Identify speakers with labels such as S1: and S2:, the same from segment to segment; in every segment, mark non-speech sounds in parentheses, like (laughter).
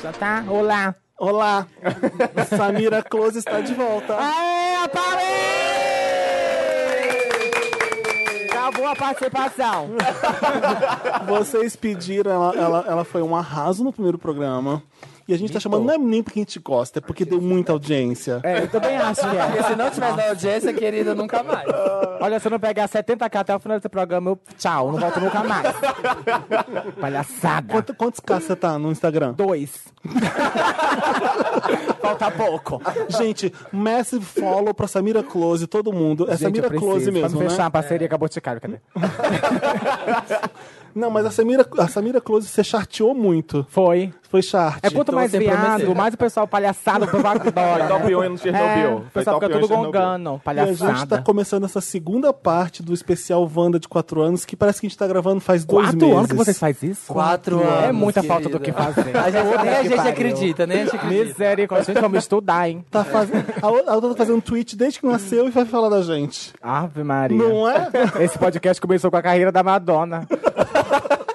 S1: Só tá? Olá.
S2: Olá, Samira Close está de volta.
S1: Aê, aparei! Acabou a participação.
S2: (laughs) Vocês pediram, ela, ela, ela foi um arraso no primeiro programa. E a gente tá chamando, não é nem porque a gente gosta, é porque deu muita audiência.
S1: É, eu também acho que é.
S3: Porque se não tiver na audiência, querido, nunca mais.
S1: Olha, se eu não pegar 70k até o final desse programa, eu tchau, não volto nunca
S4: Ah,
S1: mais. Palhaçada.
S2: Quanto- quantos K você tá no Instagram? (laughs)
S1: Dois. Falta pouco.
S2: Gente, massive follow pra Samira Close, todo mundo. É
S1: Gente, eu
S2: Samira
S1: preciso.
S2: Close mesmo,
S1: Vamos
S2: né?
S1: fechar a parceria com a Boticário, cadê?
S2: Não, mas a Samira, a Samira Close, você charteou muito.
S1: Foi.
S2: Foi chart.
S1: É quanto mais
S3: sem
S1: viado,
S3: prometer.
S1: mais o pessoal palhaçado pro vácuo da hora.
S5: Foi top
S1: né?
S5: um no Chernobyl.
S1: É, o
S5: Foi
S1: pessoal
S5: top
S1: fica
S5: um
S1: tudo
S5: em Chernobyl.
S1: gongando,
S2: E a gente tá
S1: palhaçada.
S2: começando essa segunda parte do especial Wanda de 4 anos, que parece que a gente tá gravando faz dois
S1: Quatro
S2: meses.
S1: anos que vocês fazem isso?
S3: Quatro
S1: É
S3: anos,
S1: muita
S3: querida.
S1: falta do que fazer. (laughs)
S3: A gente, nem a
S1: que
S3: gente
S1: pariu.
S3: acredita, nem a gente acredita.
S1: Misericórdia, gente, vamos estudar, hein?
S2: Tá fazendo, a outra a outra tá fazendo tweet desde que nasceu e vai falar da gente.
S1: Ave Maria.
S2: Não é?
S1: Esse podcast começou com a carreira da Madonna.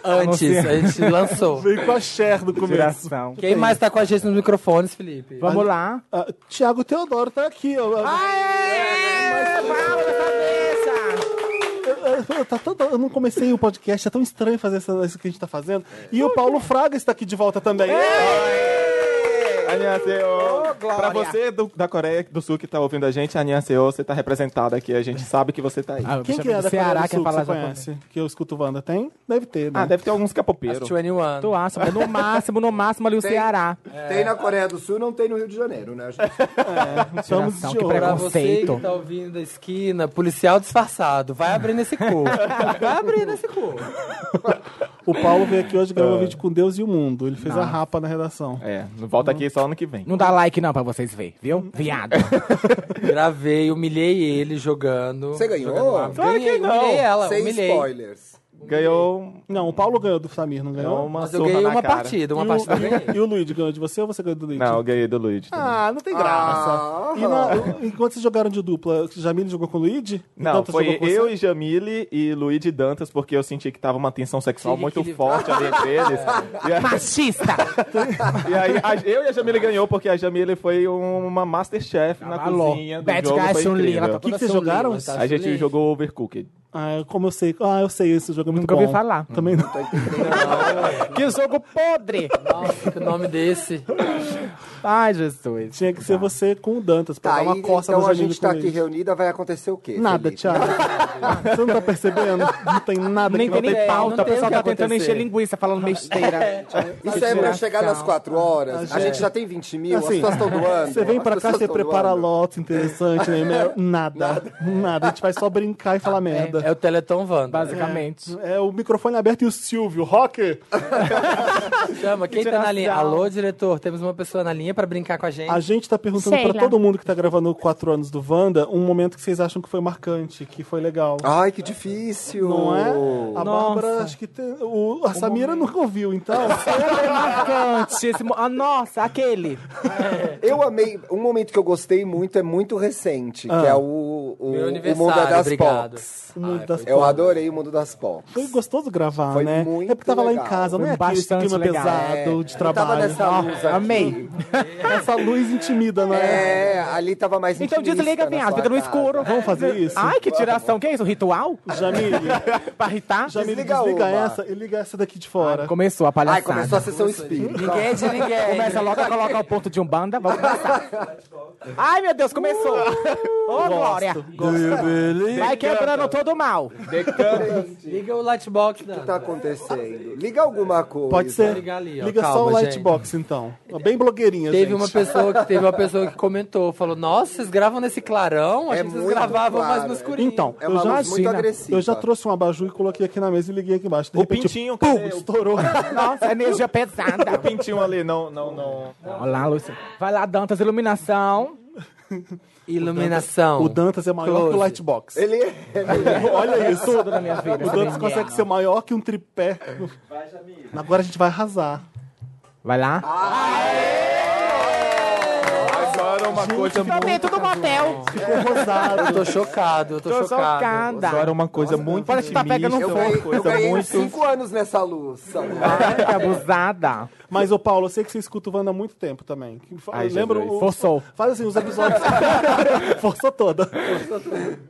S3: Antes, a gente lançou.
S2: Veio com a Cher do começo.
S1: Geração.
S3: Quem mais tá com a gente nos microfones, Felipe?
S1: Vamos lá.
S2: Ah, Tiago Teodoro tá aqui. Eu, eu-
S1: Aê! Palma na cabeça!
S2: eu- eu- tá todo- eu não comecei o podcast, é tão estranho fazer essa- isso que a gente tá fazendo. E o Paulo Fraga está aqui de volta também.
S5: Annyeonghaseyo.
S1: Glória.
S5: Pra você do- da Coreia do Sul que tá ouvindo a gente, Annyeonghaseyo, você tá representado aqui. A gente sabe que você tá aí.
S1: Ah,
S2: Quem
S1: chama
S2: que é
S1: de
S2: da
S1: Ceará
S2: Ceará
S1: quer
S2: que,
S1: falar
S2: você
S1: japonês?
S2: conhece? Que eu escuto Wanda. Tem? Deve ter, né?
S5: Ah, deve ter alguns capopeiros.
S3: 21.
S1: Tu acha? mas No máximo, no máximo ali o Ceará. É.
S4: Tem na Coreia do Sul, não tem no Rio de Janeiro, né?
S2: Estamos
S1: Geração,
S2: de
S1: que
S2: ouro.
S1: prego-
S3: Pra você
S1: Conceito.
S3: que tá ouvindo da esquina, policial disfarçado, vai abrindo esse cu. Vai abrindo esse cu.
S2: O Paulo veio aqui hoje
S1: Ah.
S2: gravar um vídeo com Deus e o Mundo. Ele fez a rapa na redação.
S5: É, não
S2: Uhum.
S5: volta aqui só ano que vem.
S1: Não dá like não pra vocês verem, viu? Viado.
S3: Gravei, humilhei ele jogando.
S4: Você ganhou?
S3: Jogando lá.
S4: Claro
S3: Ganhei, humilhei ela,
S4: Sem
S3: humilhei.
S4: spoilers.
S5: Ganhou
S2: Não, o Paulo ganhou do Samir, não ganhou?
S5: É uma
S3: Mas eu
S5: surra
S3: ganhei
S5: na
S3: uma
S5: cara.
S3: partida, uma
S2: E o-
S3: partida eu ganhei.
S2: E o Luigi ganhou de você ou você ganhou do Luigi?
S5: Não, eu ganhei do Luigi. também.
S2: Ah, não tem graça.
S1: Ah.
S2: E na- enquanto vocês jogaram de dupla, Jamile jogou com o Luigi?
S5: Não,
S2: Ah, Dantas
S5: foi
S2: jogou com você?
S5: eu e Jamile e Luigi Dantas, porque eu senti que tava uma tensão sexual
S3: Sim,
S5: muito
S3: que-
S5: forte ali entre eles.
S3: (laughs)
S5: E a-
S1: (laughs) Machista!
S5: E aí, a- eu e a Jamile ganhou, porque a Jamile foi um- uma Masterchef na
S1: Alô.
S5: cozinha do
S1: Bad
S5: jogo,
S1: guy
S5: foi
S1: Chun-Li,
S5: incrível.
S1: ela tá
S2: O que,
S1: toda
S2: que vocês
S1: solinha.
S2: jogaram?
S5: A gente jogou Overcooked.
S2: Ah, como eu sei. Ah, eu sei, esse jogo é muito
S1: Nunca
S2: bom.
S1: ouvi falar.
S2: Também
S4: Hum,
S2: não.
S4: tá
S1: (laughs) Que jogo podre!
S3: Nossa, que nome desse.
S1: Ai, Jesus.
S2: Tinha que ser você com o Dantas, pra
S4: Tá,
S2: dar uma
S4: e-
S2: costa
S4: então
S2: no
S4: a
S2: Jamile
S4: gente tá
S2: com o
S4: aqui
S2: Luigi.
S4: reunida, vai acontecer o quê?
S2: Nada,
S4: Felipe?
S2: Thiago. Você não tá (laughs) percebendo? Não tem nada
S1: Nem
S2: que É, não tem
S1: tem nem
S3: tem,
S1: pauta,
S3: não
S1: o
S3: tem
S1: pessoal
S3: o que
S1: tá tentando
S3: acontecer.
S1: encher
S2: (laughs)
S1: linguiça, falando besteira.
S4: Isso é pra chegar nas quatro horas. A gente já tem 20 mil, as
S2: Assim,
S4: pessoas estão doando.
S2: Você vem
S4: as
S2: pra cá,
S4: pessoas
S2: você
S4: estão
S2: prepara
S4: doando.
S2: lotes interessante, né?
S4: (laughs)
S2: Meryl? Nada. Nada. A gente vai só brincar e falar merda.
S3: É o Teleton Wanda.
S1: Basicamente.
S2: É o microfone aberto e o Silvio, rocker.
S3: Chama, quem tá na linha? Alô, diretor, temos uma pessoa na linha pra brincar com a gente.
S2: A gente tá perguntando
S6: Sei
S2: pra
S6: lá.
S2: todo mundo que tá gravando o 4 anos do Wanda um momento que vocês acham que foi marcante, que foi legal.
S4: Ai, que difícil.
S2: Não é? A Bárbara, acho que tem- o, a Samira nunca ouviu, então.
S1: Marcante. Esse... mo- Ah, nossa, aquele.
S4: Eu amei. Um momento que eu gostei muito é muito recente, que é o, o,
S3: Meu
S4: o
S3: aniversário,
S4: Mundo é das
S3: obrigado. Ah,
S4: Pops.
S2: Ah. O mundo das
S4: Eu
S2: Pops.
S4: adorei o Mundo das Pops.
S2: Foi gostoso gravar,
S4: Foi
S2: né?
S4: muito
S2: é porque tava lá em
S4: legal.
S2: casa, não
S1: Foi
S2: é aquele
S1: bastante
S2: clima
S1: legal.
S2: pesado
S4: É,
S2: de
S4: eu
S2: trabalho.
S4: Tava nessa
S2: Ó,
S4: luz aqui.
S1: Amei.
S2: (laughs) Essa luz intimida, né?
S4: É, ali tava mais
S1: Então
S4: intimista
S1: desliga,
S4: na
S1: viado,
S4: sua
S1: fica no
S4: casa.
S1: escuro.
S2: Vamos fazer isso?
S1: Ai, que tiração. Que é isso? Ritual?
S2: Jamile,
S1: Pra irritar?
S2: Jamile,
S4: Desliga
S2: desliga,
S4: uma.
S2: essa e liga essa daqui de fora.
S1: Ah, Começou a
S4: Ai,
S1: palhaçada.
S4: começou a sessão espírita.
S3: Ninguém é de ninguém.
S1: Começa logo a colocar o ponto de Umbanda. Vamos começar. Ai, meu Deus, começou.
S2: Uh!
S1: Ô, Glória. Vai quebrando todo o mal.
S3: Liga o lightbox, não.
S4: O que tá acontecendo? Liga alguma coisa.
S2: Pode ser?
S3: Liga ali, ó.
S2: Liga só
S3: Calma,
S2: o
S3: gente.
S2: Lightbox, então. Bem blogueirinha,
S3: Teve
S2: gente.
S3: uma, pessoa que, teve uma pessoa que comentou, falou, nossa, vocês gravam nesse clarão? A
S4: É
S3: gente vocês
S4: muito
S3: gravavam
S4: claro.
S3: mais nos curinhos.
S2: Então,
S4: É
S2: eu
S4: uma
S2: já
S4: luz muito
S2: Gina,
S4: agressiva.
S2: Eu já trouxe um abajur e coloquei aqui na mesa e liguei aqui embaixo. De
S5: O
S2: repente,
S5: pintinho,
S2: pum,
S5: cadê o- (laughs)
S4: (laughs)
S2: estourou.
S1: Nossa, energia pesada.
S5: Pintinho ali, não, não, não.
S1: Olha lá, Lúcia. Vai lá, Dantas, iluminação.
S3: Iluminação.
S2: O Dantas é maior que o
S3: Close.
S2: Lightbox.
S4: Ele é.
S2: (laughs) Olha isso.
S1: Tudo na minha vida.
S2: O Dantas consegue ser maior que um tripé. Agora a gente vai arrasar.
S1: Vai lá.
S5: Agora Agora uma coisa
S1: Tá
S5: muito...
S1: dentro do motel.
S2: Ficou rosado.
S3: Eu tô chocado, eu tô,
S1: Tô
S3: chocado.
S1: chocada.
S5: Agora é uma coisa muito
S1: parece que tá pegando
S5: intimista,
S4: Eu
S1: fogo.
S5: uma
S4: ganhei, eu
S5: coisa
S4: ganhei (laughs)
S5: muito...
S4: cinco anos nessa luz. sabe?
S2: Ah,
S1: Ai, que abusada.
S2: Mas, ô Paulo, eu sei que você escuta o Wanda há muito tempo também. Que fa-
S5: Ai,
S2: Lembra
S5: Jesus.
S2: o-
S1: Forçou.
S2: Faz assim, os episódios. (laughs) Forçou toda.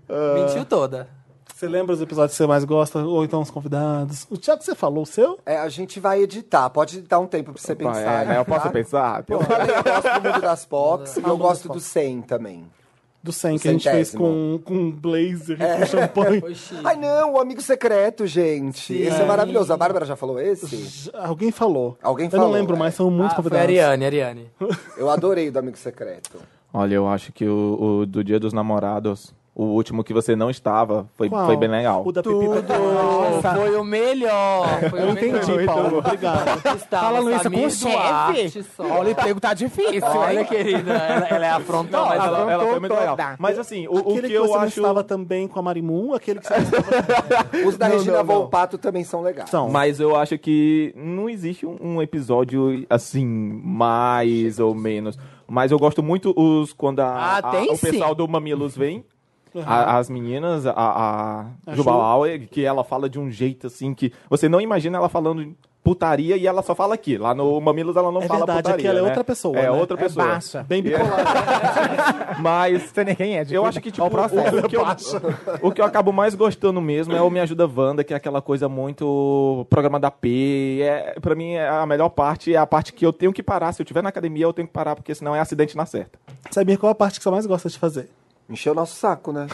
S2: Ah.
S3: Mentiu toda.
S2: Você lembra os episódios que você mais gosta? Ou então os convidados? O Thiago, você falou o seu?
S4: É, a gente vai editar. Pode dar um tempo pra você
S5: Vai,
S4: pensar.
S5: é, né? Eu posso
S4: tá?
S5: pensar?
S4: Eu falei, eu gosto do mundo das Fox
S2: Tá
S4: e eu gosto do 100 também.
S2: Do 100 que a gente fez com,
S4: centésimo. É.
S2: com um blazer e com (laughs) champanhe.
S4: Ai, não, o Amigo Secreto, gente. Esse é maravilhoso. A Bárbara já falou esse?
S2: Alguém falou.
S4: Alguém
S2: eu
S4: falou,
S2: não lembro
S4: é.
S2: mais, são muitos
S3: Ah, foi a
S2: convidados.
S3: Ariane, Ariane.
S4: (laughs) Eu adorei o do Amigo Secreto.
S5: Olha, eu acho que o, o do Dia dos Namorados, o último que você não estava, foi,
S2: Qual?
S5: foi bem legal.
S2: O da Pepita.
S3: Nossa, foi o melhor. Foi
S2: Eu
S3: o melhor.
S2: entendi, Paulo. Obrigado.
S3: Estava
S1: Fala, Luísa, com o
S3: Samir Duarte
S1: chefe.
S3: só.
S1: Olha, o emprego tá difícil,
S3: Olha,
S1: hein?
S3: querida, ela, ela é afrontosa, mas ela,
S5: ela, ela foi
S1: contou
S5: muito legal.
S1: toda.
S5: Mas assim, o, o
S2: Aquele
S5: que,
S2: que,
S5: eu
S2: você não
S5: acho.
S2: estava também com a Marimun, aquele que você
S4: É.
S2: não estava
S4: Os da
S2: Não,
S4: Regina
S2: não, não.
S4: Volpato também são legais.
S2: São.
S5: Mas eu acho que não existe um, um episódio assim, mais ou menos. Mas eu gosto muito os quando a-
S3: Ah,
S5: a-
S3: tem
S5: o
S3: sim.
S5: pessoal do Mamilos vem. a- as meninas, a, a,
S2: A
S5: Juba
S2: Ju.
S5: Lauer, que ela fala de um jeito assim que você não imagina ela falando putaria e ela só fala aqui. Lá no Mamilos ela não
S2: É
S5: fala
S2: verdade, é que
S5: putaria.
S2: ela é
S5: né?
S2: outra pessoa,
S5: É
S2: né?
S5: outra
S1: É
S5: pessoa.
S1: baixa.
S2: bem bipolar.
S5: Mas
S1: Você nem quem é, gente.
S5: eu acho que, tipo,
S2: um
S1: Ó,
S5: o,
S1: o processo.
S5: o que eu, o que eu acabo mais gostando mesmo é o Me Ajuda Wanda, que é aquela coisa muito programa da P. É, pra mim, é a melhor parte é a parte que eu tenho que parar. Se eu estiver na academia, eu tenho que parar, porque senão é acidente na certa.
S2: Sabia qual a parte que você mais gosta de fazer?
S4: Encheu nosso
S2: (laughs)
S4: saco, né?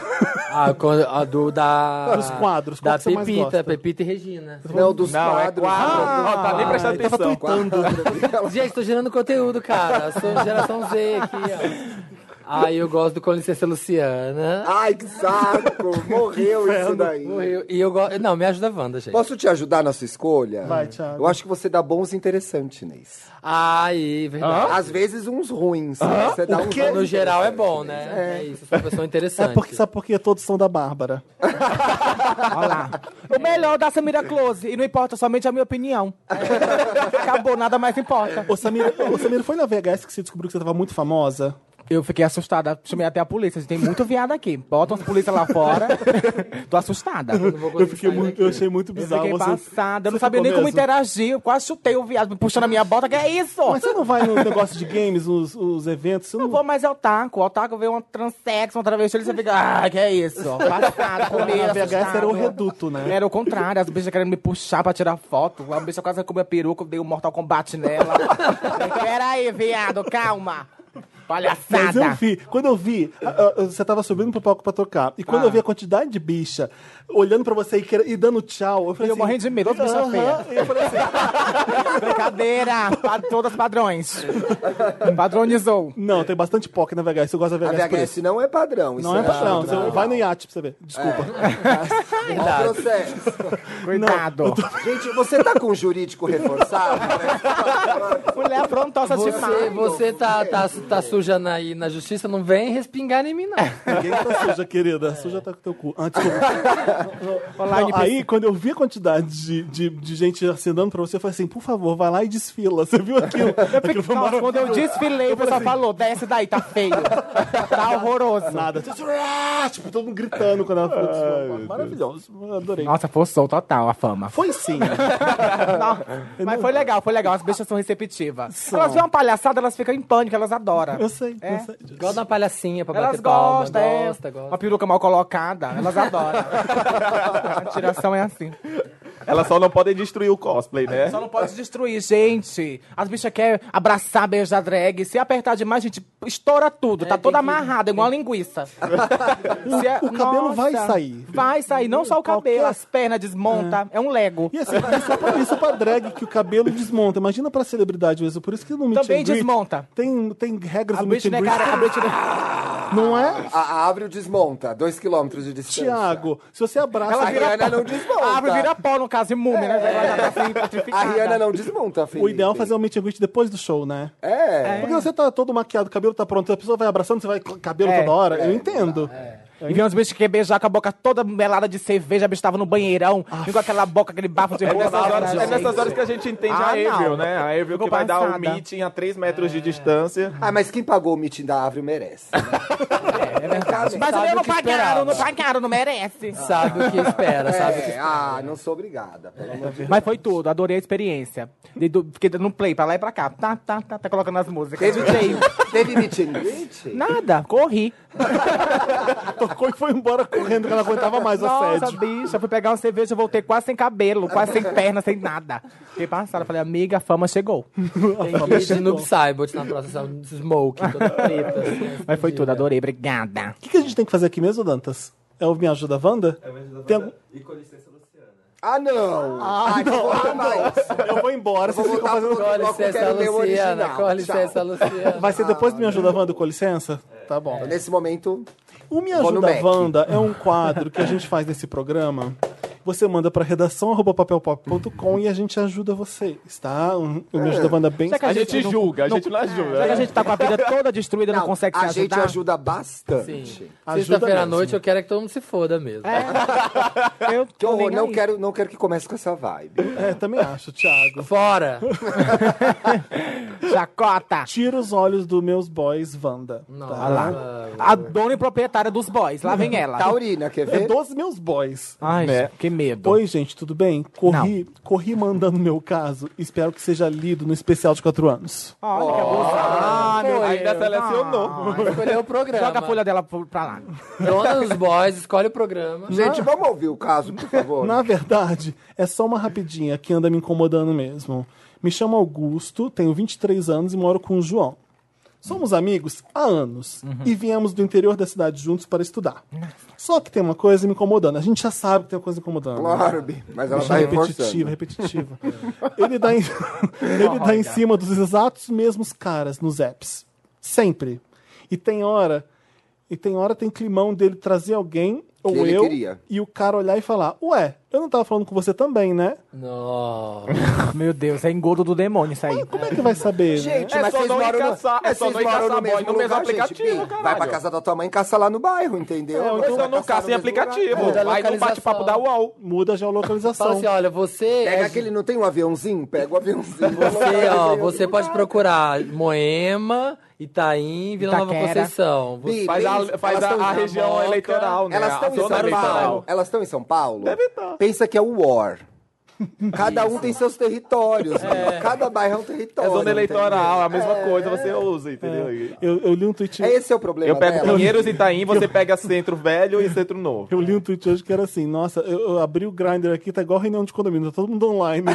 S3: Ah, quando- a do da.
S2: Dos quadros, qual
S3: Da
S2: que você mais
S3: Pepita,
S2: gosta?
S3: Pepita e Regina.
S4: Não, dos
S2: é
S3: é
S4: quadros. né?
S1: Ah,
S5: Ó, tá nem prestando
S2: Ah, tava
S5: atenção.
S3: Gente, tô gerando conteúdo, cara. Sou geração Z aqui, ó. Aí eu gosto do Com Licença Luciana.
S4: Ai, que saco! Morreu isso daí.
S3: Morreu. E eu gosto. Não, me ajuda a Wanda, gente.
S4: Posso te ajudar na sua escolha?
S2: Vai, Thiago.
S4: Eu acho que você dá bons e interessantes, Inês.
S3: Aí, verdade.
S4: Às vezes uns ruins. né? Você dá uns
S3: Mas
S4: bons
S3: No
S4: e
S3: geral é
S4: interessantes,
S3: bom,
S4: Inês.
S3: né? É, isso, eu sou uma pessoa interessante.
S2: É porque, sabe por quê? Todos são da
S4: (laughs)
S2: Bárbara.
S1: Olha lá. O melhor da Samira Close. E não importa somente a minha opinião. Acabou, nada mais importa.
S2: Ô, Samira, ô, Samira, foi na VHS que você descobriu que você tava muito famosa?
S1: Eu fiquei assustada. Chamei até a polícia. Tem muito viado aqui. Bota as polícia lá fora. (laughs) Tô assustada.
S3: não vou
S2: Eu, fiquei
S3: sair
S2: muito,
S3: daqui.
S2: eu achei muito
S1: Eu
S2: bizarro. assim.
S1: fiquei
S2: você-
S1: passada. Eu não
S2: você
S1: sabia
S2: ficou
S1: nem como
S2: mesmo?
S1: interagir. Eu quase chutei o viado me puxando a minha bota. Que é isso?
S2: Mas você não vai no negócio de games, os, os eventos? Você
S1: Eu
S2: não...
S1: não vou mais ao taco. Ao taco vem uma transex, uma travesti, ele você fica, ah, que
S2: (laughs)
S1: é isso? Passado, comida,
S2: Na VHS era o reduto, né?
S1: Era o contrário, as bichas querendo me puxar pra tirar foto. A bicha quase comeu a peruca, eu dei um Mortal Kombat nela. (laughs) Peraí, viado, calma.
S2: (laughs) Mas eu
S1: Palhaçada.
S2: vi, quando eu vi, ah, ah, você tava subindo pro palco pra tocar, e quando
S1: Ah.
S2: eu vi a quantidade de bicha olhando pra você e, quer- e dando tchau, eu falei
S1: E eu
S2: assim...
S1: morrendo de medo, outra bicha
S2: "Aham",
S1: feia.
S2: e eu falei assim,
S1: (laughs) Brincadeira, pa-
S2: (laughs)
S1: todas padrões. Padronizou.
S2: não, tem bastante POC na VHS, eu gosto da
S4: A
S2: VHS, por
S4: VHS
S2: isso.
S4: não é padrão. Isso
S2: Não é padrão,
S4: natural.
S2: você vai no iate pra você ver, (laughs) desculpa.
S4: É um processo.
S1: Cuidado.
S4: Gente, você tá com o jurídico reforçado?
S1: (laughs)
S4: né?
S2: é
S1: Mulher afrontosa
S3: Você,
S1: demais.
S3: você tá, tá, tá suja na, aí na justiça, não vem respingar em mim, não.
S2: Ninguém
S4: É.
S2: tá suja, querida, suja tá com teu cu. Ah, desculpa.
S1: Olá,
S2: Não, assim,
S1: NPC.
S2: aí, quando eu vi a quantidade de, de, de gente acenando pra você, eu falei assim, por favor, vai lá e desfila, você viu
S1: (laughs)
S2: aquilo? aquilo foi
S1: Nossa,
S2: maravilhoso. (laughs)
S1: quando eu desfilei, o
S2: assim,
S1: pessoal falou, desce daí, tá feio. Tá horroroso.
S2: Nada. Tipo, todo mundo gritando quando ela falou desfila. Maravilhoso, (laughs) eu adorei.
S1: Nossa, forçou total a fama.
S2: Foi sim.
S1: (laughs) Não, mas foi legal, foi legal. As bichas são receptivas.
S2: São.
S1: Elas veem uma palhaçada, elas ficam em pânico, elas adoram.
S2: Eu sei,
S1: É?
S2: eu sei.
S3: Gosta de uma palhacinha pra
S1: Elas
S3: bater palma.
S1: gostam, é.
S3: gosta,
S1: Uma
S3: gosta.
S1: peruca mal colocada,
S2: (laughs)
S1: elas adoram. a tiração é assim.
S5: Ela só não pode destruir o cosplay, né?
S1: Só não pode destruir, gente. As bichas querem abraçar, beijar drag. Se apertar demais, gente, estoura tudo. tá
S3: tem
S1: toda
S3: que-
S1: amarrada, igual uma
S2: (laughs)
S1: linguiça. Se é-
S2: É, O cabelo vai
S1: Nossa,
S2: sair.
S1: Vai sair, não só o cabelo,
S2: Qualquer-
S1: as pernas desmonta. É, um lego.
S2: E assim,
S1: (laughs)
S2: isso é, pra, isso é pra drag que o cabelo desmonta. Imagina pra celebridade mesmo. Por isso que no meet
S1: Também
S2: and greet
S1: desmonta.
S2: Tem, tem regras
S1: A
S2: do meet
S1: bicha
S2: and
S1: não é
S2: greet.
S1: careca, a bicha não
S2: Não é?
S4: A, a árvore desmonta, dois quilômetros de distância.
S2: Tiago, se você abraça...
S4: a Rihanna não desmonta.
S1: A árvore vira pó, no caso, imune,
S2: É.
S1: né? Ela já tá assim,
S4: A
S1: petrificada.
S4: Rihanna não desmonta,
S2: (laughs)
S4: Felipe.
S2: O ideal é fazer o meet and greet depois do show, né?
S4: É.
S2: Porque você tá todo maquiado, o cabelo tá pronto, a pessoa vai abraçando, você vai com o cabelo
S1: É,
S2: toda hora. eu entendo.
S1: E vi uns bichos que beijar com a boca toda melada de cerveja, a bicho tava no banheirão, e com aquela boca, aquele bafo de
S5: É nessas,
S1: rola,
S5: horas,
S1: né,
S5: é nessas
S1: gente?
S5: horas que a gente entende
S1: Ah,
S5: a Evil,
S1: não.
S5: né? A Evil
S1: Ficou
S5: que vai dar o
S1: passada.
S5: meeting a 3
S1: É.
S5: metros
S2: um
S5: de distância.
S4: Ah, mas quem pagou o mitin da árvore merece.
S3: É verdade.
S1: Mas
S3: Sabe
S1: eu
S3: o
S1: não
S3: que esperava.
S1: pagaram, não pagaram, não merece.
S3: Sabe o que espera, sabe o que
S4: É, ah, não sou obrigada, pelo
S2: ah,
S4: amor de Deus.
S1: Mas foi tudo, adorei a experiência. Dei do- Fiquei dando um play pra lá e pra cá. Tá, tá, tá, tá colocando as músicas.
S4: Teve, teve meet and greet?
S1: Nada, corri.
S2: (laughs) Tocou e foi embora correndo, que ela aguentava mais
S1: Nossa,
S2: assédio.
S1: bicha, fui pegar uma cerveja, voltei quase sem cabelo, quase sem perna, sem nada. Fiquei passada, falei, amiga, a fama
S3: (laughs)
S1: chegou.
S3: Tem que ir de Noob Saibot na próxima sessão de
S4: (laughs)
S3: Smoke, toda preta. assim,
S1: Mas foi tudo, adorei, obrigada.
S2: O que, que a gente tem que fazer aqui mesmo, Dantas? É o Me Ajuda Wanda? É o Me Ajuda Wanda.
S4: Ah, não! Ah, não! mais.
S2: Eu vou embora, vocês ficam
S4: voltar
S2: fazendo...
S4: pro-
S3: Com
S4: Eu
S3: licença,
S4: quero ler o um
S3: Luciana.
S4: original.
S3: Com licença,
S4: Tchau.
S3: Luciana.
S2: Vai ser depois do Me Ajuda Wanda, com licença? Tá bom.
S4: Nesse momento,
S2: O Me
S4: Vou no
S2: Ajuda
S4: Mac.
S2: Wanda é um quadro que a gente faz nesse programa. Você manda para redação@papelpop.com e a gente ajuda vocês, tá? O o Me Ajuda Wanda bem.
S1: Será que
S5: A gente
S1: não-
S5: julga, a
S1: não-
S5: gente não
S1: Será que a
S5: ajuda.
S1: gente tá com a vida toda destruída, não,
S4: Não,
S1: consegue se
S4: a gente (laughs)
S1: ajudar?
S4: ajuda bastante.
S3: Sim.
S2: Ajuda
S3: Sexta-feira à
S2: mesmo.
S3: noite eu quero é que todo mundo se foda mesmo.
S4: É,
S1: Eu
S4: Que
S1: tô
S4: horror,
S1: nem
S4: não
S1: aí.
S4: quero, não quero que comece com essa vibe.
S2: É, também acho, Thiago.
S3: Fora!
S1: Chacota!
S2: Tira os olhos dos meus boys, Wanda.
S3: Nossa.
S1: A dona e proprietária dos boys, lá vem ela.
S4: Taurina, quer
S2: É
S4: ver?
S2: dos meus boys.
S1: Ai,
S5: Né?
S1: que medo.
S2: Oi, gente, tudo bem? Corri, corri mandando meu caso. Espero que seja lido no especial de quatro anos.
S1: Olha que abusada. Ah, meu Deus.
S5: Ainda selecionou.
S3: Ah, Escolheu o programa.
S1: Joga a folha dela pro- pra lá.
S3: Dona dos boys, escolhe o programa.
S4: Gente, vamos ouvir o caso, por
S2: (laughs)
S4: favor.
S2: Na verdade, é só uma rapidinha que anda me incomodando mesmo. Me chamo Augusto, tenho 23 anos e moro com o João. Somos amigos há anos e viemos do interior da cidade juntos para estudar. Só que tem uma coisa me incomodando. A gente já sabe que tem uma coisa incomodando. né?
S4: Claro, Bi, mas ela tá
S2: Bicha repetitiva,
S4: reforçando. É.
S2: repetitiva.
S4: (laughs)
S2: Ele dá em, ele dá em cima dos exatos mesmos caras nos apps. Sempre. E tem hora, e tem hora tem climão dele trazer alguém, ou
S4: ele
S2: eu,
S4: queria.
S2: e o cara olhar e falar, ué, eu não tava falando com você também, né?
S3: Não.
S1: Meu Deus, é engordo do demônio isso aí.
S2: Como é que vai saber, né?
S4: Gente,
S5: É
S4: mas
S5: só
S4: vocês
S5: não
S4: moram
S5: encaçar-
S4: no,
S5: é só
S4: vocês
S5: não
S4: moram
S5: encaçar
S4: no
S5: boy
S4: mesmo
S5: no mesmo
S4: lugar, gente.
S5: aplicativo,
S4: Bi, Vai
S5: caralho.
S4: pra casa da tua mãe e caça lá no bairro, entendeu?
S2: É, ou
S4: Vai
S2: então
S5: Então
S4: caçar
S5: não caça
S4: no
S5: em
S4: mesmo lugar.
S5: aplicativo.
S3: Muda a
S5: Vai no
S3: localização.
S5: bate-papo da UOL.
S2: Muda a geolocalização.
S3: Fala assim, olha, você...
S4: Pega
S3: é-
S4: aquele, não tem um aviãozinho? Pega o aviãozinho.
S3: Você, ó, você pode procurar Moema, Itaim, Vila Nova
S1: Itaquera.
S3: Conceição. Você-
S4: Bi,
S5: Faz
S4: bem-
S5: a, faz
S4: elas
S5: a-
S4: tão
S5: a
S4: em-
S5: região
S3: Jaboca.
S5: eleitoral, né?
S4: Elas
S5: A
S4: estão em São
S5: zona
S4: Paulo?
S5: eleitoral.
S4: Elas estão em São Paulo? Deve
S2: tá.
S4: estar. Pensa que é o
S2: (laughs)
S4: War. Cada um tem seus territórios. né? Cada bairro é um
S5: É
S4: território.
S5: zona eleitoral, é a
S4: entendeu?
S5: mesma coisa, você usa, entendeu?
S2: Eu, eu li um tweet...
S4: É esse é o problema
S5: Eu pego
S4: dela.
S5: Pinheiros e Itaim, você pega centro velho e centro novo.
S2: Eu li um tweet hoje que era assim, nossa, eu, eu abri o Grindr aqui, tá igual reunião de condomínio, tá todo mundo online.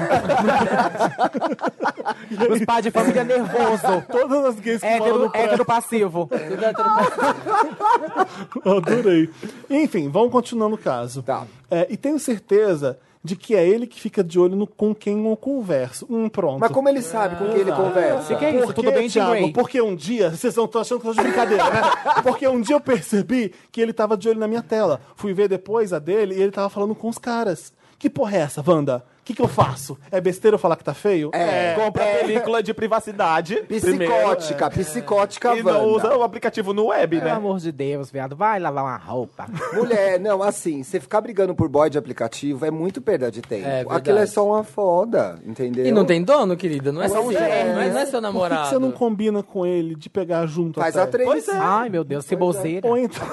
S1: Os pais de família nervoso.
S2: Todas as gays que moram no
S1: Hétero,
S2: prédio.
S1: hétero passivo.
S2: (laughs) Adorei. Enfim, vamos continuando o caso.
S4: Tá.
S2: É, e tenho certeza de que é ele que fica de olho no com quem eu converso. Hum, pronto.
S4: Mas como ele sabe com quem ele conversa?
S1: Se que é isso, tudo bem, Tim
S2: Thiago?
S1: Grey?
S2: Porque um dia, vocês não estão achando que eu tô de brincadeira, né? Porque um dia eu percebi que ele tava de olho na minha tela. Fui ver depois a dele e ele tava falando com os caras. Que porra é essa, Wanda? O que, que eu faço? É besteira eu falar que tá feio?
S4: É.
S5: Compra película de privacidade. primeiro,
S4: Psicótica, psicótica
S5: E não
S4: Wanda.
S5: usa o aplicativo no web,
S1: Pelo
S5: né?
S1: amor de Deus, viado, vai lavar uma roupa.
S4: Mulher, não, assim, você ficar brigando por boy de aplicativo é muito perda de tempo.
S3: É, verdade.
S4: Aquilo é só uma foda, entendeu?
S3: E não tem dono, querida? Não é,
S4: Pois
S3: seu,
S4: é.
S3: não é, não
S2: Por
S3: é seu
S2: que que
S3: namorado.
S2: você não combina com ele de pegar junto
S4: Faz
S2: até?
S4: a três.
S5: Pois é.
S1: Ai, meu Deus, ceboseira.
S2: Ou então...
S1: (laughs)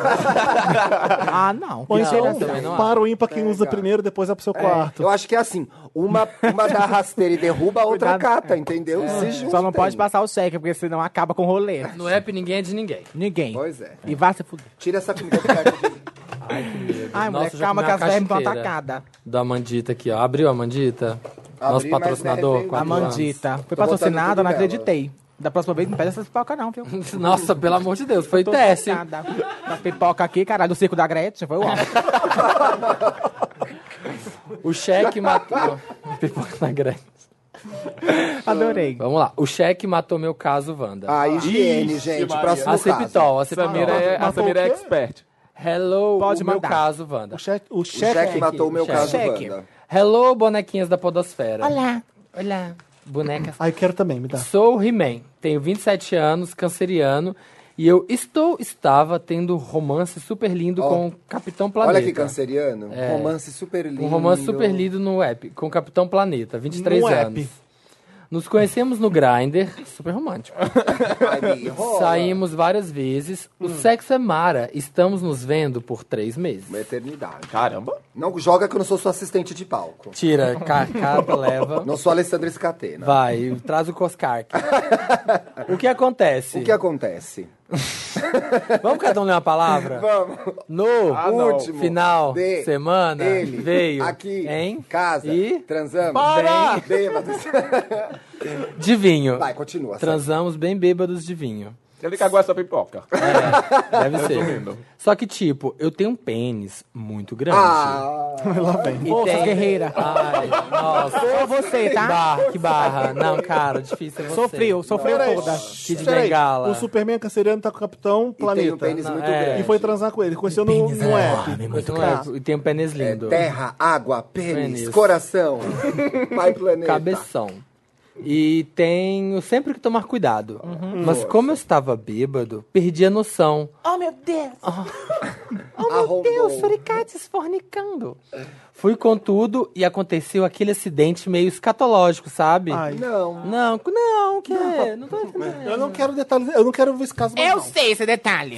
S1: Ah, não.
S2: Ou
S1: Mentira,
S3: Não,
S2: então,
S1: não.
S3: também não
S2: para o ímpar quem usa primeiro, depois vai pro seu quarto.
S4: Eu acho que é assim, uma, uma dá rasteira e derruba, a outra
S1: Cuidado. É.
S4: cata, entendeu? Se juntem.
S1: Só não pode passar o cheque, porque senão acaba com o rolê.
S3: No app ninguém é de ninguém.
S1: Ninguém.
S4: Pois é.
S1: E vai se fuder.
S4: Tira essa comida do cara um de
S1: Ai,
S3: Nossa,
S1: mulher,
S3: já
S1: calma
S3: comi
S1: que
S3: uma
S1: as vermes estão
S3: caixa inteira.
S1: atacadas.
S3: Da Mandita aqui, ó. Abriu a Mandita? Nosso
S4: mas
S3: patrocinador.
S4: deve-
S1: A
S3: quatro anos.
S1: Mandita. Foi
S4: Tô botando
S1: patrocinada,
S4: tudo
S1: não
S4: nela.
S1: acreditei. Da próxima vez não pede essas pipocas, não, viu?
S3: (laughs) Nossa, pelo amor de Deus, foi teste. hein?
S1: Nada. As pipoca aqui, caralho, do circo da Gretchen, foi o auge.
S3: (laughs)
S4: (laughs)
S3: O cheque matou. (laughs) Pipoca na grande.
S1: Adorei.
S3: Vamos lá. O cheque matou meu caso, Wanda.
S4: Ah, higiene, gente. Próximo
S3: a
S4: caso.
S3: Cepitol, a Cepitol.
S5: Samira é, a
S2: Matou
S5: Samira é
S2: o quê?
S5: expert.
S3: Hello,
S1: Pode
S3: o meu
S1: mandar.
S3: caso, Wanda.
S2: O cheque, o
S4: O
S2: cheque,
S4: cheque matou o meu
S3: cheque.
S4: caso,
S1: Cheque.
S4: Wanda.
S3: Hello, bonequinhas da podosfera.
S1: Olá.
S3: Olá. Bonecas.
S2: Ah, eu quero também, me dá.
S3: Sou o He-Man, tenho 27 anos, canceriano, E eu estou, estava tendo um romance super lindo
S4: Ó,
S3: com o Capitão Planeta.
S4: Olha que canceriano.
S3: É.
S4: Romance super lindo.
S3: Um romance super lindo no app, com o Capitão Planeta, 23
S2: No app.
S3: anos. Nos conhecemos no Grindr,
S4: (laughs)
S3: super romântico.
S4: Aí, rola.
S3: Saímos várias vezes. O
S4: Hum.
S3: sexo é mara. Estamos nos vendo por três meses.
S4: Uma eternidade.
S5: Caramba.
S4: Não joga que eu não sou sua assistente de palco.
S3: Tira, ca- cada leva.
S4: Não sou Alessandra Escatena.
S3: Vai, traz o Coscark. o que acontece?
S4: O que acontece?
S3: Vamos cada um ler uma
S4: (laughs)
S3: palavra?
S4: Vamos. Ah,
S3: No
S4: não.
S3: último final
S4: De-
S3: semana
S4: Ele
S3: veio
S4: aqui
S3: em
S4: casa
S3: e
S4: transamos
S3: Para!
S4: bem bêbados.
S3: de vinho.
S4: Vai, continua.
S3: Transamos bem bêbados de vinho.
S5: Ele cagou essa pipoca.
S3: É,
S5: (laughs)
S3: Deve ser. Só que, tipo, eu tenho um pênis muito grande.
S4: Ah,
S2: Lá vem.
S3: E
S1: Forças
S3: tem-
S1: guerreira.
S3: Ai, nossa.
S1: Só você,
S3: Que
S1: tá?
S3: barra, que barra. Não, cara, difícil é você.
S1: Sofreu, sofreu
S2: Peraí,
S1: toda.
S3: Que de
S2: peraí.
S3: bengala.
S2: O Superman canceriano tá com o Capitão
S4: tem um
S2: Planeta.
S4: pênis muito
S3: é.
S4: grande.
S2: E foi transar com ele. Conheceu no, no app.
S3: Enorme, muito grande. E tem um pênis
S4: É,
S3: lindo.
S4: terra, água, pênis,
S3: Pênis.
S4: coração, (laughs) pai planeta.
S3: Cabeção. E tenho sempre que tomar cuidado.
S4: Uhum.
S3: Mas como eu estava bêbado, perdi a noção.
S1: Oh, meu Deus.
S3: Ah.
S1: (laughs) Oh,
S4: Arrombou.
S3: Deus, suricates fornicando. Fui com tudo e aconteceu aquele acidente meio escatológico, sabe?
S2: Ai.
S4: Não.
S3: Não, não, que é? Não tô entendendo.
S2: Eu não quero detalhes, eu não quero ver esse caso mais, não.
S1: sei esse detalhe.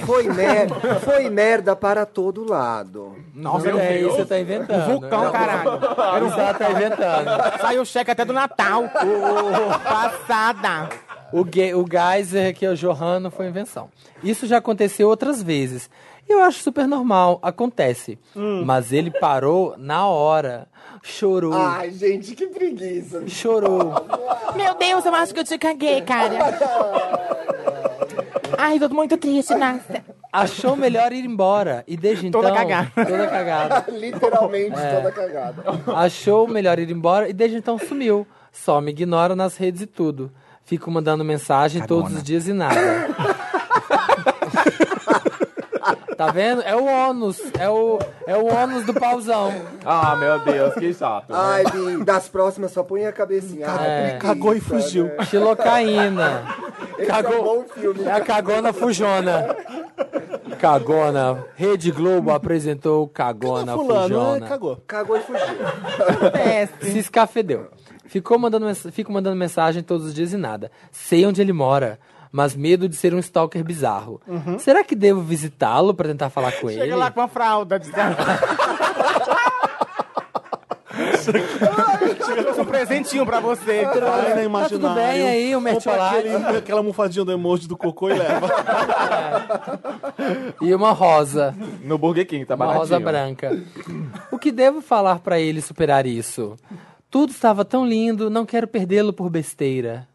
S4: (laughs) Foi merda, foi merda para todo lado.
S1: Nossa,
S3: Não, é
S1: Deus.
S3: isso, você tá inventando.
S1: Vulcão,
S3: Não,
S1: caralho.
S3: Era um cara tá inventando.
S1: Saiu o cheque até
S4: (laughs)
S1: do Natal. Passada.
S3: O, ge- o Geyser, que é o Johanna, foi invenção. Isso já aconteceu outras vezes. E Eu acho super normal, acontece.
S1: Hum.
S3: Mas ele parou na hora. Chorou,
S4: Ai, gente, que preguiça.
S3: chorou.
S1: Meu Deus, eu acho que eu te caguei, cara. Ai, tô muito triste, Nasta.
S3: Achou melhor ir embora. E desde então.
S1: Toda cagada.
S3: Toda cagada. É.
S4: Literalmente toda cagada.
S3: Achou melhor ir embora e desde então sumiu. Só me ignora nas redes e tudo. Fico mandando mensagem todos os dias e nada. tá vendo? É o ônus. É o, é o ônus do pauzão.
S5: Ah, meu Deus, que chato.
S4: Ai, Bi, das próximas só põe a cabecinha. Ai,
S3: É.
S4: preguiça,
S2: Cagou e fugiu.
S4: Né?
S3: Xilocaína.
S4: Esse é um
S3: Cagou.
S4: bom filme.
S3: É a cagona fujona. Cagona. Rede Globo apresentou Cagona
S4: tá
S2: Fulano, é,
S3: Fujona.
S2: cagou.
S4: Cagou e fugiu.
S3: Se escafedeu. Ficou mandando, mens- fico mandando mensagem todos os dias e nada. Sei onde ele mora, mas medo de ser um stalker bizarro. Será que devo visitá-lo pra tentar falar com ele?
S1: Uhum. Chega lá com a fralda. Trouxe um presentinho pra você.
S2: Olha, né,
S3: Tá tudo
S2: imaginário.
S3: bem aí, o
S2: Compra
S3: mercholate
S2: aquele- (laughs) aquela almofadinha do emoji do cocô e
S4: Tá
S2: leva.
S3: e uma rosa.
S5: No Burger King, tá
S3: Uma
S5: baratinho.
S3: rosa branca. O que devo falar pra ele superar isso? Tudo estava tão lindo, não quero perdê-lo por besteira.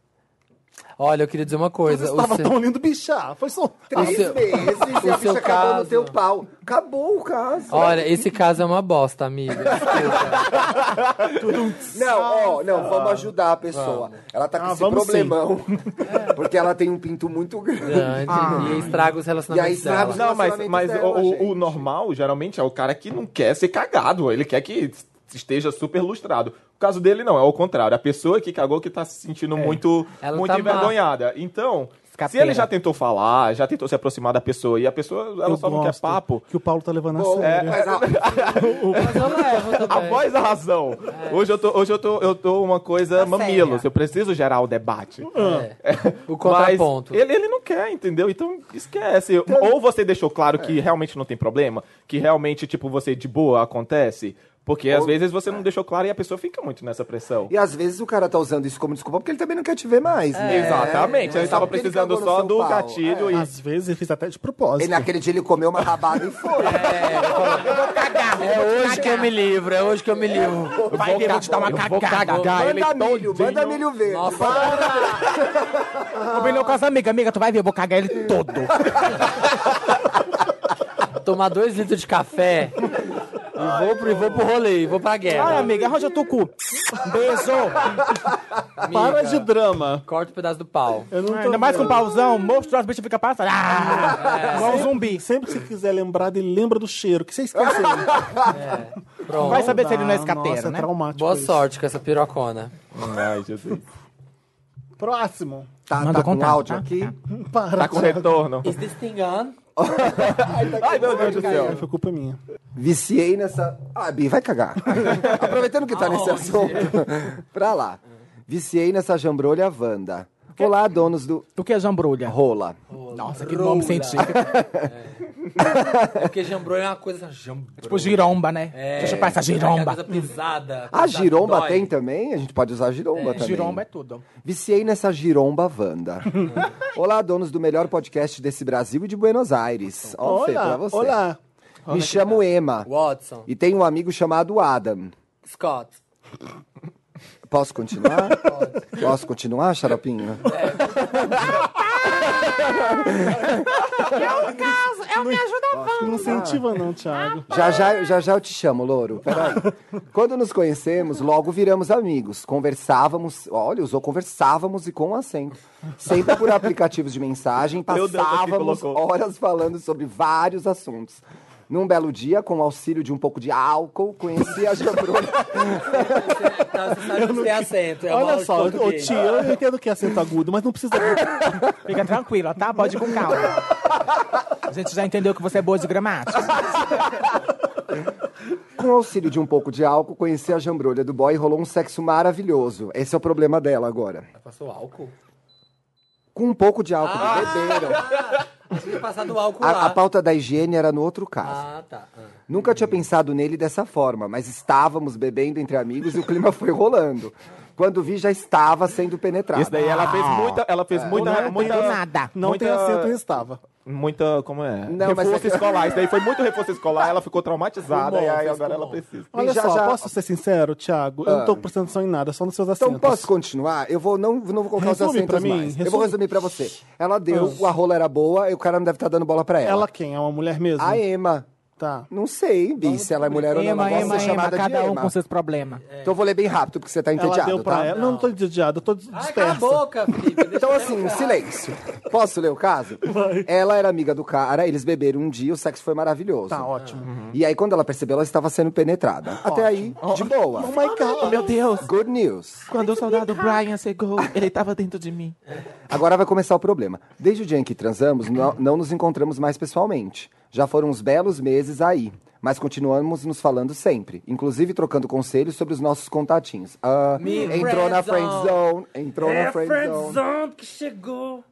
S3: Olha, eu queria dizer uma coisa. o
S2: Tava
S3: seu-
S2: tão lindo, bichar. Foi só...
S4: Três
S3: seu-
S4: meses e a
S3: o seu
S4: bicha acabou no
S3: caso.
S4: teu pau. Acabou o caso.
S3: Olha, esse caso é uma bosta, amiga.
S4: Não, ó, não, vamos ajudar a pessoa. Ela tá com
S2: Ah,
S4: esse
S2: vamos
S4: problemão.
S5: (laughs)
S4: Porque ela tem um pinto muito (laughs) grande.
S3: Grande, E estraga os relacionamentos
S4: Ah. E aí estraga os
S3: dela.
S5: Ah. Não, mas, mas
S4: Relacionamento
S5: o,
S4: dela,
S5: o- o
S4: gente.
S5: normal, geralmente, é o cara que não quer ser cagado. Ele quer que esteja super lustrado. O caso dele não, é o contrário. A pessoa que cagou que tá se sentindo muito,
S3: É. Ela
S5: muito
S3: tá má.
S5: envergonhada. Então, se
S1: Escapeira.
S5: ele já tentou falar, já tentou se aproximar da pessoa e a pessoa ela
S2: Eu
S5: só
S1: é
S5: não quer
S2: gosto
S5: papo.
S2: Que o Paulo tá levando a sério.
S4: Mas a-
S3: Mas eu levo
S5: A
S3: também.
S5: voz da razão.
S4: É.
S5: Hoje eu tô, hoje eu tô, eu tô uma coisa
S1: Tá
S5: mamilos.
S1: séria.
S5: Eu preciso gerar o debate.
S2: Ah.
S4: É.
S5: É.
S3: O
S5: Mas
S3: contraponto.
S5: ele, ele não quer, entendeu? Então esquece. Ou você deixou claro
S4: É.
S5: que realmente não tem problema, que realmente, tipo, você de boa acontece. Porque às vezes você não deixou claro e a pessoa fica muito nessa pressão.
S4: E às vezes o cara tá usando isso como desculpa porque ele também não quer te ver mais, né?
S5: Exatamente.
S4: É.
S5: Ele tava
S4: Sabe que ele
S5: precisando
S4: cagou no
S5: só
S4: seu
S5: do
S4: pau.
S5: gatilho e.
S2: Às vezes eu fiz até de propósito.
S4: E naquele dia ele comeu uma rabada e foi.
S3: É hoje que eu me livro, é hoje que eu me livro.
S1: Vai ver, vou te dar uma cagada.
S5: cagar
S4: manda milho, manda milho verde.
S1: Combinou com as amigas. Amiga, tu vai ver, eu vou cagar ele todo.
S3: Tomar dois litros de café e vou pro, e vou pro rolê, e vou pra
S1: Ai,
S3: guerra.
S1: amiga, arranja teu cu. Beijo.
S2: Para de drama.
S3: Corta o pedaço do pau.
S2: Eu não tô
S1: Ainda mais com
S2: vendo.
S1: um pauzão, monstro, as bichas ficam passando. Ah, igual um zumbi.
S2: É. Sempre que você quiser lembrar dele, lembra do cheiro, que você esqueceu.
S1: (laughs)
S3: Pronto.
S1: Vai saber se ele não é
S2: Ah,
S1: escateiro,
S2: nossa,
S1: né?
S2: é traumático
S3: Boa
S2: isso.
S3: sorte com essa pirocona.
S5: Ai, Jesus.
S2: Próximo.
S4: Tá,
S1: Manda
S4: tá com
S1: contar,
S4: áudio
S1: tá?
S4: aqui.
S2: Para.
S5: Tá com retorno.
S3: Is this thing on?
S1: tá
S5: Ai, meu Deus do céu.
S2: Ai, Foi culpa minha.
S4: Viciei nessa. Ah, Bi, vai
S1: (laughs)
S4: cagar. Aproveitando que tá nesse assunto, pra lá. Viciei nessa jambrolha Wanda. Olá, donos do
S1: O que é jambrulha?
S4: Rola.
S1: Nossa, (laughs) que
S4: (laughs)
S1: nome científico.
S3: É porque jambrolha é uma coisa. Jambrolha.
S1: tipo giromba, né?
S3: É.
S1: Deixa eu chupar essa
S3: É
S1: giromba.
S3: uma coisa pesada.
S4: A
S3: pesada,
S4: giromba
S3: dói.
S4: tem também? A gente pode usar a giromba também.
S1: Giromba é tudo.
S4: Viciei nessa giromba
S1: (laughs)
S4: Wanda. Olá, donos do melhor podcast desse Brasil e de Buenos Aires. Ó, Fê, pra
S2: Olá,
S4: você.
S2: olá.
S1: é
S4: Me chamo
S1: tá?
S4: Emma
S3: Watson.
S4: e tenho um amigo chamado Adam.
S3: Scott.
S4: Posso continuar? Posso continuar,
S3: É.
S4: xaropinho?
S1: É um
S2: Não incentiva
S4: Ah.
S2: não, Thiago.
S4: Já já, já já eu te chamo, louro. Peraí. Quando nos conhecemos, logo viramos amigos. Conversávamos, olha, usou conversávamos e com acento. Sempre por aplicativos de mensagem,
S5: Meu Deus, aqui
S4: passávamos
S5: colocou.
S4: horas falando sobre vários assuntos. Num belo dia, com o auxílio de um pouco de álcool, conheci a Jambrolha.
S3: Não, você sabe que tem acento. É uma aula
S2: Olha
S3: de
S2: só, ô
S3: português.
S2: tia, eu
S5: Ah,
S2: entendo que é acento agudo, mas não precisa...
S1: (laughs) Fica tranquila, tá? Pode ir com calma. A gente já entendeu que você é boa de gramática.
S4: Com o auxílio de um pouco de álcool, conheci a Jambrolha do boy e rolou um sexo maravilhoso. Esse é o problema dela agora.
S3: Passou álcool?
S4: Com um pouco de álcool,
S3: Ah!
S4: beberam.
S3: Tinha passado álcool
S4: A,
S3: lá.
S4: a pauta é da higiene era no outro caso.
S3: Ah, tá. Ah.
S4: Nunca tinha pensado nele dessa forma, mas estávamos bebendo entre amigos e o clima foi rolando. Quando vi, já estava sendo penetrado.
S5: Isso daí ela
S4: Ah.
S5: fez muita. Ela fez muita.
S2: Não Ah. é
S5: muita
S1: tendo nada.
S2: Não
S5: muita,
S2: tem acento em estava.
S5: Muita. Como é?
S4: Não, mas
S5: reforço
S4: é que-
S5: escolar. Isso daí foi muito reforço escolar. Ela ficou traumatizada. e aí agora ela precisa.
S2: Olha
S4: já-
S2: só,
S4: já- Ah.
S2: posso ser sincero, Thiago? Eu não tô prestando atenção em nada, só nos seus acentos.
S4: Então posso continuar? Eu vou não, não vou colocar os
S2: Resume
S4: acentos
S2: pra mim,
S4: mais. Eu vou
S2: resume.
S4: resumir pra você. Ela deu, a rola era boa e o cara não deve estar dando bola pra ela.
S2: Ah. Ela quem? É uma mulher mesmo?
S4: A Emma.
S2: Tá.
S4: Não sei, Bi, se ela é mulher ou não. Ela
S1: Ema,
S4: gosta
S1: Ema,
S4: de ser
S1: Ema,
S4: chamada de
S1: cada um
S4: Emma.
S1: com seus problemas.
S4: Então eu vou ler bem rápido, porque você tá
S2: Ela
S4: entediado,
S2: deu pra
S4: tá?
S2: ela... Não, não tô entediado, eu tô
S3: Ai, cala a
S2: dispersa.
S3: boca, Felipe. Deixa
S4: Então,
S3: eu
S4: assim,
S3: ver.
S4: silêncio. Posso ler o caso? Ela era amiga do cara, eles beberam um dia, o sexo foi maravilhoso.
S2: tá, ótimo.
S4: E aí, quando ela percebeu, ela estava sendo penetrada. Até aí, de boa.
S2: Oh my God.
S1: Meu Deus,
S4: Good news.
S1: quando o soldado Brian chegou, ele tava dentro de mim.
S4: Agora vai começar o problema. Desde o dia em que transamos, não, não nos encontramos mais pessoalmente. Já foram uns belos meses aí. Mas continuamos nos falando sempre, inclusive trocando conselhos sobre os nossos contatinhos. Ah,
S3: Me
S4: entrou na friend
S3: friendzone.
S4: zone, entrou
S3: É
S4: na
S3: a
S4: friend zone.
S3: friendzone que chegou.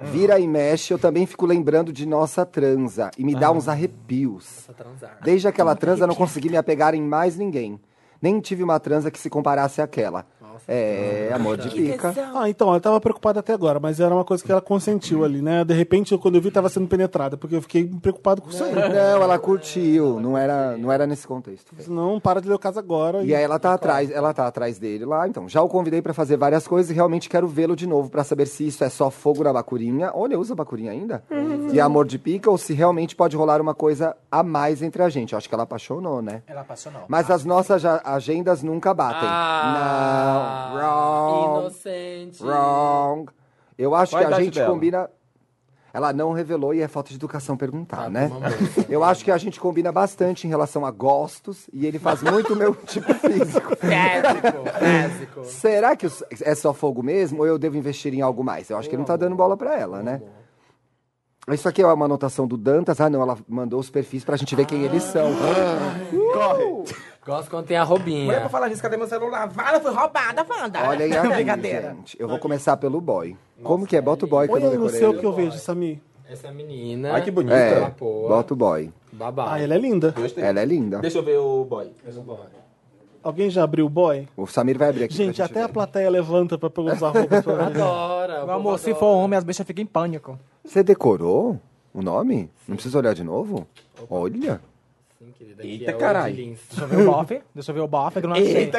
S4: Vira e mexe, eu também fico lembrando de nossa transa e me
S3: Ah.
S4: dá uns arrepios.
S3: Pra transar.
S4: Desde aquela transa não consegui me apegar em mais ninguém. Nem tive uma transa que se comparasse àquela.
S2: então,
S4: é, amor de pica.
S2: Ah, então, ela tava preocupada até agora, mas era uma coisa que ela consentiu ali, né? De repente, eu, quando eu vi, tava sendo penetrada, porque eu fiquei preocupado com isso aí.
S4: Não, ela curtiu, não era, não era nesse contexto. Fê.
S2: Não, para de ler o caso agora.
S4: E aí ela tá atrás, ela tá atrás dele lá, então. Já o convidei pra fazer várias coisas e realmente quero vê-lo de novo pra saber se isso é só fogo na bacurinha. Olha, usa bacurinha ainda? E amor de pica ou se realmente pode rolar uma coisa a mais entre a gente. Eu acho que ela apaixonou, né?
S1: Ela apaixonou.
S4: Mas as nossas a- agendas nunca batem.
S3: Ah,
S4: não. Wrong.
S3: Inocente.
S4: Wrong. Eu acho
S5: Qual a
S4: que a
S5: idade
S4: gente
S5: dela?
S4: combina. Ela não revelou e é falta de educação perguntar, né? Eu acho que a gente combina bastante em relação a gostos e ele faz muito meu tipo físico.
S3: Básico, básico.
S4: Será que os- é só fogo mesmo ou eu devo investir em algo mais? Eu acho que ele não tá dando bola pra ela, né? Isso aqui é uma anotação do Dantas. Ah, não, ela mandou os perfis pra gente ver quem eles são.
S2: Uh!
S3: Gosto quando tem a robinha.
S1: falar nisso, cadê meu celular? Vala, foi roubada, Wanda.
S2: (laughs)
S4: Olha
S1: (laughs)
S4: aí, aqui, gente. Eu vou começar pelo boy. Como que é? Bota o boy que eu
S2: Põe
S4: não
S2: aí no
S4: decorei.
S2: seu que eu vejo, Samir.
S3: Essa é menina.
S5: Ai, que bonita.
S4: É,
S5: Ela
S4: bota o boy.
S3: Babado.
S2: Ah, ela é linda.
S4: Ela é linda.
S5: Deixa eu ver o boy.
S2: Alguém já abriu o boy?
S4: O Samir vai abrir aqui. pra
S2: Gente, até
S4: ver.
S2: a plateia levanta pra pegar os arrobas pra ver.
S3: Adora.
S1: Meu amor, se for homem, as bichas ficam em pânico.
S4: Você decorou o nome? Não precisa olhar de novo? Olha.
S5: Eita, caralho.
S1: Deixa eu ver o bofe. Deixa eu ver o bofe, que eu não achei.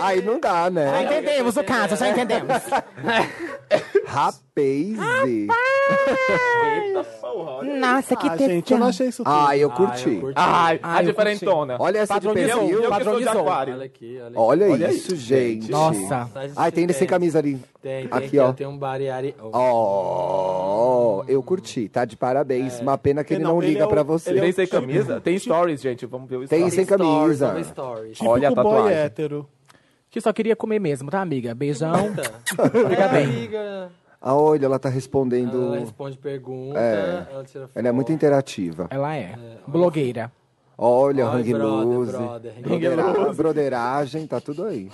S4: Aí não dá,
S1: Já
S4: né?
S1: entendemos o caso, já entendemos.
S4: Rapaz.
S1: Nossa, que Ah,
S2: Ah, gente, eu não achei isso tudo.
S4: Ai, eu curti.
S5: Ai, a
S1: eu
S5: diferentona.
S4: Olha essa de
S5: Eu, eu,
S4: perfil.
S5: eu que sou de
S1: Padronizou.
S5: aquário.
S3: Olha aqui, olha aqui.
S4: (laughs) Olha, isso, gente.
S1: Nossa.
S4: Ai, tem ele sem camisa ali.
S3: Tem, tem
S4: Aqui,
S3: aqui,
S4: ó.
S3: ó. Tem um bariari. Oh.
S4: Ó, eu curti. Tá de
S3: É.
S4: parabéns. Uma pena que ele
S2: Não,
S4: não
S2: ele
S4: liga
S2: é o-
S4: pra
S5: Ele um
S4: você.
S5: tem sem camisa? Tem stories, gente. Vamos ver o
S4: Tem
S5: stories.
S4: sem camisa.
S3: Tipo,
S4: Tipo,
S3: Stories, stories.
S2: Típico
S5: Olha a
S4: é.
S2: boy
S5: tatuagem.
S2: hétero.
S1: Que só queria comer mesmo, tá, amiga? Beijão.
S3: Fica
S1: bem.
S3: Amiga,
S4: Ah, olha, ela tá respondendo.
S3: ela responde pergunta, ela tira foto.
S4: Ela é muito interativa.
S1: Ela é. Blogueira.
S4: Olha,
S3: Ai,
S4: Hang
S3: brother,
S4: Loose.
S3: brother, hang
S4: brodera- Broderagem, tá tudo aí.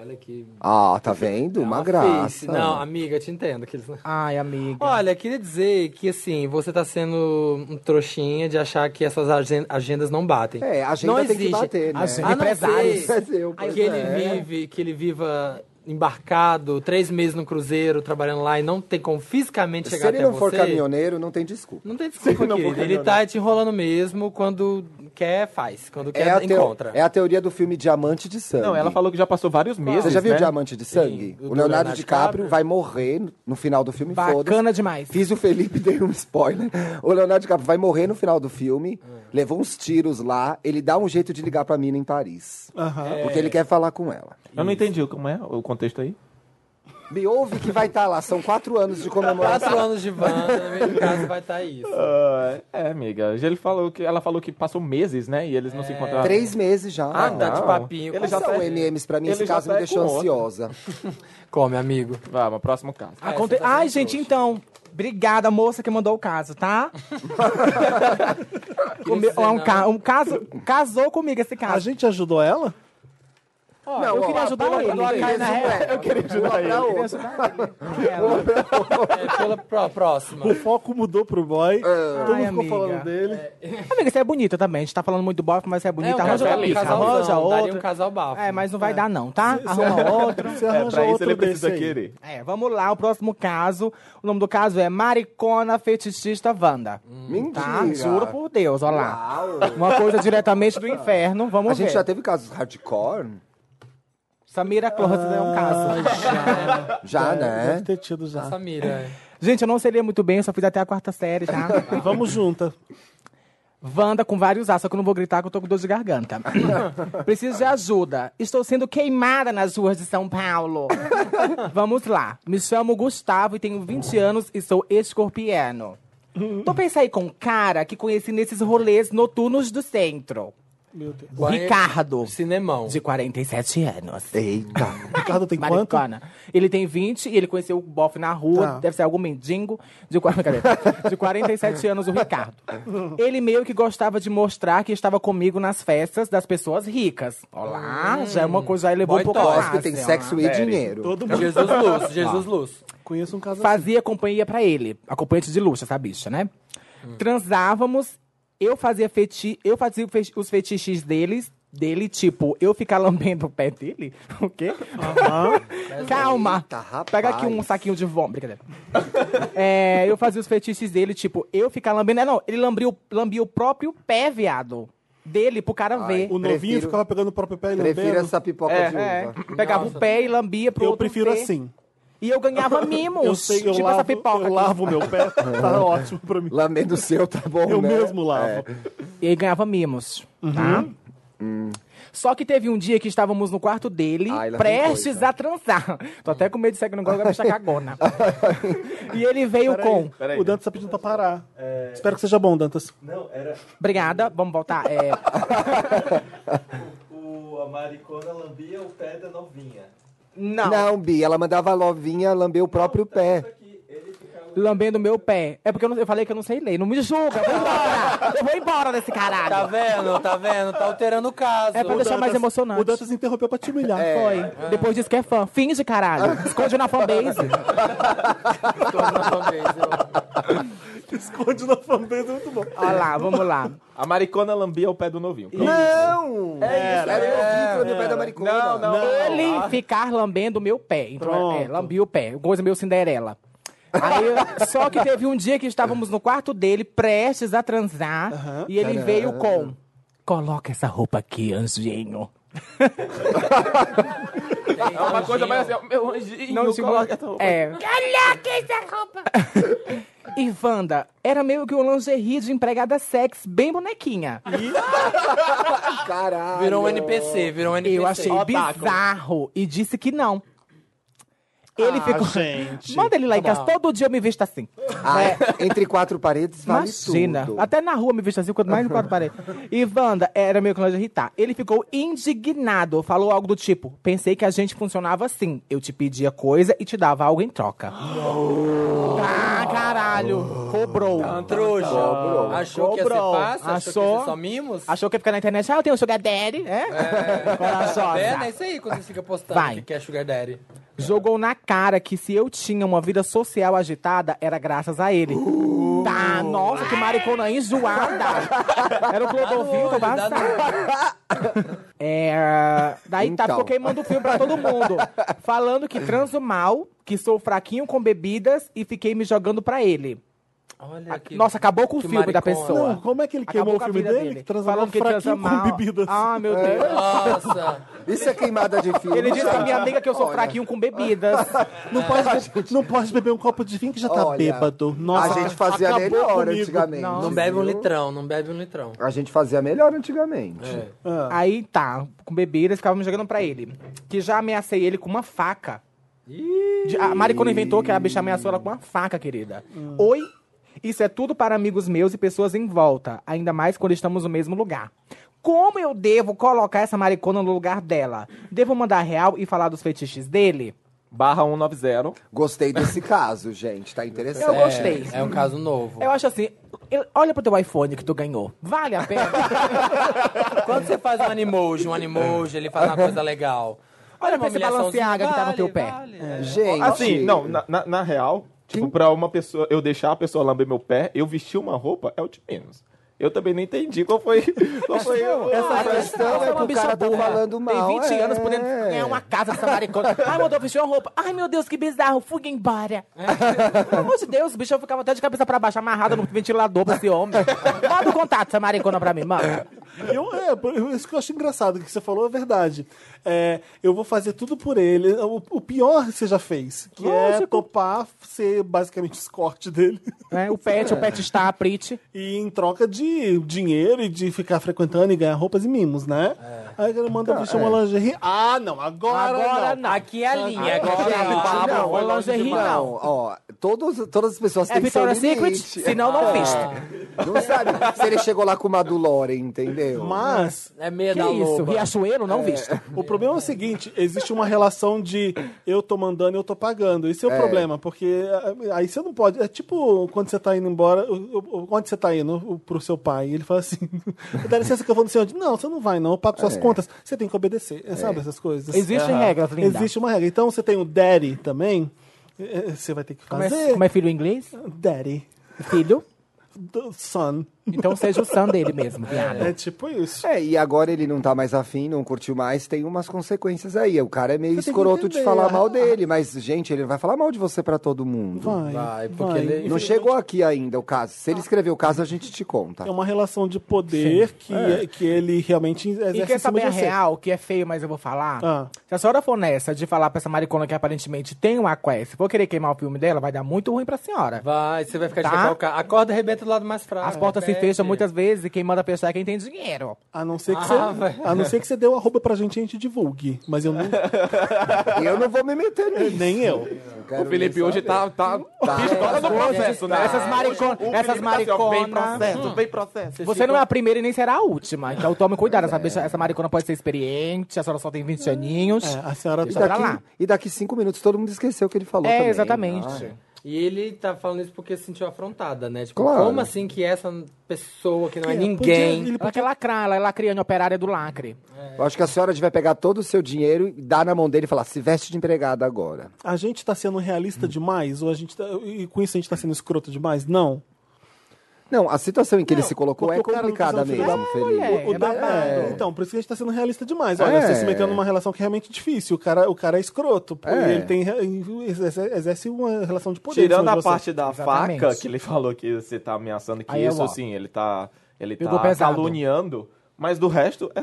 S3: Olha que...
S4: Ah, tá vendo? Uma graça.
S3: É face. né? Não, amiga, te entendo. Que eles...
S1: Ai, amiga.
S3: Olha, queria dizer que, assim, você tá sendo um trouxinha de achar que essas agen- agendas não batem.
S4: É, a agenda
S3: não
S4: tem que
S3: existe.
S4: bater, né?
S1: A agenda-
S3: A não
S1: Empresários.
S3: ser
S4: Brasil, pois
S3: que, ele
S4: é.
S3: vive, que ele viva embarcado, três meses no cruzeiro, trabalhando lá e não tem como fisicamente
S4: Se
S3: chegar
S4: ele
S3: até
S4: não
S3: você...
S4: for caminhoneiro, não tem desculpa.
S3: Não tem desculpa,
S5: não for
S3: querido. Ele
S4: é
S5: caminhoneiro.
S3: tá te enrolando mesmo. Quando quer, faz. Quando
S4: É
S3: quer,
S4: a, teo-
S3: encontra.
S4: é a teoria do filme Diamante de Sangue.
S5: Não, ela falou que já passou vários meses.
S4: Você já viu
S5: né?
S4: Diamante de Sangue? o
S3: do
S4: Leonardo,
S3: Leonardo
S4: DiCaprio
S3: DiCaprio.
S4: vai morrer no final do filme. foda-se.
S1: Bacana demais.
S4: Fiz o Felipe, (laughs) dei um spoiler. O Leonardo DiCaprio vai morrer no final do filme, levou uns tiros lá, ele dá um jeito de ligar pra mina em Paris. É. Porque ele quer falar com ela.
S5: Eu não entendi como é o contexto aí.
S4: Me ouve que vai estar lá, são quatro anos de comemoração.
S3: Quatro anos de Wanda, no meu caso, vai estar isso.
S5: (laughs) Ah, é, amiga. Ele falou que, ela falou que passou meses, né? E eles não se encontraram.
S4: Três meses já.
S3: É. Ah, tá de
S5: não.
S3: papinho.
S5: Ele
S4: Ele
S5: já
S4: já
S5: tá-
S4: são MMs pra mim,
S5: ele
S4: esse
S5: já
S4: caso
S5: tá
S4: me deixou
S5: com outra.
S4: ansiosa.
S3: (laughs) Come, amigo.
S5: Vamos, próximo caso.
S1: Aconte-
S3: essa tá
S1: Ai,
S3: bem
S1: gente, então. Obrigada, moça que mandou o caso, tá? O meu-
S3: dizer,
S1: é um,
S3: não.
S1: ca- um caso. Casou comigo esse
S2: A
S1: caso.
S2: gente ajudou ela?
S1: Ó, eu queria ajudar ele. na real.
S4: Eu queria ajudar ele.
S1: É.
S3: É, pela pró- próxima.
S2: O foco mudou pro boy. todo
S1: Ai,
S2: mundo ficou
S1: amiga.
S2: falando dele.
S1: Amiga, você é bonita também. A gente tá falando muito do bofe, mas você é bonita. arranja
S5: casal
S1: outra
S5: feliz,
S1: bicha,
S5: casalzão,
S1: arranja
S3: um Daria um
S1: outra.
S3: casal bafo.
S1: É, mas não vai dar não, tá?
S2: (laughs)
S1: Arruma outro.
S2: Você
S5: É,
S2: arranja
S5: pra isso
S2: outro
S5: ele
S2: desse
S5: precisa
S2: aí.
S5: querer.
S1: É, vamos lá, o próximo caso. O nome do caso é Maricona Fetichista Wanda.
S4: Mentira.
S1: Tá? Juro por Deus, olha lá. Uma coisa diretamente
S2: (laughs)
S1: do inferno, vamos
S4: A gente
S1: ver.
S4: já teve casos hardcore?
S1: Samira Close é um caso.
S4: Já, né?
S2: Deve ter tido já.
S3: Samira. é.
S1: Gente, eu não seria muito bem, eu só fiz até a quarta série, tá?
S2: (laughs) Vamos junta.
S1: Wanda com vários A, só que eu não vou gritar que eu tô com dor
S2: (laughs)
S1: de garganta. Preciso de ajuda. Estou sendo queimada nas ruas de São Paulo.
S2: (laughs)
S1: Vamos lá. Me chamo Gustavo e tenho 20 anos e sou escorpiano. Tô pensando aí com um cara que conheci nesses rolês noturnos do centro.
S2: Meu Deus.
S1: Ricardo,
S3: Cinemão.
S1: de 47 anos. (laughs)
S4: Eita.
S2: Ricardo tem quanto?
S1: Maricona. Ele tem 20 e ele conheceu o bofe na rua,
S2: Tá.
S1: deve ser algum mendigo, de, qua- (laughs) cadê? de 47 anos, o Ricardo. Ele meio que gostava de mostrar que estava comigo nas festas das pessoas ricas. Olá, já é uma coisa, já elevou
S3: Hum. boy
S1: um pouco
S3: top.
S1: a
S4: Nós que
S1: classe,
S4: tem
S1: ó.
S4: sexo e dinheiro.
S1: É
S2: Todo mundo
S3: Jesus Luz, Jesus Luz.
S2: conhece um caso assim.
S1: Fazia companhia pra ele, acompanhante de luxo, essa bicha, né? Transávamos, eu fazia feti eu fazia o fe- os fetiches deles, dele, tipo, eu ficar (laughs) lambendo o pé dele? (laughs) O quê? (laughs) Calma!
S4: Eita, rapaz.
S1: Pega aqui um saquinho de vômito. Brincadeira. (laughs) É, eu fazia os fetiches dele, tipo, eu ficar lambendo. É, Não, ele lambiu, lambia o próprio pé, viado. Dele pro cara ver.
S2: O novinho
S4: Prefiro-
S2: ficava pegando o próprio pé e
S4: Prefiro
S2: lambendo.
S4: essa pipoca de uva.
S1: É, pegava o pé e lambia pro
S2: Eu
S1: outro
S2: prefiro
S1: ver.
S2: assim.
S1: E eu ganhava mimos.
S2: (laughs) Eu sei, eu
S1: tipo
S2: lavo,
S1: essa
S4: um
S1: pipoca.
S2: eu
S1: aqui.
S2: lavo o
S1: (laughs)
S2: meu pé. Tá ótimo pra
S4: (laughs)
S2: mim.
S4: Lambendo o seu, tá bom,
S2: Eu
S4: né?
S2: mesmo lavo.
S1: É.
S2: Uhum.
S1: E aí ganhava mimos. Tá? Só que teve um dia que estávamos no quarto dele,
S4: Ai, lá vem
S1: prestes
S4: coisa.
S1: a transar. Tô até com medo de ser que não gosto, vai
S4: (laughs)
S1: deixar cagona. e ele veio com.
S5: Peraí.
S2: O Dantas tá pedindo pra parar. Espero que seja bom, Dantas.
S1: Obrigada, vamos voltar.
S4: (laughs)
S1: É,
S6: O, a maricona lambia o pé da novinha.
S1: não.
S4: Não, Bi, ela mandava a lovinha lamber o próprio pé.
S6: Aqui, ele ficava
S1: lambendo meu pé. É porque eu, não- eu falei que eu não sei ler. Não me
S2: (laughs)
S1: julga, eu vou embora. Tá. Eu vou embora desse caralho.
S3: Tá vendo? Tá vendo? Tá alterando o caso.
S1: É pra deixar mais emocionante. É.
S2: O Dantas interrompeu pra te humilhar.
S1: Foi. Depois disso que é fã.
S2: (laughs)
S1: Finge, caralho. Esconde na fanbase.
S4: (laughs)
S2: Esconde na fanbase, é muito bom.
S1: Olha lá, vamos lá.
S5: A maricona lambia o pé do novinho.
S4: Não! É isso, era o vídeo do pé da maricona. Não, não. Ah.
S1: Ele ficar lambendo meu pé. Então, é,
S2: Pronto.
S1: lambi o pé. Coisa meio Cinderela. Aí, só que teve um dia que estávamos no quarto dele, prestes a transar, e ele veio com: Coloca essa roupa aqui, anjinho.
S5: É uma coisa mais assim, ó, meu anjinho,
S1: Não,
S5: coloca essa roupa.
S1: É. Coloca essa roupa! e Wanda, era meio que um lingerie de empregada sex, bem bonequinha. (laughs)
S4: Caralho.
S3: um Virou um NPC, virou um NPC.
S1: Eu achei bizarro e disse que não. Ele
S2: Ah,
S1: ficou.
S2: gente.
S1: (laughs) Manda ele lá em casa.
S3: bom.
S1: Todo dia eu me visto assim.
S4: Ah, (laughs) Entre quatro paredes vale
S1: Imagina.
S4: tudo.
S1: Até na rua me visto assim, quanto mais no quarto parede. E Wanda, era meio que nós de irritar. Ele ficou indignado. Falou algo do tipo: Pensei que a gente funcionava assim. Eu te pedia coisa e te dava algo em
S3: (gasps)
S1: troca. Ah, caralho. Cobrou.
S3: Tá, Trouxa.
S4: Cobrou.
S3: Achou que ia ser
S1: Cobrou.
S3: fácil? Achou que ia
S1: Achou.
S3: ser só mimos?
S1: Achou que ia ficar na internet. Ah, eu tenho sugar daddy. É? Corajosa.
S3: É, não é isso aí quando você fica postando
S1: Vai.
S3: que quer sugar daddy.
S1: Jogou na cara que se eu tinha uma vida social agitada, era graças a ele. Tá, nossa, que maricona enjoada. Era o Clodovil, tô
S3: Dá no olho, dá no
S1: passando. É, daí tá,
S4: Então.
S1: ficou queimando o fio pra todo mundo. Falando que transo mal, que sou fraquinho com bebidas e fiquei me jogando pra ele.
S3: Olha que...
S1: Nossa, acabou com o
S3: que
S1: filme da
S3: maricona.
S1: pessoa.
S2: Não, como é que ele
S1: Acabou
S2: queimou o
S1: com a
S2: filme
S1: vida
S2: dele? Que transava
S1: Falando que transa
S2: fraquinho
S1: mal.
S2: com bebidas. É.
S1: Ah, meu Deus.
S3: Nossa.
S4: Isso é queimada de filme. É.
S1: Ele disse pra minha amiga que eu sou fraquinho com bebidas.
S2: Não, pode be- não pode beber um copo de vinho que já tá
S4: Olha,
S2: bêbado. Nossa,
S4: a gente fazia
S2: acabou
S4: melhor
S2: comigo.
S4: antigamente.
S1: Não
S3: Não bebe um
S4: viu?
S3: litrão, não bebe um litrão.
S4: A gente fazia melhor antigamente.
S3: É.
S2: Ah.
S1: Aí tá, com bebidas, ficava me jogando pra ele. Que já ameacei ele com uma faca. De- A Maricona inventou que a bicha ameaçou ela com uma faca, querida.
S3: Ah.
S1: Oi? Isso é tudo para amigos meus e pessoas em volta, ainda mais quando estamos no mesmo lugar. Como eu devo colocar essa maricona no lugar dela? Devo mandar real e falar dos fetiches dele?
S5: Barra 190.
S4: Gostei desse caso, gente. Tá interessante.
S1: Eu gostei.
S3: É, é um caso novo.
S1: Eu acho assim, eu- olha pro teu iPhone que tu ganhou. Vale a pena?
S3: Quando você faz um animoji, um animoji, ele faz uma coisa legal.
S1: Olha pra
S3: uma
S1: esse
S3: humilhaçãozinha,
S1: Balenciaga que tá no
S3: vale,
S1: teu pé.
S3: vale, é.
S4: Gente.
S5: Assim, não, na, na- na real, tipo, pra uma pessoa, eu deixar a pessoa lamber meu pé, eu vestir uma roupa é o de menos. Eu também não entendi qual foi. Qual foi
S4: A
S5: essa...
S4: questão é que o cara tá falando mal.
S1: Tem 20
S4: é.
S1: anos podendo ganhar uma casa dessa maricona. Ai, mandou vestir uma roupa. Ai, meu Deus, que bizarro. Fuga embora. Pelo amor de Ah, Deus, bicho, eu ficava até de cabeça pra baixo, amarrada no ventilador pra esse homem. Manda o contato dessa maricona pra mim, mano.
S2: Eu, é, por- isso que eu acho engraçado, o que você falou é verdade. É, eu vou fazer tudo por ele. O, o pior você já fez, que é topar ser basicamente o escorte dele.
S1: É, o pet,
S2: (laughs)
S1: o pet está, a Prit.
S2: E em troca de dinheiro e de ficar frequentando e ganhar roupas e mimos, né? Aí ele manda vestir uma lingerie. Ah, não, agora,
S1: Então, é. Agora
S2: não.
S1: não.
S3: Aqui é a linha. Aqui
S4: Gente,
S3: é a
S1: Ah,
S4: não,
S1: bom, foi longe
S4: não,
S1: de rir, não.
S4: Ó, todos, todas as pessoas
S1: É
S4: têm seu
S1: Victoria's Secret?
S4: limite. É.
S1: Se não, não fiz.
S4: Não sabe se ele chegou lá com uma do Lore, entendeu?
S2: Mas
S3: É meia
S1: Que
S3: da
S1: isso,
S3: loba.
S1: Riachuelo, não visto.
S2: o problema é o seguinte: existe uma relação de eu tô mandando e eu tô pagando. Esse é o problema, porque ah, aí você não pode. É tipo quando você tá indo embora, o- o- onde você tá indo O- pro seu pai, e ele fala assim: (laughs) dá licença que eu vou no senhor. Não, você não vai, não, eu pago suas contas. Você tem que obedecer, sabe essas coisas.
S1: Existem regras, linda.
S2: Existe uma regra. Então você tem o daddy também, eh, eh, você vai ter que
S1: Como é,
S2: fazer.
S1: como é filho em inglês?
S2: Daddy,
S1: Filho.
S2: do son.
S1: Então seja o san dele mesmo, viado.
S2: É tipo isso.
S4: É, e agora ele não tá mais afim, não curtiu mais, tem umas consequências aí. O cara é
S2: Você
S4: meio
S2: tem que
S4: escroto de
S2: entender,
S4: falar
S2: a-
S4: mal dele, mas, gente, ele não vai falar mal de você pra todo mundo.
S2: Vai,
S3: Vai, porque ele-
S4: Não chegou aqui ainda o caso. Se ele escrever o caso, a gente te conta. É.
S2: É uma relação de poder que, é, que ele realmente exerce
S1: E quer
S2: em cima
S1: saber
S2: de
S1: a
S2: você.
S1: real, que é feio, mas eu vou falar?
S2: Ah.
S1: Se a senhora for nessa de falar pra essa maricona que aparentemente tem uma quest, for querer queimar o filme dela, vai dar muito ruim pra senhora.
S3: Vai, você vai ficar de
S1: Tá.
S3: recalcar. Acorda e arrebenta do lado mais fraco.
S1: As portas se
S3: Repete.
S1: fecham muitas vezes e quem manda pensar é quem tem dinheiro.
S2: A não ser que
S3: Ah,
S2: você,
S3: vai.
S2: a não ser que você dê o arroba pra gente e a gente divulgue. Mas eu não,
S4: (laughs) Eu não vou me meter nisso.
S2: nem eu.
S4: Eu
S5: O
S4: quero
S5: Felipe
S4: nem
S5: hoje
S4: saber.
S5: tá, tá pistola no processo, né?
S1: Essas maricon-
S5: Hoje o
S1: essas
S5: Felipe tá assim, ó, Vem
S1: maricona. Hum.
S5: processo, vem processo.
S1: Você não é a primeira e nem será a última. Então tome cuidado, essa, bicha- essa maricona pode ser experiente, a senhora só tem 20 aninhos.
S2: É, a senhora
S4: E
S1: Deixa pra lá.
S4: daqui, e daqui cinco minutos todo mundo esqueceu o que ele falou.
S1: É,
S4: também.
S1: exatamente.
S4: Ah,
S3: E ele tá falando isso porque se sentiu afrontada, né? Tipo,
S4: Claro.
S3: como assim que essa pessoa que não é
S2: Podia-
S3: ninguém...
S2: ele
S1: Ela
S2: podia-
S1: quer lacrar, ela é lacriane operária do lacre.
S4: Eu acho que a senhora devia pegar todo o seu dinheiro e dar na mão dele e falar: se veste de empregada agora.
S2: a gente tá sendo realista demais? Ou a gente tá, e com isso a gente tá sendo escroto demais? Não. um
S4: Não, a situação em que ele
S2: Não,
S4: se colocou
S2: porque
S4: é
S2: o cara não
S4: complicada
S2: precisa
S4: mesmo, Felipe.
S1: mulher.
S2: O
S1: É
S2: da-
S1: babado.
S2: é, então, por isso que a gente tá sendo realista demais. Olha,
S4: É.
S2: você se meteu numa relação que é realmente difícil. O cara, o cara é escroto. Pô,
S4: É.
S2: e ele tem, re- exerce, exerce uma relação de poder. em
S5: Tirando
S2: cima de
S5: a
S2: você.
S5: parte da
S1: Exatamente.
S5: faca que ele falou que você tá ameaçando que
S1: Aí é
S5: isso,
S1: ó.
S5: assim, ele tá. Ele
S1: Pegou
S5: tá
S1: pesado.
S5: caluniando, mas do resto é.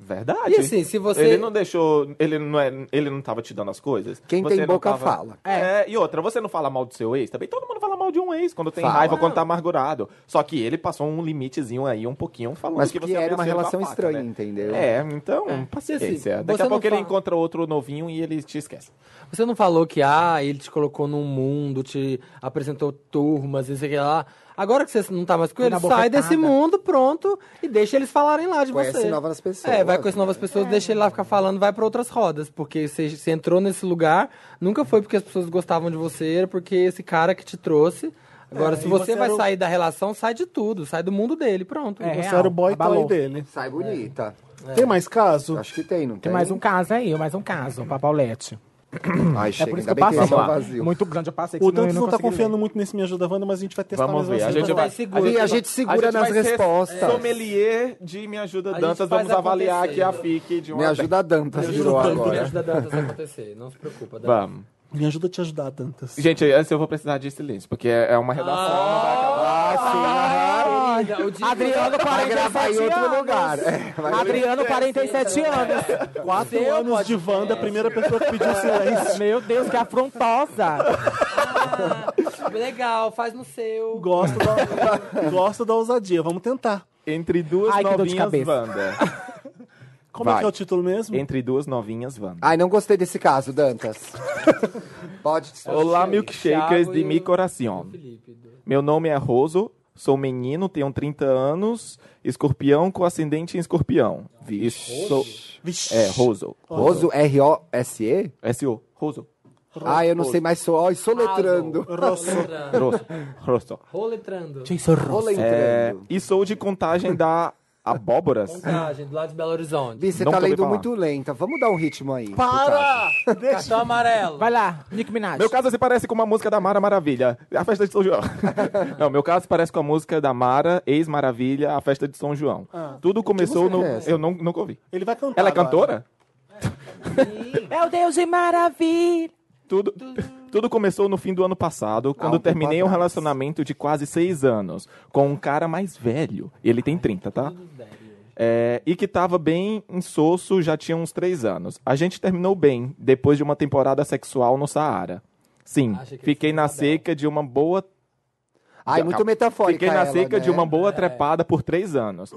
S5: Verdade.
S3: E assim, se você-
S5: Ele não deixou. Ele não, é, ele não tava te dando as coisas.
S4: Quem
S5: Você
S4: tem
S5: não
S4: boca fala.
S5: É. e outra, você não fala mal do seu ex? Também todo mundo fala mal de um ex quando tem
S4: Fala.
S5: raiva, quando tá amargurado. Só que ele passou um limitezinho aí, um pouquinho, falando
S4: Mas
S5: que
S4: porque
S5: você
S4: era
S5: ameaçou
S4: uma
S5: ele com a
S4: relação
S5: faca,
S4: estranha,
S5: né?
S4: entendeu?
S5: É, então,
S3: Assim,
S5: paciência.
S3: você
S5: Daqui
S3: não
S5: a pouco ele
S3: fala-
S5: encontra outro novinho e ele te esquece.
S3: Você não falou que, ah, ele te colocou num mundo, te apresentou turmas, isso e aquilo lá. Agora que você não tá mais com
S1: Dando
S3: ele,
S1: a
S3: sai
S1: bofetada.
S3: desse mundo, pronto, e deixa eles falarem lá de
S4: Conhece
S3: você.
S4: novas pessoas,
S3: É, vai conhecer novas pessoas, deixa ele lá ficar falando, vai pra outras rodas. Porque você, você entrou nesse lugar, nunca foi porque as pessoas gostavam de você, era porque esse cara que te trouxe. Agora, se
S2: É, e
S3: você,
S2: você
S3: vai
S2: era o-
S3: sair da relação, sai de tudo, sai do mundo dele, pronto. É.
S1: É.
S2: Você
S1: Real,
S2: era o boy
S1: abalou.
S2: toy dele. É.
S4: Sai bonita.
S2: Tem mais caso?
S4: É. Acho que tem, não tem?
S1: Tem mais um caso aí, mais um caso, pra Paulette.
S4: Ai,
S1: É
S4: chega,
S1: por isso
S4: ainda
S1: que
S4: bem
S1: eu
S4: que
S1: passei.
S4: esse é um vazio.
S1: Muito grande, eu passei. que
S2: O
S1: senão eu
S2: Dantas não tá
S1: consegui ler.
S2: confiando muito nesse Me Ajuda Wanda, mas a gente vai testar
S5: Vamos
S2: mesmo
S5: ver, a
S2: assim.
S5: gente vai-
S2: Vamos lá.
S4: E a gente
S5: A
S4: segura
S5: gente
S4: nas
S5: vai ser
S4: respostas.
S5: Sommelier de Me Ajuda
S3: gente
S5: Dantas,
S3: faz
S5: vamos avaliar
S3: acontecer.
S5: aqui a FIC de uma
S4: Me ajuda a Dantas, virou
S3: Me
S4: agora.
S3: ajuda a Dantas a acontecer, não se preocupa, né? Dantas.
S5: Vamos.
S2: Me ajuda a te ajudar, Dantas.
S5: Gente, antes eu vou precisar de silêncio, porque é uma redação. não vai acabar.
S2: Ah,
S3: Querida, Ah, o dia-
S1: Adriano,
S4: Vai gravar em
S1: 47
S4: outro
S1: anos.
S4: lugar. É, vai-
S1: Adriano, 47 anos.
S2: Quatro
S3: Seu
S2: anos de Wanda, a primeira pessoa que pediu silêncio.
S1: Meu Deus, que afrontosa.
S3: Ah, legal, faz no seu.
S2: Gosto da, gosto da ousadia, vamos
S4: Ah!
S2: tentar.
S5: Entre duas
S1: Ai, que dor de
S5: novinhas,
S1: cabeça.
S5: Wanda.
S2: Como é
S5: Vai.
S2: que é o título mesmo?
S5: Entre duas novinhas, Wanda.
S4: Ai, não gostei desse caso, Dantas. Pode te
S5: Olá, milkshakers
S3: Thiago
S5: de
S3: e o-
S5: mi coração.
S3: Felipe, do-
S5: Meu nome é Roso, sou menino, tenho 30 anos, escorpião com ascendente em escorpião. E sou...
S2: Vixe.
S5: É, Roso.
S4: Roso, R-O-S-E?
S5: S-O. Roso.
S4: Ah, eu não sei mais só. Ai, soletrando.
S3: Roletrando.
S5: Roso. Roso.
S3: Roletrando.
S5: É,
S4: Roletrando.
S5: e sou de contagem da abóboras.
S3: Contagem, do lado de Belo Horizonte.
S4: Bi, você
S5: Nunca
S4: tá
S5: ouvi
S4: lendo
S5: falar.
S4: muito lenta. Vamos dar um ritmo aí.
S2: Para!
S3: Cartão amarelo.
S1: Vai lá, Nick Minaj.
S5: Meu caso se parece com uma música da Mara Maravilha, a festa de São João.
S2: (laughs)
S5: Não, meu caso se parece com a música da Mara, ex-Maravilha, a festa de São João.
S2: Ah.
S5: Tudo começou no.
S4: música é essa?
S5: eu não, nunca ouvi.
S2: Ele vai cantar.
S5: Ela é
S2: agora.
S5: cantora?
S1: Meu É Deus, de maravilha.
S5: Tudo, (laughs) tudo começou no fim do ano passado, quando
S4: um tempo
S5: terminei um
S4: atrás.
S5: relacionamento de quase seis anos com um cara mais velho. Ele tem 30, tá? É, e que tava bem insosso, já tinha uns três anos. A gente terminou bem, depois de uma temporada sexual no Saara. Sim,
S3: Achei que
S5: fiquei
S3: ele
S5: na
S3: foi Isabel.
S5: seca de uma boa
S4: Ai, muito metafórica
S5: Fiquei na
S4: ela,
S5: seca
S4: né?
S5: de uma boa trepada por três anos.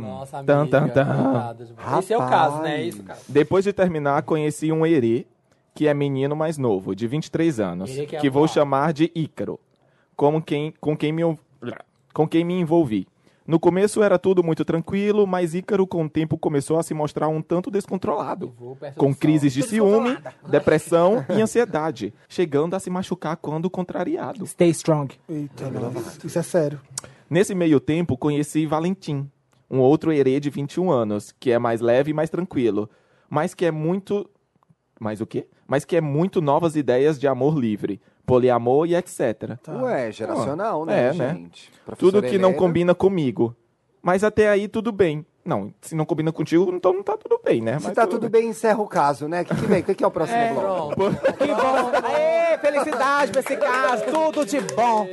S3: Nossa, amiga.
S7: (laughs)
S5: Tan, tan, tan.
S3: coitada de você. Esse é o caso, né? Isso, cara.
S5: Depois de terminar, conheci um erê, que é menino mais novo, de 23 anos,
S3: Erê que é
S5: que vou
S3: a-
S5: chamar de Ícaro, como quem, com, quem me, env- com quem me envolvi. No começo era tudo muito tranquilo, mas Ícaro com o tempo começou a se mostrar um tanto descontrolado.
S3: Vou perto
S5: com
S3: do sol.
S5: crises de ciúme, depressão e ansiedade, chegando a se machucar quando contrariado.
S1: Stay strong.
S2: Eita, nós. isso é sério.
S5: Nesse meio tempo, conheci Valentim, um outro herê de 21 anos, que é mais leve e mais tranquilo, mas que é muito. Mais o quê? Mas que é muito novas ideias de amor livre, poliamor e etc.
S4: Ué, Tá. geracional, né,
S5: É, né?
S4: gente?
S5: Tudo
S4: Professora
S5: que não
S4: Helena.
S5: combina comigo. Mas até aí tudo bem. Não, se não combina contigo, então não tá tudo bem, né?
S4: Se
S5: Mas
S4: tá tudo bem, encerra o caso, né? O que, que vem? O que, que é o próximo
S3: É,
S4: bloco?
S3: pronto.
S1: Que bom. Aê, felicidade pra esse caso. Tudo de bom.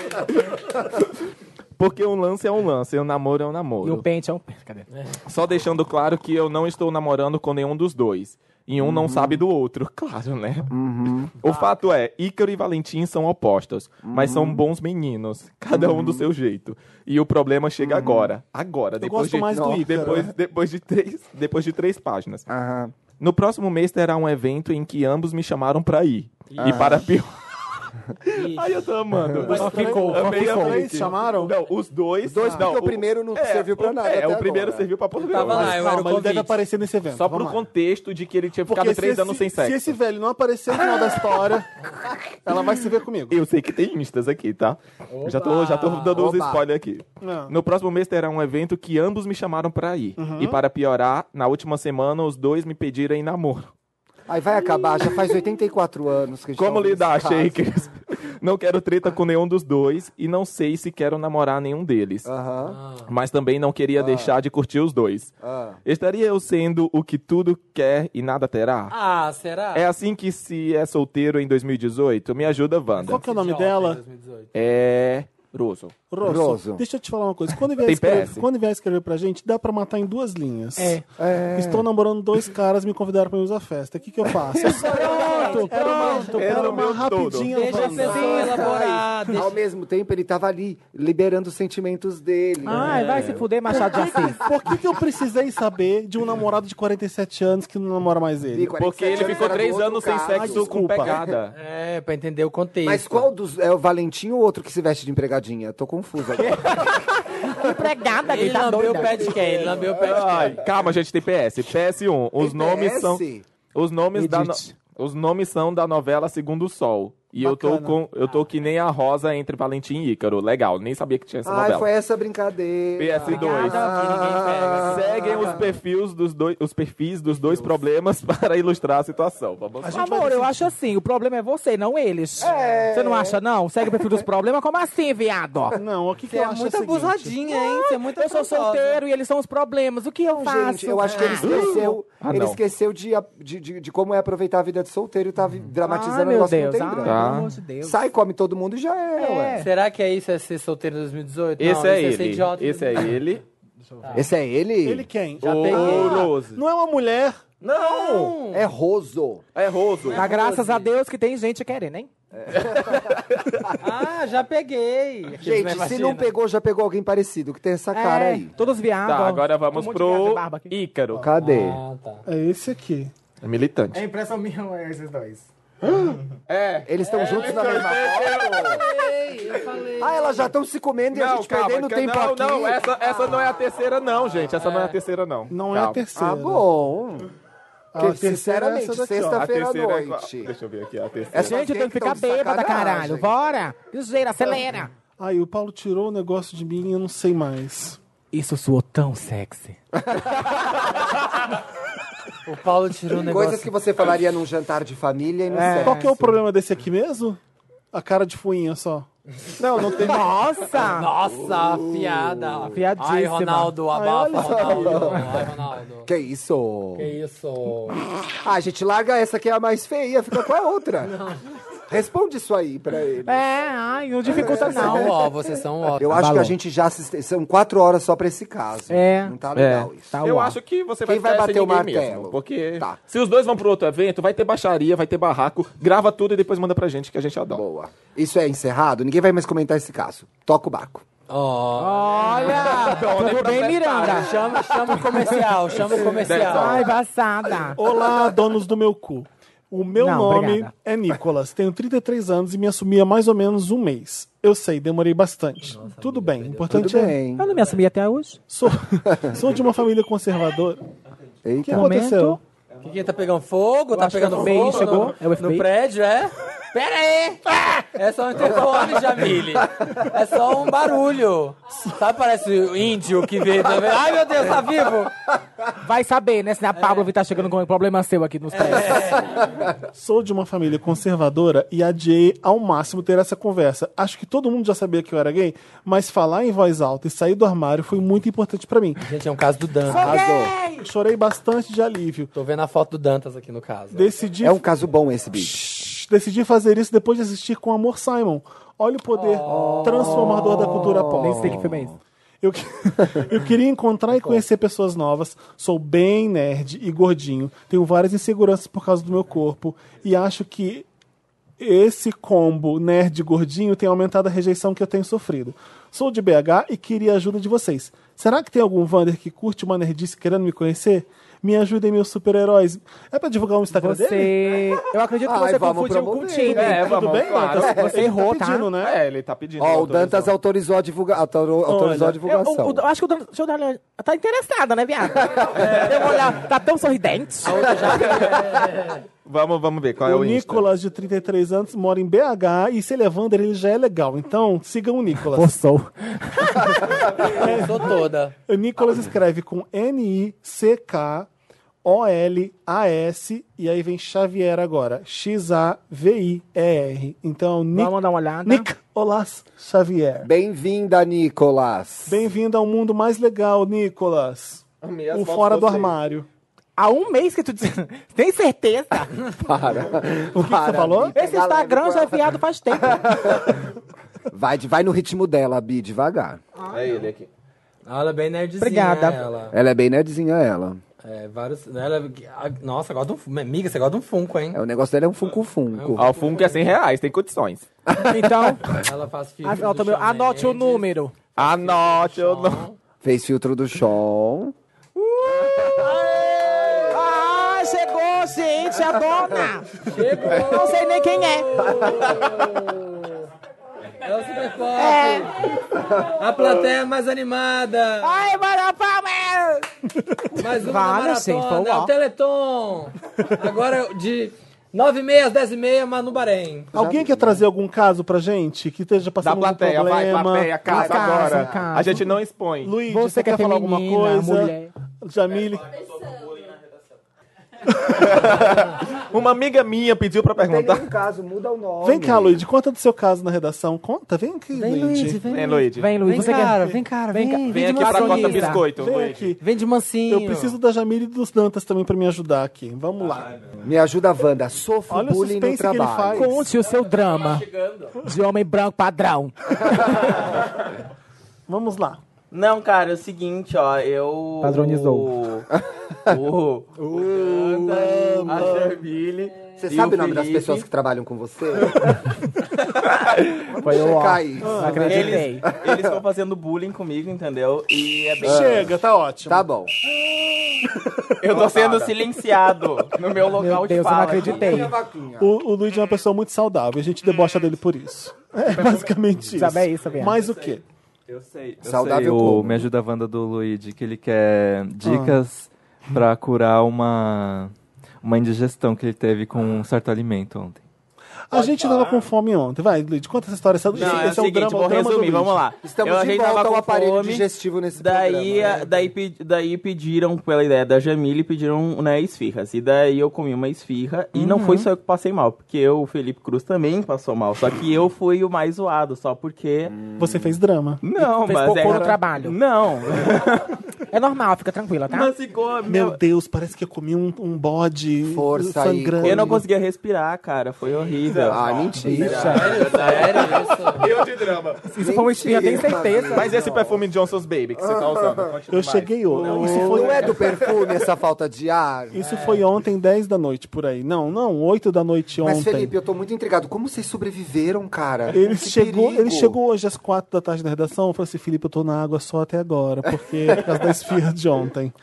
S5: Porque um lance é um lance, um namoro é um
S1: E o
S5: namoro.
S1: pente é um pente. Cadê?
S5: Só deixando claro que eu não estou namorando com nenhum dos dois. E um
S2: Uhum.
S5: não sabe do outro, (laughs) claro, né? O fato é, Ícaro e Valentim são opostos, mas
S2: Uhum.
S5: são bons meninos, cada um do seu jeito. E o problema chega agora. Agora, depois
S2: Uhum. gosto
S5: de
S2: mais do Ícaro. né?
S5: depois, depois de três, depois de três páginas.
S4: Aham.
S5: No próximo mês terá um evento em que ambos me chamaram pra ir. E
S2: Ah. (laughs)
S5: para pior. (laughs) Ai, eu tô amando.
S1: Só ficou, só
S5: Amei,
S1: ficou.
S5: amei.
S2: Vocês chamaram?
S5: Não, os dois.
S4: Os dois,
S5: não,
S4: porque o primeiro não serviu pra
S5: o-
S4: nada
S5: É,
S4: até
S5: o primeiro
S4: agora.
S5: serviu pra porra
S3: tava
S5: nenhuma.
S3: lá, eu
S2: Calma,
S3: era o
S2: ele deve
S3: convite.
S2: aparecer nesse evento.
S5: Só
S2: vamos
S5: pro
S2: lá.
S5: contexto de que ele tinha ficado
S2: Porque
S5: três
S2: se
S5: anos
S2: esse-
S5: sem sexo.
S2: Se esse velho não aparecer no final da história, ela vai se ver comigo.
S5: Eu sei que tem instas aqui, tá? Já tô, já tô dando uns
S4: Oba.
S5: spoilers aqui.
S3: Ah.
S2: Não.
S5: No próximo mês terá um evento que ambos me chamaram pra ir.
S3: Uhum.
S5: E para piorar, na última semana os dois me pediram em namoro.
S4: Aí vai acabar, já faz 84 anos que a gente
S5: Como
S4: tá ouvindo
S5: lidar,
S4: esse caso.
S2: (laughs)
S5: Shakers? Não quero treta com nenhum dos dois e não sei se quero namorar nenhum deles.
S4: Aham.
S3: Ah.
S5: Mas também não queria
S2: Ah.
S5: deixar de curtir os dois.
S4: Ah.
S5: Estaria eu sendo o que tudo quer e nada terá?
S3: Ah, será?
S5: É assim que se é solteiro em 2018? Me ajuda, Wanda.
S2: Qual que é o nome
S3: Idiota, em
S2: dela?
S3: 2018.
S5: É. Roso.
S2: Rosso,
S4: Rosso.
S2: deixa eu te falar uma coisa. Quando vier,
S5: Tem
S2: escrever,
S5: PS?
S2: quando vier escrever pra gente, dá pra matar em duas linhas. Estou namorando dois caras, me convidaram pra ir usar festa. O que, que eu faço? um Eu só pronto, pronto,
S5: Era
S2: era
S5: o
S2: uma
S5: meu
S2: rapidinha.
S3: Deixa a
S2: Wanda.
S3: pessoa elaborar.
S4: Ao
S3: Deixa...
S4: mesmo tempo, ele tava ali, liberando os sentimentos dele.
S1: Ai, vai se fuder, Machado de Assis.
S2: Por que, que eu precisei saber de um namorado de 47 anos que não namora mais ele?
S4: E 47
S5: Porque ele
S4: anos
S5: ficou
S4: era do
S5: três
S4: outro
S5: anos sem
S4: caso.
S5: sexo com
S2: desculpa.
S4: (laughs)
S5: pegada.
S3: É, pra entender o contexto.
S4: Mas qual dos. É o Valentim ou outro que se veste de empregadinha? Tô confusa agora.
S1: Empregada que
S3: Ele
S1: tá
S3: lambeu o
S1: doida.
S3: pé de quem? Ele lambeu o pé de quem?
S5: Ai, calma, gente, tem PS. PS1. Os
S4: Tem
S5: nomes
S4: PS?
S5: são. Os nomes, da no- os nomes são da novela Segundo o Sol. E eu tô, com, eu tô que nem a Rosa entre Valentim e Ícaro. Legal, nem sabia que tinha essa
S4: Ai,
S5: novela.
S4: foi essa brincadeira.
S5: PS2.
S4: Ah.
S5: Seguem os perfis dos dois, os perfis dos dois problemas (laughs) para ilustrar a situação. Vamos lá.
S1: Amor, eu acho assim, o problema é você, não eles.
S2: É.
S1: Você não acha, não? Segue o perfil
S2: (laughs)
S1: dos problemas? Como assim, viado?
S2: Não, o que, que
S3: Você
S2: eu
S3: é
S2: acho
S3: muito
S2: é o seguinte.
S3: abusadinha, hein? Você é muito
S1: Eu sou
S3: afrontosa.
S1: solteiro e eles são os problemas. O que eu faço?
S4: Gente, eu acho que ele
S1: Ah.
S4: esqueceu,
S5: Ah,
S4: ele
S5: não.
S4: esqueceu de, a- de, de, de como é aproveitar a vida de solteiro e tá vi- dramatizando
S1: Ah,
S4: o
S1: meu
S4: negócio
S1: Deus.
S4: que não
S1: Ah,
S4: tem
S1: pelo
S4: drama.
S1: amor de Deus.
S4: Sai, come todo mundo e já é, ué.
S3: Será que é isso, é ser solteiro em 2018?
S5: Esse
S3: Não,
S5: é
S3: isso ser
S5: ele.
S3: idiota.
S5: Esse é ele.
S4: Esse é ele?
S2: Ele quem?
S3: Já peguei.
S5: O Rose.
S2: Não é uma mulher.
S5: Não!
S4: É Roso. É.
S5: É Roso.
S1: Mas graças a Deus que tem gente querendo, hein? (laughs)
S3: Ah, já peguei. Aqueles
S4: Gente,
S3: né,
S4: se
S3: vagina.
S4: não pegou, já pegou alguém parecido, que tem essa cara aí.
S1: É, Todos viados.
S5: Tá, agora vamos
S1: Ah, Tem um monte de viado
S5: pro
S1: de barba aqui.
S5: Ícaro.
S4: Cadê?
S3: Ah, tá.
S2: É esse aqui.
S5: É militante.
S1: É impressão minha, esses dois.
S4: (gasps)
S5: É,
S4: Eles estão juntos na mesma foto? Ah, elas já estão se comendo e a gente perdendo
S5: que-
S4: tempo
S5: não,
S4: aqui.
S5: não, essa, essa não é a terceira, não, gente. Essa não é a terceira, não.
S2: Não é
S5: Calma.
S2: a terceira.
S4: Ah, bom.
S2: A
S4: Porque,
S2: terceira é
S4: sinceramente,
S2: essa daqui, ó.
S5: A
S4: sexta-feira à
S5: terceira é qual?
S4: noite. É
S5: Deixa eu ver aqui a
S2: assim?
S5: terceira.
S4: Essa-
S1: Gente, eu tenho É que ficar
S4: Vocês tão de
S1: bêbada, caralho.
S4: sacanagem.
S1: Bora! Ligeira, acelera!
S2: Aí o Paulo tirou o negócio de mim e eu não sei mais.
S1: Isso suou tão sexy.
S3: O Paulo tirou um negócio.
S4: Coisas que você falaria num jantar de família e no sexo.
S2: Qual que é o problema desse aqui mesmo? A cara de fuinha só.
S5: Não, não tem.
S1: Nossa!
S3: Nossa,
S4: Uh.
S3: afiada.
S1: Afiadíssima.
S3: Ai, Ronaldo, abafa, Ronaldo.
S5: (laughs)
S3: Ai, Ronaldo.
S4: Que isso?
S3: Que isso?
S4: Ah, gente, larga essa que é a mais feia, fica com a outra. Responde isso aí pra ele.
S1: É, ai, não dificulta
S3: Não,
S1: não.
S3: ó, vocês são ó.
S4: Eu acho
S1: Balão.
S4: que a gente já assiste... São quatro horas só pra esse caso.
S1: É.
S4: Não tá legal isso.
S1: Tá
S5: Eu
S1: uau.
S5: acho que você
S4: Quem
S5: vai ficar
S4: vai
S5: sem
S4: bater o
S5: ninguém
S4: martelo?
S5: mesmo, porque
S4: Tá.
S5: se os dois vão pro outro evento, vai ter baixaria, vai ter barraco. Grava tudo e depois manda pra gente que a gente adora.
S4: Boa. Isso é encerrado? Ninguém vai mais comentar esse caso. Toca o barco.
S3: Ó.
S4: Ah,
S5: é
S1: Olha! Tudo bem, Miranda?
S3: Chama, chama
S2: (laughs)
S3: o comercial, chama o comercial.
S1: Ai, passada.
S2: Olá, donos do meu cu. O meu
S1: Não,
S2: nome
S1: obrigada.
S2: é Nicolas, tenho 33 anos e me assumi há mais ou menos um mês. Eu sei, demorei bastante. Tudo bem, o importante
S4: Tudo
S2: é.
S4: bem.
S1: Eu não me assumi até hoje.
S2: Sou, (laughs) sou de uma família conservadora. O que
S4: Eita.
S2: aconteceu?
S3: Que quem tá pegando fogo? Tá
S1: acho
S3: pegando
S1: que é o
S3: fogo?
S1: FBI chegou,
S3: no-
S1: é o FBI.
S3: No prédio, é? Pera aí! É só um interfone, Jamile. É só um barulho. Sabe, parece o índio que veio. da- Ai, meu Deus,
S1: É.
S3: tá vivo!
S4: (laughs)
S1: Vai saber, né? Se a Pablo tá chegando com um problema seu aqui
S4: É.
S1: nos pés.
S2: Sou de uma família conservadora e adiei ao máximo ter essa conversa. Acho que todo mundo já sabia que eu era gay, mas falar em voz alta e sair do armário foi muito importante pra mim.
S3: Gente, é um caso do Dantas.
S4: Arrasou.
S2: Chorei bastante de alívio.
S3: Tô vendo a foto do Dantas aqui no caso.
S2: Decidi
S4: É um caso bom esse bicho.
S2: Decidi fazer isso depois de assistir com amor Simon. Olha o poder transformador da cultura pop.
S1: Nem sei que filme é esse.
S2: Eu, que- (laughs) eu queria encontrar e conhecer pessoas novas. Sou bem nerd e gordinho. Tenho várias inseguranças por causa do meu corpo. E acho que esse combo nerd e gordinho tem aumentado a rejeição que eu tenho sofrido. Sou de BH e queria a ajuda de vocês. Será que tem algum Vander que curte uma nerdice querendo me conhecer? Me ajudem, meus super-heróis. É pra divulgar o Instagram dele?
S1: Você. Eu acredito que
S4: Ai,
S1: você
S4: vamos
S1: confundiu um com o
S4: promover.
S1: Tinder.
S5: É,
S2: Tudo
S5: vamos,
S2: bem,
S5: claro.
S2: Dantas?
S1: né? Você errou,
S2: ele tá pedindo, né?
S5: (laughs) É, ele tá pedindo.
S4: Ó, o Dantas
S5: autorização.
S4: autorizou a, divulga... autorou- autorizou
S2: Olha,
S4: a
S1: Eu,
S4: divulgação.
S1: eu- eu acho que o Dona- deixa eu dar uma- tá interessada, né, (laughs) viado? Deu uma olhada. Tá tão sorridente.
S5: Vamos, vamos ver qual é
S2: O,
S5: o Insta.
S2: Nicolas, de 33 anos, mora em BH e se ele é Wander, ele já é legal. Então, sigam o
S5: (laughs)
S2: Nicolas.
S1: Forçou.
S3: Sou toda.
S2: O Nicolas escreve com N-I-C-K-O-L-A-S e aí vem Xavier agora. X-A-V-I-E-R. Então, Nic...
S1: Vamos dar uma olhada.
S2: Nic Olás Xavier.
S4: Bem-vinda, Nicolas.
S2: Bem-vindo ao mundo mais legal, Nicolas.
S5: Amei as
S2: O
S5: fotos
S2: fora
S5: de
S2: do
S5: vocês.
S2: armário.
S1: Há um mês que tu diz. (laughs) Tem certeza?
S4: Para. O que
S2: falou?
S1: (laughs) Esse Instagram já é viado faz tempo.
S4: Vai, de- vai no ritmo dela, Bi, devagar.
S5: é ele aqui.
S3: Ela é bem nerdzinha,
S1: Obrigada.
S3: ela.
S4: Ela é bem nerdzinha, ela.
S3: É, vários... ela... ah, Nossa, gosta de um... fun- Amiga, você gosta de um funko, hein?
S4: É, o negócio dela é um funco-funco.
S5: Ao fundo que é 100 reais, tem condições.
S1: Então,
S3: Ela faz filme
S1: a- ó, também, anote o número.
S4: Ah,
S5: Anote o nome.
S4: Fez filtro do chão.
S1: Ah, chegou, gente, a dona! Chegou! Não sei nem quem é.
S3: É o Super Pop. A plateia é mais animada.
S1: Ai, mano, palma!
S3: Mais uma
S1: Vale,
S3: maratona.
S1: sim, foi um
S3: é
S1: ó.
S3: o Teleton. Agora é de 9h30 às 10h30, Manu Bahrein.
S2: Alguém quer trazer algum caso pra gente que
S5: né?
S2: esteja
S5: Da
S2: passando
S5: plateia,
S2: algum
S5: vai,
S2: problema? um
S5: plateia, casa,
S1: Casa,
S5: agora.
S1: casa.
S5: A gente não expõe.
S2: Luiz,
S1: Você
S2: você
S1: que
S2: quer
S1: é
S2: falar alguma
S1: feminina,
S2: coisa?
S1: mulher.
S2: Jamile,
S5: Uma amiga minha pediu pra perguntar.
S4: um caso, muda o
S5: É,
S4: nome.
S2: vem cá, Luiz, conta do seu caso na redação. Conta, vem aqui, Luiz.
S5: Vem, É, Luigi. Vem,
S1: Vem, Luiz, você quer...
S3: vem, cara,
S1: vem, vem de
S5: aqui pra
S1: maçonista.
S5: Costa Biscoito,
S2: Vem
S5: Luigi.
S2: aqui.
S3: Vem de mansinho.
S2: Eu preciso da Jamile e dos Dantas também pra me ajudar aqui. Vamos lá.
S4: Me ajuda, Wanda. Sofro
S2: Olha o
S4: bullying no
S2: suspense que ele
S4: trabalho.
S2: faz.
S1: Conte o seu drama de homem branco padrão.
S2: Vamos lá.
S8: Não, cara, é o seguinte, ó, eu...
S1: Padronizou.
S8: O... o Uhum. Danda, a Jamile...
S4: Você
S8: e
S4: sabe o
S8: o
S4: nome das
S8: Felipe.
S4: pessoas que tá trabalham com você?
S1: Foi
S8: um
S1: eu, ó.
S4: Checar isso.
S1: Acreditei.
S8: Ah, Eles, eles estão fazendo bullying comigo, entendeu? E é bem...
S2: Chega, tá ótimo.
S4: Tá bom.
S8: Eu tô sendo silenciado no meu local
S1: Meu
S8: de
S1: Deus, eu não
S8: fala.
S1: acreditei.
S2: O, o Luigi é uma pessoa muito saudável, a gente debocha dele por isso. É
S5: Hum.
S2: basicamente isso.
S1: Sabe, é isso, Bianca.
S2: Mais o quê?
S8: Eu sei.
S7: Eu
S4: Saudável
S7: sei, o
S4: como?
S7: Me Ajuda a Wanda do Luigi, que ele quer dicas pra curar uma, uma indigestão que ele teve com um certo alimento ontem.
S2: A gente tava com fome ontem. Vai, Luigi, conta essa história. Essa,
S8: Não, é o
S2: um
S8: seguinte, vou resumir, vamos lá.
S4: Estamos
S8: eu, a
S4: de
S8: gente
S4: volta
S8: tava
S4: ao
S8: com
S4: aparelho
S8: fome,
S4: digestivo nesse
S8: Daí,
S4: programa. né?
S8: eh, daí, pe- daí pediram, pela ideia da Jamile, pediram né, esfirras. E daí eu comi uma esfirra e não foi só eu que passei mal, porque eu, o Felipe Cruz também passou mal. Só que eu fui o mais zoado, só porque.
S2: Você fez drama.
S8: Não,
S1: Fez
S8: mas
S1: cocô
S8: era-
S1: no trabalho.
S8: Não.
S1: É normal, fica tranquila, tá?
S8: mas
S2: Meu
S8: ficou. Meu...
S2: Deus, parece que eu comi um, um bode
S4: Força aí,
S2: sangrando.
S8: Eu não conseguia respirar, cara. Foi horrível.
S4: Ah, mentira.
S5: Eu de drama.
S1: Isso foi uma espinha, tenho certeza.
S5: Mas esse perfume Johnson's Baby que você tá usando.
S2: (laughs)
S5: continua
S2: Eu
S5: mais.
S2: cheguei hoje. Isso
S4: Não é
S2: foi,
S4: do perfume essa falta de ar?
S2: isso foi ontem, 10 da noite, por aí. Não, não, 8 da noite ontem.
S4: Mas, Felipe, eu tô muito intrigado. Como vocês sobreviveram, cara?
S2: Ele
S4: Que
S2: chegou,
S4: perigo.
S2: ele chegou hoje às quatro da tarde na redação. Eu falei assim: Felipe, eu tô na água só até agora, porque é por causa da esfirra de ontem.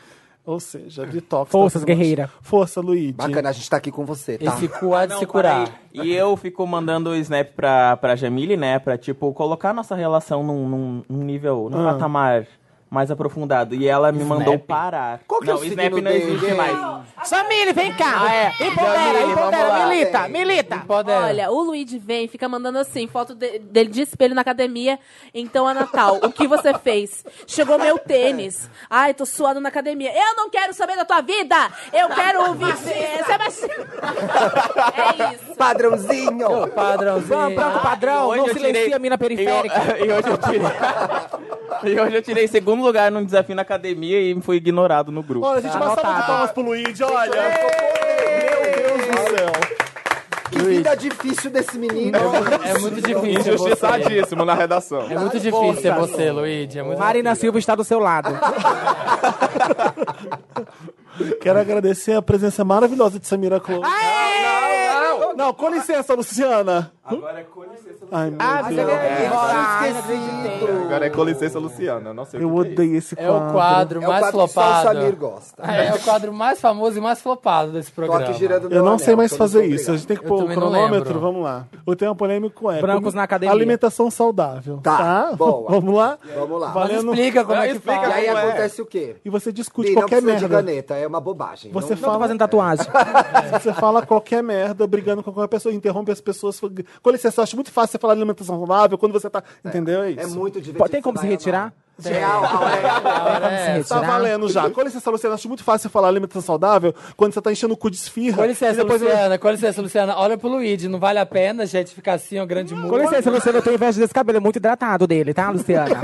S2: Ou seja, detox.
S1: Forças,
S2: tá sendo
S1: guerreira.
S2: ótimo. Força, Luigi.
S4: Bacana, a gente tá aqui com você, tá?
S3: Esse cu há de
S8: Não,
S3: se curar.
S8: peraí. E eu fico mandando o snap pra, pra Jamile, né? Pra, tipo, colocar nossa relação num, num- num nível, num
S2: Ah.
S8: patamar mais aprofundado. E ela me mandou parar.
S4: Qual que é
S8: não,
S4: o
S8: snap
S4: signo
S8: não
S4: dele,
S8: existe
S4: hein?
S8: mais.
S1: Samile, vem cá.
S8: Ah, é.
S1: Empodera,
S8: Jamile, vamos
S1: empodera,
S8: lá.
S1: milita, milita.
S3: Empodera.
S9: Olha, o Luigi vem e fica mandando assim, foto de- dele de espelho na academia. Então, a Natal, o que você fez? Chegou meu tênis. Ai, tô suando na academia. Eu não quero saber da tua vida! Eu quero ouvir. É, Sebastião. É isso.
S4: Padrãozinho!
S3: (laughs) Padrãozinho.
S1: Vamos, branco
S8: e
S1: padrão,
S8: Ah, hoje
S1: não
S8: eu
S1: silencia
S8: tirei-
S1: a mina
S8: E, eu-
S1: periférica.
S8: (laughs) e hoje eu tirei. E hoje eu tirei segundo lugar num desafio na academia e fui ignorado no grupo.
S2: Olha, a
S3: Tá
S2: gente uma salva de palmas pro Luigi, olha. Meu Deus do céu.
S4: Que vida difícil desse menino.
S3: É muito difícil é você.
S5: Injustiçadíssimo na redação.
S3: É muito difícil é você, Luigi. É muito
S1: Marina Silva está do seu lado.
S2: Quero agradecer a presença maravilhosa de Samira Close. Não, não, não. Não, com licença, Luciana.
S6: Agora é com licença.
S2: Ai, meu
S3: Ah,
S2: Deus.
S4: esquecido.
S5: Agora é com licença, Luciana. Não sei o
S2: Eu
S5: que que é isso.
S2: odeio esse
S3: É
S2: quadro.
S3: (laughs) o quadro
S4: É o
S3: mais
S4: quadro que só o
S3: flopado.
S4: Samir gosta.
S3: É o quadro mais famoso e mais flopado desse
S4: Tô
S3: programa.
S4: aqui girando meu
S2: Eu não
S4: anel,
S2: sei mais
S4: tô
S2: fazer
S4: muito
S2: isso. A gente tem que
S3: Eu
S2: pôr o
S3: também não
S2: cronômetro.
S3: lembro.
S2: Vamos lá. O tema polêmico é.
S1: Brancos
S2: comi-
S1: na academia.
S2: Alimentação saudável.
S4: Tá,
S2: Tá. (laughs)
S4: boa.
S2: Vamos lá?
S4: Vamos lá.
S3: Mas
S2: Valendo.
S3: explica como
S5: Não,
S3: é que
S5: explica.
S4: obrigado. E
S3: fala.
S4: aí
S5: Como é?
S4: acontece o quê?
S2: E você discute
S4: Bi, não
S2: qualquer
S4: precisa de
S2: merda.
S4: caneta, é uma bobagem.
S2: Você
S1: Não tô
S2: fala,
S1: fazendo tatuagem.
S2: você fala qualquer merda, brigando com qualquer pessoa, interrompe as pessoas. Com licença, eu acho muito fácil você falar de alimentação saudável quando você tá. Entendeu? É
S4: É
S2: isso.
S4: muito divertido.
S1: Pô, Tem como se retirar?
S4: Real,
S1: é,
S4: real.
S1: Tem como se
S2: Tá
S1: retirar?
S2: valendo já. Com licença, Luciana, acho muito fácil você falar alimentação saudável quando você tá enchendo o cu de esfirra.
S3: Com
S2: e
S3: licença,
S2: depois
S3: Luciana. Com licença, Luciana. Olha pro Luigi. Não vale a pena, gente, ficar assim, ó, grande
S1: Com
S3: muro.
S1: licença, Luciana, eu tenho inveja desse cabelo, é muito hidratado dele, tá, Luciana?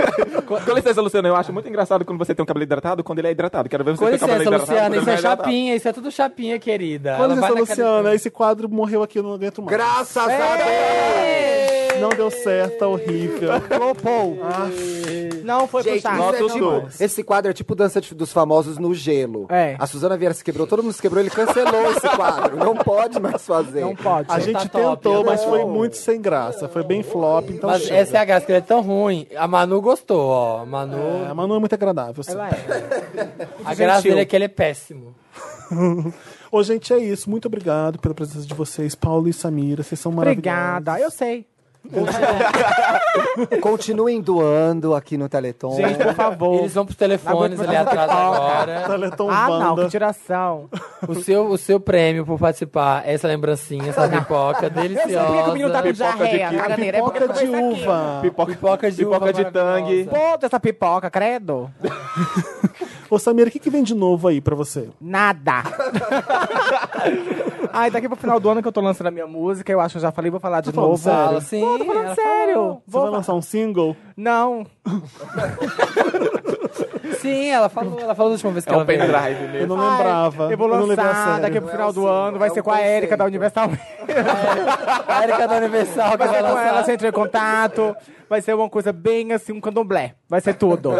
S5: Com com licença, Luciana. Eu acho muito engraçado quando você tem um cabelo hidratado, quando ele é hidratado. Quero ver você
S3: Com
S5: ter o cabelo
S3: licença,
S5: hidratado.
S3: Luciana.
S5: quando
S3: Isso
S5: ele
S3: é
S5: não hidratado.
S3: chapinha. Isso é tudo chapinha, querida.
S2: Com
S3: Ela vai
S2: licença,
S3: na academia.
S2: Luciana, esse quadro morreu aqui, eu não aguento mais.
S4: Graças a Deus!
S2: Não deu certo, tá horrível.
S4: Flopou.
S1: Não foi
S4: Gente,
S1: puxado.
S4: isso é tipo- esse quadro é tipo dança de- dos famosos no gelo.
S1: É.
S4: A Suzana Vieira se quebrou, todo mundo se quebrou, ele cancelou esse quadro. Não pode mais fazer.
S1: Não pode.
S2: A
S5: Tá
S2: gente
S3: top,
S2: tentou, mas
S3: não.
S2: foi muito sem graça. Foi bem flop, então
S3: Mas
S2: chega. (laughs)
S3: essa é a graça, que ele é tão ruim. A Manu gostou, ó. A Manu,
S2: É, mas não é muito agradável. Assim.
S1: Ela é.
S3: a graça dele é que ele é péssimo.
S2: Ô, gente, é isso. Muito obrigado pela presença de vocês, Paulo e Samira. Vocês são maravilhosos.
S1: Obrigada. Eu sei.
S4: Continuem doando aqui no Teleton.
S1: Gente, por favor.
S3: Eles vão pros telefones
S1: Aguenta
S3: ali
S1: mais
S3: atrás
S1: pipoca.
S3: agora.
S2: Teleton
S1: Ah, não,
S2: Wanda.
S1: que tiração.
S3: O seu, o seu prêmio por participar, essa lembrancinha, essa
S1: Por
S3: pipoca
S1: que que o menino tá
S3: deliciosa.
S5: Pipoca
S1: com
S5: de
S1: diarreia?
S5: quilo.
S1: Caganeira, é porque
S2: Pipoca de
S1: eu comecei aqui.
S2: uva.
S5: Pipoca,
S3: Pipoca de
S5: pipoca
S3: uva
S5: de tangue.
S3: maravilhosa.
S1: Ponto essa pipoca, credo.
S2: Ô, Samira, o que, que vem de novo aí pra você?
S1: Nada. (laughs) Ai, daqui pro final do ano que eu tô lançando a minha música, eu acho que eu já falei, vou falar de
S2: falando
S1: novo.
S2: sério?
S3: Fala assim.
S1: Tô falando sério.
S2: Você vai lançar um single?
S1: Não.
S3: Sim, ela falou, ela falou da última vez que
S5: É
S3: ela
S5: um
S3: veio.
S5: pendrive mesmo.
S2: Eu não lembrava.
S1: Eu vou
S2: não levei a
S1: lançar
S2: sério.
S1: daqui pro
S4: Não é
S1: final
S4: um
S1: do
S4: single,
S1: ano, vai
S4: é
S1: ser
S4: um
S1: com a Erika
S4: conceito.
S1: da Universal.
S3: A Erika da Universal que
S1: Vai
S3: vai
S1: ser com ela,
S3: lançar.
S1: você entra em contato. Vai ser uma coisa bem assim, um candomblé. Vai ser tudo.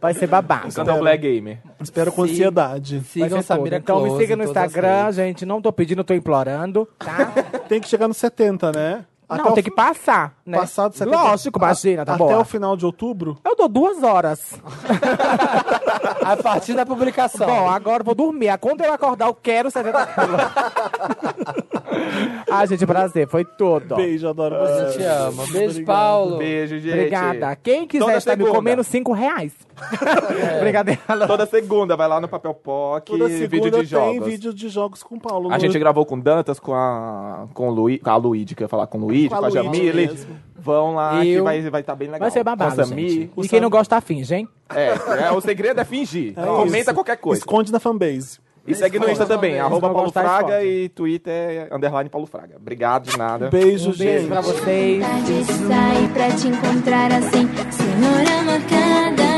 S1: Vai ser babado.
S5: Cantar o Então é um Black Gamer.
S2: Espero com
S3: Sim.
S2: ansiedade.
S1: Vai
S3: Sigam
S1: ser tudo.
S3: Samira
S1: Então me
S3: Close
S1: siga
S3: em
S1: no
S3: todas as
S1: Instagram,
S3: redes.
S1: gente. Não tô pedindo, tô implorando, tá?
S2: Tem que chegar nos 70, né? o
S1: Não, tem que passar, né?
S2: Passado 70.
S1: Lógico, imagina, tá
S2: Até
S1: bom.
S2: o final de outubro?
S1: Eu dou duas horas.
S3: (laughs) A partir da publicação.
S1: Bom, agora eu vou dormir. Ah, Quando eu acordar, eu quero 70 quilos.
S2: (laughs)
S1: ah, gente, prazer. Foi tudo.
S2: um Beijo, adoro
S3: Eu
S2: vocês.
S3: te amo. Beijo, Paulo.
S5: Beijo, gente.
S1: Obrigada.
S2: Então
S1: Quem quiser
S5: Toda
S1: estar me
S5: segunda.
S1: comendo, cinco reais. É. Brincadeira.
S5: Toda segunda, vai lá no Papel Poc,
S2: Toda segunda
S5: vídeo de
S2: tem
S5: jogos.
S2: vídeo de jogos com o Paulo.
S5: A
S2: no-
S5: gente gravou com o Dantas, com a com o Luí, com a Luíde, que eu ia falar com o Luíde,
S2: Com
S5: com,
S2: a
S5: a
S2: Luíde
S5: Jamile.
S2: mesmo.
S5: Vão lá que
S3: Eu-
S5: vai estar vai tá bem legal.
S1: Vai ser babado,
S5: Com a Samir.
S1: gente. E quem não gosta, finge, hein?
S5: É, é, o segredo é fingir.
S2: É
S5: Comenta
S2: isso.
S5: qualquer coisa.
S2: Esconde na fanbase.
S5: E segue no Insta também,
S1: também,
S5: arroba
S1: se não
S5: Paulo
S1: gostar,
S5: Fraga
S1: esconde.
S5: e Twitter é underline Paulo Fraga. Obrigado de nada.
S2: Beijo,
S1: Um beijo
S2: gente.
S1: pra vocês.
S10: vontade de sair pra te encontrar assim. Senhora Macada,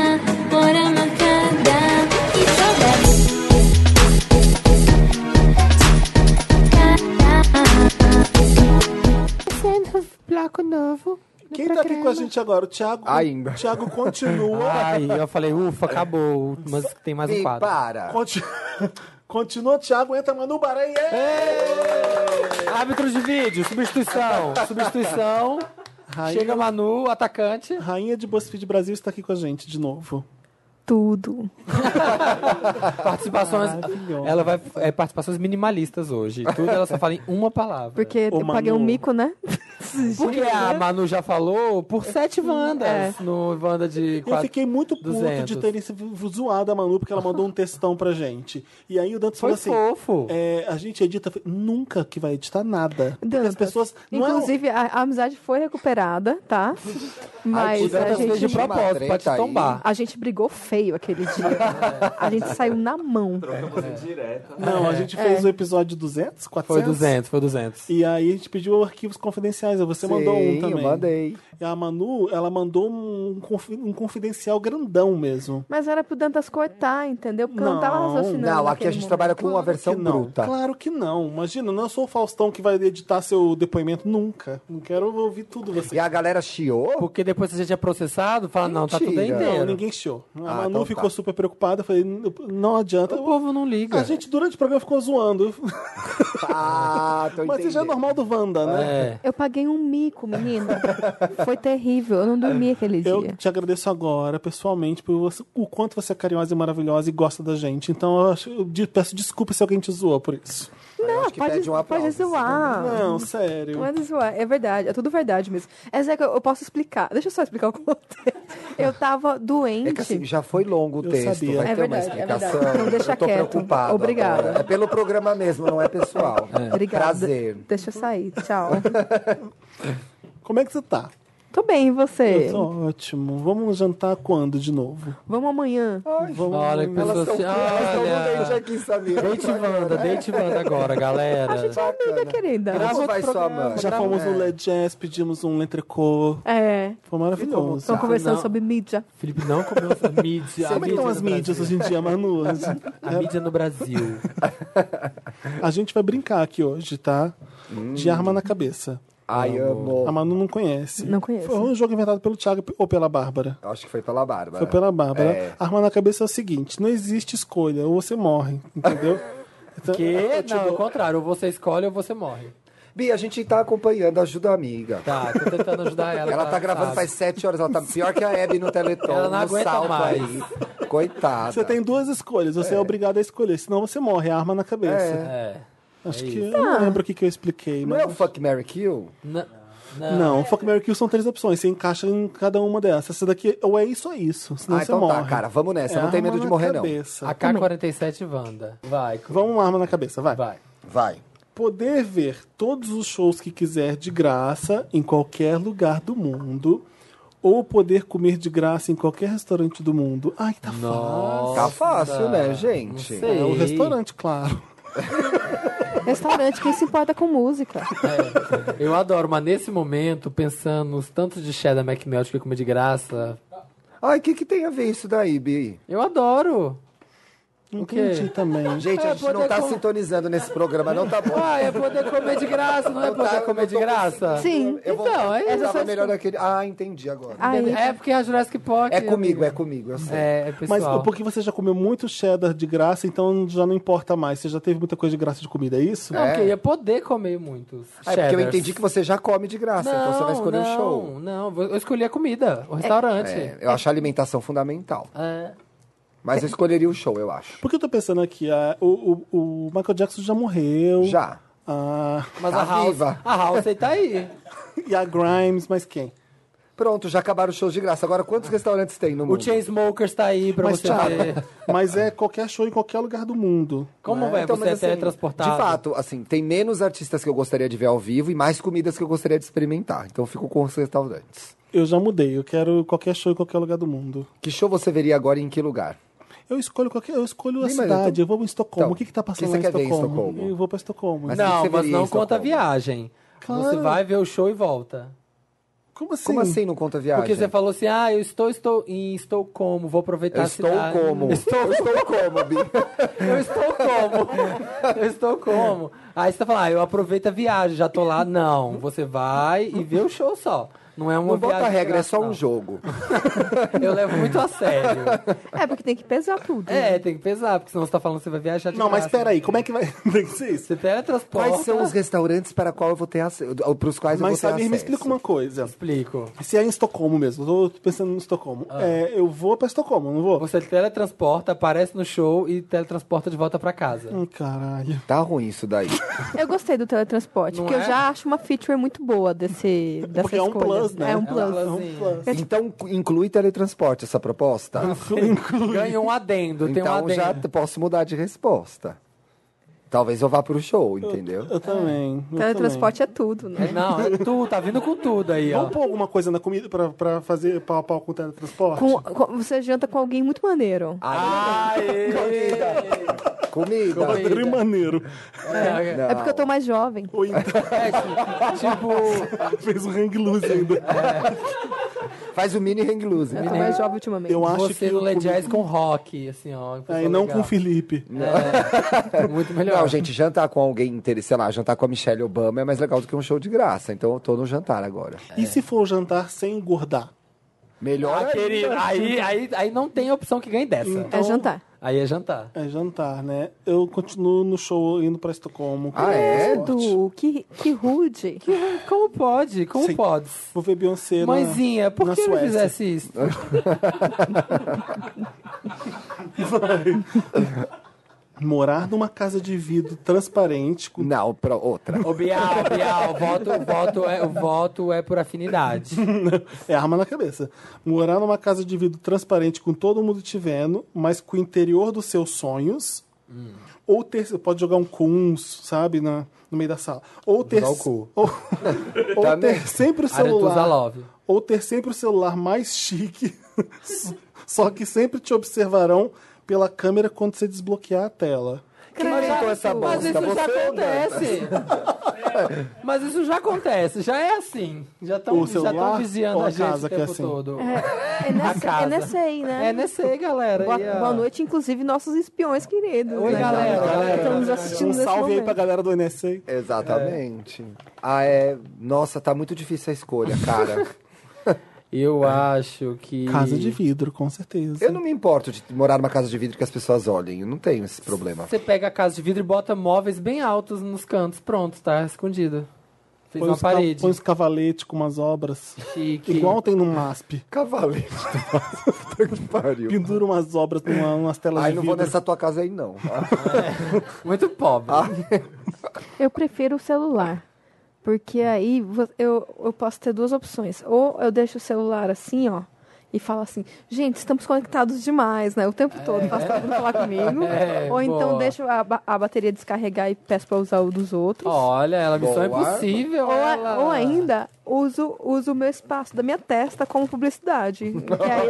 S10: hora marcada. Que saudade.
S2: Quem tá aqui com a gente agora? O Thiago.
S4: Ainda.
S2: O Thiago
S5: (laughs)
S2: continua.
S3: Ai, eu falei, ufa, acabou. Mas tem mais um
S4: E
S3: quadro.
S4: para.
S2: conti- (laughs) Continua, Thiago. Entra, um Manu Bahrein.
S3: Árbitro de vídeo, substituição. Substituição.
S2: Rainha,
S3: Chega Manu, atacante.
S2: Rainha de BuzzFeed Brasil está aqui com a gente de novo.
S11: Tudo.
S3: (laughs) Participações.
S2: Maravilhosa.
S3: Ela vai. É, participações minimalistas hoje. Tudo ela só fala em uma palavra.
S11: Porque
S2: Ô,
S11: eu paguei um
S2: Manu.
S11: mico,
S3: (laughs)
S11: né?
S3: Porque a Manu já falou por sete Wandas no Wanda de
S2: Eu
S3: quatro.
S2: fiquei muito puto
S3: 200.
S2: de terem se vo- zoado a Manu, porque ela mandou um textão pra gente. E aí o Dantas
S3: Foi
S2: falou assim:
S3: fofo.
S2: é, a gente edita. Eu falei, Nunca que vai editar nada. Porque
S11: Dantas.
S2: As pessoas. Não
S11: Inclusive, a, a amizade foi recuperada, tá? Mas
S4: Ai, que
S11: a
S4: Dantas
S3: fez de
S11: gente,
S4: uma
S3: propósito, pra
S4: treta
S3: te
S4: aí.
S3: tombar.
S11: a gente brigou feio aquele dia. A gente saiu na mão.
S2: é- não, a gente fez o episódio 200, 400.
S3: Foi 200, foi 200.
S2: E aí a gente pediu arquivos confidenciais. aí Você mandou um
S4: Sim,
S2: também.
S4: Eu mandei.
S2: E a Manu, ela mandou um, confi- um confidencial grandão mesmo.
S11: Mas era pro Dantas cortar, entendeu? Porque eu não tava
S2: Não.
S11: raciocinando.
S4: Não, aqui
S11: naquele
S4: a gente
S11: momento.
S4: trabalha com a versão
S2: que não.
S4: bruta.
S2: Claro que não. Imagina, não sou o Faustão que vai editar seu depoimento nunca. Não quero ouvir tudo você.
S4: E a galera chiou?
S3: Porque depois a gente é processado, fala, não, tá tudo aí
S4: Mentira.
S2: Não,
S3: inteiro.
S2: ninguém chiou. A
S4: Ah,
S2: Manu
S4: então tá.
S2: ficou super preocupada. Eu falei, não adianta.
S3: O povo não liga.
S2: A gente, durante o programa, ficou zoando.
S4: (laughs) Ah,
S2: (laughs)
S4: tô
S2: Mas isso já é
S4: entendendo.
S2: normal do Wanda, né?
S3: É.
S11: Eu paguei um mico, menino. Foi terrível. Eu não dormi aquele dia.
S2: Eu te agradeço agora, pessoalmente, por você- o quanto você é carinhosa e maravilhosa e gosta da gente. Então, eu, acho- eu de- peço desculpa se alguém te zoou por isso.
S11: Não,
S4: acho que pede um aplauso,
S11: pode zoar.
S2: Não, sério.
S11: Mas isso é, é verdade, é tudo verdade mesmo. Essa é que eu, eu posso explicar. Deixa eu só explicar o contexto. Eu tava doente.
S4: É que assim, já foi longo o
S2: Eu
S4: texto,
S2: sabia.
S4: vai
S11: É
S4: ter
S11: verdade,
S4: uma
S11: é verdade.
S4: explicação.
S11: Então deixa
S4: eu tô
S11: quieto.
S4: preocupado.
S11: Obrigada.
S4: agora. É pelo programa mesmo, não é pessoal.
S11: Obrigada.
S4: Prazer.
S11: Deixa eu sair. Tchau.
S2: Como é que você tá?
S11: Tô bem, e você?
S2: Eu tô ótimo. Vamos jantar quando de novo?
S11: Vamos amanhã.
S2: Vamos
S3: Olha que pessoa assim, olha.
S4: aqui, Samir.
S3: Date Wanda, date Wanda
S11: (laughs)
S3: agora,
S11: A gente
S3: galera.
S11: é amiga, querida.
S4: Não vai só, mano.
S2: Já fomos no Led Jazz, pedimos um entrecô.
S11: um É.
S2: Foi maravilhoso.
S11: Estão conversando
S3: Não.
S11: sobre mídia.
S3: Felipe não comeu essa mídia. a
S2: Como é que
S3: mídia
S2: estão as
S3: no
S2: mídias
S3: Brasil.
S2: hoje em dia,
S3: (laughs)
S2: Manu? assim,
S3: A mídia no Brasil.
S2: A gente vai brincar aqui hoje, tá? De arma na cabeça.
S4: Hum. Ai, amo.
S2: A Manu não conhece.
S11: Não conheço.
S2: Foi um jogo inventado pelo Thiago ou pela Bárbara.
S4: Eu Acho que foi pela Bárbara.
S2: Foi pela né? Bárbara.
S4: É.
S2: Arma na cabeça é o seguinte: não existe escolha, ou você morre, entendeu? Então,
S3: Que?
S2: eu te
S3: Não, é o
S2: dou-
S3: contrário. Ou você escolhe ou você morre.
S4: Bi, a gente tá acompanhando, ajuda a amiga.
S3: Tá, tô tentando ajudar ela.
S4: Ela tá gravando
S3: sabe?
S4: faz sete horas, ela tá pior que a Hebe no Teleton,
S3: Ela não
S4: no
S3: aguenta
S4: salto
S3: mais.
S4: aí. Coitada.
S2: Você tem duas escolhas, você é. obrigado a escolher, senão você morre, a arma na cabeça.
S3: É.
S2: Acho
S3: é
S2: que
S3: isso.
S2: eu
S11: Tá.
S2: não lembro o que, que eu expliquei,
S4: Não
S2: mas.
S4: é o Fuck, Mary Kill?
S3: N- Não.
S2: Não,
S4: Ah,
S2: Fuck Mary Kill são três opções, você encaixa em cada uma dessas. Essa daqui ou é isso ou é isso, senão
S4: Ah,
S2: você
S4: então
S2: morre.
S4: tá, cara, vamos nessa,
S2: É
S4: eu não tenho
S2: arma
S4: medo de
S2: na
S4: morrer,
S2: cabeça.
S3: AK-47 Wanda. Vai, cu-
S2: Vamos uma arma na cabeça, vai.
S3: vai.
S4: não. Vai.
S2: Poder ver todos os shows que quiser de graça em qualquer lugar do mundo. Ou poder comer de graça em qualquer restaurante do mundo. Ai, tá fácil.
S4: Tá fácil, né, gente?
S3: sei.
S2: É o restaurante, claro.
S11: (laughs) Restaurante, quem se importa com música?
S3: É, eu adoro, mas nesse momento, pensando nos tantos de cheddar McMelt que eu comi de graça,
S4: Ai, o que, que tem a ver isso daí, Bi?
S3: eu adoro.
S2: Não
S3: O quê? É,
S2: entendi também.
S4: Gente, a gente não tá sintonizando nesse programa, não tá bom.
S3: Ah, é poder comer de graça, não é
S4: Eu tava-
S3: poder comer
S4: Tá, eu
S3: de
S4: tô
S3: graça?
S11: Sim.
S4: Eu vou,
S3: Então, é
S4: eu
S3: essa
S4: tava
S3: só-
S4: melhor daquele. Ah, entendi agora.
S11: Aí,
S3: É porque é a Jurassic Park.
S4: é comigo,
S3: amigo.
S4: é comigo, eu sei.
S3: É, é
S2: Mas
S3: pessoal.
S2: porque você já comeu muito cheddar de graça, então já não importa mais. Você já teve muita coisa de graça de comida, é isso?
S3: Não,
S4: É.
S3: porque eu ia poder comer muitos
S4: Ah, é porque eu
S3: cheddars.
S4: entendi que você já come de graça,
S3: não,
S4: então você vai escolher
S3: não,
S4: o show.
S3: Não, eu escolhi a comida, o restaurante.
S4: É, eu acho a alimentação fundamental.
S3: É.
S4: Mas eu escolheria o show, eu acho.
S2: Porque eu tô pensando aqui, ah, o, o- o Michael Jackson já morreu.
S4: Já.
S2: Ah,
S3: Mas
S4: Tá
S3: a House,
S4: viva.
S3: a House aí tá
S4: (laughs)
S3: aí.
S2: e a Grimes, mas quem?
S4: Pronto, já acabaram os shows de graça. Agora, quantos restaurantes tem no
S3: O
S4: mundo?
S3: Chainsmokers tá aí pra
S2: Mas,
S3: você
S2: Thiago,
S4: (laughs)
S3: ver.
S2: mas é qualquer show em qualquer lugar do mundo.
S3: Como
S4: É,
S3: é,
S4: então,
S3: você
S4: mas,
S3: é
S4: assim,
S3: teletransportado?
S4: De fato, assim, tem menos artistas que eu gostaria de ver ao vivo e mais comidas que eu gostaria de experimentar. Então eu fico com os restaurantes.
S2: Eu já mudei, eu quero qualquer show em qualquer lugar do mundo.
S4: Que show você veria agora e em que lugar?
S2: Eu escolho qualquer, eu escolho a
S4: Sim, mas eu tô-
S2: cidade, eu vou em Estocolmo.
S4: Então,
S2: o que que tá passando
S4: quem você
S2: lá em
S4: quer ver em
S2: Estocolmo?
S4: Estocolmo?
S2: Eu vou pra Estocolmo. né?
S4: Mas-
S3: Não,
S4: Você
S3: mas
S4: veria
S3: não
S4: isso,
S3: conta a
S4: Paulo?
S3: viagem. Você
S2: Claro.
S3: vai ver o show e volta.
S2: Como assim?
S4: Como assim não conta viagem?
S3: Porque você falou assim, ah, eu estou, estou em estou como, vou aproveitar
S4: eu
S3: a
S4: estou
S3: cidade. (laughs)
S4: como? Eu estou como, Bi? (laughs)
S3: Eu estou como? eu estou como? Aí você tá falando, ah, eu aproveito a viagem, já tô lá. Não, você vai e vê o show só. Não é uma
S4: Não
S3: viagem.
S4: bota
S3: de
S4: regra, é
S3: graça,
S4: só
S3: não.
S4: um jogo.
S3: (laughs) Eu levo muito a sério.
S11: É porque tem que pesar tudo. né?
S3: É, tem que pesar, porque senão você tá falando que você vai viajar de
S2: Não, mas
S3: graça.
S2: peraí, como é que vai. (laughs) Tem que ser isso.
S3: Você teletransporta.
S4: Quais são os
S11: é?
S4: restaurantes para qual eu vou ter acesso? Para os quais eu vou
S2: Mas
S4: ter acesso?
S2: Samir, me explica uma coisa.
S3: Explico.
S2: Se é em Estocolmo mesmo, eu tô pensando em Estocolmo.
S3: Ah.
S2: É, eu vou pra Estocolmo, não vou?
S3: Você teletransporta, aparece no show e teletransporta de volta pra casa.
S2: Ai, caralho.
S4: Tá ruim isso daí.
S11: Eu gostei do teletransporte,
S3: Não
S11: porque eu
S3: é?
S11: já acho uma feature muito boa desse, dessa
S2: Porque é um
S11: escolha.
S2: plus, né?
S11: É um
S3: É um
S11: plus. tipo-
S2: É um
S3: Sim.
S2: plus.
S4: Então cu- inclui teletransporte essa proposta?
S2: (laughs)
S3: Ganha um adendo, tem um
S4: então
S3: adendo.
S4: já t- posso mudar de resposta. Talvez eu vá pro show, entendeu?
S2: Eu também. eu
S11: Teletransporte é tudo, né?
S3: É, Não, é tu, tá vindo com tudo aí,
S2: também.
S3: ó.
S2: Vamos pôr alguma coisa na comida pra, pra fazer pau a pau com o teletransporte?
S11: Com- com- você janta com alguém muito maneiro.
S4: Comida.
S2: Maneiro e maneiro.
S3: É,
S11: É porque eu tô mais jovem.
S2: Ou então
S3: é, tipo,
S4: (laughs)
S2: fez um hang loose ainda.
S4: É. Faz o mini hang loose.
S11: Eu tô mais jovem ultimamente.
S2: Eu acho
S3: você
S2: que.
S3: no
S2: eu
S3: Led
S2: comi-
S3: Jazz com rock, assim, ó.
S2: Aí não com o Felipe.
S3: É, (laughs) muito melhor.
S4: Não, gente, jantar com alguém, inter- sei lá, jantar com a Michelle Obama é mais legal do que um show de graça. Então eu tô no jantar agora.
S2: E se for um jantar tá sem engordar?
S4: Melhor
S3: Ah, querido, aí, aí, aí não tem opção que ganhe dessa.
S2: Então,
S11: É jantar.
S3: Aí é jantar.
S2: É jantar, né? Eu continuo no show indo pra Estocolmo.
S4: Ah, é?
S11: Edu, que, que rude.
S3: Como pode? Como
S2: Sim.
S3: pode?
S2: Vou ver Beyoncé na-
S3: Mãezinha, por
S2: na
S3: que não
S2: Suécia.
S3: fizesse isso?
S2: Morar numa casa de vidro transparente com
S4: Não, pra outra.
S3: Ô, Bial, Bial, voto, voto, é, o voto é por afinidade.
S2: (laughs) É arma na cabeça. Morar numa casa de vidro transparente com todo mundo te vendo, mas com o interior dos seus sonhos.
S6: Hum.
S2: Ou ter. Você pode jogar um cuns, sabe? Na, no meio da sala. Ou ter.
S3: o cu.
S4: (laughs)
S2: Ou, ou
S4: Também.
S2: ter sempre o
S3: Aretusa
S2: celular.
S3: Love.
S2: Ou ter sempre o celular mais chique. (laughs) s- só que sempre te observarão pela câmera quando você desbloquear a tela.
S4: Quem inventou essa bosta?
S3: Mas isso já
S4: Você ou o Dantas?
S3: acontece. Mas isso já acontece, já é assim. Já
S2: O
S3: estão
S2: celular
S3: vigiando
S2: ou a
S3: a gente
S2: casa
S3: o
S2: que é
S3: tempo
S2: assim?
S3: todo.
S11: É, é
S3: (laughs) A casa.
S11: NSA, né?
S3: É NSA, galera.
S11: Boa,
S3: E a-
S11: boa noite, inclusive, nossos espiões queridos.
S3: Oi,
S11: né?
S3: galera, galera.
S11: Estão nos assistindo
S2: Um
S11: nesse
S2: salve aí
S11: momento.
S2: pra galera do NSA.
S4: Exatamente. Ah, é. Nossa, tá muito difícil a escolha, cara.
S3: Eu acho que.
S2: (laughs) Casa de vidro, com certeza.
S4: Eu não me importo de morar numa casa de vidro que as pessoas olhem. Eu não tenho esse problema.
S3: Você pega a casa de vidro e bota móveis bem altos nos cantos. Pronto, tá escondido. Fez
S2: Põe
S3: uma
S2: uns, ca-
S3: parede.
S2: põe uns cavalete com umas obras.
S3: Chique.
S2: Igual tem no MASP.
S4: Cavalete. (laughs) Puta que pariu.
S2: Pendura umas obras numa, umas telas
S4: Ai,
S2: de
S4: não
S2: vidro.
S4: vou nessa tua casa aí,
S3: (laughs)
S4: não.
S3: É,
S4: Ah,
S3: Muito pobre.
S11: Eu prefiro o celular. Porque aí vo- eu, eu posso ter duas opções. Ou eu deixo o celular assim, ó, e falo assim, gente, estamos conectados demais, né? O tempo todo, faço todo mundo falar comigo.
S3: (laughs) É,
S11: Ou então
S3: boa.
S11: deixo a, ba- a bateria descarregar e peço pra usar o dos outros.
S3: Olha, ela missão é
S4: Boa.
S3: impossível.
S11: Ou, a-
S3: ela-
S11: ou ainda uso uso o meu espaço da minha testa como publicidade. E aí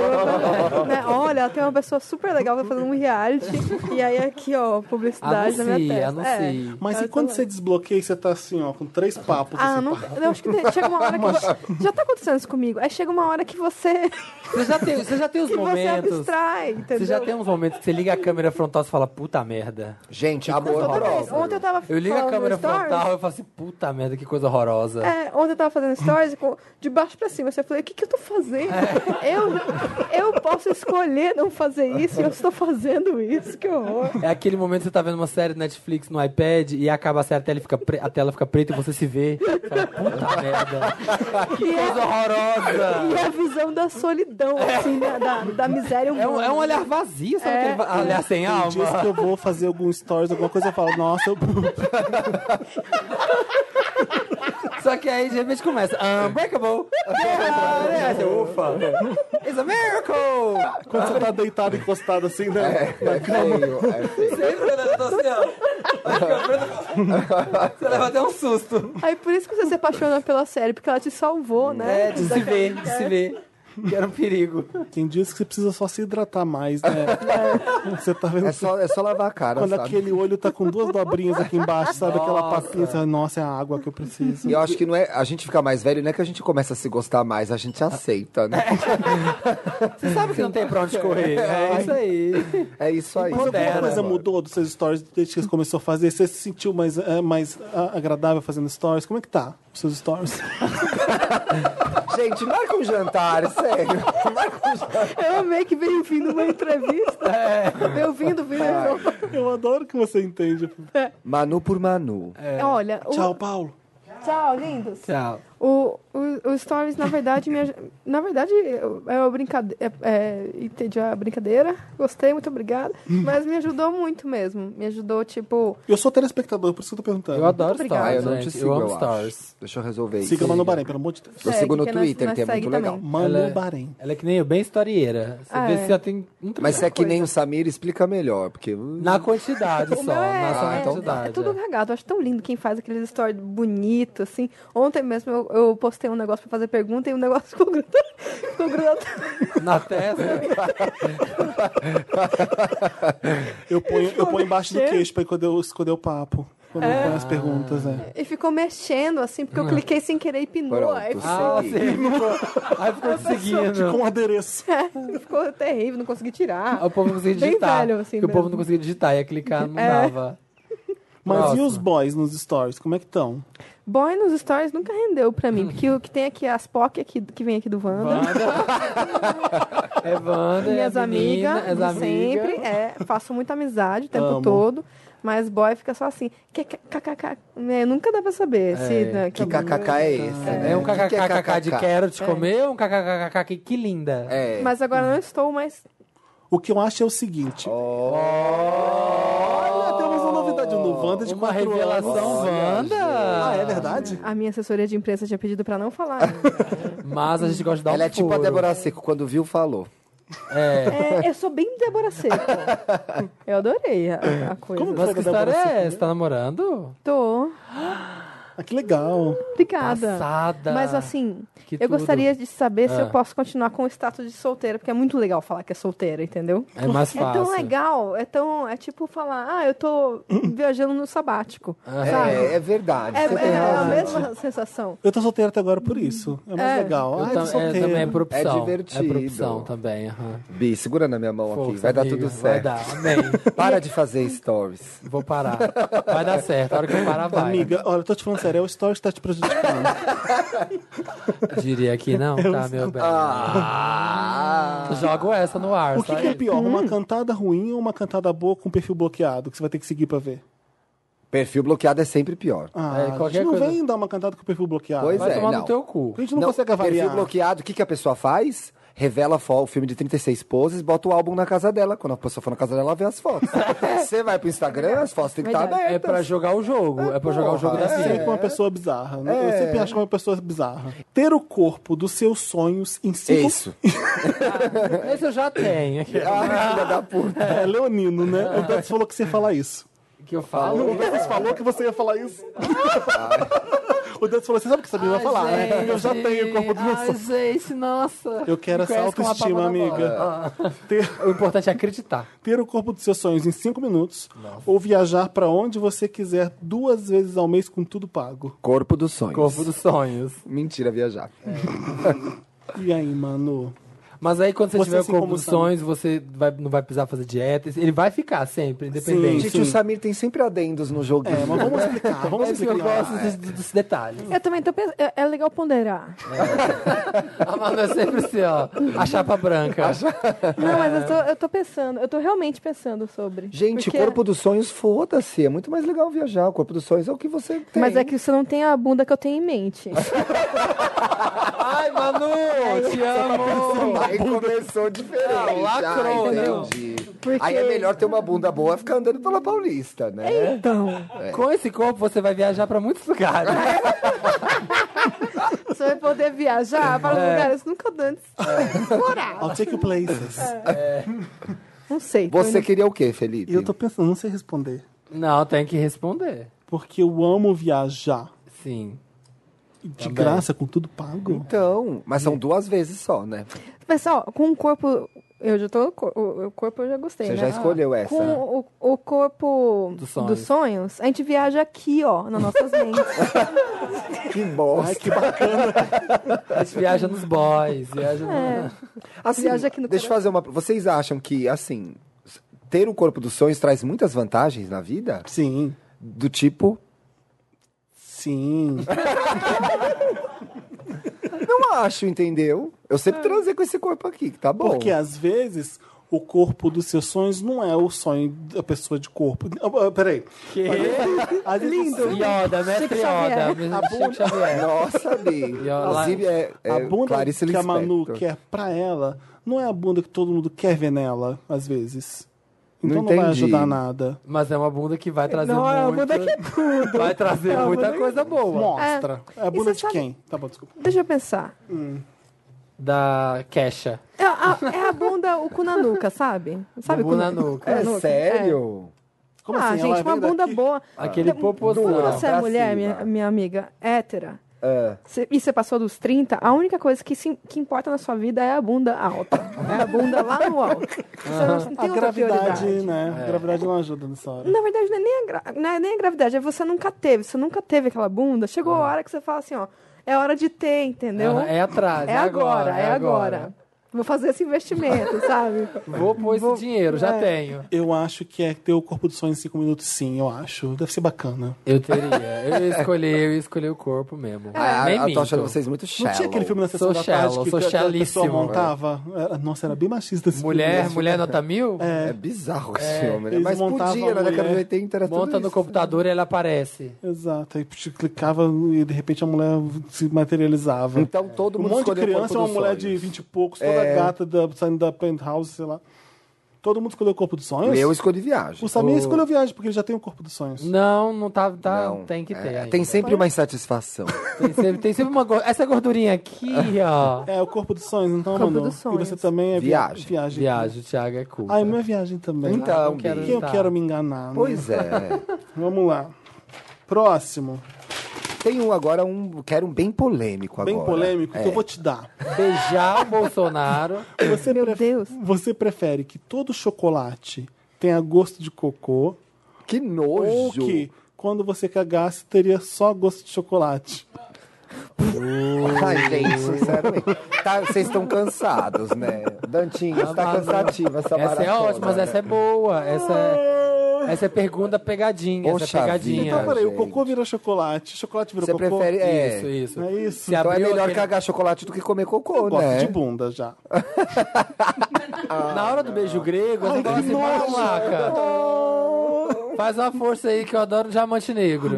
S11: eu, né, olha, tem uma pessoa super legal que tá fazendo um reality. E aí aqui, ó,
S3: Ah,
S11: publicidade da minha
S3: Anuncie,
S11: testa. É.
S3: anuncie.
S2: Mas
S11: Cara,
S2: e quando
S11: sei
S2: você desbloqueia, você tá assim, ó, com três papos.
S11: Ah,
S2: assim,
S11: não,
S2: pá.
S11: eu acho que tem- chega uma hora que. vo- Já tá acontecendo isso comigo. Aí chega uma hora que você.
S3: (laughs) Você já tem, você já tem
S11: (laughs)
S3: os
S11: que você
S3: momentos.
S11: abstrai, entendeu?
S3: Você já tem um uns momentos que você liga a câmera frontal e fala, puta merda.
S4: Gente,
S11: Mas
S4: amor
S11: toda vez.
S4: próprio.
S11: Ontem eu tava
S3: Eu ligo a
S11: falando
S3: câmera
S11: stories.
S3: frontal e falo assim, puta merda, que coisa horrorosa.
S11: É, ontem eu tava fazendo stories com- de baixo pra cima. Assim, eu falei, o que, que eu tô fazendo?
S3: É.
S11: Eu, eu posso escolher não fazer isso e eu estou fazendo isso, que
S3: (laughs)
S11: horror.
S3: É aquele momento que você tá vendo uma série Netflix no iPad e acaba a série, a tela fica, pre- a tela fica preta e você
S11: (laughs)
S3: se vê. Você Fala, puta merda. Que coisa horrorosa.
S11: é E é a visão da solidão, assim, né, da, da miséria
S3: É um,
S11: humana.
S3: é um olhar vazio, sabe?
S11: É,
S3: aquele va- olhar sem
S2: Tem dias
S3: alma.
S2: que eu vou fazer algum stories, alguma coisa, eu falo, nossa, eu...
S3: Só que aí de repente começa.
S11: (laughs)
S3: "Ah, Unbreakable! Yeah, yeah, você, Ufa! It's a miracle!
S2: (laughs) quando você tá deitado, encostado assim, né?
S4: É feio, é feio.
S3: Sempre né? Eu tô assim, ó. Você leva até um susto.
S11: Aí por isso que você se apaixona pela série, porque ela te salvou, né?
S3: É, de se ver, de se ver. Que era um perigo.
S2: Tem dias que você precisa só se hidratar mais, né? Você tá vendo...
S4: É só, é só lavar a cara,
S2: Quando
S4: sabe?
S2: aquele olho tá com duas dobrinhas aqui embaixo, sabe? Aquela papinha, você fala, nossa, é a água que eu preciso.
S4: E eu acho que não é, a gente fica mais velho, não é que a gente começa a se gostar mais, a gente aceita, né?
S3: Você sabe que não tem pra onde correr. É isso aí.
S4: É isso aí.
S2: Mas alguma
S3: Modera.
S2: coisa mudou dos seus stories desde que você começou a fazer? Você se sentiu mais, é, mais ah, agradável fazendo stories? Como é que tá os seus stories?
S4: (laughs) Gente, marca um jantar, sério. Marca um jantar.
S11: Eu amei que veio vindo uma entrevista.
S3: É.
S11: Veio vindo, veio.
S2: Eu adoro que você entende.
S3: É.
S4: Manu por Manu.
S11: Olha, o-
S2: Tchau, Paulo.
S11: Tchau, lindos.
S3: Tchau.
S11: O, o, o Stories, na verdade, me aj- na verdade, eu- é uma brincadeira. É, é, entendi a brincadeira. Gostei, muito obrigada. Mas me ajudou muito mesmo. Me ajudou, tipo.
S2: Eu sou telespectador, por isso que eu tô perguntando.
S3: Eu adoro
S11: Muito obrigada.
S4: Ah, eu
S3: Stars,
S4: não te
S3: gente.
S4: sigo,
S3: Eu
S4: eu,
S3: amo
S4: acho.
S3: Stars.
S4: Deixa eu resolver isso.
S2: Siga Manu Barém, pelo amor de Deus.
S4: Eu sigo no
S11: que nós-
S4: Twitter,
S11: nós
S4: que é muito
S11: segue
S4: legal.
S11: também.
S2: Manu
S3: Ela-
S2: Barém.
S3: Ela é que nem eu, bem historieira. Você
S11: Ah,
S3: vê
S11: é.
S3: se ela tem um trilhão.
S4: Mas se é que nem o Samir, explica melhor, porque... hum.
S3: Na quantidade
S11: (laughs) O
S3: só.
S11: meu é,
S3: na só
S11: é,
S3: quantidade.
S11: é tudo cagado. Eu acho tão lindo quem faz aqueles stories bonitos, assim. Ontem mesmo eu, eu postei um negócio pra fazer pergunta e o negócio (laughs) ficou grudado. Ficou grudado.
S3: é.
S11: (laughs)
S3: Na (laughs) testa.
S2: Eu ponho, eu ponho embaixo do queixo pra quando eu esconder o papo. Quando eu ponho as perguntas, é.
S11: E ficou mexendo, assim,
S3: Hum.
S11: porque eu cliquei sem querer e pinou.
S4: Pronto,
S11: Aí
S3: Ah,
S4: segui.
S11: (laughs)
S3: você ficou. Aí ficou te seguindo.
S2: Com um adereço.
S11: É, ficou terrível, não consegui tirar.
S3: O povo não conseguia
S11: Bem
S3: digitar.
S11: velho, assim,
S3: porque o povo
S11: mesmo.
S3: não conseguia digitar, ia clicar, não
S11: É.
S3: dava.
S2: Mas e
S3: Próximo.
S2: os boys nos stories? Como é que estão?
S11: Boy nos stories nunca rendeu pra mim, porque o que tem aqui é as POC aqui, que vem aqui do Wanda.
S3: É Wanda,
S11: (laughs) minhas
S3: é a menina,
S11: amigas,
S3: as
S11: de
S3: amigas.
S11: sempre. É, faço muita amizade o tempo
S2: Amo.
S11: todo. Mas boy fica só assim, que- que- kkk. né, Nunca dá pra
S2: É,
S11: saber se. né,
S4: Que kkk é esse, né?
S3: É um
S4: O que que
S3: kkkk de quero te
S11: É.
S3: comer, um kkkk que, que linda.
S4: É.
S11: Mas agora não estou mais.
S2: O que eu acho é o seguinte. Olha, temos uma novidade no Wanda de
S3: Uma
S2: quatro
S3: revelação
S2: anos.
S3: Wanda.
S2: Ah, é verdade? É.
S11: A minha assessoria de imprensa tinha pedido pra não
S2: (laughs)
S11: falar.
S3: Mas a gente gosta de dar um
S4: Ela é tipo a
S3: furo.
S4: Débora Seco, quando viu, falou.
S11: é,
S3: É.
S11: eu sou bem Débora Seco. Eu adorei a, a coisa.
S2: Como
S3: Mas
S2: Foi
S3: que é
S2: da Débora
S3: história é essa? Tá namorando?
S11: Tô.
S2: Ah, que legal.
S11: Obrigada.
S3: Passada.
S11: Mas assim,
S3: Que
S11: eu
S3: tudo.
S11: gostaria de saber se
S3: Ah.
S11: eu posso continuar com o status de solteira, porque é muito legal falar que é solteira, entendeu?
S3: É mais
S11: É tão
S3: fácil.
S11: legal, é tão. É tipo falar, ah, eu tô viajando no sabático.
S2: Ah,
S11: Sabe?
S4: É, é verdade.
S11: É-
S4: você tem
S11: é a
S4: razão.
S11: mesma sensação.
S2: Eu tô solteiro até agora por isso. É mais
S11: É.
S2: legal.
S3: Eu
S2: Ai,
S3: tam-
S2: tô
S3: é,
S2: solteiro.
S3: também é por opção.
S4: É divertido.
S3: É por opção também. aham.
S4: Bi, segura na minha mão aqui.
S3: Força,
S4: Vai dar
S3: amiga,
S4: tudo certo.
S3: Vai dar, amém.
S4: (laughs) Para de fazer stories.
S3: Vou parar. Vai dar certo. A hora que eu parar, vai.
S2: Amiga, olha, eu tô te falando sério, é o story que tá te prejudicando.
S3: Diria que não, tá, meu bem.
S2: Ah.
S3: Ah. Jogo essa no ar.
S2: o que,
S3: só
S2: que é
S3: isso.
S2: pior,
S11: Hum.
S2: uma cantada ruim ou uma cantada boa com perfil bloqueado, que você vai ter que seguir pra ver?
S4: (laughs) Perfil bloqueado é sempre pior.
S2: Ah,
S3: É,
S2: a
S3: qualquer
S2: gente não
S3: coisa.
S2: vem dar uma cantada com perfil bloqueado.
S4: Pois
S3: Vai
S4: é,
S3: tomar
S4: não.
S3: no teu cu.
S2: A gente não, consegue avaliar.
S4: Perfil bloqueado, o que, que a pessoa faz? Revela fo- o filme de 36 poses, bota o álbum na casa dela. Quando a pessoa for na casa dela, ela vê as fotos. (laughs) É. Você vai pro Instagram, as fotos têm que estar
S11: Verdade.
S4: abertas.
S3: É pra jogar o jogo. É, pra jogar o jogo da
S2: É
S3: vida.
S2: sempre uma pessoa bizarra, né? Eu sempre acho uma pessoa bizarra. Ter o corpo dos seus sonhos em cinco... (laughs)
S4: Isso.
S3: Esse eu já tenho. aqui.
S4: Ah, filha da puta.
S2: É leonino, né? O Dantas falou que você ia falar isso.
S3: Que eu falo.
S2: O Dantas falou é que você ia falar isso. o Dantas falou, você sabe o que essa menina vai falar, né? Eu já tenho o corpo dos meus
S3: Ai,
S2: sonhos.
S3: gente, nossa.
S2: Eu quero essa
S3: Conhece com a
S2: autoestima,
S3: palma da mão.
S2: amiga. Ah. Ter,
S3: O importante é acreditar.
S2: ter o corpo dos seus sonhos em cinco minutos ou viajar pra onde você quiser duas vezes ao mês com tudo pago.
S4: Corpo dos sonhos.
S3: Corpo dos sonhos.
S4: Mentira, viajar.
S2: E aí, mano?
S3: Mas aí quando você,
S2: Você assim
S3: tiver o
S2: se
S3: corpo dos
S2: incomodando.
S3: sonhos, você vai- não vai precisar fazer dieta. Ele vai ficar sempre, independente.
S4: Gente, o Samir tem sempre adendos no joguinho.
S2: É, mas vamos
S4: (laughs)
S2: explicar, vamos
S3: É que eu
S2: explicar.
S3: gosto dos, dos detalhes.
S11: Eu também tô pensando. É, é legal ponderar.
S3: A Manu é sempre assim, ó. A chapa branca.
S11: Não, mas eu tô, eu tô pensando, eu tô realmente pensando sobre.
S4: Gente,
S11: Porque-
S4: o corpo dos sonhos, foda-se. É muito mais legal viajar. O corpo dos sonhos é o que você tem.
S11: Mas é que você não tem a bunda que eu tenho em mente.
S3: Ai, Manu, te
S2: é
S3: amo.
S4: Aí começou diferente.
S3: Ah, lacrou,
S4: Ah,
S3: né?
S4: entendi.
S11: Porque-
S4: Aí é melhor ter uma bunda boa e ficar andando pela Paulista, né?
S11: Então,
S3: Com esse corpo, você vai viajar pra muitos lugares.
S11: você vai poder viajar para lugares nunca antes. Explorar.
S2: I'll take you places.
S3: É.
S11: Não sei. tô
S4: Você
S11: indo-
S4: queria o quê, Felipe?
S2: E eu tô pensando, não sei responder.
S3: Não, tem que responder.
S2: Porque eu amo viajar.
S3: Sim.
S2: De graça, com tudo pago.
S4: Então, mas são duas vezes só, né?
S11: Pessoal, com o corpo. Eu já tô no cor- o, o corpo eu já gostei,
S4: Você
S11: né?
S4: já escolheu essa.
S11: Com
S4: né?
S11: o, o corpo
S3: Dos sonhos.
S11: dos sonhos, a gente viaja aqui, ó, nas nossas mentes.
S4: Que bosta.
S2: Ai, que bacana.
S3: A gente viaja nos boys, viaja
S11: É.
S3: no...
S4: Assim,
S11: Viaja aqui no
S4: deixa eu fazer uma. Vocês acham que, assim, s- ter o corpo dos sonhos traz muitas vantagens na vida?
S2: Sim,
S4: Do tipo.
S2: sim.
S4: (laughs) Não acho, entendeu? Eu
S3: É.
S4: sempre transei com esse corpo aqui, que tá bom.
S2: Porque às vezes o corpo dos seus sonhos não é o sonho da pessoa de corpo. Ah, ah, Peraí.
S3: Que?
S2: Às vezes- né?
S3: Yoda, né? mestre
S11: Xavier.
S3: Yoda. mestre Chico Xavier.
S4: Nossa, Bi.
S3: ó, lá-
S4: Inclusive, é, é
S2: a bunda
S4: Clarice
S2: que a Manu
S4: Lispector.
S2: quer pra ela não é a bunda que todo mundo quer ver nela, às vezes. Então
S4: Não
S2: não, vai
S4: entendi.
S2: ajudar nada.
S3: Mas é uma bunda que vai trazer
S11: Não,
S3: muito...
S11: é uma bunda que é
S3: tudo. Vai trazer muita coisa boa.
S2: Mostra. É, a
S11: e
S2: bunda
S11: você
S2: de
S11: sabe- Hum.
S2: quem? Tá bom, desculpa.
S11: Deixa eu pensar.
S3: Da Kesha.
S11: É a, é a bunda, o cu na nuca, sabe? Sabe
S3: Bubu
S11: cu
S3: na nuca.
S4: É
S11: nuca?
S4: sério?
S2: Como
S11: ah,
S2: assim? Ela
S11: gente, uma
S2: vem daqui?
S11: bunda boa.
S3: Aquele popozão.
S11: Quando você é
S4: pra
S11: mulher,
S4: cima.
S11: minha, minha amiga, hétera,
S4: É.
S11: cê- e você passou dos 30, a única coisa que, se- que importa na sua vida é a bunda alta. É a bunda lá no alto. Você não, não
S2: Ah. A
S11: tem outra
S2: gravidade,
S11: prioridade.
S2: né? A gravidade não ajuda nessa hora.
S11: Na verdade, não é, nem a gra- não é nem a gravidade, é você nunca teve. Você nunca teve aquela bunda. Chegou a hora que você fala assim, ó, é hora de ter, entendeu?
S3: Aham, É atrás,
S11: É agora, é agora. Vou fazer esse
S3: (laughs)
S11: investimento, sabe?
S3: Vou pôr esse dinheiro,
S11: é.
S3: já tenho.
S2: Eu acho que é ter o corpo dos sonhos em cinco minutos, sim, eu acho. Deve ser bacana.
S3: Eu teria. Eu ia escolher, eu ia escolher o
S2: (laughs)
S3: corpo mesmo.
S4: Ah,
S3: Nem
S4: eu tô
S3: minto.
S4: achando vocês muito
S2: Não
S4: shallow.
S2: tinha aquele filme na sessão
S3: Sou
S2: da
S3: shallow,
S2: tarde que
S3: sou
S2: a- que a pessoa
S3: shallíssimo.
S2: montava? É, Nossa, era bem machista esse
S3: Mulher,
S2: filme. né?
S3: mulher nota mil?
S4: É bizarro esse filme, né?
S2: eles
S4: Mas
S2: montavam
S4: podia, na
S2: a
S4: década de
S2: mulher,
S4: 80 era
S3: Monta
S4: tudo
S3: no
S4: isso. né?
S3: computador e ela aparece.
S2: Exato, aí psh, clicava e de repente a mulher se materializava.
S4: Então todo
S2: um
S4: mundo
S2: monte de
S4: escolheu o
S2: criança,
S4: corpo
S2: uma
S4: dos
S2: mulher de
S4: sonhos. É.
S2: 20 e poucos, toda gata da- saindo da penthouse, sei lá. Todo mundo escolheu o corpo dos sonhos?
S4: Eu escolhi viagem.
S2: O Samir escolheu viagem, porque ele já tem o corpo dos sonhos.
S3: Não, não tá. tá
S4: Não,
S3: Tem que
S4: é,
S3: ter. ainda.
S4: tem sempre uma insatisfação.
S3: Tem sempre, tem sempre uma. go- Essa gordurinha
S4: (laughs)
S3: aqui, ó.
S2: É, o corpo dos sonhos, então,
S11: Corpo
S2: Manu.
S11: dos sonhos.
S2: E você também é via-
S4: Viagem.
S2: viagem.
S3: Viagem, o Thiago é cool.
S2: Ah,
S4: (laughs)
S2: e minha viagem também.
S4: Então,
S2: Ah,
S4: Bi.
S2: quem eu (laughs)
S3: tá.
S2: quero me enganar? né?
S4: pois é.
S2: Vamos lá. Próximo.
S4: Tem um agora, um, quero um bem polêmico agora. É.
S2: Bem polêmico, que eu vou te dar.
S3: Beijar o Bolsonaro.
S2: Você Meu Deus. Você prefere que todo chocolate tenha gosto de cocô?
S4: Que nojo!
S2: Ou que quando você cagasse teria só gosto de chocolate?
S4: Ai, gente, sinceramente. Tá, Vocês estão cansados, né? Dantinho, está
S3: Amado.
S4: cansativa essa
S3: Tá Essa
S4: maratona.
S3: é ótima, mas essa é boa. Essa é, essa é pergunta pegadinha. essa
S4: Poxa
S3: é pegadinha.
S4: vida,
S2: Ah. Então, peraí, o
S4: gente.
S2: cocô vira chocolate, chocolate vira
S4: Você
S2: cocô?
S4: prefere... É,
S3: Isso, isso.
S2: É isso?
S3: Se
S4: então é
S3: abriu
S4: melhor
S3: aquele-
S4: cagar chocolate do que comer cocô,
S2: Eu gosto
S4: né?
S2: de bunda já.
S4: Ah,
S3: Na hora do beijo grego, eu falo assim, vai lá, cara. Faz uma força aí que eu adoro diamante negro.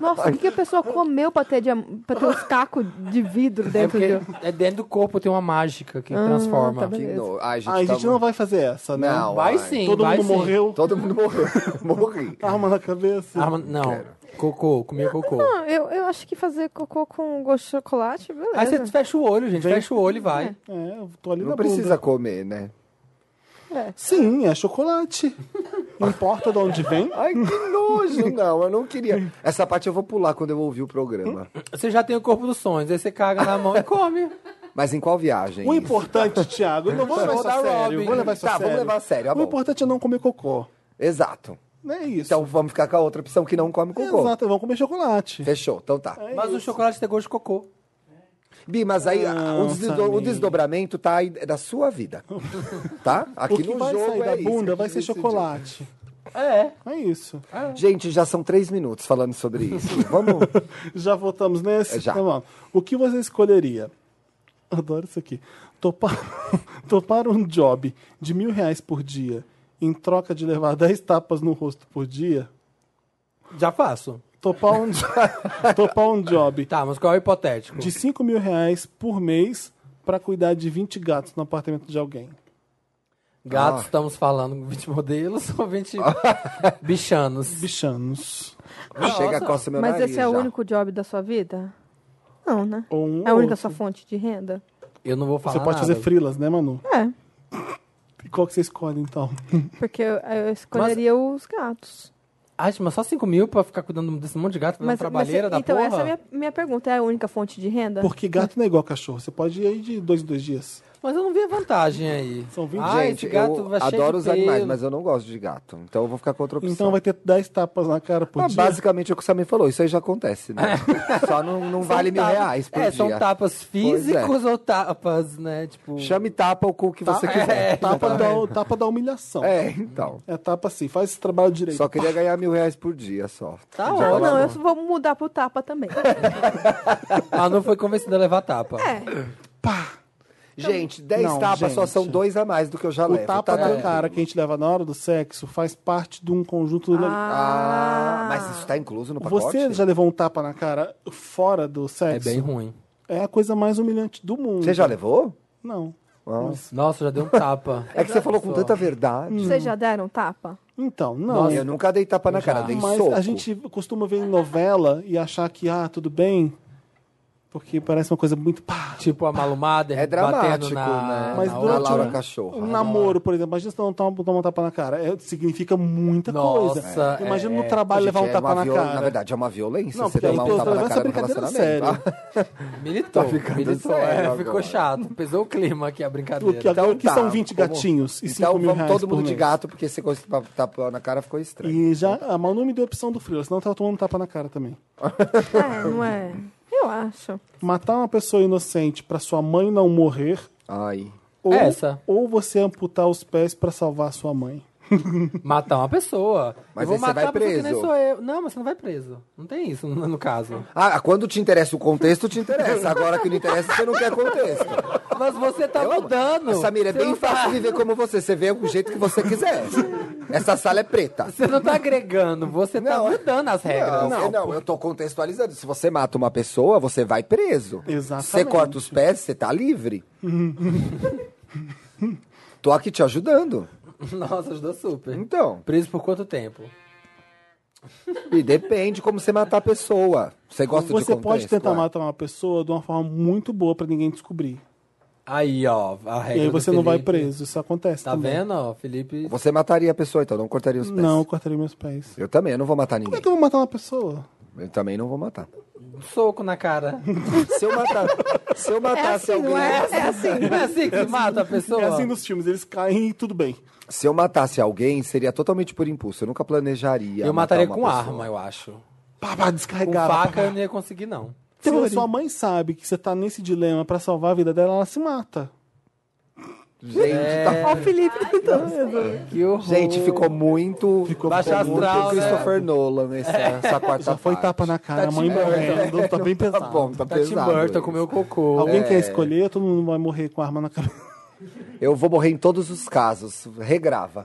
S11: Nossa, o que, que a pessoa comeu pra ter, dia- pra ter os tacos de vidro
S3: É
S11: dentro
S3: porque
S11: do...
S3: é dentro do corpo tem uma mágica que
S11: Ah,
S3: transforma.
S11: tá
S4: Que
S11: beleza.
S4: no- Ai, gente,
S2: Ah, a
S4: tá-
S2: gente não vai fazer essa, né?
S4: Não,
S3: Vai
S4: ai.
S3: sim,
S2: Todo
S3: vai
S2: mundo
S3: sim.
S2: morreu,
S4: Todo mundo morreu. (laughs) Morri.
S2: arma na cabeça.
S3: Ah, mas- não, cocô, comi cocô.
S11: Não, eu, eu acho que fazer cocô com gosto de chocolate, beleza. né?
S3: Aí você fecha o olho, gente. Fecha o olho e vai.
S2: É, eu tô ali
S4: Não
S2: na
S4: precisa
S2: bunda.
S4: comer, né?
S2: Sim, é chocolate. Não importa de onde vem.
S4: Ai, que nojo, não, eu não queria. Essa parte eu vou pular quando eu ouvir o programa.
S3: Você já tem o corpo dos sonhos, aí você caga na mão e come.
S4: (laughs) Mas em qual viagem?
S2: O importante, Thiago, eu não vou levar isso a
S3: da
S2: sério.
S3: Robin.
S2: Vou levar isso
S4: Tá,
S2: a sério.
S4: vamos levar a sério, tá
S2: O
S4: bom.
S2: importante é não comer cocô.
S4: Exato.
S2: Não é isso.
S4: Então vamos ficar com a outra opção que não come cocô.
S2: Exato, vão comer chocolate. É
S4: Fechou, então tá.
S3: Mas o chocolate tem gosto de cocô.
S4: Bi, mas aí a- o,
S2: Nossa,
S4: desdo- o
S2: amigo.
S4: desdobramento tá aí da sua vida.
S2: (laughs)
S4: Tá?
S2: O
S4: Aqui
S2: que
S4: no
S2: vai
S4: jogo
S2: sair
S4: é
S2: da
S4: isso que
S2: bunda
S4: a
S2: vai
S4: gente
S2: ser
S4: decidiu.
S2: chocolate.
S3: É.
S2: É isso.
S4: Gente, já são três minutos falando sobre
S2: (laughs)
S4: isso. Vamos.
S2: Já voltamos nesse?
S4: É, já.
S2: Então, vamos. O que você escolheria? Adoro isso aqui. Topar, topar um (laughs) job de mil reais por dia em troca de levar 10 tapas no rosto por dia?
S3: Já faço.
S2: Topar um, jo- (laughs) topar um job
S3: Tá, mas qual é o hipotético?
S2: de 5 mil reais por mês pra cuidar de 20 gatos no apartamento de alguém.
S3: Gato, estamos falando com 20 modelos ou
S4: (laughs)
S3: 20 bichanos?
S2: Bichanos.
S4: Chega, coça meu
S11: Mas
S4: nariz.
S11: esse é o
S4: já.
S11: único job da sua vida? Não, né?
S2: Ou um
S11: é a
S2: ou
S11: única
S2: outro.
S11: sua fonte de renda?
S3: Eu não vou falar
S2: Você pode
S3: nada.
S2: fazer frilas, né, Manu?
S11: É,
S2: E qual que você escolhe,
S3: (laughs)
S2: então?
S11: porque eu, eu escolheria os gatos.
S3: Ah, gente, mas só 5 mil pra ficar cuidando desse monte de gato, fazendo é trabalheira da
S11: então
S3: porra?
S11: essa é a minha, minha pergunta. É a única fonte de renda?
S2: Porque gato não é igual cachorro. Você pode ir aí de dois em dois dias.
S3: Mas eu não vi a
S11: assim.
S3: vantagem aí.
S2: São 20
S3: Ah,
S4: Gente,
S3: esse gato
S4: eu
S3: vai cheio
S4: adoro
S3: de
S4: os animais,
S3: pelo.
S4: mas eu não gosto de gato. Então eu vou ficar com outra opção.
S2: Então vai ter 10 tapas na cara por
S4: Ah,
S2: dia.
S4: basicamente é o que o Samir falou, isso aí já acontece, né? Só não, não
S3: (laughs) São
S4: vale mil
S3: tapas-
S4: reais por
S3: É,
S4: dia. é.
S3: são tapas físicos ou tapas, né, tipo...
S4: Chame tapa o cu que
S2: Tá?
S4: você quiser.
S2: Tapa da, tapa da humilhação. É.
S4: (laughs) É, então.
S2: tapa assim, faz esse trabalho direito.
S4: Só queria ganhar mil reais por dia, só.
S3: Tá
S4: Já
S11: Ah,
S4: tava
S11: não, eu
S4: (laughs) bom.
S11: vou mudar pro tapa também.
S3: Ah, não foi convencida a levar tapa.
S11: É, Então,
S4: Gente, dez
S2: Não,
S4: tapas só
S2: gente.
S4: são dois a mais do que eu já
S2: O
S4: levo.
S2: tapa
S4: tá
S2: na
S4: tranquilo.
S2: cara que a gente leva na hora do sexo faz parte de um conjunto. le-
S4: Ah, mas isso tá incluso no pacote?
S2: Você já levou um tapa na cara fora do
S3: É
S2: sexo?
S3: bem ruim.
S2: É a coisa mais humilhante do mundo.
S4: Você já levou?
S2: Não.
S3: Nossa, já deu um tapa.
S4: É que você falou com tanta
S2: Tá.
S4: verdade.
S11: vocês já deram um tapa?
S2: Então, não.
S4: Eu nunca dei tapa na cara, dei
S2: Mas
S4: soco.
S2: a gente costuma ver em novela e achar que, ah, tudo bem. Porque parece uma coisa muito pá.
S3: Tipo a malumada
S4: É dramático,
S3: batendo na,
S4: né?
S2: Mas
S3: na
S4: Na
S2: durante
S4: Laura
S2: um-
S4: Cachorro. é
S2: Um namoro, por exemplo, imagina se não tomar tomar um tapa na cara. É, significa muita
S3: Nossa,
S2: coisa.
S3: é,
S2: imagina
S3: é.
S2: no trabalho
S4: Gente,
S2: levar um
S4: é
S2: tapa
S4: uma
S2: na
S4: viol-
S2: cara.
S4: Na verdade, é uma violência
S2: Não,
S4: você
S2: porque aí
S4: tomar um
S2: pelo
S4: tapa na
S2: menos é
S4: cara no
S2: brincadeira Tá
S4: relacionamento.
S3: (laughs) Militou, militou.
S4: sério
S3: é,
S4: agora.
S3: ficou chato. Pesou o clima aqui, a brincadeira. Então
S2: Porque agora que
S4: tá,
S2: são 20
S4: como-
S2: gatinhos e 5
S4: Então
S2: mil
S4: vamos
S2: reais
S4: todo mundo
S2: por
S4: de
S2: mês.
S4: gato, porque você com esse tapa- tapa na cara ficou estranho.
S2: E já a Manu me deu a opção do frio, senão eu tava tomando tapa na cara
S4: (laughs)
S2: também. Hum.
S11: É, não é? Eu acho.
S2: Matar uma pessoa inocente pra sua mãe não morrer,
S4: Ai.
S2: ou,
S3: Essa.
S2: ou você amputar os pés pra salvar sua mãe.
S3: Matar
S2: (laughs)
S3: uma pessoa.
S4: Mas
S3: eu vou
S4: aí você
S3: matar
S4: vai
S3: a pessoa que nem
S4: preso.
S3: sou eu. Não, mas você não vai preso. Não tem isso no, no caso.
S4: Ah, quando te interessa o contexto, te interessa. Agora que não interessa, você não quer contexto.
S3: Mas você tá mudando.
S4: Samira, é
S3: Você
S4: bem
S3: não tá-
S4: fácil viver como você. Você vê o jeito que você quiser. Essa sala é preta.
S3: Você não tá agregando, você
S4: Não,
S3: tá
S2: é-
S3: mudando as regras.
S4: Não, não, eu tô contextualizando. Se você mata uma pessoa, você vai preso.
S2: Exatamente.
S4: Você corta os pés, você tá livre. tô aqui te ajudando.
S3: (laughs) Nossa, ajudou super.
S4: Então,
S3: Preso por quanto tempo?
S4: e depende como você matar a pessoa. Você gosta de
S2: você
S4: contexto?
S2: pode tentar
S4: é?
S2: matar uma pessoa de uma forma muito boa pra ninguém descobrir.
S3: Aí, ó, a regra
S2: E aí
S3: do
S2: você não vai
S3: Felipe.
S2: preso, isso acontece
S3: Tá
S2: também.
S3: vendo, ó, Felipe?
S4: Você mataria a pessoa, então, não cortaria os pés.
S2: Não, eu cortaria meus pés.
S4: Eu também, eu não vou matar ninguém.
S2: Como é que eu vou matar uma pessoa?
S4: Eu também não vou matar.
S3: Soco na cara.
S4: (laughs) Se eu matar, se eu matasse
S11: assim,
S4: alguém,
S11: não é? É assim.
S3: Não é assim que
S2: (laughs)
S3: se mata a pessoa?
S2: É assim nos filmes, eles caem e tudo bem.
S4: se eu matasse alguém, seria totalmente por impulso. Eu nunca planejaria.
S3: eu
S4: matar
S3: mataria
S4: uma
S3: com
S4: pessoa.
S3: arma, eu acho.
S2: Pá, pá,
S3: Com
S2: descarregava. pá,
S3: faca
S2: pá.
S3: eu não ia conseguir, não.
S2: Se a Então, sua mãe sabe que você tá nesse dilema pra salvar a vida dela, ela se mata.
S4: Gente, tá-
S11: Ó, o Felipe tentando.
S3: Que horror.
S4: gente ficou muito. Ficou
S3: Baixa É.
S4: muito
S3: astral, né?
S4: Christopher Nolan essa, É, essa quarta
S2: Já foi
S4: parte.
S2: tapa na cara, a mãe morrendo. Tá bem
S4: Tá
S2: pesado.
S4: bom, tá
S3: Tá Tim
S4: pesado.
S3: Burton
S4: isso. É.
S3: comeu cocô.
S2: Alguém quer escolher, todo mundo vai morrer com arma na cabeça.
S4: (laughs) Eu vou morrer em todos os casos.
S2: (laughs)
S4: Regrava.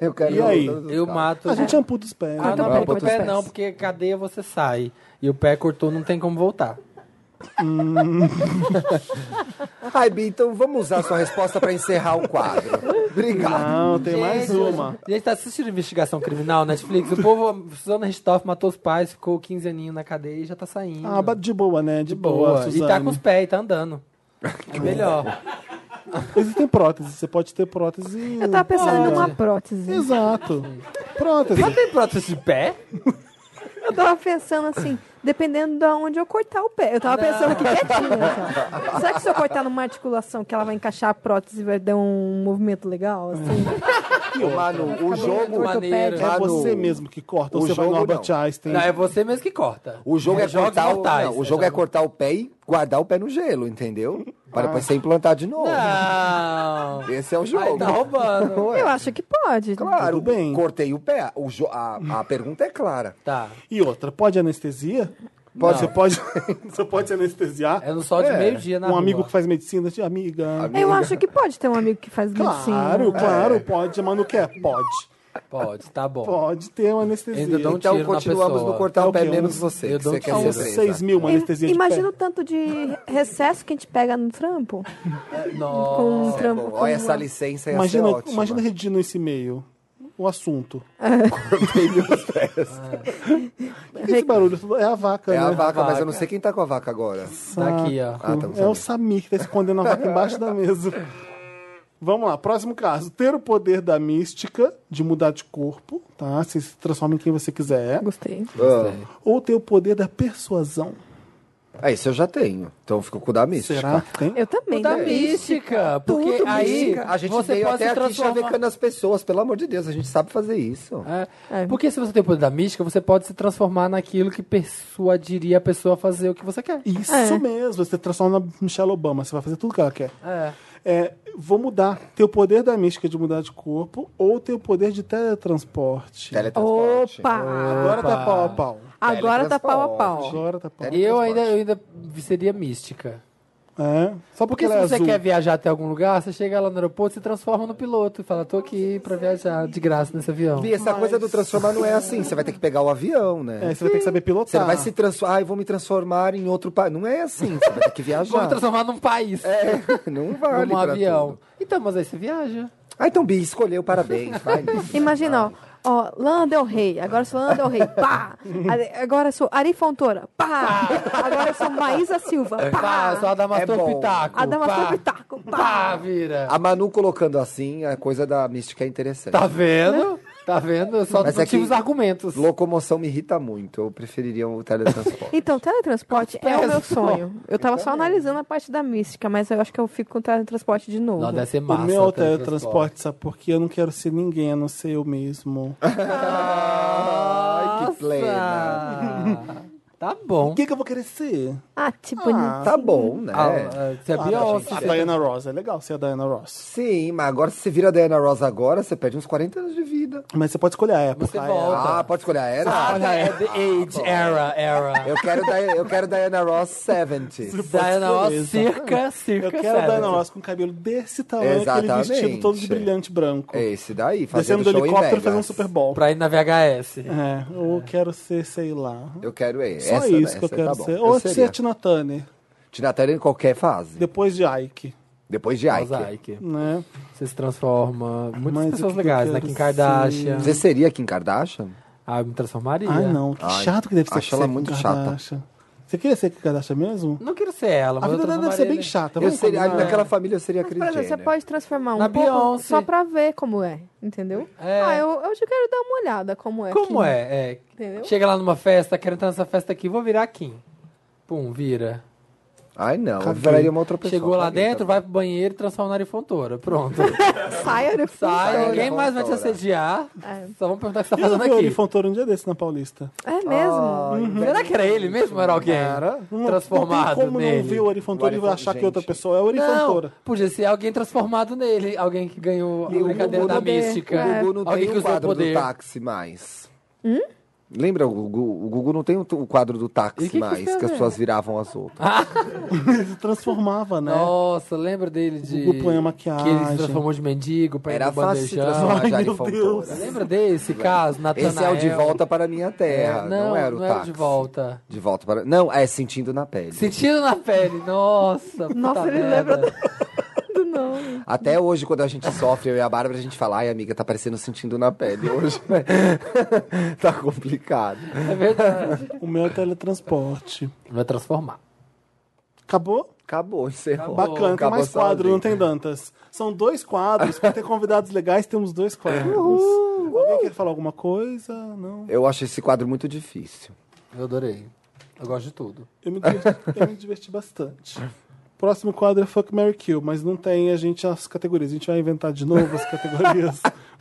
S4: eu quero
S2: E aí?
S4: em todos os
S3: Eu
S4: casos.
S3: mato.
S2: A gente é um amputa os
S4: É.
S2: pés.
S3: Ah,
S11: Corta
S3: não,
S11: o pé,
S3: corta o
S11: corta os
S3: pé
S11: pés.
S3: não, porque cadeia você sai. E o pé cortou, não tem como voltar.
S2: Hum.
S3: (laughs)
S4: Ai, Bi, então vamos usar sua resposta pra encerrar o quadro. Obrigado.
S2: Não, tem mais uma.
S3: A gente tá assistindo investigação criminal, Netflix. O povo, Suzana Ristoff matou os pais, ficou 15 aninhos na cadeia e já tá saindo.
S2: Ah, bate de boa, né? De,
S3: de
S2: boa,
S3: boa. e
S2: Suzane.
S3: tá com os pés, e
S4: (laughs)
S3: tá andando. É melhor.
S2: Existem próteses, você pode ter prótese...
S11: Eu tava pensando
S2: Pode.
S11: numa prótese.
S2: Exato.
S11: Tá
S2: Prótese.
S3: Mas tem prótese de pé?
S11: Eu tava pensando assim, dependendo de onde eu cortar o pé. Eu tava pensando que quietinha. Só. Será que se eu cortar numa articulação que ela vai encaixar a prótese e vai dar um movimento legal? Assim?
S4: Manu, o jogo,
S3: Maneiro.
S2: É
S4: Ah,
S2: você
S4: no-
S2: mesmo que corta,
S4: o
S2: ou você vai no
S4: jogo,
S2: Albert
S4: não.
S2: Einstein.
S3: Não, é você mesmo que corta.
S4: o jogo é
S3: Jogos
S4: cortar o,
S3: mortais.
S4: não, o jogo é cortar o pé e guardar o pé no gelo, entendeu? Para
S2: Ah.
S4: depois ser implantado de novo.
S3: Não.
S4: Esse é o
S3: Aí
S4: jogo. é? (laughs)
S3: tá roubando.
S11: Eu acho que pode.
S4: Claro,
S2: Tudo bem.
S4: cortei o pé. O jo- a, a pergunta é clara.
S3: Tá.
S2: E outra, pode anestesia? Pode, você pode, (laughs) você pode se anestesiar.
S3: É no sol de
S4: É,
S3: meio-dia na
S2: um amigo
S3: rua.
S2: que faz medicina, de amiga.
S11: Eu acho que pode ter um amigo que faz
S2: Claro,
S11: medicina.
S2: claro, pode, mas não quer? Pode.
S3: Pode, tá bom.
S2: Pode ter uma anestesia.
S3: Ainda dá um
S4: Então
S3: tiro na
S4: continuamos
S3: pessoa.
S4: no cortar
S2: É
S4: o
S2: o
S4: pé
S2: quê?
S4: menos
S2: Uns-
S4: você,
S3: eu
S4: que
S3: dou
S4: você
S3: um
S4: quer ser
S3: tiro.
S2: São
S4: presa.
S2: 6 mil uma
S11: Im-
S2: anestesia
S11: Imagina o
S2: de pé.
S11: tanto de recesso que a gente pega no trampo.
S3: Nossa.
S11: Com um
S4: Isso é
S11: trampo.
S4: bom.
S11: com
S4: Olha essa
S11: uma-
S4: licença, ia ser
S2: Imagina,
S4: ótima.
S2: imagina redigindo esse e-mail. O
S4: (laughs)
S2: assunto. Esse barulho tudo é a vaca,
S4: É
S2: né?
S4: a vaca, mas
S3: Vaca.
S4: eu não sei quem tá com a vaca agora.
S3: Tá aqui, ó.
S4: Ah, tá, não
S2: É o
S4: sabia.
S2: Samir que tá escondendo a vaca embaixo da mesa. Vamos lá, próximo caso. Ter o poder da mística de mudar de corpo, tá? Você se transforma em quem você quiser.
S11: Gostei.
S2: Ou ter o poder da persuasão.
S4: Ah, isso eu já tenho. Então ficou com o da mística.
S2: Será que tem?
S11: Eu também.
S3: Da
S11: né?
S3: mística. Porque
S4: Tudo
S3: aí
S4: mística. a gente
S3: você
S4: veio
S3: pode
S4: até
S3: se
S4: aqui
S3: transformar.
S4: chavecando as pessoas, pelo amor de Deus, a gente sabe fazer isso.
S3: É,
S11: É.
S3: Porque se você tem o poder da mística, você pode se transformar naquilo que persuadiria a pessoa a fazer o que você quer.
S2: Isso
S11: É.
S2: mesmo, você transforma na Michelle Obama, você vai fazer tudo que ela quer.
S3: É.
S2: É, vou mudar. Ter o poder da mística de mudar de corpo ou ter o poder de teletransporte.
S4: Teletransporte.
S11: Opa!
S2: Agora tá pau a pau.
S11: Agora tá pau a pau.
S2: Agora tá pau a pau.
S3: Eu ainda, eu ainda seria mística.
S2: É. Só porque,
S3: Porque,
S2: ela é
S3: se você
S2: azul.
S3: quer viajar até algum lugar, você chega lá no aeroporto, se transforma no piloto e fala, tô aqui pra viajar de graça nesse
S2: Então.
S3: avião.
S4: Vi, essa coisa do transformar não é assim. Você vai ter que pegar o avião, né?
S2: É, você vai ter que saber pilotar.
S4: Você não vai se transformar, ah, eu vou me transformar em outro país. Não é assim, você vai ter que
S3: Vou me
S4: viajar.
S3: transformar num país,
S4: É, (laughs) não vale
S3: num
S4: pra
S3: avião.
S4: tudo.
S3: Então, mas aí você viaja.
S4: Ah, então Bi, escolheu, parabéns.
S3: (laughs)
S4: Vai, Bi.
S11: Imagina, ó. Ó, Lana Del Rey, agora eu sou Lana Del Rey, pá! Ari- Agora eu sou Ari Fontoura, pá! Agora eu sou Maísa Silva,
S3: É, Pá, eu sou
S11: pá!
S3: Adamastor
S4: É bom.
S3: Pitaco.
S11: Adamastor
S3: pá.
S11: Pitaco,
S3: (laughs) Pá,
S11: pá!
S3: Tá, vira.
S4: A Manu colocando assim, a coisa da mística é interessante. Né?
S3: Tá vendo? Tá vendo? Eu só
S4: Mas
S3: não
S4: é
S3: tive
S4: que-
S3: os argumentos.
S4: Locomoção me irrita muito. Eu preferiria o teletransporte.
S11: Então, teletransporte é o meu sonho. Eu tava só analisando a parte da mística, mas eu acho que eu fico com teletransporte de novo.
S3: Não, deve ser
S2: O
S3: massa.
S2: meu é o
S3: teletransporte.
S2: teletransporte, sabe? Porque eu não quero ser ninguém, a não ser eu mesmo.
S4: Ah, Ai, que
S3: né?
S4: plena. Ah.
S3: Tá
S2: O
S3: bom.
S2: que, que eu vou querer ser?
S11: Ah, tipo, bonito.
S4: Tá bom, né?
S3: Ah, ah, Você é Beyoncé.
S2: A
S3: você-
S2: Diana Ross, é legal ser a Diana Ross.
S4: Sim, mas agora se você vira a Diana Ross agora, você perde uns 40 anos de vida.
S2: Mas você pode escolher a época. é.
S3: Você
S2: a
S3: volta.
S4: Ah, pode escolher a era?
S3: Ah, tá, é The Age, Era, Era.
S4: Eu quero, Di- Ah, eu quero Diana Ross 70.
S2: pode
S3: Diana Ross,
S2: escolher,
S3: circa, circa.
S2: Eu quero a Diana
S3: Saturday.
S2: Ross com cabelo desse tamanho,
S4: Exatamente.
S2: aquele vestido todo de brilhante branco.
S4: Esse daí, fazendo
S2: Descendo do
S4: show em
S2: helicóptero
S4: Vegas.
S2: fazendo Super Bowl.
S3: (laughs) Pra ir na VHS.
S2: É, ou quero ser, sei lá.
S4: Eu quero esse.
S2: Só
S4: essa,
S2: isso
S4: essa
S2: que eu
S4: tá
S2: quero
S4: bom.
S2: ser.
S4: Eu
S2: Ou ser
S4: seria.
S2: a Tina Turner,
S4: Tina Turner em qualquer fase.
S2: depois de Ike,
S4: Depois de Ike.
S3: Mosaic.
S2: né?
S3: Você se transforma. Muitas
S2: Mas o
S3: pessoas
S2: que eu
S3: legais, né?
S2: quero
S3: Kim Kardashian.
S4: Você seria Kim Kardashian?
S3: Ah, eu me transformaria.
S2: Ai, não, que
S4: Ai,
S2: chato que deve ser
S4: acho ela
S2: ser
S4: muito
S2: Kardashian. Você queria ser Kim Kardashian mesmo?
S3: Não né? quero ser ela,
S2: A
S3: mas eu
S2: vida dela deve
S3: transformaria
S2: ser bem né?
S3: ele-
S2: chata.
S4: Eu
S2: vamos
S4: seria,
S2: combinar.
S4: naquela família eu seria
S11: Mas, por
S4: Kris
S11: exemplo, você
S4: Jenner.
S11: pode transformar um
S3: Na
S11: pouco
S3: Beyoncé.
S11: só pra ver como é, entendeu?
S3: É.
S11: Ah, eu, eu já quero dar uma olhada como é.
S3: Como
S11: aqui,
S3: é? É,
S11: Entendeu?
S3: Chega lá numa festa, quero entrar nessa festa aqui, vou virar Kim. Pum, vira.
S4: Ai, não. Eu
S2: Caguei.
S4: viraria uma outra pessoa.
S3: Chegou lá
S4: Caguei,
S3: dentro,
S4: tá
S3: vai pro banheiro e transforma na arifontora.
S4: (laughs)
S3: Pronto.
S11: Sai, olha,
S3: Sai,
S4: Sai,
S3: ninguém mais vai te
S4: Arifontora.
S3: assediar.
S11: É.
S3: Só vamos perguntar o que você tá
S2: Eu
S3: fazendo
S2: vi o
S3: aqui.
S2: Olifantor um dia desse na Paulista.
S11: É mesmo?
S4: bom. Ai,
S3: Uhum. Será que era ele mesmo ou era alguém?
S4: Era.
S2: Não-
S3: Transformado
S2: Não tem como
S3: nele.
S2: não ver o Orifantor e
S4: Orifan-
S2: achar que
S4: gente.
S2: outra pessoa é o Orifantora.
S3: Não, podia ser alguém transformado nele. Alguém que ganhou a
S4: E o
S3: brincadeira
S4: Gugu
S3: da
S4: não-
S3: mística.
S4: O Gugu não
S3: alguém
S4: tem
S3: que
S4: o
S3: usou o
S4: quadro do
S3: poder. Hum?
S4: táxi mais. Lembra o Gugu? O Gugu não tem o, o quadro do táxi
S3: E que que
S4: mais, que,
S3: isso tem a
S4: as
S3: ver? Ah.
S4: pessoas viravam as outras.
S2: Ele se transformava, né?
S3: Nossa, lembra dele de...
S2: Gugu põe a
S3: Que ele se
S2: maquiagem.
S3: transformou de mendigo pra ir
S4: Era
S3: no
S4: fácil se
S3: bandejão.
S4: transformar
S2: Ai,
S4: já
S2: meu
S4: em
S2: Deus.
S4: Fontoura.
S3: Lembra desse caso? Natanael.
S4: Esse é o De Volta para a Minha Terra,
S3: É,
S4: não, era o
S3: não
S4: táxi.
S3: de volta.
S4: De volta para... Não, é Sentindo na Pele.
S3: Sentindo na pele, nossa.
S11: Nossa,
S3: puta
S11: ele
S3: merda.
S11: lembra do (laughs) nome.
S4: Até hoje, quando a gente sofre, eu e a Bárbara, a gente fala, ai, amiga, tá parecendo Sentindo na Pele hoje, (laughs) né? tá complicado.
S3: É verdade.
S2: O meu é teletransporte.
S3: Vai é transformar.
S2: Acabou?
S4: Acabou, encerrou.
S2: Bacana, tem
S4: Acabou
S2: mais
S4: sozinho.
S2: quadro, não tem Dantas. São dois quadros, pra ter convidados legais, temos dois quadros.
S3: (laughs)
S2: Alguém quer falar alguma coisa? Não.
S4: Eu acho esse quadro muito difícil.
S3: Eu adorei. Eu gosto de tudo.
S2: Eu me diverti, eu me diverti bastante. Próximo quadro é Fuck Mary Kill, mas não tem a gente as categorias. A gente vai inventar de novo as
S3: (laughs)
S2: categorias.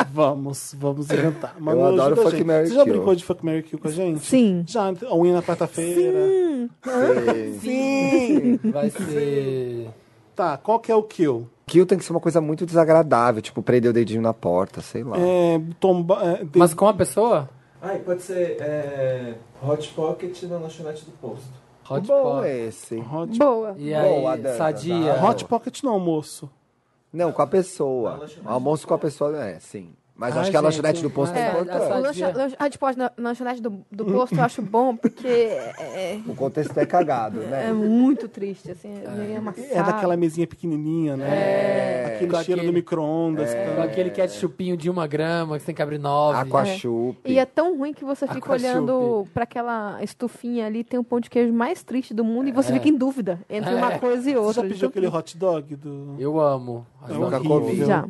S2: vamos, vamos inventar. Manu,
S4: Eu adoro
S2: ajuda a
S4: Fuck,
S2: gente.
S4: Marry,
S2: Você já
S4: Kill.
S2: brincou de Fuck Mary Kill com a gente?
S11: Sim.
S2: Já, a unha na quarta-feira. Sim.
S3: Vai ser.
S2: Tá, qual que é o kill?
S4: Kill tem que ser uma coisa muito desagradável, tipo, prender o dedinho na porta, sei lá.
S2: É, tomba, é, de-
S3: Mas com a pessoa?
S6: Ai, pode ser é, Hot Pocket na lanchonete do posto.
S3: Hot
S4: Bom
S3: pot.
S4: esse.
S2: hot,
S11: Boa.
S3: E aí,
S4: Boa, Danta,
S3: sadia.
S4: Danta.
S2: hot pocket no almoço.
S4: Não, com a pessoa. Almoço com a pessoa, é, sim. Mas
S3: Ai,
S4: acho que a
S3: gente,
S4: lanchonete do posto
S3: mas-
S4: é
S11: É,
S4: importante.
S11: o lancha- lancha- ah, tipo, na lanchonete do, do posto eu acho bom porque é,
S4: O contexto é cagado,
S11: é
S4: né?
S11: muito triste, assim, é meio amassado.
S2: É daquela mesinha pequenininha, né?
S3: É.
S2: Aquele
S3: Com
S2: cheiro
S3: aquele- É.
S2: do micro-ondas.
S4: É.
S3: Com
S2: tá?
S3: aquele ketchupinho de uma grama que você tem que abrir nove.
S4: Aquachup.
S11: E é tão ruim que você fica
S3: Aquachup.
S11: olhando pra aquela estufinha ali, tem o pão de queijo mais triste do mundo e
S2: É.
S11: você
S3: É.
S11: fica em dúvida entre uma coisa e
S2: Você
S11: outra.
S2: já
S11: de
S2: pediu
S11: tão
S2: aquele hot dog do...
S3: Eu amo.
S2: É
S3: As
S4: nunca
S3: duas.
S2: horrível.
S4: comi.
S11: Já.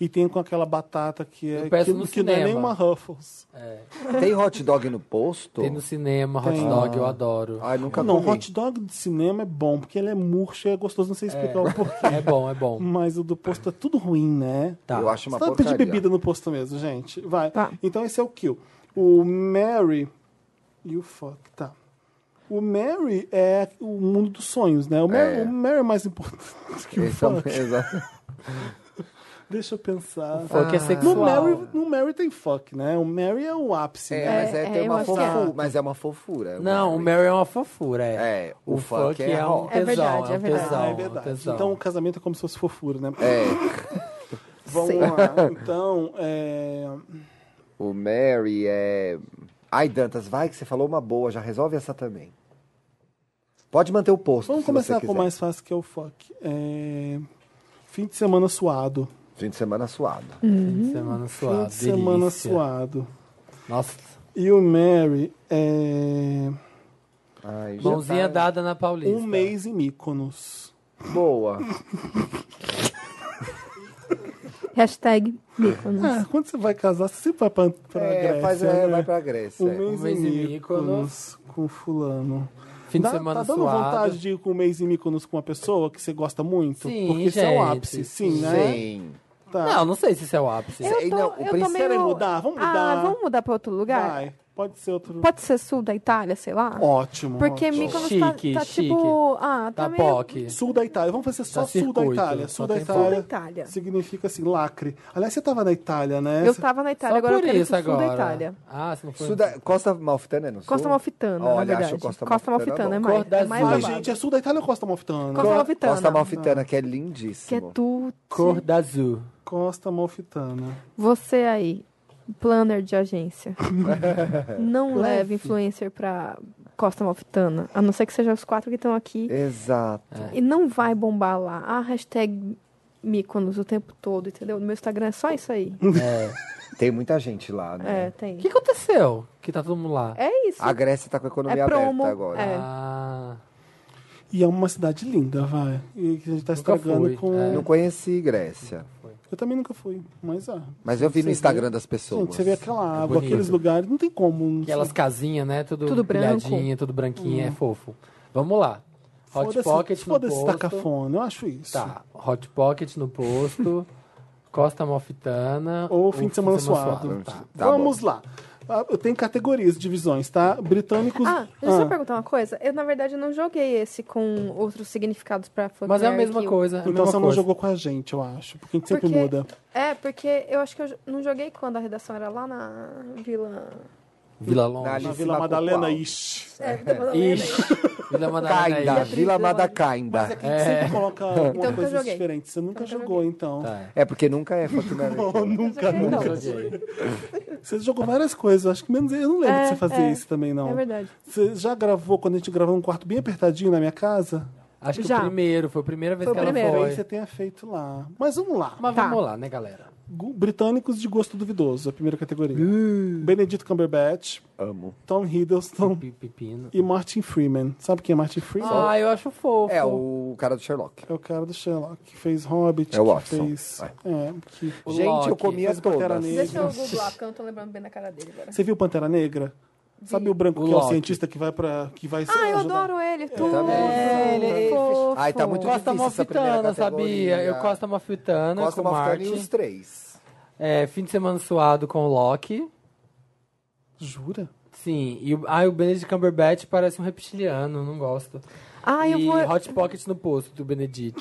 S2: E tem com aquela batata que é
S3: Eu peço no
S2: que, que não é
S3: cinema.
S2: nenhuma Ruffles.
S3: É.
S4: Tem hot dog no posto?
S3: Tem no cinema, hot dog, eu adoro.
S4: Ai, nunca
S2: não,
S4: comi.
S2: hot dog de cinema é bom, porque ele é murcho e é gostoso, não sei explicar o porquê.
S3: É bom, é bom.
S2: Mas o do posto é tudo ruim, né?
S3: Tá.
S4: Eu acho uma
S2: Você tá
S4: porcaria.
S2: pedir bebida no posto mesmo, gente. Vai.
S11: Tá.
S2: Então esse é o kill. O Mary e o fuck, tá. O Mary é o mundo dos sonhos, né? O Mary
S4: É.
S2: é, o Mary é mais importante que o
S4: Esse é o-
S2: fuck.
S4: Exato.
S2: (laughs) Deixa eu pensar.
S3: Fuck é
S2: Ah. No
S3: sexual.
S2: Mary, no Mary tem fuck, né? O Mary é o ápice.
S4: É,
S2: né?
S4: mas é,
S11: É,
S4: tem
S11: eu
S4: uma
S11: acho que
S4: fofura.
S11: é.
S4: Mas é uma fofura.
S3: Não, o Mary é uma fofura, é.
S4: É, o, funk é,
S3: um
S4: rock.
S11: É
S3: tesão,
S11: verdade,
S3: é
S11: é
S3: um
S11: verdade.
S3: tesão,
S2: Ah, é
S3: um
S2: verdade.
S3: tesão.
S2: Então o casamento é como se fosse fofura, né?
S4: É,
S2: (laughs) Vamos
S11: Sim.
S2: lá. Então, é...
S4: o Mary é... Ai, Dantas, vai que você falou uma boa, já resolve essa também. Pode manter o posto,
S2: Vamos
S4: (laughs) se
S2: começar
S4: você
S2: com o
S4: quiser.
S2: mais fácil que é o fuck. É, Fim de semana suado.
S4: Fim de semana suado.
S11: Uhum.
S3: Fim de semana suado.
S2: Uhum. Fim de semana
S3: delícia.
S2: suado.
S3: Nossa,
S2: E o Mary é
S4: Ai, já
S3: mãozinha
S4: tá.
S3: dada na Paulista.
S2: um mês em Mykonos.
S4: Boa.
S11: Hashtag né? Mykonos.
S2: Ah, quando você vai casar, você sempre vai pra, (laughs) pra
S4: é,
S2: Grécia,
S4: faz, é,
S2: né?
S4: vai pra Grécia.
S2: um
S4: é.
S2: mês, em Mykonos com fulano.
S3: Fim de
S2: Dá-
S3: semana
S2: tá dando
S3: suado.
S2: vontade de ir com um mês em Mykonos com uma pessoa que você gosta muito?
S3: Sim,
S2: Porque isso é o
S3: gente.
S2: ápice, sim, né?
S4: Sim.
S2: Tá.
S3: Não, não sei se isso é o ápice.
S11: Eu
S4: E
S11: tô,
S4: não, o
S11: eu tô
S4: príncipe-
S11: meio...
S2: Querem mudar? Vamos
S11: Ah,
S2: mudar.
S11: vamos mudar pra outro lugar?
S2: Vai, pode ser outro.
S11: Pode ser sul da Itália, sei lá?
S2: Ótimo.
S11: Porque
S2: ótimo.
S11: Mykonos
S3: Chique,
S11: tá, tá
S3: chique.
S11: tipo... Ah, tá
S3: Tá
S11: meio...
S3: POC.
S2: Sul da Itália. Vamos fazer só
S3: Tá
S2: sul da
S3: circuito,
S2: Itália. Sul
S3: só
S2: da
S3: tem
S11: Sul da
S2: Itália.
S11: Itália.
S2: Significa assim, lacre. Aliás, você tava na Itália, né?
S11: Eu
S2: Você-
S11: tava na Itália,
S3: Só
S11: agora eu
S3: por
S11: quero ir
S3: isso
S11: pro sul
S3: agora.
S11: da Itália.
S3: Ah, se não foi...
S4: Sul da- Costa Malfitana é no sul?
S11: Costa Malfitana,
S4: Olha,
S11: na verdade.
S4: acho Costa
S11: Malfitana,
S4: Malfitana
S11: é
S4: bom.
S11: mais,
S3: Cor das
S11: é mais
S2: Ai,
S11: babado.
S2: gente, é sul da Itália ou Costa Malfitana?
S11: Costa Malfitana.
S4: Costa Malfitana, que é
S11: Que é
S4: lindíssimo.
S11: tudo.
S3: Cor da azul.
S2: Costa Malfitana.
S11: Você aí, planner de
S3: (laughs)
S11: agência, não leve influencer pra Costa Malfitana, a não ser que seja os quatro que estão aqui,
S2: é-
S4: Exato.
S3: É.
S11: e não vai bombar lá. Ah, A hashtag Mykonos o tempo todo, entendeu? No meu Instagram é só isso aí.
S4: (laughs) Tem muita gente lá, né?
S11: É, tem.
S3: O que aconteceu? Que tá todo mundo lá.
S11: É isso.
S4: A Grécia tá com a economia
S11: É promo,
S4: aberta agora.
S11: é.
S3: Ah,
S2: E é uma cidade linda, vai. E que a gente tá estragando
S3: fui,
S2: com.
S3: é.
S4: Não conheci Grécia.
S2: Eu também nunca fui, mas ah.
S4: Mas eu vi
S2: Você
S4: no Instagram
S2: vê-
S4: das pessoas.
S2: Gente, você vê aquela água,
S3: bonito.
S2: aqueles lugares, não tem como. um não
S3: Ah, aquelas
S2: sei.
S3: casinhas, né? Tudo,
S11: Tudo branco. Hum.
S3: brilhadinha, tudo branquinho, é fofo. Vamos lá. Hot
S2: Foda-se-
S3: Pocket no
S2: Foda-se tacar
S3: posto.
S2: fone, eu acho isso.
S3: Tá, Hot Pocket no posto, (laughs) Costa Malfitana.
S2: Ou fim de semana suado.
S3: Tá.
S4: Tá
S2: Vamos lá. Ah, Eu tenho categorias, divisões, tá? Britânicos.
S11: Ah, deixa eu só perguntar uma coisa. Eu, na verdade, eu não joguei esse com outros significados pra foto.
S3: Mas é a mesma coisa. é a
S2: Então
S3: mesma
S2: você não
S3: coisa.
S2: jogou com a gente, eu acho. Porque a gente sempre
S11: Porque-
S2: muda.
S11: É, porque eu acho que eu jo- não joguei quando a redação era lá na Vila.
S3: Vila Longa.
S4: Ali-
S2: Na
S4: Alice
S2: Vila
S4: Macocual.
S2: Madalena, ixi.
S11: É, Vila Madalena.
S3: Ixi, Vila Madalena É. aí.
S4: Cainda,
S11: Ilha
S4: Vila
S11: Prisão.
S4: Madacainda.
S2: A gente sempre coloca alguma
S11: nunca
S2: coisa
S11: joguei.
S2: diferente. Você Então nunca
S11: Então, nunca
S2: jogou, então. (laughs)
S3: Tá.
S4: É porque nunca é faculdade.
S2: Oh, nunca,
S11: joguei,
S2: nunca.
S11: não.
S3: Joguei.
S2: Você jogou várias coisas, acho que menos eu. Eu não lembro
S11: É,
S2: de você fazer
S11: é.
S2: isso também, não.
S11: É verdade.
S2: Você já gravou quando a gente gravou num quarto bem apertadinho na minha casa?
S3: Acho que
S11: Já.
S3: o primeiro, foi a primeira vez
S11: Foi o
S3: que ela
S11: primeiro.
S2: Talvez você
S3: foi.
S2: tenha feito lá. Mas vamos lá.
S3: Mas
S11: Tá.
S3: vamos lá, né, galera?
S2: Gu- um Britânicos de gosto duvidoso, a primeira categoria. Benedito Cumberbatch,
S4: Amo.
S2: Tom Hiddleston
S3: Pi- Pepino.
S2: e Martin Freeman. Sabe quem é Martin Freeman?
S3: Ah, eu acho fofo.
S4: É o cara do Sherlock.
S2: É o cara do Sherlock, que fez Hobbit,
S4: É o
S2: que
S4: Watson.
S2: fez...
S4: Vai.
S2: É, que...
S3: O
S4: Gente, eu
S3: Loki.
S4: comia
S2: Fez o Pantera
S4: todas.
S2: Negra.
S11: Deixa eu googlar, porque eu não tô lembrando bem da cara dele agora.
S2: Você viu Pantera Negra? Sabe o branco
S3: O
S2: que é o
S3: Loki.
S2: cientista que vai para que vai
S11: Ah, eu
S2: ajudar?
S11: adoro ele, tudo.
S4: também.
S3: É, ele- ele-
S11: Fofo.
S4: Ai, tá muito
S3: Costa
S4: difícil essa primeira
S3: Malfitana,
S4: categoria. né?
S3: sabia? Eu Costa Malfitana
S4: Costa
S3: com
S4: Malfitana e
S3: Martin.
S4: os três.
S3: É, fim de semana suado com o Loki.
S2: Jura?
S3: Sim, e o, ah, o Benedict Cumberbatch parece um reptiliano, não gosto.
S11: Ah,
S3: e
S11: eu vou.
S3: Hot Pocket no posto do Benedict.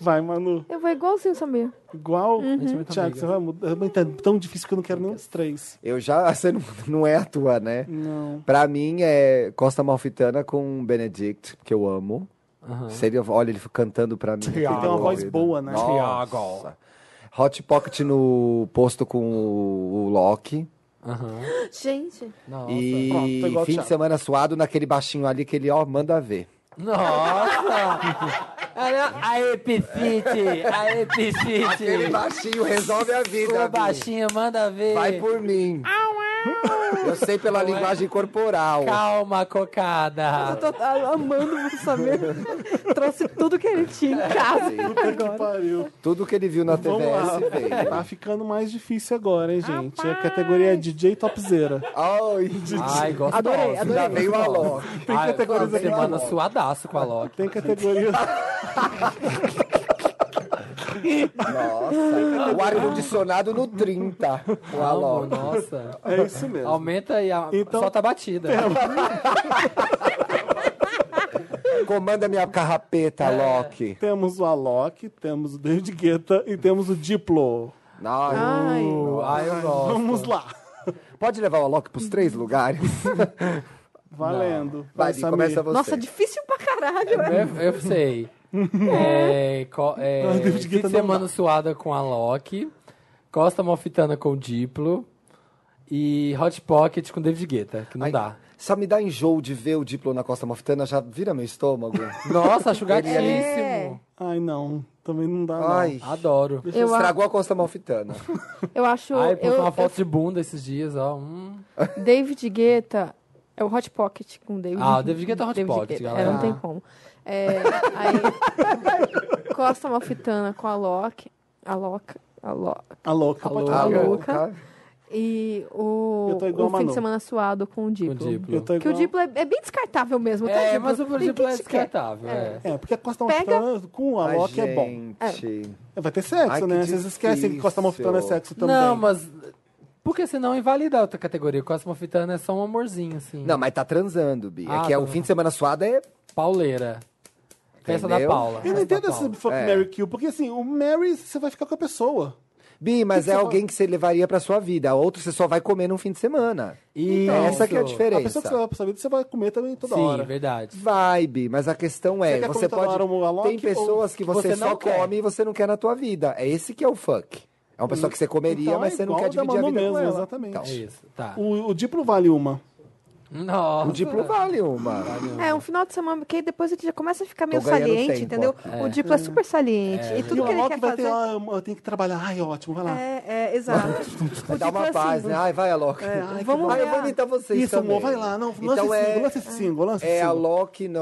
S2: Vai, Manu.
S11: Eu vou igualzinho, Uhum. sabia?
S2: Igual?
S3: é muito
S2: Tiago,
S3: amiga.
S2: você vai mudar. Mas tá tão difícil que eu não quero nenhum dos três.
S4: Eu já. (laughs) Você não, não é a tua, né?
S2: Não.
S4: Pra mim é Costa Malfitana com Benedict, que eu amo.
S3: Aham.
S4: Seria, olha, ele cantando pra mim.
S2: Ele tem uma voz boa, né?
S4: Nossa. Hot Pocket no posto com o, o Loki.
S3: Aham.
S11: Gente,
S3: Nossa.
S4: E
S2: Pronto, tô igual o
S4: fim de
S2: Thiago.
S4: semana suado naquele baixinho ali que ele, ó, manda ver.
S3: Nossa! Olha, Aê, Pifite! Aê,
S4: Aquele
S3: Pifite!
S4: baixinho resolve a vida.
S3: Ô,
S4: Vi.
S3: baixinha, manda ver. é.
S4: Vai por mim. Eu sei pela linguagem corporal.
S3: Calma, cocada.
S11: eu tô a- amando você saber. Trouxe tudo que ele tinha em casa.
S2: Que pariu.
S4: Tudo que ele viu na
S2: Vamos lá.
S4: TVS veio.
S2: Tá ficando mais difícil agora, hein, gente? A categoria é DJ Topzera.
S4: Ai,
S3: Ai, gosto.
S11: Adorei,
S4: já
S11: adorei.
S4: veio a Ló.
S3: Tem categoria da semana suadaço com a Loki.
S2: Tem categoria.
S4: Nossa. O ar condicionado no 30. Com a Ló.
S3: Amo, nossa.
S2: é isso mesmo.
S3: Aumenta aí, a...
S2: Então-
S3: solta a batida.
S4: Comanda minha
S3: É.
S4: carrapeta, Loki.
S2: Temos o Alok, temos o David Guetta e temos o Diplo.
S4: Nossa.
S11: Ai,
S3: Ai, eu gosto.
S2: Vamos lá.
S4: Pode levar o Loki pros três lugares?
S2: (laughs) Valendo.
S4: Vai, Di,
S2: Samir.
S4: começa você.
S11: nossa, difícil pra caralho. né?
S3: Eu, eu sei. É, co- é,
S2: Ai, David
S3: fim
S2: Guetta
S3: de
S2: não
S3: semana
S2: dá.
S3: suada com a Loki. Costa Malfitana com o Diplo. E Hot Pocket com David Guetta, que não
S4: Ai,
S3: dá.
S4: Só me dá enjoo de ver o Diplo na Costa Malfitana, já vira meu estômago.
S3: (laughs) Nossa, acho
S11: É.
S3: gatíssimo.
S2: Ai, não. Também não dá, não.
S4: Ai,
S3: Adoro.
S11: Eu, a-
S4: estragou a Costa
S3: (laughs)
S4: Malfitana.
S11: eu acho.
S3: Ai,
S11: eu,
S3: postou uma foto de bunda esses dias, ó. Hum.
S11: eu- (laughs) David Guetta é o Hot Pocket com o David
S3: Ah, o David Guetta é Hot Pocket,
S11: Guetta, É,
S3: galera.
S11: não tem como.
S3: (laughs)
S11: É, aí, Costa Malfitana com a Loki. A Loki. A Loki.
S2: A louca.
S3: Alô.
S2: pode
S4: Tá
S2: falar.
S11: Alô.
S4: louca.
S11: E o,
S2: Eu tô igual
S11: o
S2: a
S11: fim
S2: Manu.
S11: de semana suado com o Diplo.
S3: Com o Diplo.
S2: Eu tô
S11: Que o
S2: igual...
S11: Diplo é, é bem descartável mesmo, tá?
S3: É,
S11: Diplo?
S3: mas o
S11: Ninguém
S3: Diplo é
S11: te quer.
S3: descartável. É.
S2: É, porque a Costa
S11: Pega-
S2: Malfitana com o
S4: Ai,
S2: Alok é bom.
S4: gente.
S2: Vai ter sexo,
S4: Ai, que
S2: né? Vocês esquecem que Costa Malfitana é
S4: difícil.
S2: sexo também.
S3: Não, mas. Porque senão invalida a outra categoria. Costa Malfitana é só um amorzinho, assim.
S4: Não, mas tá transando, Bia.
S3: Ah,
S4: que é
S3: tá.
S4: o fim de semana suada é.
S3: Pauleira. Festa da
S4: Entendeu?
S3: Paula.
S2: Eu não
S3: Festa da
S2: entendo esse
S3: Paula.
S2: fuck
S4: É.
S2: Mary Kill, porque assim, o Mary você vai ficar com a pessoa.
S4: Bi, mas é alguém que você levaria pra sua vida. A outro você só vai comer num fim de semana. Essa que é a
S3: Isso.
S4: diferença.
S2: A pessoa que você vai pra sua vida, você vai comer também toda
S3: Sim,
S2: hora.
S3: verdade.
S4: Vai, Bi, mas a questão
S2: Você
S4: é,
S2: quer
S4: você
S2: comer toda
S4: pode.
S2: hora um Alok
S4: Tem pessoas que
S3: ou você
S4: você, só
S3: não quer?
S4: come e você não quer na tua vida. É esse que é o funk. É uma pessoa que você comeria,
S2: Então é
S4: mas você não
S2: igual
S4: quer
S2: o da
S4: dividir a
S2: Manu
S4: vida
S2: mesmo,
S4: com ela.
S2: exatamente.
S4: Então,
S3: É Isso, tá.
S2: O, o Diplo vale uma.
S3: Nossa.
S4: o diplo vale uma.
S11: É, um final de semana, porque depois ele já começa a ficar meio
S4: ganhando
S11: saliente,
S4: tempo
S11: entendeu?
S4: aqui.
S11: O Diplo é super saliente. E
S2: E
S11: tudo
S2: o
S11: que ele
S2: Alok
S11: quer
S2: vai ter,
S11: fazer.
S2: ah, eu tenho que trabalhar. Ai, ótimo, vai lá.
S11: É, é, É, exato.
S4: Vai dar uma paz, né? Ai, vai, Alok.
S11: É, ai, que Vamos bom.
S4: Ai, eu
S11: ver
S4: vou
S11: a-
S4: imitar vocês
S2: Isso,
S4: também. Então
S2: amor, vai lá, não, lança esse single, lança esse single, lança esse
S4: É a
S2: single.
S4: Loki no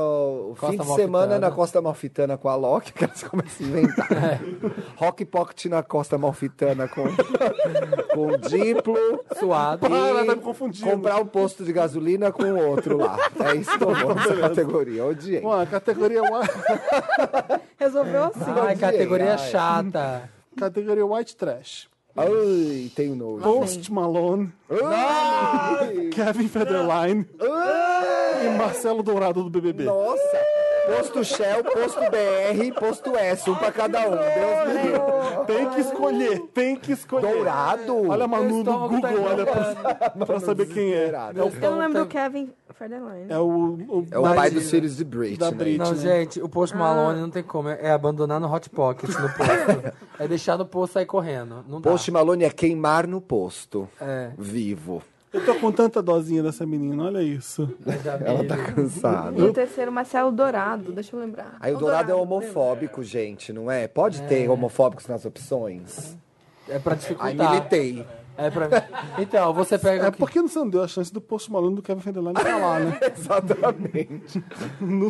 S3: Costa
S4: fim de
S3: Amalfitana.
S4: semana na Costa Malfitana com a Loki, (laughs) que elas começam a inventar.
S3: É.
S4: Rock Pocket na Costa Malfitana com, (laughs) com Diplo.
S3: Suado.
S2: Ah, ela tá me
S4: E
S2: confundindo.
S4: Comprar um posto de gasolina com o outro lá. É isso que eu vou nessa categoria. Odiei.
S2: Bom, a categoria White,
S11: Resolveu assim.
S3: Ai, categoria
S4: É. Ai.
S3: chata.
S2: categoria white Trash.
S4: Ai, tem um nojo.
S2: Post Malone,
S4: Ai,
S2: Kevin Federline e Marcelo Dourado do BBB.
S4: Nossa! Posto Shell, posto BR, posto S, um pra cada um. Deus me livre.
S2: Tem que escolher, tem que escolher.
S4: Dourado?
S2: Olha a Manu no
S3: estômago tá
S2: Google, olha (laughs) pra, pra saber quem é.
S4: Dourado.
S11: Eu não lembro do Kevin Federline.
S2: É o, o,
S4: É o
S2: da-
S4: pai dos filhos de Britney.
S2: da Britney.
S3: Não, gente, o Post Malone não tem como. É é abandonar no Hot Pocket, no
S4: (laughs)
S3: posto. é deixar no posto sair correndo. Não dá.
S4: Post Malone é queimar no posto.
S3: É.
S4: Vivo.
S2: Eu tô com tanta dosinha dessa menina, olha isso.
S4: Ela tá
S11: E o
S4: cansada.
S11: terceiro, Marcelo Dourado, deixa eu lembrar.
S4: Aí o Dourado é homofóbico, gente, não é? Pode ter homofóbicos nas opções?
S3: É pra
S4: Aí
S2: (laughs)
S3: dificultar.
S4: militei.
S3: É pra... (laughs) Então, você pega.
S2: É
S3: o que-
S2: porque você não deu a chance do Post Malone e do Kevin Federline falar, né?
S4: (laughs) Exatamente.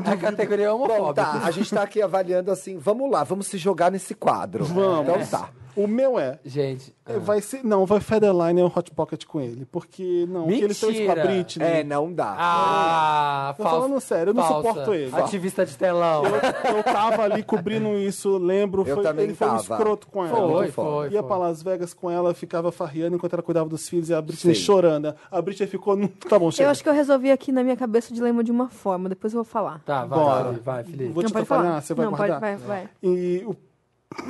S3: A categoria
S4: Bom,
S3: homofóbica.
S4: tá, a gente tá aqui avaliando assim, vamos lá, vamos se jogar nesse quadro.
S2: Vamos.
S4: Então tá.
S2: O meu é.
S3: Gente. ah.
S2: Vai ser, não, vai Federline é um Hot Pocket com ele. Porque, não, o que ele fez com a
S3: Mentira.
S2: Britney.
S4: É, não dá.
S3: Ah,
S2: Tô
S3: falso.
S2: falando sério, eu não
S3: falsa.
S2: suporto ele.
S3: Ativista de telão.
S2: Eu tava ali cobrindo isso, lembro.
S4: Eu
S2: foi,
S4: também
S2: ele foi um
S4: tava.
S2: escroto com ela.
S3: Foi,
S4: foda.
S3: foi.
S2: Ia
S3: foi.
S2: pra Las Vegas com ela, ficava farriando enquanto ela cuidava dos filhos e a Britney
S4: Sim.
S2: chorando. A Britney ficou. "Não, Tá bom, chega.
S11: Eu acho que eu resolvi aqui na minha cabeça o dilema de uma forma, depois eu vou falar.
S3: Tá, vai,
S2: Bora.
S3: vai, vai, Felipe.
S2: Vou
S11: não,
S2: te
S11: pode
S2: atrapalhar,
S11: falar.
S2: você vai
S11: não,
S2: guardar.
S11: pode, vai, vai.
S2: E o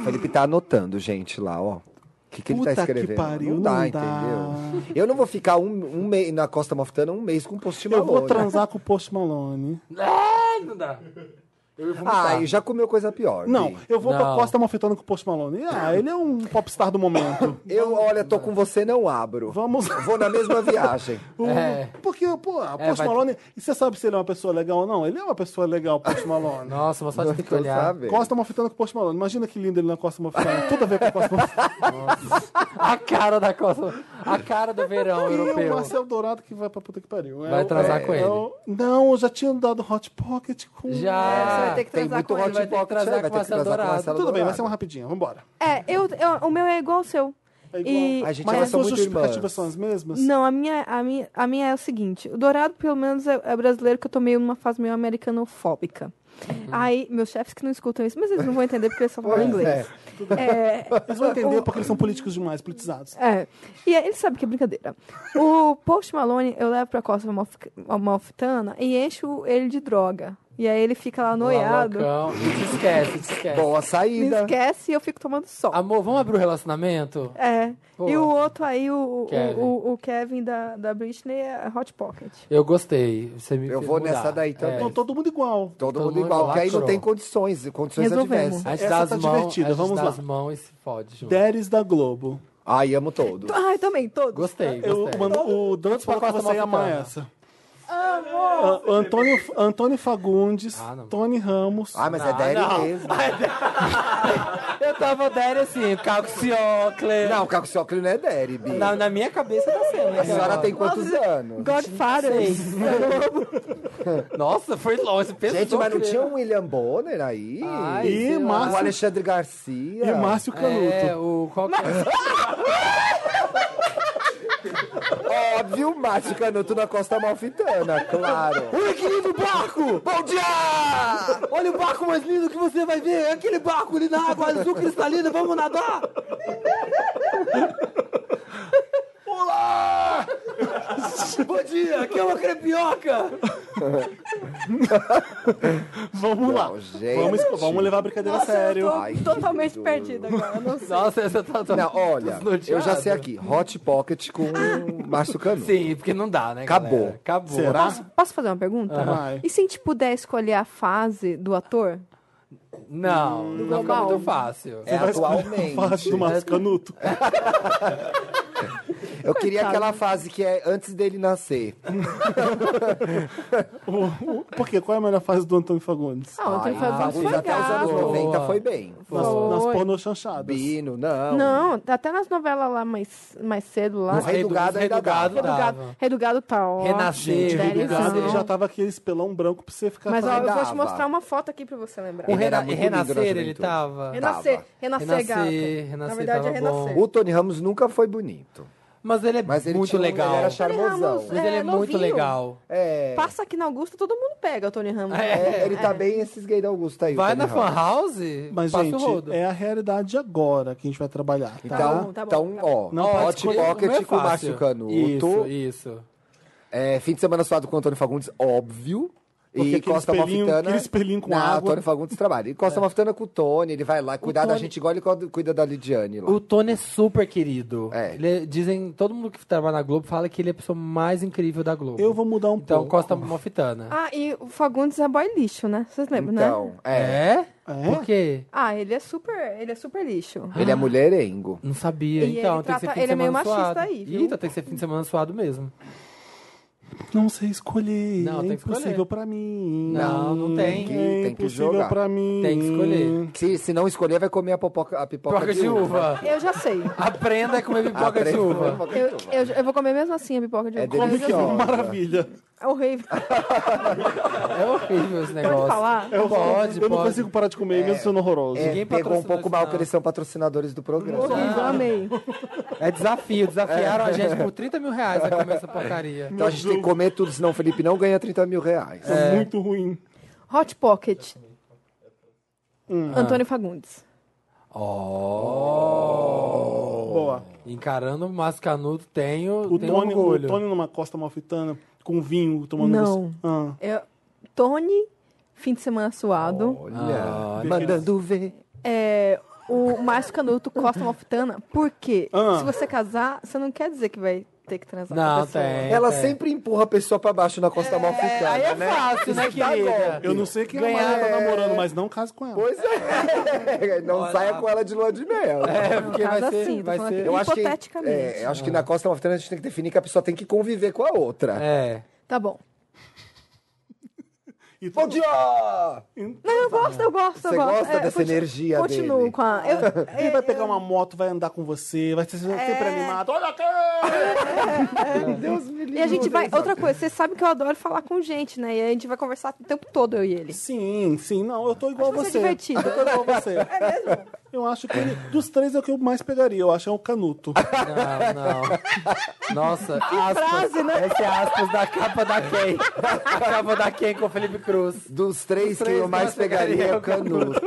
S4: Felipe tá anotando, gente, lá, ó. O que, que ele tá
S2: Puta que
S4: escrevendo?
S2: pariu,
S4: não dá,
S2: não dá.
S4: entendeu? Eu não vou ficar um, um mês na Costa Malfitana um mês com post
S2: Eu
S4: Malone.
S2: vou transar com o Post Malone.
S3: Ah, não dá. Eu vou
S4: Ah, e já comeu coisa pior.
S2: Tá Não,
S4: Bi.
S2: eu vou pra
S3: Não.
S2: Costa Malfitana com o Post Malone. Ah, ele é um popstar do momento.
S4: Eu, olha, tô com você, não abro.
S2: Vamos.
S4: Vou na mesma (laughs) viagem.
S2: O-
S3: É.
S2: Porque, pô, o Ah, Post
S3: vai-
S2: Malone. E você sabe se ele é uma pessoa legal ou não? Ele é uma pessoa legal, Post
S3: (laughs)
S2: Malone.
S3: Nossa, você só tem que
S4: Tô
S3: olhar.
S4: sabendo.
S2: Costa Malfitana com o Post Malone. Imagina que lindo ele na Costa
S3: (laughs)
S2: Malfitana. Tudo a ver com o Costa Malfitana.
S3: A cara da Costa. A cara do verão
S2: (laughs) E o
S3: europeu.
S2: Marcel Dourado que vai pra puta que pariu. É
S3: Vai
S2: o-
S3: transar
S2: é
S3: com ele.
S2: o- Não, eu já tinha dado Hot Pocket com.
S11: Você
S3: Já.
S11: vai ter que
S4: Tem
S11: transar
S4: muito
S11: com ele,
S4: hot
S3: vai ter que
S4: pocket,
S3: transar
S4: aí, vai
S3: com
S4: ter que
S3: Marcelo
S4: transar com
S3: Dourado.
S4: Marcelo
S2: Tudo bem, vai
S4: Dourado.
S2: ser uma rapidinha. Vambora.
S11: É, eu, eu- o meu é igual ao seu.
S2: É igual.
S11: E,
S4: Ai, gente,
S2: Mas
S4: elas
S2: as
S4: são
S2: suas
S4: muito
S2: justificativas
S4: irmãs.
S2: são as mesmas?
S11: Não, a minha, a, minha, a minha é o seguinte: o Dourado, pelo menos, é, é brasileiro, que eu tô meio numa fase meio americanofóbica.
S2: Uhum.
S11: Aí, meus chefes que não escutam isso, mas eles não vão entender porque eles só
S4: É,
S11: falam inglês. É,
S2: Eles vão entender porque eles são políticos demais, politizados.
S11: É. E aí ele sabe que é brincadeira. O Post Malone eu levo pra Costa Amalfi- Amalfitana e encho ele de droga. E aí ele fica lá noiado.
S3: Lalocão. E Te esquece, te esquece.
S4: Boa
S11: Me
S4: saída.
S11: esquece e eu fico tomando sol.
S3: Amor, vamos abrir o relacionamento?
S11: É.
S3: Boa.
S11: E o outro aí, o o- o- o
S3: Kevin.
S11: Kevin, da, da Britney, é Hot Pocket.
S3: Eu gostei. Você me
S4: Eu
S3: fez
S4: vou
S3: mudar. É,
S4: nessa daí também.
S2: Então todo mundo igual.
S4: Todo,
S3: Todo
S4: mundo
S3: mundo
S4: igual, que aí não
S3: lacrou.
S4: tem condições, condições
S11: Resolvemos.
S4: adversas.
S3: A gente
S2: Essa
S3: dá as
S2: tá
S3: mãos,
S2: divertida,
S3: a gente
S2: vamos
S3: dá
S2: lá.
S3: as mãos e se fode junto.
S2: Deres da Globo.
S4: Ai, amo todos.
S11: Ah, eu também, todos.
S3: Gostei,
S2: Eu,
S3: gostei.
S2: mano, o Dantes falou que
S3: Costa
S2: você ia amar
S3: Malfitana.
S2: essa. Amor! Ah, Antônio, Antônio Fagundes,
S3: Ah, não.
S2: Tony Ramos.
S4: Ah, mas é Derry mesmo.
S3: Eu tava dele assim, calciocle.
S4: Não, o Caco Ciocli não é Derry, Bi.
S3: Na, na minha cabeça tá sendo. né,
S4: A senhora
S3: cara?
S4: tem quantos anos?
S11: Godfather. (laughs)
S3: (laughs) Nossa, foi longe. Pensou,
S4: Gente, mas não
S3: que-
S4: tinha um William Bonner aí?
S3: Ai,
S2: E
S3: sei lá.
S4: o
S2: Márcio,
S4: Alexandre Garcia.
S2: e Márcio Canuto.
S3: É, o... Qual que é?
S4: (laughs) Óbvio, Márcio Canuto na Costa Malfitana, claro.
S3: Olha que lindo barco! Bom dia! Olha o barco mais lindo que
S4: (laughs)
S3: você vai ver! É aquele barco ali na água azul cristalina, vamos nadar! Olá! Bom dia, aqui é
S2: (laughs)
S3: uma crepioca!
S2: Vamos lá.
S4: Não, gente.
S2: Vamos, vamos levar a brincadeira a
S11: Nossa,
S2: sério.
S11: eu tô
S4: Ai, que
S11: totalmente
S4: duro.
S11: perdida agora. Não sei.
S3: Nossa, essa tá... tá-
S4: Não, olha, eu já sei
S3: desnorteada.
S4: aqui. Hot Pocket
S3: (laughs)
S4: com Márcio Canuto.
S3: Sim, porque não dá, né,
S4: Acabou.
S3: galera? Acabou.
S2: Será?
S11: Posso, posso fazer uma pergunta?
S2: Ah, Vai.
S11: E se a gente puder escolher a fase do ator?
S3: Não, não fica
S11: global.
S3: muito fácil.
S4: Hum, É,
S2: (laughs) Vai escolher uma
S4: atualmente.
S2: faixa do Márcio Canuto.
S4: (laughs) Eu queria aquela fase que é antes dele
S3: (laughs)
S4: nascer.
S2: O- o- Por quê? Qual é a melhor fase do Antônio Fagundes?
S11: Ah, o Antônio
S4: Ai,
S11: Fagundes foi
S4: até os anos
S11: gato.
S4: 90 foi bem.
S2: Nas, nas pornô chanchadas.
S4: Bino, não.
S11: Não, até nas novelas lá mais, mais cedo lá.
S4: No Rei do Gado ainda dá.
S11: Rei do Gado, Rei do Gado tá ótimo.
S3: Renascer,
S2: Gente,
S11: Dá
S2: o Gado
S11: licença.
S4: tá
S2: já tava aquele espelão branco pra você ficar...
S11: Mas ó, eu vou
S4: Dava.
S11: te mostrar uma foto aqui pra você lembrar.
S3: O
S4: Ele era
S3: Rena-
S4: muito
S3: (laughs) Renascer,
S4: lindo na
S3: ele tá,
S4: juventude.
S3: tava.
S11: Renascer, renascer,
S3: Renascer,
S11: gato. Na
S3: renascer
S11: verdade é
S3: tava bom.
S11: renascer.
S4: O Tony Ramos nunca foi bonito.
S3: Mas ele é
S4: Mas ele
S3: muito
S4: tinha um-
S3: legal.
S4: Ele era
S11: Tony Ramos,
S4: charmosão.
S3: Mas ele é muito
S11: novinho.
S3: legal.
S4: É,
S11: Passa aqui na Augusta, todo mundo pega o Tony Ramos.
S4: é, ele tá bem esses gays da Augusta
S11: um-
S4: aí. o
S3: Vai
S4: Tony
S3: na
S4: Ramos.
S3: fan house,
S2: Mas,
S3: passa
S2: gente,
S3: o rodo.
S2: é a realidade de agora que a gente vai trabalhar, tá?
S4: Então,
S11: Tá bom, tá bom,
S4: então
S11: tá
S4: ó,
S2: Não pode
S4: Hot
S2: escolher,
S4: Pocket
S3: Não
S4: com
S3: é
S4: o
S3: fácil.
S4: Márcio Canuto.
S3: Isso, isso.
S4: É, fim de semana suado com o Antônio Fagundes, óbvio.
S2: Porque
S4: e
S2: aquele
S4: Costa
S2: espelhinho-
S4: Malfitana.
S2: aquele espelhinho com
S4: Não,
S2: água. É.
S4: Antônio Fagundes trabalha. E Costa Malfitana com o Tony, ele vai lá cuidar da gente igual ele cuida- cuida da Lidiane lá.
S3: O Tony é super querido.
S4: É.
S3: Ele é- dizem, todo mundo que trabalha na Globo fala que ele é a pessoa mais incrível da Globo.
S2: Eu vou mudar um
S3: Então,
S2: pouco.
S3: Costa Mofitana.
S11: Ah, e o Fagundes é boy lixo, né? Vocês lembram, né?
S4: Então, é.
S3: Por quê? Ah.
S11: Ah, ele é super, ele é super lixo.
S4: Ele é mulherengo.
S3: Não sabia.
S11: E
S3: então,
S11: ele
S3: tem que ser
S11: trata-
S3: fim de
S11: ele é meio
S3: semana
S11: machista
S3: suado.
S11: aí, viu?
S3: Eita, tem que ser fim de semana suado mesmo.
S2: Não sei escolher.
S3: Não,
S2: é
S3: tem que
S2: impossível
S3: escolher.
S2: pra mim.
S3: Não, não tem.
S4: que-
S2: É
S4: tem que
S2: impossível
S4: jogar.
S2: pra mim.
S3: Tem que escolher.
S4: Se, se não escolher, vai comer a, popoca, a pipoca
S3: Pipoca de uva.
S11: Eu já sei.
S3: Aprenda a comer
S4: Ah,
S3: pipoca de
S4: peraí,
S3: uva.
S4: pipoca de
S11: Eu,
S4: uva.
S11: eu, eu vou comer mesmo assim a pipoca de
S4: É
S11: ovo.
S2: Come que
S4: Deliciosa.
S2: (laughs) maravilha.
S11: É horrível.
S3: É horrível esse negócio.
S11: Pode falar?
S2: É horrível.
S3: Pode,
S2: Eu não
S3: pode.
S2: consigo parar de comer, mesmo sendo horroroso.
S4: É,
S3: Ninguém
S4: pegou um
S3: patrocinou
S4: pouco
S3: isso,
S4: mal
S3: não.
S4: que eles são patrocinadores do programa.
S11: Horrível, amei.
S3: É desafio. Desafiaram a gente por 30 mil reais a comer essa porcaria.
S4: Então a gente tem que comer tudo, senão o Felipe não ganha 30 mil reais.
S2: É muito ruim.
S11: Hot Pocket.
S4: Hum.
S11: Antônio Fagundes.
S2: Boa.
S3: Encarando o Márcio Canuto, tenho,
S2: O
S3: tenho
S2: Tony, o
S3: orgulho.
S2: Tony numa costa malfitana, com vinho, tomando...
S11: Não.
S2: uns- Ah.
S11: É Tony, fim de semana suado.
S3: Ah,
S4: Olha, mandando ver.
S11: É, o Márcio Canuto Costa Malfitana. Por quê?
S2: Ah.
S11: Se você casar, você não quer dizer que vai ter que transar com a
S3: Não,
S11: pessoa.
S3: tem.
S4: Ela
S3: tem.
S4: sempre empurra a pessoa pra baixo na costa malficada,
S3: Aí é
S4: né?
S3: fácil, né, querida?
S2: Eu não sei quem
S3: Ganhar- é-
S2: a mulher tá namorando, mas não case com ela.
S4: Pois é. (laughs) Não saia com ela de lua de mel.
S3: É,
S11: No
S3: porque
S11: caso,
S3: vai ser...
S11: assim, tô
S3: vai
S11: falando
S3: ser... Ah.
S11: aqui.
S4: acho que-
S11: Hipoteticamente.
S4: é, eu acho que na costa malfitana a gente tem que definir que a pessoa tem que conviver com a outra.
S3: É.
S11: Tá bom.
S2: E Então
S4: Bom dia!
S11: Não, eu gosto, eu gosto,
S4: Você
S11: eu gosto.
S4: gosta dessa
S11: conti-
S4: energia
S11: é, Continuo
S4: dele?
S11: com a... Eu,
S2: Ele vai pegar uma moto, vai andar com você, vai ser sempre animado. Olha aqui!
S11: e a gente vai... Outra coisa, você sabe que eu adoro falar com gente, né? E a gente vai conversar o tempo todo, eu e ele.
S2: Sim, sim, não, eu tô igual
S11: Acho
S2: a
S11: você
S2: você.
S11: divertido.
S2: (laughs) Eu tô igual a você. É mesmo? Eu acho que ele- dos três é o que eu mais pegaria, eu acho é o Canuto.
S3: Não, não. Nossa, aspas.
S11: frase, né?
S3: Esse é aspas da capa da Ken. A capa da Ken com o Felipe Cruz.
S4: Dos três,
S3: Dos
S4: quem
S3: três,
S4: eu mais
S3: você pegaria
S4: pegaria é
S3: é
S4: o
S2: um
S3: o
S4: Canuto.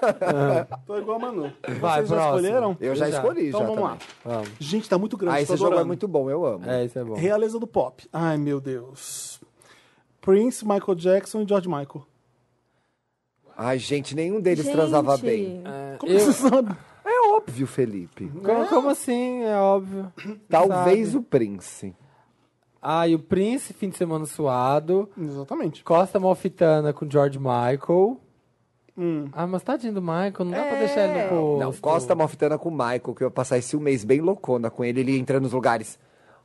S2: Ah. Tô igual a Manu.
S3: Vai,
S2: Vocês já
S3: próximo.
S2: escolheram?
S4: Eu já
S3: Já.
S4: escolhi,
S2: Então
S4: já
S2: vamos
S4: também.
S2: lá. Gente, tá muito grande,
S4: Ah,
S2: tô
S4: esse jogo é
S2: adorando.
S4: muito bom, eu amo.
S3: É, isso é bom.
S2: Realeza do pop. Ai, meu Deus. Prince, Michael Jackson e George Michael.
S4: Ai, gente, nenhum deles transava bem.
S2: Como você sabe?
S4: É óbvio, Felipe.
S3: Como, como assim? É óbvio.
S4: Né? Talvez
S3: Sabe.
S4: o Prince.
S3: Ah, e o Prince, fim de semana suado.
S2: Exatamente.
S3: Costa Malfitana com George Michael. Ah, mas tadinho do Michael, não dá pra deixar
S11: É.
S3: ele no posto.
S4: Não, Costa Malfitana com o Michael, que eu ia passar esse um mês bem loucona com ele. Ele ia entrando nos lugares.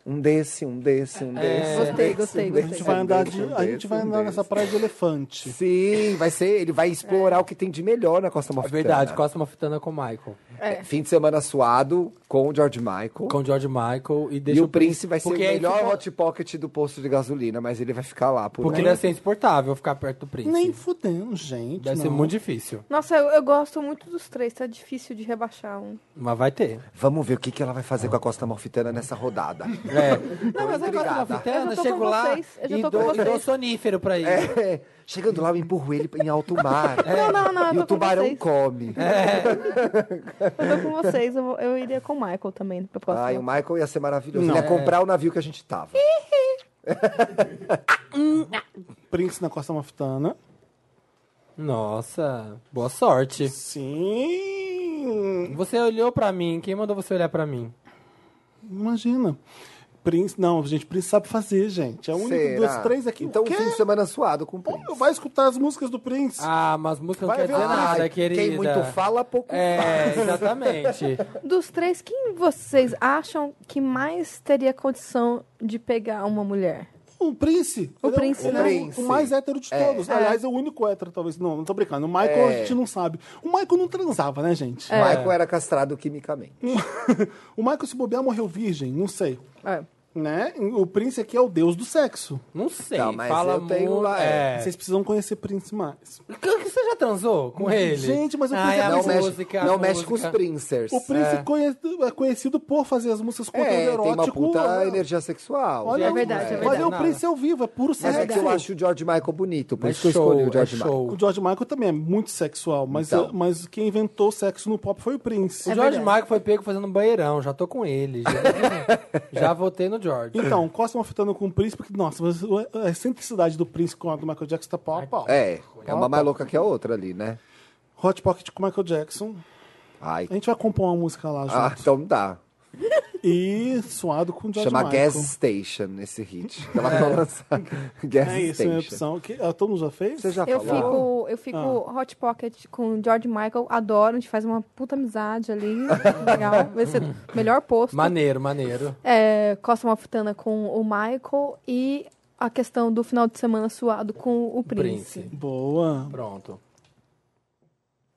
S4: Um desse, um desse,
S2: É.
S4: um desse. um
S11: É. Gostei,
S4: desse,
S11: gostei,
S4: um
S2: A gente
S11: gostei.
S2: vai andar, de,
S4: desse, um
S2: a gente
S4: desse,
S2: vai
S4: um
S2: andar nessa
S4: desse.
S2: praia de elefante.
S4: Sim, vai ser. Ele vai
S11: É.
S4: explorar o que tem de melhor na Costa
S3: É
S4: Malfitana.
S3: verdade, Costa Malfitana com Michael.
S4: É, Fim de semana suado com o George Michael.
S3: Com George Michael e
S4: E
S3: deixa
S4: o Prince vai ser o
S3: porque aí
S4: melhor
S3: fica-
S4: hot pocket do posto de gasolina, mas ele vai ficar lá por
S3: Porque é
S4: aí.
S3: deve ser insuportável ficar perto do Prince.
S2: Nem fudendo, gente.
S3: Deve
S2: não.
S3: ser muito difícil.
S11: Nossa, eu, eu gosto muito dos três, tá difícil de rebaixar um.
S3: Mas vai ter. Ah.
S4: Vamos ver o que, que ela vai fazer com a Costa Malfitana nessa rodada. (laughs)
S3: É. (laughs)
S4: Tô
S3: Não, mas agora
S4: intrigada.
S3: eu tô
S11: Eu já
S3: fitana,
S11: tô
S3: chego
S11: com
S3: lá
S11: vocês, eu já
S3: e
S11: tô com
S3: dou, e dou
S11: vocês.
S3: sonífero pra ele.
S4: É, chegando lá, eu empurro ele em alto mar.
S11: Não, não, não, eu
S4: E o
S11: tô com
S4: tubarão
S11: vocês. É,
S4: come.
S11: Eu tô com vocês, eu, vou- eu iria com o Michael também. Pra próxima. (laughs)
S4: Ai, o Michael ia ser maravilhoso.
S2: É.
S4: Ele ia comprar o navio que a gente tava.
S2: Prince na Costa Mafutana.
S3: Nossa, boa sorte.
S2: Sim!
S3: Você olhou pra mim, quem mandou você olhar pra mim?
S2: Imagina. Prince, não, gente, Prince sabe fazer, gente. É o único,
S4: Será?
S2: duas, três aqui.
S4: Então,
S2: o quê?
S4: fim de semana suado com o Prince.
S2: Vai escutar as músicas do Prince.
S3: Ah, mas música não
S2: Vai
S3: quer
S2: ver
S3: dizer
S2: lá.
S3: nada,
S2: Ai, quem
S3: querida.
S4: muito fala, pouco
S3: É,
S2: (laughs)
S4: faz.
S3: exatamente.
S11: Dos três, quem vocês acham que mais teria condição de pegar uma mulher?
S2: O Prince.
S11: O
S2: Ele é
S11: Prince,
S2: ele
S11: né?
S2: é
S11: Prince.
S2: O mais hétero de
S11: É.
S2: todos. Aliás, é o único hétero, talvez. Não, não tô brincando. O Michael
S4: É.
S2: a gente não sabe. O Michael não transava, né, gente?
S11: É.
S4: O Michael era castrado quimicamente.
S2: (laughs) O Michael, se bobear, morreu virgem. Não sei.
S11: É.
S2: Né? O Prince aqui é o deus do sexo.
S3: Não sei.
S4: Não, mas
S3: fala
S4: eu tenho
S3: mu-
S4: lá,
S3: É.
S2: Vocês precisam conhecer Prince mais.
S3: Que- que Você já transou com ele?
S2: Gente, mas o
S3: Ai,
S2: Prince é
S3: a
S4: não mexe,
S3: música, a
S4: não mexe com os
S3: música.
S4: Princers.
S2: O Prince conhe- é conhecido por fazer as músicas com
S4: É,
S2: conteúdo
S4: tem uma
S2: erótico.
S4: puta
S2: olha-
S4: energia sexual.
S2: olha
S11: É
S2: o-
S11: verdade, é
S2: Olha
S11: verdade.
S2: o Prince ao vivo, é puro
S4: Mas
S2: sexo.
S4: é que eu acho o George Michael bonito, por
S3: É
S4: isso que eu
S3: show,
S4: escolhi o George
S3: é
S4: Michael.
S3: show.
S2: O George Michael também é muito sexual, mas,
S4: Então.
S2: mas quem inventou sexo no pop foi o Prince.
S3: O George Michael foi pego fazendo um banheirão, já tô com ele. Já, já votei no George.
S4: É.
S2: Então, Cosmo fitando com o Prince, porque, nossa, mas a excentricidade do Prince com a do Michael Jackson tá pau a pau.
S4: É, é uma mais louca que a outra ali, né?
S2: Hot Pocket com o Michael Jackson.
S4: Ai,
S2: A gente vai compor uma música lá junto.
S4: ah, então dá.
S2: E suado com o George
S4: Chama
S2: Michael.
S4: Gas Station esse hit. Que ela
S2: (laughs)
S4: vai lançar. Gas
S2: É isso, é minha
S4: Station.
S2: opção. Que, ah, todo mundo já fez? Ah,
S4: Você já
S11: Eu
S4: falou?
S11: fico, eu fico
S4: Ah.
S11: hot pocket com o George Michael, adoro, a gente faz uma puta amizade ali, (laughs) legal, vai ser o melhor posto.
S3: Maneiro, maneiro.
S11: É, Costa Mafutana com o Michael e a questão do final de semana suado com o Prince.
S3: Prince.
S2: Boa.
S3: Pronto.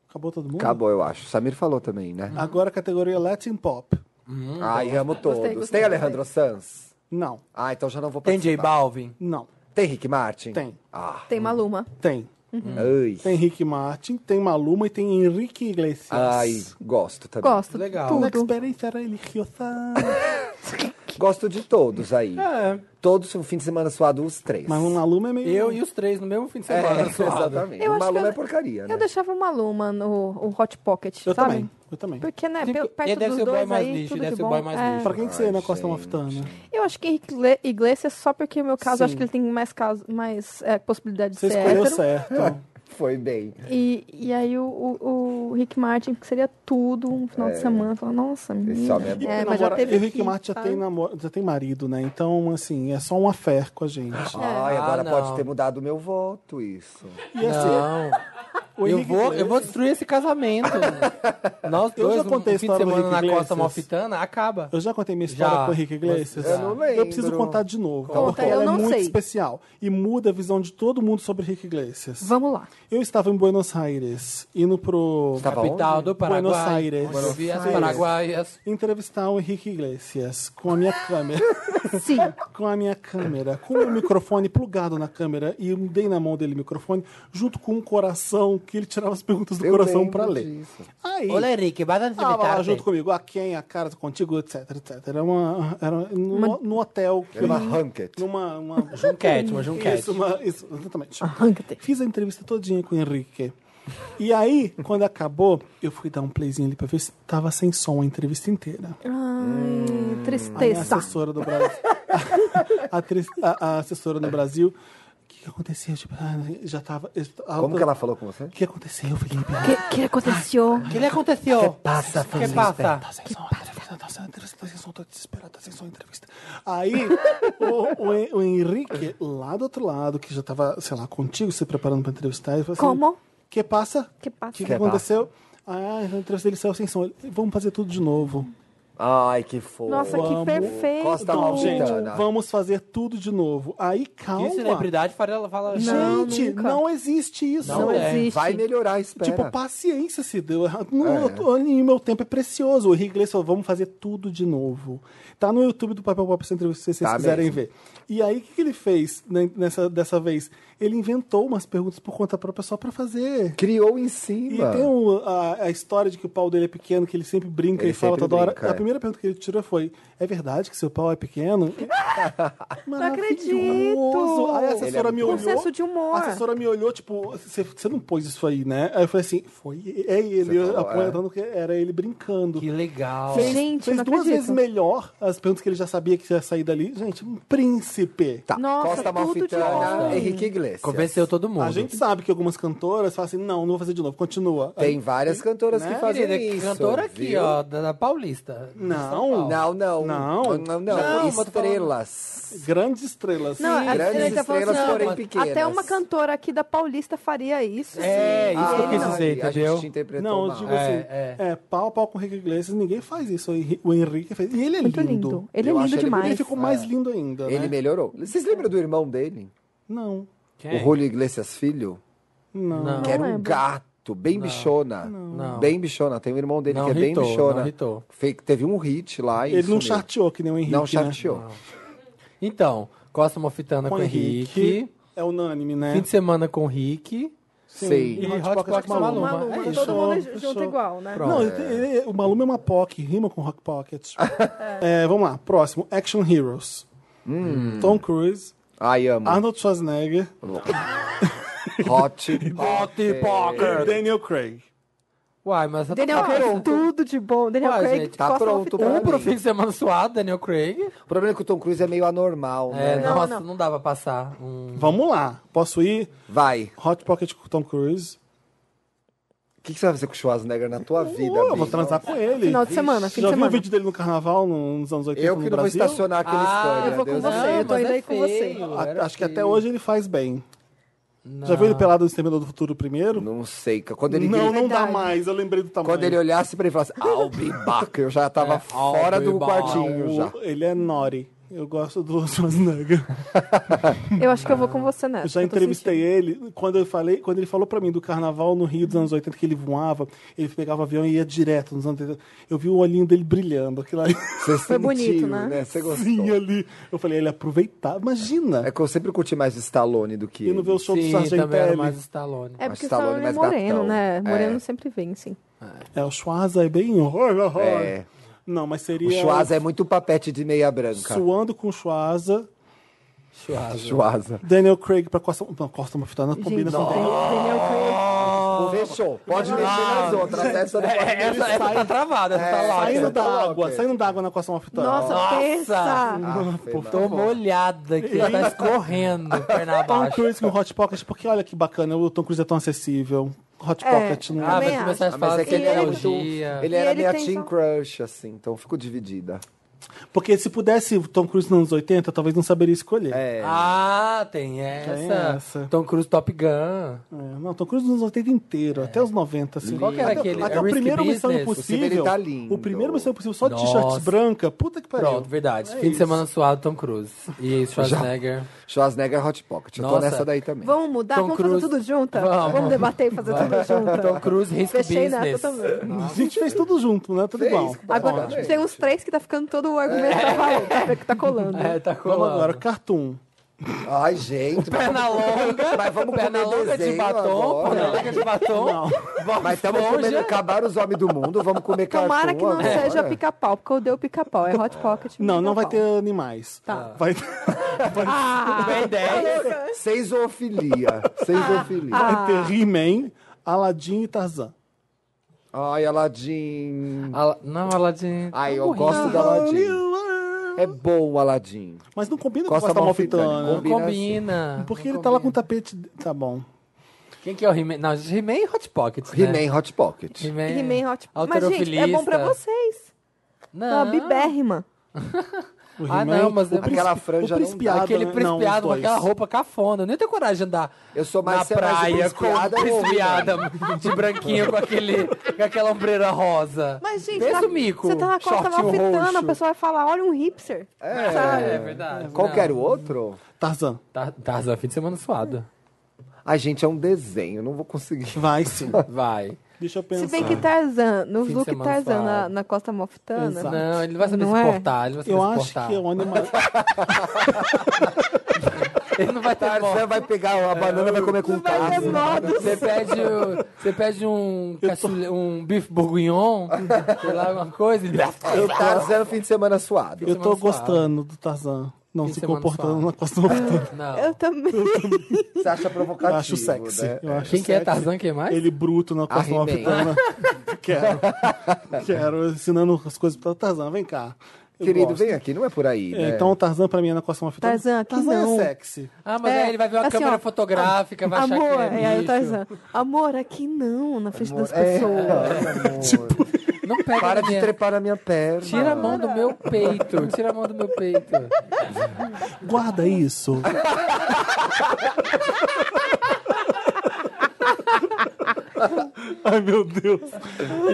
S2: Acabou todo mundo?
S4: Acabou, eu acho. Samir falou também, né?
S2: um. Agora a categoria Latin Pop.
S4: Hum. Ai, amo todos.
S11: gostei,
S4: Tem Alejandro Sanz?
S2: Não,
S4: Ah, então já não vou
S3: Tem J
S4: participar.
S3: Balvin?
S2: não.
S4: Tem Rick Martin?
S2: Tem,
S4: Ah,
S11: Tem Uhum. Maluma.
S2: tem.
S3: Hum.
S4: ai.
S2: Tem Rick Martin, tem Maluma e tem Henrique Iglesias.
S4: Ai, gosto também.
S11: Gosto.
S3: Legal.
S2: Uma
S11: Tudo.
S2: experiência religiosa.
S4: Gosto de todos aí.
S3: É.
S4: Todos um fim de semana suado, os três.
S2: Mas o Maluma é meio...
S3: Eu e os três no mesmo fim de
S4: É,
S2: (laughs)
S3: semana. suado.
S4: exatamente.
S11: Eu
S4: o
S11: acho que
S4: Maluma
S11: eu-
S4: é porcaria, né?
S11: Eu deixava o Maluma no o hot pocket,
S2: Eu
S11: sabe?
S2: também, eu também.
S11: Porque, né,
S3: Ele
S11: pe- perto
S4: é
S3: deve
S11: dos
S3: ser o boy
S11: dois
S3: mais
S11: aí,
S3: lixo,
S11: tudo
S3: deve
S11: de
S3: ser o
S11: bom.
S3: boy mais
S11: É.
S3: lixo.
S2: Pra quem que você
S4: Ai,
S2: ia na Costa
S4: gente.
S2: Mafutana?
S11: Eu acho que Henrique Le- Iglesias, só porque o meu caso,
S2: Sim.
S11: eu acho que ele tem mais, caso, mais é, possibilidade de
S2: Você
S11: ser
S2: escolheu
S11: hétero. É.
S2: certo.
S4: É. (laughs) Foi bem.
S11: E, e aí o, o, o Rick Martin, que seria tudo um final de semana. Fala, nossa, menina.
S4: homem é bom.
S11: é, mas já
S2: Namora-
S11: teve tá?
S2: E o Rick
S11: filho,
S2: Martin já
S11: sabe?
S2: tem, namor... já tem marido, né? Então, assim, é só um affair com a gente.
S4: Ai,
S11: É.
S3: Ah,
S4: agora
S3: não.
S4: pode ter mudado o meu voto, isso.
S2: E assim,
S3: Não.
S2: o
S3: Eu
S2: Henrique
S3: vou, eu vou destruir esse casamento. (laughs) Nós
S2: Eu
S3: dois,
S2: já
S3: um-
S2: contei a
S3: um fim de
S2: história do
S3: semana na
S2: Henrique
S3: Costa
S2: Iglesias.
S3: Malfitana, acaba.
S2: (laughs) Eu já contei minha história
S3: Já.
S2: com o Henrique Iglesias.
S5: É,
S3: Eu não
S4: lembro.
S2: preciso contar de novo,
S11: Conta,
S2: porque
S11: eu
S2: ela é
S11: não
S2: muito
S11: sei.
S2: especial e muda a visão de todo mundo sobre Henrique Iglesias.
S11: Vamos lá.
S2: Eu estava em Buenos Aires, indo pro
S4: Tava
S3: Capital do Paraguai.
S2: Buenos Aires.
S3: Onde eu vi
S2: Buenos
S3: as
S2: Aires.
S3: paraguaias.
S2: entrevistar um o Henrique Iglesias com a minha
S3: (laughs)
S2: câmera.
S11: Sim.
S2: com a minha câmera, com o meu microfone plugado na câmera e eu dei na mão dele o microfone, junto com um coração que ele tirava as perguntas do
S4: Eu
S2: coração
S4: lembro
S2: pra ler.
S4: disso.
S2: Aí,
S3: Olha, Henrique, vai dar
S2: tava lá junto comigo, a quem, a cara contigo, etc, etc. Era uma era no, no hotel que
S4: Era uma Hunket.
S2: numa
S3: (laughs)
S2: uma
S3: Junquete, uma junquete.
S2: Isso, uma, isso,
S3: (laughs)
S2: exatamente.
S11: Arranca-te.
S2: Fiz a entrevista todinha com o Henrique. E aí, quando acabou, eu fui dar um playzinho ali pra ver se tava sem som a entrevista inteira.
S11: Ai,
S2: A minha
S11: tristeza.
S2: assessora do Brasil. (laughs) a, atriz- a- a assessora no Brasil. O que, que aconteceu? Tipo, ah, já tava.
S4: Como que ela falou com você?
S2: O que aconteceu, Felipe? "Ah,
S11: O que, que aconteceu?
S3: O que lhe aconteceu? Que passa, Que passa?
S2: Tá sem som, a entrevista, tá sem entrevista, tá sem som, tô desesperado, tá sem som, a entrevista. Aí, o, o Hen- o Henrique, lá do outro lado, que já tava, sei lá, contigo, se preparando pra entrevistar, ele falou assim...
S11: Como?
S2: Que passa?
S11: Que passa?
S2: Que, que
S11: Que
S2: aconteceu? Ah, a entrevista dele saiu sem som. Ele, Vamos fazer tudo de novo.
S4: Ai, que fofo.
S11: Nossa, que
S2: Vamos.
S11: perfeito.
S4: Costa
S2: Então, gente,
S4: Malfitana.
S2: vamos fazer tudo de novo. Aí, calma.
S3: Que celebridade fala... fala
S2: Gente,
S11: nunca.
S2: não é existe isso.
S11: Não existe.
S4: é. Vai melhorar, espera.
S2: Tipo, paciência se deu errado. Não, eu tô- e meu tempo é precioso. O Henrique Iglesias falou, vamos fazer tudo de novo. Tá no YouTube do Papel Pop essa entrevista, se vocês
S4: Tá
S2: quiserem
S4: mesmo.
S2: ver. E aí, o que, que ele fez né, nessa, dessa vez? Ele inventou umas perguntas por conta própria só pra fazer.
S4: Criou em
S2: E
S4: cima.
S2: tem o- a, a história de que o pau dele é pequeno, que ele sempre brinca
S4: Ele
S2: e fala
S4: sempre
S2: toda hora.
S4: brinca,
S2: A
S4: é.
S2: primeira pergunta que ele tirou foi: É verdade que seu pau é pequeno?
S11: acredito!
S5: é
S2: Maravilhoso! Aí a assessora me
S11: Com
S2: olhou.
S11: senso de humor.
S2: A assessora me olhou, tipo, "Você- você não pôs isso aí, né? Aí eu falei assim, foi. É ele,
S4: falou,
S2: apontando que era ele brincando.
S3: Que legal.
S2: Fez,
S11: Gente,
S2: fez
S11: não
S2: duas
S11: acredito.
S2: vezes melhor as perguntas que ele já sabia que ia sair dali. Gente, um príncipe.
S4: Tá,
S11: Nossa,
S4: Costa
S11: tudo de
S4: Malfitana,
S11: bom.
S4: Henrique Iglesias.
S3: Convenceu todo mundo.
S2: A gente sabe que algumas cantoras falam assim, não, não vou fazer de novo, continua. Né?
S4: Tem várias cantoras que fazem
S3: Né, Querida,
S4: isso.
S3: cantora aqui,
S4: viu?
S3: ó, da, da Paulista. de
S2: Não.
S3: São Paulo.
S4: Não, não.
S2: Não.
S4: não.
S3: Não, mas tô falando-
S4: Estrelas.
S2: Grandes estrelas.
S11: Não, a-
S4: Grandes
S11: ele tá falando
S4: estrelas,
S11: assim,
S4: porém
S2: é
S11: não,
S4: pequenas.
S11: Até uma cantora aqui da Paulista faria isso.
S3: É,
S11: sim.
S3: isso que eu
S4: Ah,
S3: quis dizer,
S4: a
S3: entendeu?
S4: gente te interpretou
S2: Não, eu
S4: mal.
S2: digo
S3: É,
S2: assim, é, pau a pau com o Henrique Iglesias, ninguém faz isso. O Henri- O Henrique fez. E ele é
S11: Muito
S2: lindo.
S11: lindo. Ele
S4: Eu
S11: é
S4: acho
S11: lindo
S4: ele É.
S11: demais.
S2: Ele ficou mais lindo ainda,
S4: Ele
S2: né?
S4: melhorou. Vocês lembram do irmão dele?
S2: Não,
S3: Quem?
S4: O Julio Iglesias Filho?
S2: não.
S3: Não.
S4: que era um
S11: lembro.
S4: gato, bem bichona.
S3: Não.
S4: Bem bichona. Tem um irmão dele
S3: Não
S4: que é bem
S3: hitou,
S4: bichona.
S3: não hitou.
S4: Fe- Teve um hit lá. e
S2: Ele não
S4: sumiu.
S2: charteou que nem o Henrique,
S4: Não
S2: né?
S4: charteou.
S3: Então, Costa Mofitana com,
S2: Com o
S3: Henrique.
S2: Henrique, É unânime, né?
S3: Fim de semana com o Rick.
S4: Sim.
S3: E
S2: Hot
S3: Hot
S2: Pocket
S3: Pocket
S2: com Maluma.
S3: Maluma.
S11: Maluco,
S3: É isso.
S11: todo mundo
S2: Fechou,
S11: junto
S2: fechou.
S11: igual, né?
S3: Pronto.
S2: Não, ele tem- ele- o Maluma é uma POC, rima com Rock Pocket. É, vamos lá, próximo. Action Heroes. Tom Cruise,
S4: Ai, amo.
S2: Arnold Tá Schwarzenegger, (laughs)
S4: Hot.
S2: Daniel Craig.
S3: Uai, mas...
S11: Daniel
S3: tá-
S11: Craig, tudo de bom. Daniel
S3: Ué,
S11: Craig,
S3: gente,
S4: tá
S11: Costa
S4: pronto
S11: Malfitana.
S4: pra
S3: Um pro
S4: mim.
S3: fim de semana suado, Daniel Craig.
S4: O problema é que o Tom Cruise é meio anormal,
S3: É,
S4: né?
S11: não,
S3: nossa, não.
S11: não.
S3: dá pra passar um...
S2: Vamos lá, posso ir?
S4: Vai.
S2: Hot Pocket com Tom Cruise.
S4: O que, que você vai fazer com o Schwarzenegger na tua vida?
S2: Oh, eu vou
S4: Bino?
S2: transar com ele.
S11: Final de semana, fim de
S2: Já viu o
S11: semana. Ah,
S2: vídeo dele no carnaval no- nos anos 80
S4: Eu
S2: no
S4: que não vou
S2: Brasil?
S4: estacionar aquele stand.
S11: eu vou com
S4: Deus
S11: você,
S4: me livre.
S11: eu tô
S3: mas
S11: indo
S3: é
S11: aí com você.
S3: feio,
S2: A-
S3: era
S2: acho que até
S3: feio.
S2: hoje ele faz bem.
S3: Não.
S2: Já viu ele pelado no Exterminador do Futuro primeiro?
S4: Não sei. ca- Quando ele,
S2: não,
S4: grita-
S2: não dá
S11: Verdade.
S2: mais, eu lembrei do tamanho.
S4: quando ele olhasse pra ele e falasse, I'll be back", eu já tava
S3: É,
S4: fora
S3: I'll be
S4: do
S3: back.
S4: quartinho já.
S2: O- Ele é Nori. Eu gosto do Schwarzenegger.
S11: (laughs) Eu acho que eu vou com você nessa.
S2: Eu já
S11: eu tô
S2: entrevistei ele quando eu falei, quando ele falou pra mim do carnaval no Rio dos anos 80 que ele voava, ele pegava avião e ia direto nos anos 80. Eu vi o olhinho dele brilhando, aquilo ali.
S4: Você
S11: Foi bonito,
S4: sentiu,
S11: né?
S4: Você gostou.
S2: Sim, ali. Eu falei, ele aproveitava. Imagina.
S4: É que eu sempre curti mais o Stallone do que
S2: E não vê o show do
S3: Sim, também era mais
S2: Sargentelli.
S3: Stallone.
S11: É
S4: Mas
S11: porque o
S4: Stallone
S11: Stallone é
S4: mais
S11: moreno,
S4: gatão.
S11: né? Moreno
S4: É.
S11: sempre vence.
S2: É, o Schwarza é bem. horror, horror.
S4: É.
S2: Não, mas
S4: O
S2: seria.
S4: Schwaza é muito papete de meia branca.
S2: Suando com o Schwarza.
S4: Schwaza.
S2: Daniel Craig pra Costa. Não, Costa Mafitana combina
S11: Gente,
S2: com Ah.
S11: Daniel, Daniel Craig.
S4: Fechou. Pode mexer nas outras.
S2: É,
S4: Essa não pode
S3: Essa,
S4: mexer.
S3: essa tá travada,
S4: É,
S3: essa tá lá.
S2: Saindo
S4: Olha,
S2: da
S4: tá,
S2: água,
S4: ok.
S2: saindo da água na Costa Mafitana.
S11: Nossa,
S3: Nossa.
S11: pensa!
S4: Ah, foi mal.
S3: Tô molhada aqui, ela
S2: (laughs)
S3: tá escorrendo, perna
S2: Tom
S3: abaixo.
S2: Cruise com Hot Pocket, porque olha que bacana, o Tom Cruise é tão acessível. Hot
S11: É.
S2: Pocket né? não
S3: Ah,
S11: Também
S3: vai começar a
S4: Ah, mas
S3: falar
S4: é
S3: de
S4: que ele era muito.
S3: tecnologia.
S4: Ele
S11: E
S4: era
S11: ele
S4: minha
S11: tem
S4: teen
S11: só-
S4: crush, assim, então fico dividida.
S2: Porque se pudesse o Tom Cruise nos anos 80, talvez não saberia escolher.
S4: É.
S3: Ah, tem essa.
S2: essa.
S3: Tom Cruise Top Gun. É.
S2: É, não, Tom Cruise nos anos 80 inteiro, até os 90, assim.
S3: Qual que era
S2: até,
S3: aquele?
S2: Até
S3: É
S2: o
S3: Risky
S2: primeiro Missão
S3: Business.
S4: Você vê,
S2: Impossível.
S4: ele tá lindo.
S2: O primeiro Missão Impossível, só de
S3: Nossa.
S2: t-shirt branca. Puta que pariu.
S3: Pronto, verdade.
S2: É
S3: Fim de
S2: isso.
S3: semana suado, Tom Cruise. E Schwarzenegger.
S4: Schwarzenegger é Hot Pocket. Eu tô
S3: Nossa.
S4: nessa daí também.
S11: Vamos mudar,
S3: Tom
S11: vamos
S3: Cruise.
S11: fazer tudo junto?
S3: Vamos.
S11: Vamos, debater e fazer tudo junto?
S3: (laughs) Tom Cruise, Risk
S11: Fechei
S3: Business. tá
S11: nessa também.
S2: A gente fez tudo junto, né? Tudo igual.
S11: Agora, tem uns três que tá ficando todo o argumento tá valendo, tá vendo que tá colando.
S3: É, tá colando.
S2: Vamos agora, Cartoon.
S4: Ai, gente. mas- (laughs)
S3: Perna longa.
S4: Mas vamos
S3: Perna
S4: comer
S3: longa de
S4: desenho
S3: batom.
S4: agora.
S3: Perna longa de batom. Bob
S4: Mas estamos comendo,
S3: Esponja.
S4: acabaram os homens do mundo, vamos comer cartoon
S11: Tomara que não
S4: agora.
S11: seja pica-pau, porque eu dei o pica-pau. É hot pocket.
S2: né? Não, não vai ter
S11: pica-pau.
S2: animais. Ah.
S11: Tá.
S2: Vai vai
S11: Ah,
S3: Ben 10.
S4: Seisofilia. Seisofilia.
S2: vai ter He-Man, Aladdin e Tarzan.
S4: Ai, Aladdin.
S3: Ala- Não, Aladdin. Tá
S4: Ai, eu gosto da Aladdin. É bom o Aladdin.
S2: Mas não combina
S4: Costa
S2: com Costa
S4: Amalfitana.
S2: Malfitana. né?
S4: Combina
S3: Combina. assim.
S2: Porque
S3: Não
S2: ele tá lá com o
S3: combina.
S2: tapete. Tá bom.
S3: Quem que é o He-Man? Não, He-Man e Hot Pockets, né?
S4: He-Man Hot Pocket.
S11: He-Man hot Mas, gente, é bom pra
S3: Alterofilista.
S11: vocês. Tá
S3: Não,
S11: bibérrima.
S2: O
S3: Ah,
S2: He-Man,
S3: não, mas
S2: o
S3: é-
S4: Aquela
S2: príncipe-
S4: franja
S2: o
S4: não
S2: principiado, né?
S3: aquele
S2: Não, os
S3: prispeado com
S2: dois.
S3: aquela roupa cafona. Eu nem tenho coragem de andar
S4: Eu sou mais
S3: na
S4: serás de
S3: praia com
S4: prispeada ou
S3: prispeada de branquinho com, aquele, com aquela ombreira rosa.
S11: Mas, gente,
S3: Pensa
S11: na-
S3: o mico.
S11: você tá na costa
S3: shortinho
S11: malfitana, a
S3: roxo.
S11: pessoa vai falar, olha um hipster.
S4: É.
S3: É verdade.
S4: Qualquer
S3: não.
S4: outro?
S2: Tarzan.
S3: Tar- Tarzan, fim de semana suado.
S4: Ai, gente, é um desenho, não vou conseguir.
S2: Vai
S4: (laughs)
S2: sim.
S3: Vai.
S2: Deixa eu
S11: Se
S2: pensar.
S11: bem que Tarzan, no
S3: Fim de
S11: look
S3: semana
S11: Tarzan na,
S3: suave.
S11: na costa malfitana,
S2: Exato.
S3: Não, ele não vai saber
S11: Não
S3: se
S11: é?
S3: portar. Ele não vai saber
S2: Eu
S3: se
S2: acho
S3: portar.
S2: que é um
S3: (laughs)
S2: animal.
S3: Ele não vai ter moto.
S4: Tarzan vai pegar a banana, vai comer com
S11: vai ter
S4: Tarzan.
S11: modos.
S3: Você pede, o- você pede um, cassoulet- um bife bourguignon, sei lá, alguma coisa. Ele...
S4: Eu Tarzan fim de semana suado.
S2: Eu tô
S3: Semana suave.
S2: gostando do Tarzan. Não
S3: Fim de
S2: se
S3: semana
S2: comportando
S3: suave.
S2: na costa do
S3: (laughs) Não.
S11: Eu também.
S4: Você acha
S2: Eu
S4: provocativo,
S2: acho sexy.
S4: né?
S2: Eu acho
S3: Quem que é
S2: sexy.
S3: Tarzan? Quem mais?
S2: Ele bruto na costa
S4: He-Man.
S3: (laughs)
S2: malfitana. quero. Quero, ensinando as coisas pra Tarzan. Vem cá. Eu
S4: Querido,
S2: gosto.
S4: vem aqui, não é por aí,
S2: É,
S4: né?
S2: Então, Tarzan pra mim é na costa malfitana.
S11: Tarzan, aqui
S2: Tarzan
S11: não.
S2: é sexy.
S3: Ah, mas
S11: É,
S3: aí ele vai ver uma
S11: assim,
S3: câmera
S11: ó,
S3: fotográfica, vai achar
S11: Amor,
S3: que ele
S11: é,
S3: é
S11: aí
S3: bicho.
S11: o Tarzan. Amor, aqui não, na frente das
S4: É,
S11: pessoas.
S4: amor.
S3: Não pega
S4: Para
S3: na
S4: de
S3: minha-
S4: trepar na minha perna.
S3: Tira a mão do meu peito. Tira a mão do meu peito.
S2: Guarda
S1: (laughs)
S2: isso.
S1: Tá
S2: Ai, meu Deus.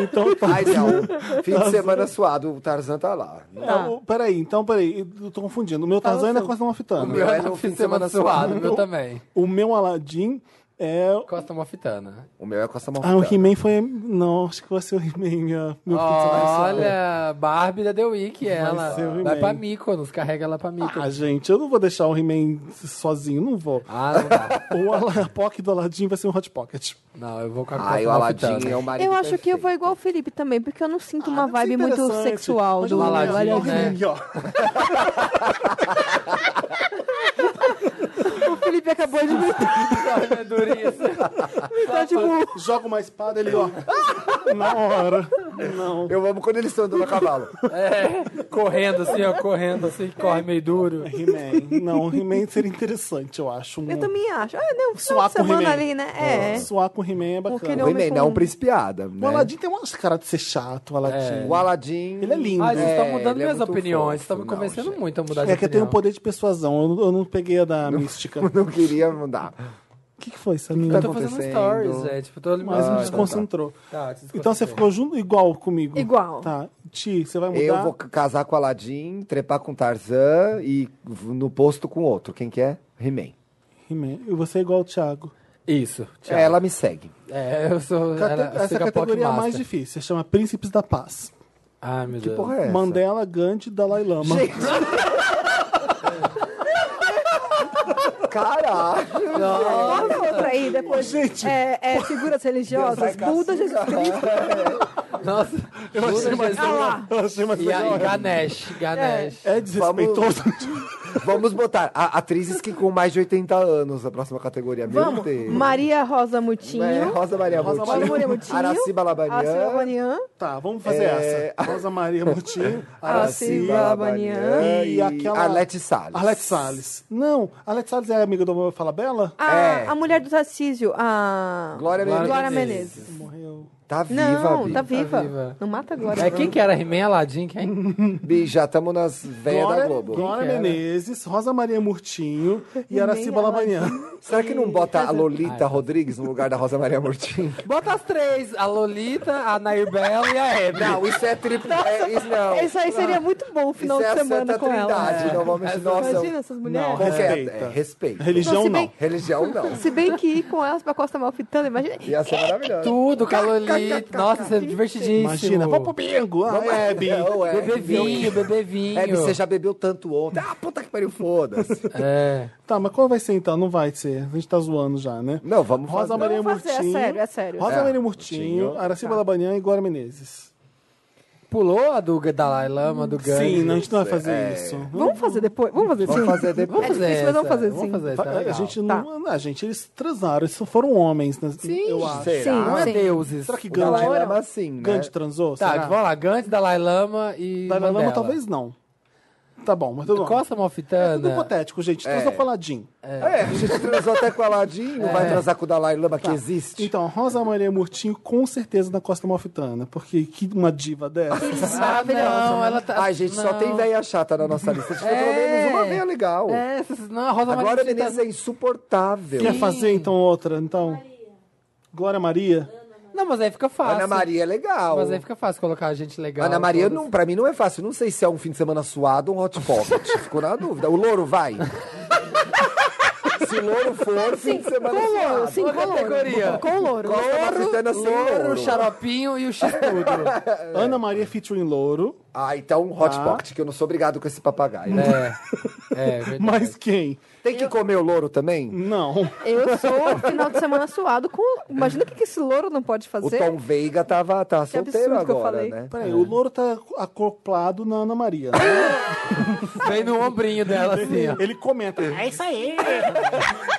S2: Então, tá.
S4: Ai, não. Fim de semana suado, o Tarzan tá lá.
S2: Não, peraí, então, peraí. Eu tô confundindo. O meu Tarzan é na costa
S4: O
S2: malfitana.
S4: meu é no fim de semana suado.
S3: O meu também.
S2: O meu Aladdin é...
S3: Costa Mofitana.
S4: O meu é com essa mão.
S2: Ah, o He-Man foi... Não, acho que vai ser o He-Man. minha- Meu fim de semana suado.
S3: Olha, Barbie da The Week, ela.
S2: ser o
S3: Vai,
S2: He-Man.
S3: pra Mykonos, carrega ela pra Mykonos.
S2: Ah, gente, eu não vou deixar o He-Man sozinho, não vou.
S3: Ah, não dá.
S2: (laughs) O Ala- Pock do Aladdin vai ser um Hot Pocket.
S3: Não, eu vou com a Costa
S4: Ai, o Aladdin
S3: Mofitana.
S4: é o marido
S11: Eu acho que eu
S4: perfeito.
S11: vou igual o Felipe também, porque eu não sinto uma
S2: Ah, Deve ser
S11: vibe muito
S2: interessante.
S11: sexual
S2: Mas é
S11: do
S2: o
S3: Aladdin,
S2: Aladdin,
S11: Aladdin.
S3: né?
S2: He-Man, ó.
S11: (laughs) O Felipe acabou de me
S3: é dureza.
S11: dar de burro.
S2: Joga uma espada, ele, ó. Na hora. Não.
S4: Eu amo quando eles estão andando a cavalo.
S3: É, correndo assim, ó, correndo assim, corre meio duro.
S2: He-Man. Não, He-Man seria interessante, eu acho. Um...
S11: Eu também acho. Ah, não, final
S2: Suar
S11: de
S2: com
S11: semana
S2: He-Man.
S11: ali, né? É.
S2: Suar com He-Man é bacana.
S11: Aquele
S4: O
S11: homem
S4: He-Man
S11: com-
S4: não é um príncipe Adam, né?
S2: O Aladdin tem umas caras de ser chato, o Aladdin.
S4: O Aladdin...
S2: Ele é lindo.
S3: Ah, vocês
S2: É,
S3: estão
S4: ele
S3: mudando
S4: é
S3: minhas
S4: muito
S3: opiniões.
S4: fofo.
S3: Estão me
S4: Não,
S3: conversando
S4: gente.
S3: muito a mudar de
S2: É que eu tenho
S3: opinião.
S2: um poder de persuasão, eu não, eu não peguei a da mística. O
S4: (laughs) Não queria mudar. Tá
S2: que, que foi, essa
S3: Eu
S2: menina?
S3: tô fazendo
S4: acontecendo.
S3: stories, gente. Eu tô ali
S2: Mas me
S4: Ah, então tá.
S2: desconcentrou.
S3: Tá, te
S2: Então você ficou junto igual comigo.
S11: Igual.
S2: Tá. Ti, você vai mudar?
S4: um- Eu vou c- casar com o Aladdin, trepar com Tarzan e v- no posto com outro. Quem que é? He-Man.
S2: He-Man. E você é igual o Thiago.
S3: Isso. Tchau.
S4: Ela me segue.
S3: É, eu sou.
S2: Cate-
S3: era- eu
S2: Essa
S3: sou da
S2: categoria é a
S3: Pockmaster.
S2: mais difícil. Se chama Príncipes da Paz.
S3: Ai, meu Deus.
S4: Porra, é essa?
S2: Mandela, Gandhi, Dalai Lama.
S4: Caralho!
S11: (laughs) Qual foi outra aí depois?
S2: gente.
S11: É, é, figuras religiosas, Buda, Jesus Cristo.
S3: Nossa, eu achei mais
S11: Ah!
S2: Eu achei mais
S3: E aí,
S2: legal.
S3: Ganesh, Ganesh.
S2: É desrespeitoso.
S4: Vamos botar a- atrizes que com mais de 80 anos na próxima categoria. Meu
S11: Vamos.
S4: Deus.
S11: Maria Rosa
S4: É,
S11: Mutinho.
S4: Rosa Maria
S2: Rosa
S4: Moutinho.
S11: Maria Moutinho.
S4: Araci
S11: Araci
S4: Balabanian.
S11: Babanian.
S2: Tá, vamos fazer
S4: É.
S2: essa. Rosa Maria
S4: (laughs)
S2: Moutinho,
S11: Araci
S2: Araci,
S11: Babanian.
S2: E aquela-
S4: Arlete Salles.
S2: Arlete Salles. Não, Arlete Salles é amiga do Fala Bela?
S11: A,
S4: É.
S11: a mulher do Tarcísio, a...
S4: Glória Menezes.
S11: Glória
S3: Menezes.
S11: Menezes.
S2: Morreu.
S4: Tá viva,
S11: Não,
S4: Bi.
S11: tá viva.
S3: viva.
S11: Não mata a Glória.
S3: É, quem que era? He-Man Aladdin, quem?
S4: (laughs) Bi, já estamos nas velhas da
S2: Glória,
S4: Globo.
S2: Glória
S3: Quem que era?
S2: Menezes, Rosa Maria Murtinho e
S11: E
S2: Araci
S11: nem
S2: Balabanian.
S4: (laughs) Será que não bota a
S3: Ah, é.
S4: Lolita Rodrigues no lugar da Rosa Maria Murtinho?
S3: Bota as três: a Lolita, a Naibela e a Hebe.
S4: Não, isso é triplo. é, isso não.
S11: Isso aí seria muito bom o final
S4: Isso é
S11: de
S4: a
S11: semana
S4: Santa
S11: com ela.
S4: Trindade. Não
S3: É.
S4: vamos... Nossa,
S11: Imagina essas mulheres. Então,
S4: Qual que é?
S2: Respeita.
S4: É, respeito.
S2: Religião
S3: Então,
S11: se
S2: não.
S11: bem-
S4: Religião
S3: (laughs)
S4: não.
S11: Se bem que ir com elas pra Costa Malfitana, imagina.
S4: Ia ser maravilhoso.
S3: Tudo com a
S4: (laughs)
S3: Lolita. Nossa, isso é divertidíssimo.
S2: Imagina, vamos pro bingo. Ah, é, Bi.
S4: Não, é.
S3: Beber vinho, beber vinho.
S4: É, Bi, você já bebeu tanto ontem. Ah, puta que pariu, foda-se.
S3: É.
S2: Tá, mas qual vai ser então? Não vai ser. A gente tá zoando já, né?
S4: Não, vamos
S2: Rosa
S4: fazer.
S2: Maria
S11: Vamos fazer, é
S2: Murtinho.
S11: sério, é sério. Tá.
S2: Rosa
S4: É,
S2: Maria Murtinho,
S4: Murtinho.
S2: Araci Balabanian e Glória Menezes.
S3: Pulou a do Dalai Lama, do Gandhi.
S2: Sim, não, a gente não vai fazer
S4: é.
S2: isso.
S11: Vamos fazer depois? Vamos fazer
S4: Vamos
S11: sim.
S4: fazer depois.
S11: É difícil, mas vamos fazer sim.
S3: Vamos fazer,
S2: Fa-
S3: tá
S2: a
S3: legal.
S2: gente não. A gente, eles transaram, eles foram homens, né?
S3: Sim.
S2: eu acho.
S4: Será?
S3: Não é
S11: Sim.
S3: deuses.
S2: Será que
S4: O Dalai
S2: Gandhi,
S4: Lama, assim, né?
S2: Gandhi transou?
S3: Tá,
S2: será?
S3: vamos lá. Gandhi, Dalai Lama e
S2: Dalai Lama
S3: Mandela.
S2: talvez não. Tá bom, mas tudo bom.
S3: Costa
S2: É tudo
S3: Malfitana.
S2: hipotético, gente. Transou
S4: É.
S2: com Aladdin.
S4: É, a gente
S3: (laughs)
S4: transou até com o Aladdin, não vai transar com o Dalai Lama que existe.
S2: É. Então, Rosa Maria Murtinho com certeza na Costa Malfitana, porque que uma diva dessa.
S3: ah,
S11: né?
S3: não, ela tá...
S4: Ai, gente, só
S3: não.
S4: tem velha chata na nossa lista. A gente tem
S3: É.
S4: pelo menos uma velha legal.
S3: É, essas- não, a
S4: Agora
S3: Rosa
S4: a
S3: Maria tá-
S4: Menezes
S3: Fernanda-
S4: é insuportável.
S2: Quer fazer então outra? Então, Glória Maria.
S3: Não, mas aí fica fácil.
S4: Ana Maria é legal.
S3: Mas aí fica fácil colocar a gente legal.
S4: Ana Maria,
S3: todas.
S4: não, pra mim, não é fácil. Não sei se é um fim de semana suado ou um
S11: (laughs)
S4: hot pocket. Ficou na dúvida. O louro vai. se louro for, fim de semana
S11: Com louro,
S4: suado.
S11: sim, com
S3: categoria.
S11: louro. Com louro.
S4: Costa Malfitana tá sem
S3: Louro,
S4: louro.
S3: xaropinho e o
S4: (laughs)
S3: x-tudo.
S2: Ana Maria featuring Louro.
S4: Ah, então Hot
S2: Tá.
S4: Pocket, que eu não sou obrigado com esse papagaio. (laughs)
S3: É, é verdade.
S2: Mas quem?
S4: Tem que comer o louro também?
S2: Não.
S11: Eu sou final
S4: (laughs)
S11: de semana suado com. Imagina o que que esse louro não pode
S4: O
S11: fazer.
S4: Tom Veiga tava, tá solteiro
S11: absurdo que eu
S4: agora,
S11: falei.
S4: né?
S2: Peraí, o louro tá acoplado na Ana Maria.
S3: (laughs)
S2: né?
S3: Vem
S2: é
S11: (laughs)
S2: um
S3: no ombrinho dela assim, ó.
S2: Ele comenta.
S1: É isso aí!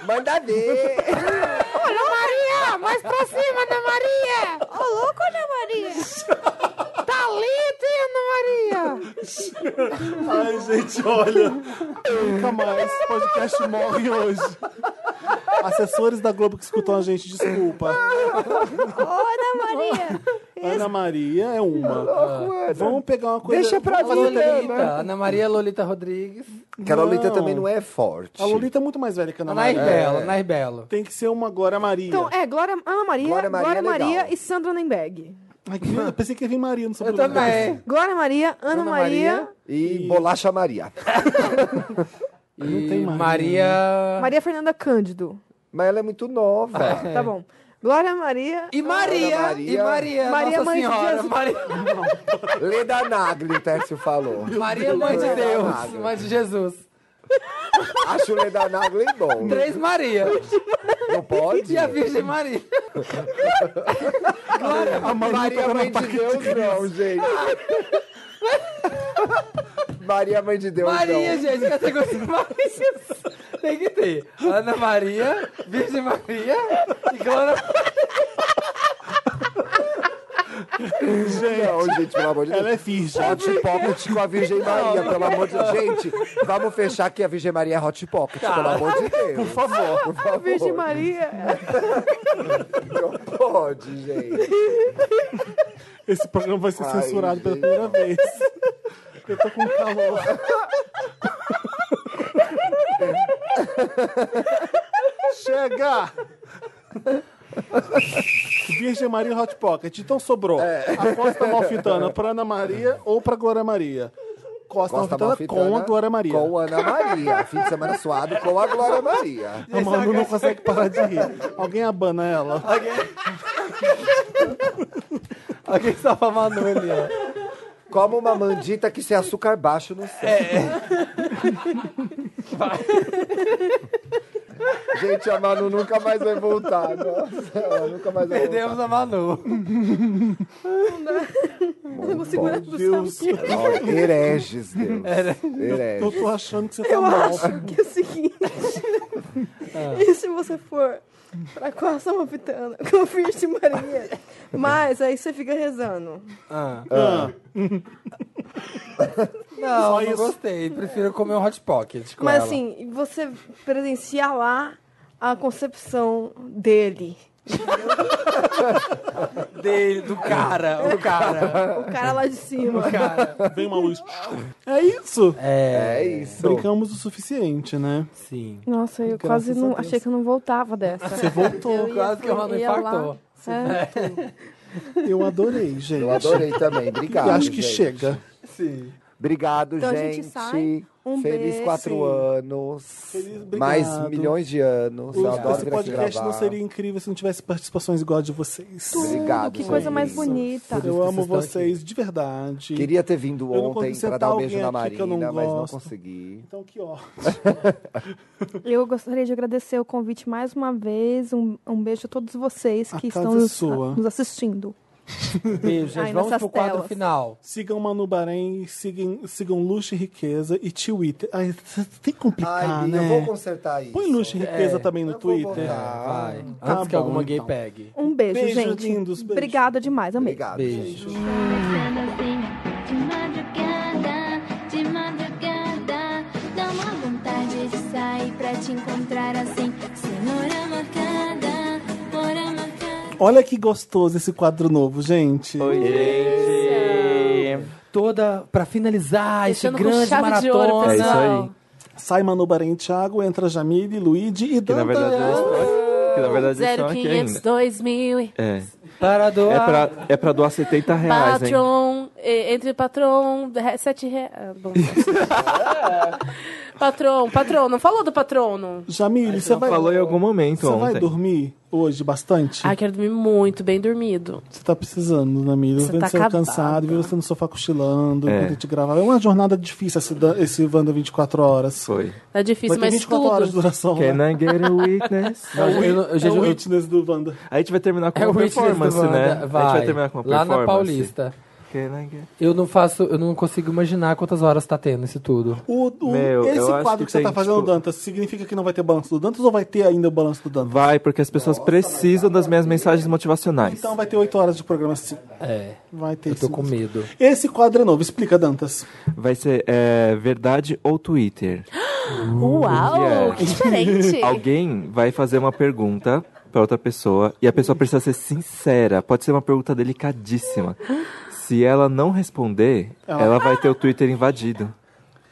S4: Manda ver!
S1: Ana Maria! Mais pra cima, Ana Maria! Ô, louco, Ana Maria! Tá lindo, hein, Ana Maria!
S2: Ai, gente, olha. Nunca mais. O podcast morre hoje. Assessores da Globo que escutam a gente, desculpa.
S11: Ana Maria!
S2: Ana Maria é uma. Vamos
S3: é
S2: pegar uma coisa.
S4: Deixa pra
S2: Vamos
S4: mim,
S2: fazer-
S4: né?
S3: Lolita, Ana Maria Lolita Rodrigues.
S4: Que a Lolita
S2: Não.
S4: também não é forte.
S2: A Lolita é muito mais velha que a Ana
S3: Anair
S2: Maria. É.
S3: Belo, Anair Belo.
S2: Tem que ser uma Glória Maria.
S11: Então, é, Glória, Ana Maria,
S4: Glória
S11: Glória
S4: Maria
S11: Maria,
S4: é legal.
S11: e Sandra Nenberg.
S2: Ai, que- eu pensei que ia vir Maria no seu
S3: Eu
S2: programa.
S3: também.
S11: Glória Maria, Ana,
S3: Ana
S11: Maria,
S3: Maria.
S11: Maria,
S4: E Bolacha Maria.
S2: (laughs)
S3: E
S2: Não tem né? Maria,
S3: Maria...
S11: Fernanda Cândido.
S4: Mas ela é muito nova.
S11: Tá bom. Glória Maria.
S3: E Maria,
S4: Ana Maria.
S3: e Maria,
S11: Maria,
S3: Nossa
S11: mãe de
S3: Senhora,
S11: Jesus.
S3: Maria,
S4: Leda Nagli, o Tércio falou.
S3: Maria, mãe de
S4: Não é
S3: Deus,
S4: nada.
S3: mãe de Jesus.
S4: Acho o Leda Nagli bom.
S3: Três Maria
S4: Não pode?
S3: e a Virgem Maria.
S2: A Maria,
S4: Maria
S2: tá
S4: Mãe
S2: na
S4: de Deus não, gente. Maria Mãe de Deus
S3: Maria,
S4: não.
S3: gente, categoria Maria. Tem que ter. Ana Maria, Virgem Maria e Glória
S4: Não, gente, pelo amor de Deus.
S2: Ela é virgem.
S4: Hot Pocket com a Virgem Maria, pelo amor de Deus. Gente, vamos fechar que a Virgem Maria é Hot Pocket, pelo
S2: Tá.
S4: amor de Deus. Por favor,
S11: (laughs)
S4: por favor.
S11: Virgem Maria.
S4: Não pode, gente.
S2: Esse programa vai ser
S4: Ai,
S2: censurado pela
S4: gente.
S2: primeira vez. Eu tô com calor. Chega! Virgem Maria e Hot Pocket. Então sobrou.
S4: É.
S2: Aposta Malfitana pra Ana Maria ou pra Glória Maria? Costa,
S4: Costa
S2: Malfitana, com a
S4: Malfitana
S2: Glória Maria.
S4: Com Ana Maria. Fim de semana suado com a Glória Maria.
S2: A Manu não consegue parar de rir. Alguém abana ela.
S3: Alguém
S2: tá
S3: salva a Manu ali, ó.
S4: (laughs) Como uma mandita que sem açúcar baixo no céu.
S2: É.
S4: (laughs) Gente, a Manu nunca mais vai voltar. Nossa, ela nunca mais vai
S3: Perdemos a Manu.
S4: voltar.
S2: Meu Deus,
S4: Ó, hereges, Deus.
S2: eu
S4: Hereges.
S2: tô achando que você tá
S11: Eu
S2: mal.
S11: acho que é o seguinte. né?
S3: Ah.
S11: E se você for pra Costa Mopitana com a Virgem Maria? Mas aí você fica rezando.
S3: Ah.
S4: Ah.
S3: Não, não
S2: isso.
S3: gostei. Prefiro comer um Hot Pocket com
S11: Mas
S3: ela.
S11: assim, você presencia lá a concepção dele.
S3: Dele, do cara, do É cara,
S11: O cara lá de cima.
S3: do cara.
S2: Vem uma luz. É isso.
S3: É,
S4: É isso.
S2: Brincamos o suficiente, né?
S3: sim.
S11: Nossa, eu
S2: Graças
S11: quase
S2: a
S11: não
S2: Deus.
S11: achei que eu não voltava dessa. Você
S2: voltou.
S3: Quase que a Manu infartou.
S11: É,
S2: É. Eu adorei, gente.
S4: (laughs) Eu adorei também. Obrigado.
S2: E acho que
S4: gente.
S2: chega.
S4: Obrigado,
S11: Então a
S4: gente.
S11: gente sai. Um
S4: Feliz
S11: beijo.
S4: quatro anos.
S2: Feliz- obrigado.
S4: Mais milhões de anos. Eu adoro
S2: Esse
S4: vir aqui
S2: podcast não
S4: gravar.
S2: seria incrível se não tivesse participações igual a de vocês.
S4: Obrigado.
S11: Que coisa
S4: gente.
S11: mais bonita.
S2: Eu amo vocês de verdade.
S4: Queria ter vindo
S2: Eu não
S4: ontem
S2: consigo
S4: pra
S2: sentar
S4: dar um beijo
S2: alguém
S4: na
S2: aqui que eu não
S4: Marina, mas não
S2: gosto.
S4: consegui.
S2: Então que ó.
S11: (laughs) Eu gostaria de agradecer o convite mais uma vez. Um, um beijo a todos vocês
S2: A
S11: que
S2: casa
S11: estão
S2: é
S11: nos,
S2: sua.
S11: nos assistindo.
S3: Beijo, gente.
S11: Ai,
S3: Vamos
S11: nessas
S3: pro quadro
S11: telas.
S3: final.
S2: Sigam Manu Bahrein, sigam, sigam Luxo e Riqueza e Twitter. Ai, tem que complicar,
S4: Ai,
S2: né?
S4: eu vou consertar isso.
S2: Põe Luxo e
S4: É.
S2: Riqueza também no
S4: Eu vou
S2: Twitter.
S4: botar.
S3: Vai.
S2: Tá
S3: Antes que
S2: bom,
S3: alguma gay
S2: então.
S3: pegue.
S11: Um beijo,
S2: Beijo,
S11: gente.
S2: lindos, beijo.
S11: Obrigada demais, amei.
S4: Obrigado.
S3: Beijo.
S10: Pensando assim, de madrugada, de madrugada. Dá uma vontade de sair pra te encontrar assim. Cenoura macada, mora macada.
S2: Olha que gostoso esse quadro novo, gente.
S8: Oi, gente.
S3: Toda, pra finalizar
S9: Fechando
S3: esse
S9: com
S3: grande
S9: chave de ouro,
S3: maratona.
S9: pessoal.
S7: É isso aí.
S2: Sai Manu Bahrein, Thiago, entra Jamile, Luigi e
S7: Que na
S2: Danta.
S7: verdade eles estão aqui. Que na verdade eles estão aqui ainda.
S9: 0500 2000.
S7: É.
S3: Para doar.
S7: É pra, é pra doar 70 reais, hein?
S9: Patron, eh, entre patrão, re- ah, sete reais. patrão, patrão, não falou do patrono?
S2: Jamile, você vai.
S7: Falou em algum momento
S2: Você vai
S7: ontem.
S2: dormir hoje bastante?
S9: Ai, quero dormir muito, bem dormido.
S2: Você tá precisando, Namira. Eu
S9: Você
S2: vendo
S9: tá
S2: você
S9: acabada.
S2: cansado, vendo você no sofá cochilando,
S7: É.
S2: enquanto a gente gravava. É uma jornada difícil esse, da- esse Wanda 24 horas.
S7: Foi.
S9: Tá difícil,
S2: Vai
S9: mas
S2: ter 24 horas de
S9: tudo.
S2: duração.
S7: Can
S2: né?
S7: I get a
S2: (laughs)
S7: witness?
S2: É o,
S3: Eu não- eu
S2: wit-
S3: já-
S2: é o
S3: eu-
S2: witness do Wanda.
S7: A gente vai terminar com uma
S3: Witness do
S7: performance,
S3: Wanda.
S7: né? A gente vai terminar com uma
S3: Lá
S7: performance.
S3: na Paulista.
S7: Can I get...
S3: Eu não faço, eu não consigo imaginar quantas horas tá tendo isso tudo.
S2: O, o-
S7: Meu, É, eu
S2: esse
S7: acho
S2: quadro
S7: que
S2: que, você tá
S7: tem,
S2: fazendo,
S7: tipo-
S2: Dantas, significa que não vai ter balanço do Dantas ou vai ter ainda o balanço do Dantas?
S7: Vai, porque as pessoas precisam das minhas mensagens motivacionais.
S2: Então vai ter 8 horas de programa sim.
S3: É,
S2: Vai ter
S3: eu tô
S2: sim.
S3: com medo.
S2: Esse quadro é novo, explica, Dantas.
S7: Vai ser é, verdade ou Twitter.
S9: Uau,
S7: Yeah.
S9: que
S7: (laughs)
S9: diferente.
S7: Alguém vai fazer uma pergunta pra outra pessoa e a pessoa precisa ser sincera. Pode ser uma pergunta delicadíssima. Se ela não responder, ela vai ter o Twitter invadido.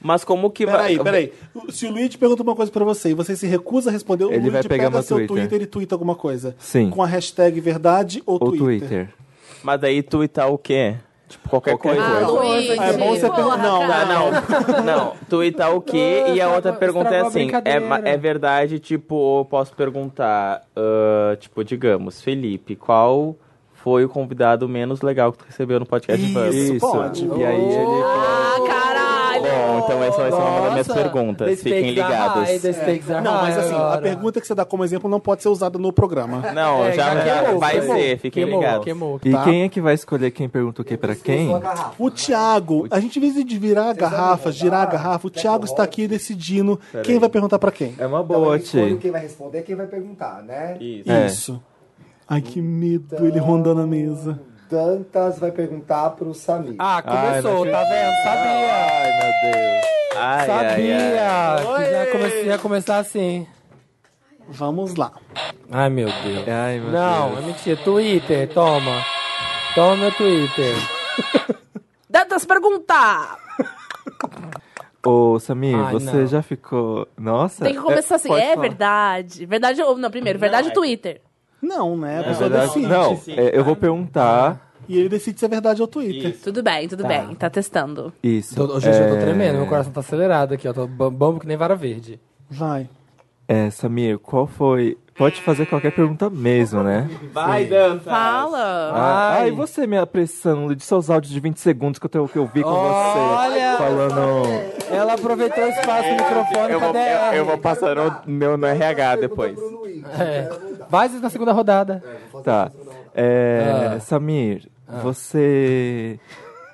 S8: Mas como que
S2: Peraí,
S8: vai.
S2: peraí. O- Se o Luigi pergunta uma coisa pra você e você se recusa a responder, o
S7: Ele
S2: Luigi
S7: vai pegar
S2: pega
S7: meu
S2: seu
S7: Twitter.
S2: Twitter e twitta alguma coisa.
S7: Sim.
S2: Com a hashtag verdade ou,
S7: Ou
S2: Twitter.
S7: Twitter.
S8: Mas daí tweetar o quê? Tipo, qualquer, coisa.
S9: Ah, Luigi,
S2: É bom você
S9: porra,
S2: perguntar. Não,
S9: cara.
S8: Não, não. Tweetar o
S2: Ah,
S8: quê? e a
S2: tá,
S8: outra pergunta é
S3: estragou a
S8: assim: é,
S3: brincadeira.
S8: ma- é verdade, tipo, ou posso perguntar, ah, tipo, digamos, Felipe, qual foi o convidado menos legal que tu recebeu no podcast de Vans?
S2: Isso,
S7: Isso.
S2: pode.
S7: E aí ele.
S9: Ah, caralho.
S8: Bom, então essa vai ser uma das minhas
S3: Nossa, the
S8: perguntas. Fiquem
S3: stakes are
S8: ligados. É.
S3: high, the stakes are
S2: Não, mas
S3: high
S2: assim, a
S3: agora.
S2: pergunta que você dá como exemplo não pode ser usada no programa.
S8: (laughs) Não,
S3: É,
S8: já,
S3: já
S8: já
S3: queimou,
S8: vai
S3: queimou,
S8: ser, fiquem
S3: queimou,
S8: ligados.
S3: Queimou.
S7: E
S2: Tá.
S7: quem é que vai escolher quem pergunta o que pra quem?
S2: O Thiago, a gente, em vez de virar a garrafa, girar a garrafa, o Thiago está aqui decidindo quem vai perguntar pra quem.
S7: É uma boa, Ti.
S4: quem vai responder é quem vai perguntar, né?
S7: É.
S2: Isso. Ai, que medo, ele rondando a mesa.
S4: Dantas vai perguntar pro Samir.
S3: Ah, começou, tá vendo? Sabia.
S7: Ai, meu Deus.
S8: Ai, ai, ai.
S3: Sabia. que já comecei ia começar assim.
S2: Vamos lá.
S3: Ai, meu Deus.
S7: Ai, meu
S3: não,
S7: Deus.
S3: é mentira. Twitter, toma. Toma meu Twitter.
S9: Dantas perguntar.
S7: Ô, Samir,
S3: Ai,
S7: você
S3: não.
S7: já ficou. Nossa.
S9: Tem que começar assim,
S7: pode
S9: é
S7: falar.
S9: verdade. Verdade ou não, primeiro, verdade
S3: é
S9: ou Twitter?
S2: Não, né? A
S7: É
S2: pessoa
S7: verdade?
S9: assim?
S2: decide.
S7: Não, é, eu vou
S9: Ah.
S7: perguntar.
S2: E ele decide se é verdade ou Twitter.
S9: Tudo bem, tudo bem. Tá testando.
S7: Isso.
S3: Tô, hoje em dia eu tô
S7: É,
S3: tremendo, meu coração tá acelerado aqui, ó. Tô bam- bambo que nem vara verde.
S2: Vai.
S7: É, Samir, qual foi. Pode fazer qualquer pergunta mesmo, né?
S8: Vai, dança.
S9: Fala.
S7: Ah,
S3: Ai.
S7: e você me apressando de seus áudios de 20 segundos que eu, tenho- que eu vi com
S3: Olha!
S7: você. Falando.
S3: Ela aproveitou o espaço do microfone,
S8: Eu vou,
S3: cadê
S8: eu,
S3: ela?
S8: eu vou passar no, meu no RH depois. (laughs)
S3: É. Vai na segunda rodada.
S7: Tá. É,
S3: Ah.
S7: Samir, você.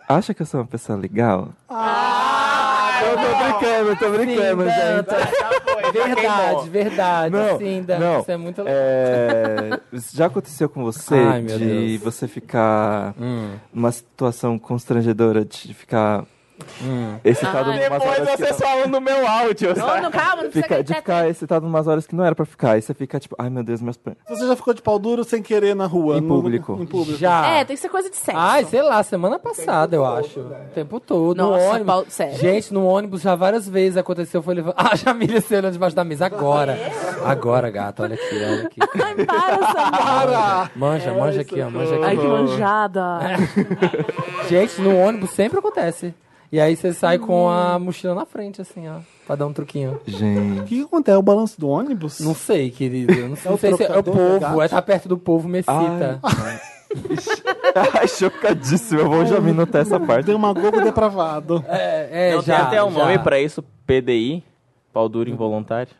S7: Acha que eu sou uma pessoa legal? eu tô brincando, eu tô brincando,
S3: Sim,
S7: gente.
S3: Dantas. Verdade, verdade.
S7: Não,
S3: Sim, Dantas,
S7: não.
S3: Isso é muito legal.
S7: É, já aconteceu com você
S3: Ai, meu
S7: de
S3: Deus.
S7: você ficar
S3: Hum.
S7: numa situação constrangedora, de ficar
S3: Hum.
S7: excitado numas
S8: Depois
S7: horas que
S8: vocês falam no meu áudio,
S9: Não,
S8: sabe?
S9: não, calma, não
S7: não- fica- de
S9: precisa gritar.
S7: ficar excitado umas horas que não era pra ficar. E você fica tipo, ai meu Deus, meus pés.
S2: Você já ficou de pau duro sem querer na rua?
S7: Em
S2: no-
S7: público.
S2: Em público.
S3: Já.
S9: É, tem que ser coisa de sexo.
S3: Ah. Ai, sei lá, semana passada, eu acho. O tempo todo.
S9: Nossa,
S3: no ônibus.
S9: Paulo, sério.
S3: Gente, no ônibus já várias vezes aconteceu. Foi levar. (laughs) Ah, a Jamília se olhando debaixo da mesa agora. Agora, gata, olha aqui, olha aqui.
S9: Ai, para, Samara.
S3: (laughs) Manja,
S2: É
S3: manja aqui, ó. Manja
S9: Ai,
S3: aqui. É.
S9: que manjada.
S3: (laughs) Gente, no ônibus sempre acontece. E aí você sai com a mochila na frente, assim, ó. Pra dar um truquinho.
S2: O
S7: Gente.
S2: que que acontece? É o balanço do ônibus?
S3: Não sei, querido. eu
S2: (laughs)
S3: Não sei,
S2: o
S3: não sei se é o
S2: trocador da
S3: povo.
S2: gata?
S3: É tá perto do povo, me excita.
S7: ai, chocadíssimo. Eu vou já me notar essa parte.
S2: Demagogo depravado.
S3: É, é,
S8: Não
S3: já.
S8: tem até um
S3: já.
S8: nome pra isso, PDI, pau duro involuntário.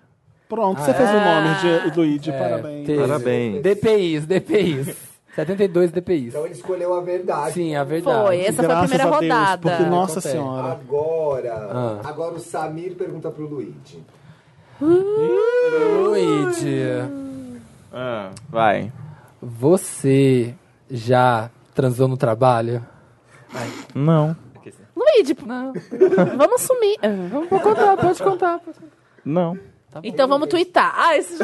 S2: Pronto, você fez o nome de Luigi,
S3: Ah, É,
S2: parabéns.
S3: teve.
S7: Parabéns.
S3: DPIs, DPIs. 72 DPIs.
S4: Então ele escolheu a verdade.
S3: Sim, a verdade.
S9: Foi, essa foi a
S2: Graças
S9: primeira
S2: a Deus,
S9: rodada.
S2: Porque, nossa
S3: Acontece.
S2: senhora.
S4: Agora,
S3: Ah.
S4: agora o Samir pergunta pro Luigi.
S3: Luigi,
S8: Ah, vai.
S3: você já transou no trabalho?
S8: Não.
S9: Luigi, vamos sumir. Ah, Vamos vou contar, pode contar.
S3: Tá
S8: Não.
S9: Então vamos twittar. Ah, esse...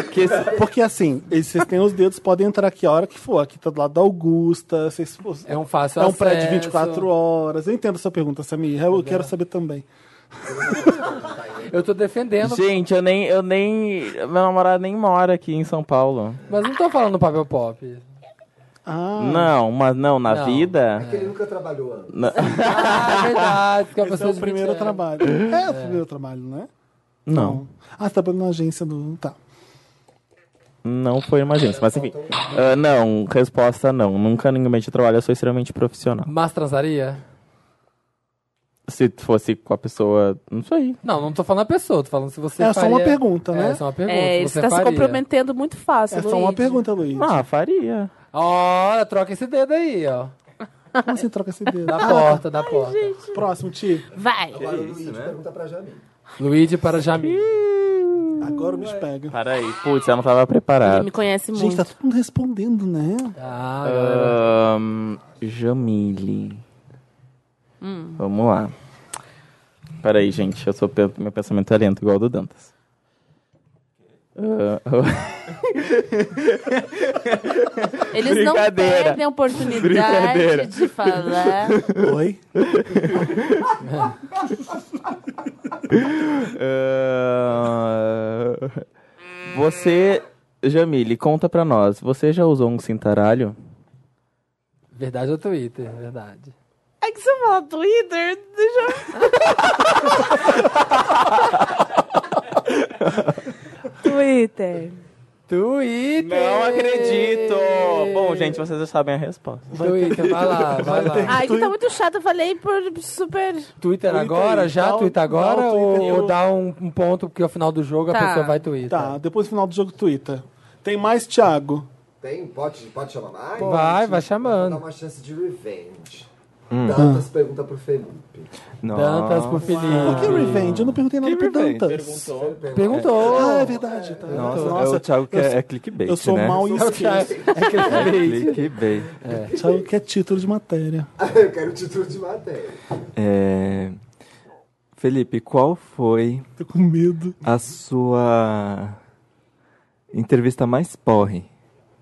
S2: Porque assim, vocês têm os dedos, podem entrar aqui a hora que for. Aqui tá do lado da Augusta. Vocês,
S3: É um fácil
S2: é um
S3: acesso.
S2: prédio de 24 horas. Eu entendo a sua pergunta, Samir. Eu quero saber também.
S3: Eu tô defendendo,
S8: Gente, eu nem, eu nem. Meu namorado nem mora aqui em São Paulo.
S3: mas não tô falando papel pop.
S2: Ah,
S8: Não, mas Ah. não, na
S4: Não.
S8: vida.
S4: É que ele nunca trabalhou
S3: (laughs)
S4: antes.
S8: Na-
S2: Ah,
S3: é verdade, porque a
S2: Esse é
S3: pessoa
S2: o
S3: de
S2: primeiro
S3: 20 anos.
S8: (laughs)
S2: trabalho. É, o primeiro trabalho, né?
S8: Não.
S2: Ah, você trabalhou na agência do. Tá.
S8: Não foi uma agência, mas enfim. Ah, não, resposta não. Nunca ninguém te trabalha, eu sou extremamente profissional.
S3: Mas transaria?
S8: Se fosse com a pessoa. Não sei.
S3: Não, não tô falando a pessoa, tô falando se você
S2: É só
S3: faria...
S2: uma pergunta, né?
S3: É, só uma pergunta.
S9: É,
S3: se
S9: isso
S3: você
S9: tá se
S3: faria.
S9: comprometendo muito fácil,
S2: É só uma
S9: Luigi.
S2: pergunta, Luiz.
S8: Ah, faria.
S3: Olha, troca esse dedo aí, ó.
S2: Como você troca esse dedo?
S3: Da
S2: Ah,
S3: porta, da porta.
S2: Próximo, Ti.
S9: Vai.
S4: Agora o Luigi pergunta pra Jamil.
S3: Luigi para Jamil.
S2: Agora o bicho pega.
S8: Para aí. Putz, eu não tava
S9: Ele
S8: preparado.
S9: me conhece
S2: Gente,
S9: muito.
S2: tá todo mundo respondendo, né?
S3: Ah, galera.
S8: Ahn, Jamile.
S9: Hum.
S8: Vamos lá. Peraí, gente. Eu sou pe- meu pensamento é lento, igual ao do Dantas. Ah, (laughs)
S9: Eles não
S8: Brincadeira.
S9: perdem a oportunidade
S8: Brincadeira.
S9: de falar.
S2: Oi?
S8: Ah, você, Jamile, conta pra nós. Você já usou um cintaralho?
S3: Verdade é o Twitter, verdade.
S9: É que você fala Twitter, deixa eu... Twitter.
S3: Twitter!
S8: Não acredito! Bom, gente, vocês já sabem a resposta.
S3: Twitter, vai lá, vai lá.
S9: Ai, que tá muito chato, eu falei por super...
S3: Twitter (laughs) agora?
S2: aí,
S3: Já
S2: dá um o-
S3: Twitter agora?
S2: dá o Twitter.
S3: ou, ou dá um, um ponto, porque ao final do jogo a
S9: Tá.
S3: pessoa vai Twitter?
S2: Tá, depois do final do jogo, Twitter. Tem mais, Thiago?
S4: Tem? Pode, pode chamar mais?
S3: Vai, vai
S4: Vou dar
S3: chamando.
S4: uma chance de revenge.
S2: Hum.
S4: Dantas pergunta pro Felipe.
S3: Dantas pro
S2: Por que
S3: Felipe.
S2: Revenge? Eu não perguntei nada pro Dantas.
S3: Perguntou.
S2: Ah, é verdade. Tá.
S7: Nossa, é o Thiago que é, é clickbait,
S2: Eu sou
S7: né?
S2: mal em esqueço.
S7: É clickbait.
S2: Thiago que é título de matéria.
S4: (laughs) Eu quero o título de matéria.
S7: É... Felipe, qual foi
S2: Tô com medo.
S7: a sua entrevista mais porre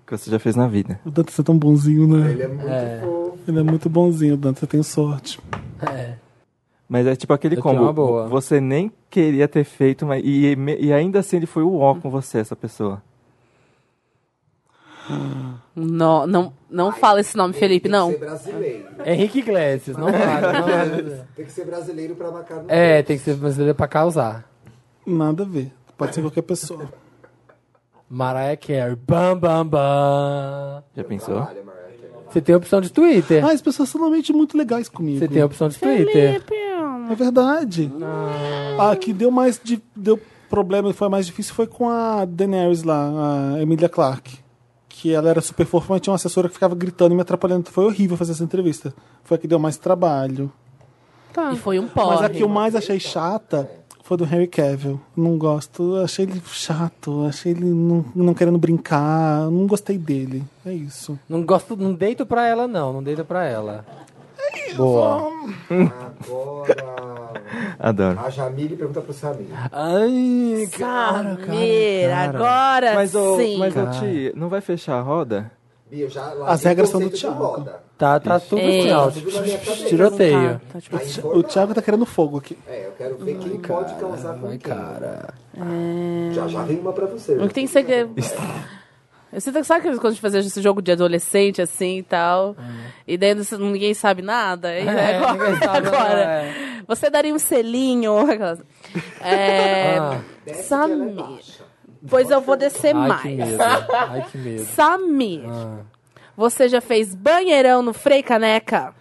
S7: que você já fez na vida?
S2: O Dantas é tão bonzinho,
S4: Ele
S2: né?
S4: é muito
S3: É.
S4: fofo.
S2: Ele é muito bonzinho, Dantas. Você tem sorte.
S3: É.
S7: Mas é tipo aquele
S3: Eu tenho
S7: combo.
S3: uma boa.
S7: Você nem queria ter feito, mas e, e ainda assim ele foi o ó com você, essa pessoa.
S9: Não, não, não fala esse nome, Felipe,
S4: Tem
S9: não.
S4: que ser brasileiro.
S3: Henrique Iglesias, não vale. Não vale.
S4: Tem que ser brasileiro pra marcar no
S3: É, tem que ser brasileiro pra causar.
S2: Nada a ver. Pode ser qualquer pessoa.
S3: Mariah Carey, bam, bam, bam.
S7: Já pensou?
S4: Olha, Mariah Carey.
S3: Você tem a opção de Twitter.
S2: Ah, as pessoas são realmente muito legais comigo.
S3: Você tem a opção de Twitter.
S2: É verdade. A que deu mais de, deu problema foi mais difícil foi com a Daenerys lá, a Emilia Clarke. Que ela era super fofa, mas tinha uma assessora que ficava gritando e me atrapalhando. Foi horrível fazer essa entrevista. Foi a que deu mais trabalho.
S9: E foi um
S2: Mas
S9: porre.
S2: a que eu mais achei chata foi do Henry Cavill. Não gosto. Achei ele chato. Achei ele não, não querendo brincar. Não gostei dele. É isso.
S3: Não gosto, não deito pra ela, não. Não deito pra ela.
S2: É
S3: Boa.
S4: Agora.
S3: (laughs)
S7: Adoro.
S4: A Jamile pergunta pro Samir.
S3: Ai, cara, cara.
S9: Samir, agora
S7: Mas, ô,
S9: sim.
S7: mas ô, Ti, não vai fechar a roda?
S4: Bia, já lá
S2: As
S4: tem
S2: regras são do
S4: conceito de
S2: Thiago.
S4: roda.
S3: Tá, tá tudo
S9: Ei.
S3: assim, ó.
S4: Tudo na minha cabeça.
S3: Tiroteio.
S9: Tá, tá, tipo,
S4: Aí,
S2: O Thiago tá querendo fogo aqui.
S4: É, eu quero ver quem pode causar com quem.
S3: Cara.
S4: Já já vem uma pra você.
S9: o que tem que ser... que- Eu sinto que sabe aquelas coisas de fazer esse jogo de adolescente, assim, e tal. E daí você- ninguém sabe nada. E
S3: É,
S9: agora, (laughs)
S3: ninguém sabe nada,
S9: agora.
S3: é.
S9: Você daria um selinho. (laughs) aquelas- É,
S3: Ah.
S9: Samir. Pois eu vou descer
S3: Ai, que
S9: mais.
S3: medo. Ai, que medo.
S9: (laughs) Samir.
S3: Ah.
S9: Você já fez banheirão no Frei Caneca?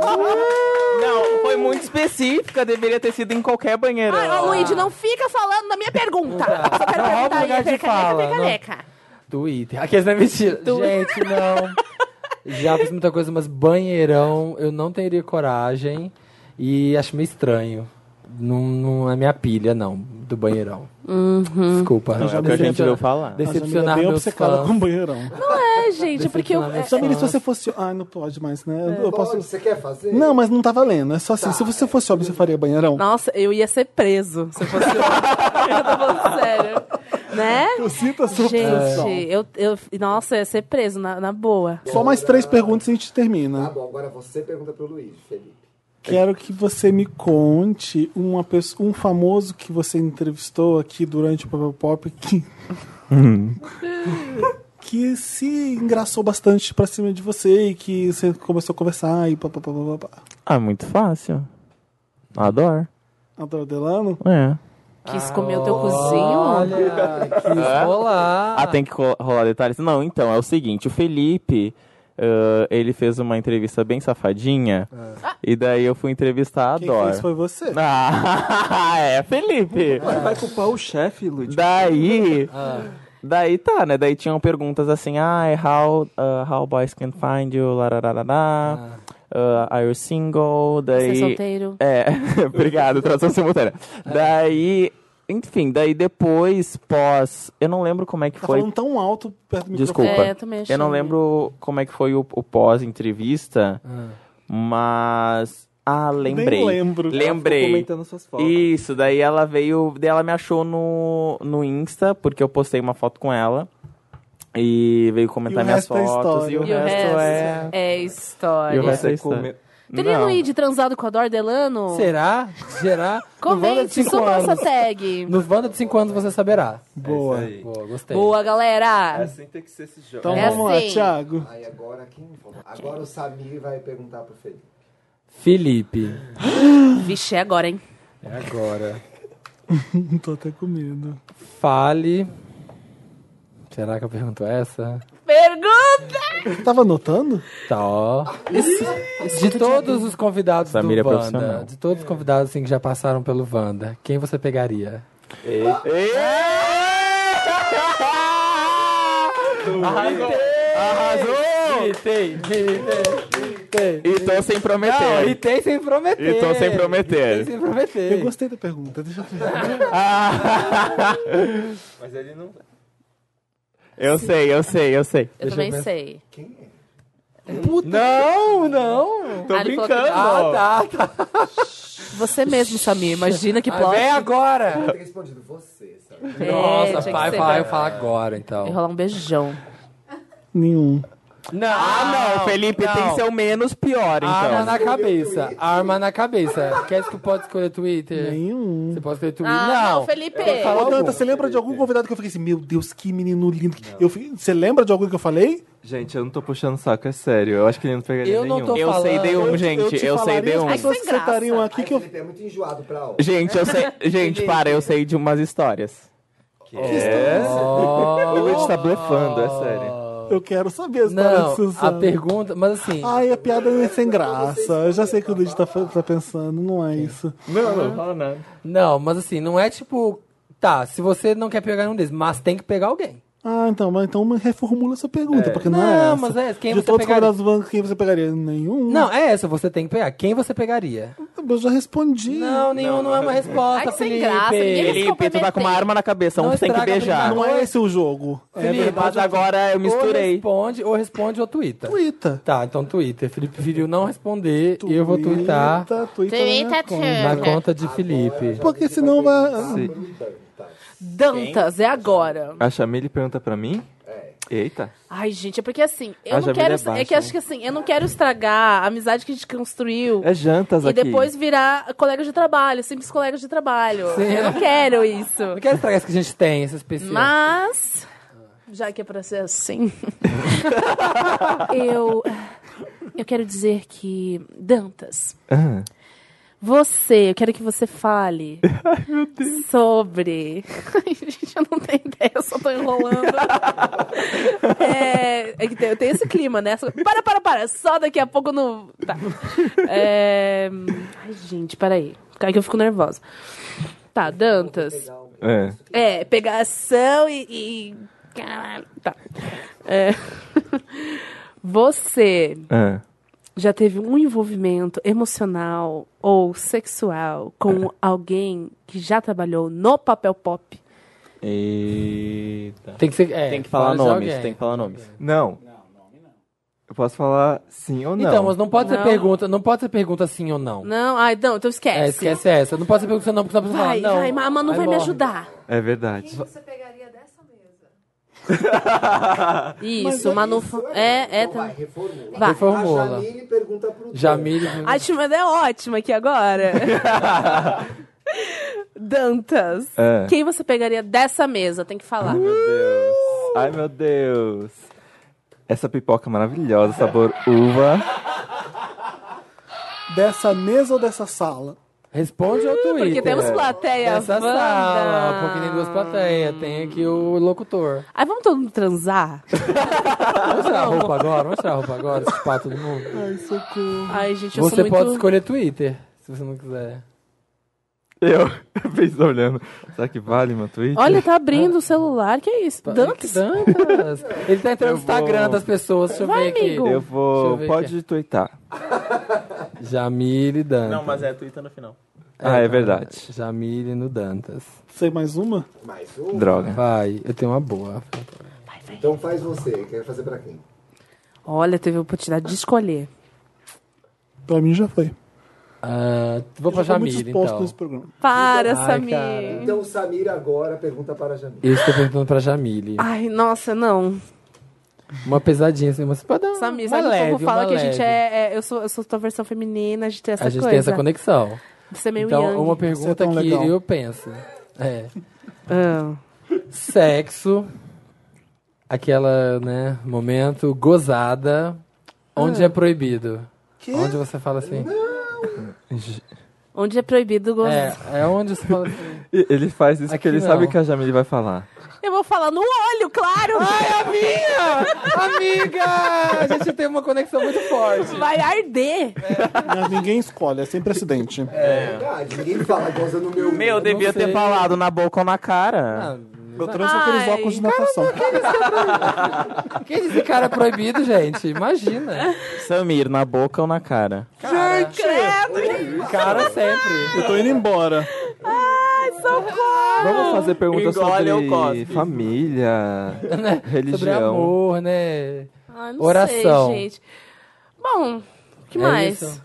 S3: Ah.
S8: Não, foi muito específica, deveria ter sido em qualquer banheiro.
S9: Ai, ô, Luigi, Ah, não fica falando da minha pergunta. Eu só quero
S3: Não rouba
S9: perguntar
S8: um
S3: o
S9: aí,
S3: lugar
S9: é Frei
S3: de
S9: Caneca,
S3: fala,
S9: Frei Caneca.
S3: Twitter. Aqui não é mentira. Gente, não. Já fiz muita coisa, mas banheirão eu não teria coragem e acho meio estranho. Não, não é minha pilha, não, do banheirão.
S9: Uhum.
S3: Desculpa.
S8: Não, é o que a gente ouviu falar.
S2: a
S3: Decepcionar
S2: Jamila é bem
S3: meus
S2: obcecada
S3: fãs.
S2: com o banheirão.
S9: É, gente, é porque eu...
S3: Decepcionar
S2: Samir, se você fosse. Ai, não pode mais, né? Eu- Eu
S4: É, Pode,
S2: posso.
S4: você quer fazer?
S2: Não, mas não tá valendo. É só assim. se você fosse homem, você faria banheirão?
S9: Nossa, eu ia ser preso se eu fosse homem. (laughs) Eu tô falando sério. Né?
S2: Eu sinto a sua obsessão.
S9: Gente, eu, eu... Nossa, eu ia ser preso, na, na boa.
S2: Só mais três perguntas né? e a gente
S4: Tá
S2: termina.
S4: bom, agora você pergunta pro Luiz, Felipe.
S2: Quero que você me conte uma pessoa, um famoso que
S8: Hum.
S2: você entrevistou aqui durante o Papel Pop que. (laughs) que se engraçou bastante pra cima de você e que você começou a conversar e pá, pá, pá, pá, pá, pá.
S8: Ah, muito fácil. Adoro.
S2: Adoro Delano?
S8: É.
S9: Quis comer o teu
S2: (laughs)
S9: cozinho?
S3: Quis rolar.
S8: Ah, tem que ro- rolar detalhes? Não, então, é o seguinte, o Felipe, ãh, ele fez uma entrevista bem safadinha, e daí eu fui entrevistar a
S2: É. Quem
S8: Dor.
S2: fez foi você.
S8: (laughs) Ah, é, Felipe!
S7: Vai culpar o chefe, Lud.
S8: Daí... Daí tá, né? Daí tinham perguntas assim, ah, how, uh, how boys can find you, larararará, uh, are you single,
S9: Você é
S8: daí...
S9: solteiro?
S8: É, (laughs) obrigado, tradução simultânea. Daí, enfim, daí depois, pós. Eu não lembro como é que
S2: Tá
S8: foi.
S2: falando tão alto perto do
S8: Desculpa.
S2: microfone.
S9: É, eu também achei.
S8: Eu não lembro como é que foi o, o pós-entrevista, mas. Ah, lembrei.
S2: Ah. Nem lembro.
S8: Lembrei.
S7: Comentando suas fotos.
S8: Isso, daí ela veio. Daí ela me achou no, no Insta, porque eu postei uma foto com ela. E veio comentar
S2: E o
S8: minhas
S2: resto é
S8: fotos.
S2: história.
S8: e o
S9: E o
S8: resto é.
S9: resto é
S8: E o
S9: história.
S8: resto é
S7: Você
S8: história.
S7: come-
S9: Teria
S8: Não.
S9: Luigi transado com a Dor Delano?
S3: Será? Será? No Wanda de
S9: Comente,
S3: 5
S9: suba essa
S3: anos.
S9: tag.
S3: No Wanda de 5 anos você saberá.
S2: Boa.
S7: É isso aí.
S3: Boa, gostei.
S9: Boa, galera.
S7: Assim tem que ser esse jogo.
S2: Então
S9: É
S2: vamos
S9: assim.
S2: lá, Thiago.
S4: Aí agora quem falou? Agora o Samir vai perguntar pro Felipe.
S3: Felipe.
S9: (gasps) Vixe, é agora, hein?
S3: É (laughs) agora.
S2: Não tô até com medo.
S3: Fale. Será que eu pergunto essa?
S9: Pergunta!
S2: Tava anotando?
S3: Tá, ó. é De todos os convidados do
S8: Samira é
S3: Wanda,
S8: profissional.
S3: de todos os convidados assim, que já passaram pelo Wanda, quem você pegaria?
S8: Arrasou!
S3: Tem, tem,
S8: E tô
S3: Não,
S8: sem
S3: e
S8: prometer.
S3: tem sem prometer.
S8: E tô sem prometer.
S3: E tem sem
S2: Eu
S3: prometer.
S2: gostei da pergunta. Deixa eu
S8: (laughs)
S2: ver.
S6: Mas ele não.
S8: Eu sei, eu sei, eu sei.
S9: Eu também sei.
S4: é?
S3: Não, não.
S8: Tô
S9: Ah, ele falou que-
S8: brincando.
S3: Ah, tá, tá.
S9: (laughs)
S3: Ah,
S9: Você mesmo, Samir. Imagina que plot.
S3: Vem agora.
S4: Tem respondido você, sabe?
S9: É, tinha
S3: Nossa,
S9: que
S3: pai,
S9: ser
S3: pai, eu
S9: pra-
S3: falo agora, então.
S9: Enrolar um beijão.
S2: Nenhum.
S3: Não,
S8: Ah, não, Felipe tem que ser o menos pior, então.
S3: Arma na cabeça, arma na cabeça. Quer que pode escolher Twitter?
S2: Nenhum.
S3: Você pode escolher Twitter?
S9: Ah, não,
S3: não.
S9: Felipe.
S2: Ô,
S3: Fala
S2: Danta,
S3: algum.
S2: você lembra de algum convidado que eu fiquei assim, meu Deus, que menino lindo. Eu fi- você lembra de algum que eu falei?
S7: Gente, eu não tô puxando saco, é sério. Eu acho que ele não pegaria
S3: Eu não
S7: nenhum.
S3: tô
S8: Eu sei
S3: falando.
S8: de um,
S2: Eu-
S8: gente.
S2: te
S8: Eu, sei
S2: falaria
S8: de um.
S2: As
S9: Ai,
S2: pessoas que
S9: sem graça.
S2: sentariam aqui
S4: Aí
S2: que eu.
S4: Felipe é muito enjoado pra aula.
S8: Gente, eu sei.
S4: (laughs)
S8: Gente, para, eu sei de umas histórias.
S3: Oh.
S7: O Luigi tá blefando, é sério.
S2: Eu quero saber as
S3: Não,
S2: história
S3: a pergunta, mas assim,
S2: Ai, a piada é sem graça. Eu já sei que o Luigi tá, fa- tá pensando, não é isso.
S8: Não, não fala nada.
S3: não, mas assim, não é tipo, tá, se você não quer pegar um deles, mas tem que pegar alguém.
S2: Ah, então, mas então reformula essa pergunta, porque não, é
S3: Não,
S2: essa.
S3: mas é, quem
S2: de
S3: você
S2: todos os
S3: pegaria?
S2: convidados do banco, quem você pegaria? Nenhum.
S3: Não, é essa, você tem que pegar. Quem você pegaria?
S2: Eu já respondi.
S3: Não, nenhum não, é uma resposta,
S9: Ai, que sem
S3: Felipe.
S9: graça, ninguém-
S8: Felipe, tu tá com uma arma na cabeça, um
S3: Não
S8: tem que
S3: estraga a
S8: beijar.
S2: Não é esse o jogo. É
S3: Felipe,
S8: Mas agora eu
S3: Ou
S8: misturei.
S3: responde, ou responde ou twitta.
S2: Twitter.
S3: Tá, então Twitter. Felipe preferiu não responder e eu vou twittar é
S2: Twitter.
S9: É,
S3: na
S9: né?
S3: conta de Felipe.
S2: Porque senão vai.
S9: Dantas, é agora.
S7: A Chamile pergunta pra mim?
S2: É.
S7: Eita.
S9: Ai, gente, é porque assim, eu
S7: A
S9: não
S7: Jamila é
S9: quero. É,
S7: baixa,
S9: que
S3: né?
S9: acho que assim, eu não quero estragar a amizade que a gente construiu.
S7: É jantas
S9: E
S7: aqui.
S9: depois virar colega de trabalho, simples colega de trabalho. Eu não quero isso.
S3: Não quero estragar isso que a gente tem, esse especial.
S9: Mas, já que é pra ser assim, (laughs) eu, eu quero dizer que, Dantas,
S7: Ah,
S9: você, eu quero que você fale sobre. Ai, gente, eu não tenho ideia, eu só tô enrolando. é, é que tem, eu tenho esse clima, né? Só- Para, para, para, só daqui a pouco no. Tá. É... Ai, gente, peraí. Cara, que eu fico nervosa. Tá, Dantas.
S7: é.
S9: É, pegação e. e... Caralho. Tá. É. Você
S3: É.
S7: Ah.
S9: já teve um envolvimento emocional ou sexual
S3: É.
S9: com alguém que já trabalhou no papel pop?
S8: Eita.
S3: Tem que ser. é,
S8: Tem que falar
S3: fala de
S8: nomes,
S3: alguém.
S8: tem que falar nomes.
S7: Não. Eu posso falar sim ou não.
S3: Então, mas não pode
S9: Não.
S3: ser pergunta, não pode ser pergunta sim ou não.
S9: Não? Ai, não, então esquece.
S3: É, esquece essa. Não pode ser pergunta não, porque senão a pessoa
S9: Vai,
S3: fala, não.
S9: vai, mas a Manu
S3: Aí
S9: vai me
S3: morre.
S9: ajudar.
S7: É verdade.
S11: Você pegaria dessa mesa?
S9: Isso, Manu. é, é.
S4: Então vai,
S9: Tá...
S4: reformula.
S9: Vai.
S4: A
S3: Reformula.
S4: Jamile pergunta pro
S3: um Jamile.
S9: A Timanda é ótima aqui agora. Dantas.
S3: (laughs)
S7: É.
S3: É.
S9: Quem você pegaria dessa mesa? Tem que falar.
S3: Hum.
S7: Meu Deus. Ai, meu Deus. Essa pipoca maravilhosa, sabor uva.
S2: Dessa mesa ou dessa sala?
S3: Responde ao Twitter.
S9: Porque temos plateia
S3: Dessa
S9: Wanda.
S3: sala, porque tem duas plateias. Tem aqui o locutor.
S9: Aí vamos todo mundo transar? Ah,
S3: Vamos tirar a roupa agora? Vamos tirar a roupa agora? Escapar todo mundo?
S2: Ai, socorro.
S9: Ai, gente, eu
S3: Você
S9: sou muito...
S3: pode escolher Twitter, se você não quiser.
S7: Eu (laughs) pensei olhando. Será que vale meu tweet?
S9: Olha, tá abrindo o celular, que é isso? Dantes?
S3: Dantas. Ele tá entrando no
S7: Eu vou-
S3: Instagram das pessoas, deixa eu
S9: Vai,
S3: ver aqui.
S9: amigo.
S7: eu vou.
S3: deixa eu ver
S7: pode tweetar.
S3: Jamile Dantas.
S8: Não, mas é Twitter no final.
S7: Ah, é verdade.
S3: Jamile no Dantas.
S2: Sei mais uma?
S4: Mais um.
S7: Droga.
S3: Vai, eu tenho uma boa.
S4: Então faz você. Quer fazer pra quem?
S9: Olha, teve a oportunidade de escolher.
S2: Pra mim já foi.
S3: Ah, vou
S2: Eu
S3: pra
S2: já tô muito
S3: Jamile,
S2: exposto
S3: então.
S2: nesse programa.
S9: Para,
S3: Ai,
S9: Samir.
S3: cara.
S4: Então Samir agora pergunta para a Jamil.
S3: Eu estou perguntando pra Jamile.
S9: Ai, nossa, não.
S3: Uma pesadinha assim, mas pode dar uma
S9: Samir, sabe
S3: leve,
S9: o povo fala
S3: uma
S9: que a gente
S3: leve.
S9: é, é- eu, sou, eu sou tua versão feminina, a gente tem essa
S3: A gente
S9: coisa.
S3: tem essa conexão.
S9: Você é meio
S3: Então,
S9: yang.
S3: uma
S2: Você é
S3: pergunta
S2: tão
S3: que
S2: legal.
S3: eu penso. É.
S9: Ah.
S3: Sexo. Aquela, né, momento gozada.
S2: Ah.
S3: Onde é proibido? Onde você fala assim?
S9: Onde é proibido gozar.
S3: É, é onde
S7: (laughs)
S3: você fala assim.
S7: E- Ele faz isso
S3: Aqui
S7: porque ele
S3: não.
S7: sabe que a Jamile vai falar.
S9: Eu vou falar no olho, claro!
S3: Ai, amiga! Amiga! Ah, A gente tem uma conexão muito forte.
S9: Vai arder!
S2: Mas ninguém escolhe, é sempre acidente.
S4: É verdade, ninguém fala goza no meu.
S8: Meu, devia
S3: sei.
S8: ter falado na boca ou na cara.
S3: Ah,
S2: Eu trouxe aqueles
S9: Ai,
S2: óculos de natação. é
S3: Quem disse cara é proibido, gente? Imagina.
S8: Samir, na boca ou na cara?
S3: Cara sempre.
S2: Eu tô indo embora.
S7: Vamos fazer perguntas
S8: Engole
S7: sobre
S8: o Cosby.
S7: família,
S3: Né?
S7: (laughs)
S3: Sobre
S7: religião.
S3: amor, né?
S9: Ai, Ah, não
S3: Oração.
S9: sei, gente. Bom, o que
S3: É
S9: mais?
S3: isso.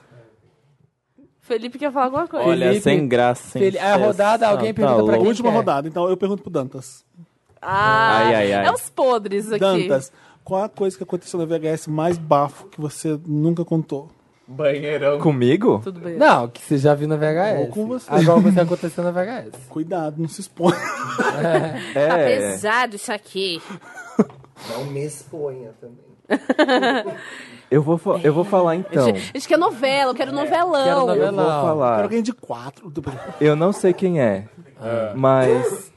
S9: Felipe quer falar alguma coisa.
S8: Olha,
S3: Felipe-
S8: sem graça. sem
S3: Felipe- a rodada,
S8: sensação,
S3: alguém pergunta pra quem?
S2: Última
S3: quer?
S2: rodada, então eu pergunto pro Dantas.
S9: Ah,
S8: Ai, ai, ai.
S9: É os podres aqui.
S2: Dantas, qual a coisa que aconteceu na VHS mais bafo que você nunca contou?
S8: Banheirão.
S7: Comigo?
S9: Tudo bem.
S3: Não, que você já viu na VHS.
S2: Ou com você.
S3: Agora você aconteceu na VHS.
S2: Cuidado, não se
S3: (laughs)
S2: expõe.
S7: É.
S9: Tá Pesado isso aqui.
S4: Não me exponha É um também.
S7: Eu vou, fa- eu vou falar então.
S9: Gente, a gente quer
S7: É,
S9: novela, eu quero novelão.
S3: Quero
S7: Eu vou
S3: novelão.
S2: Era
S7: falar.
S2: alguém de quatro. do-
S7: Eu não sei quem é, mas.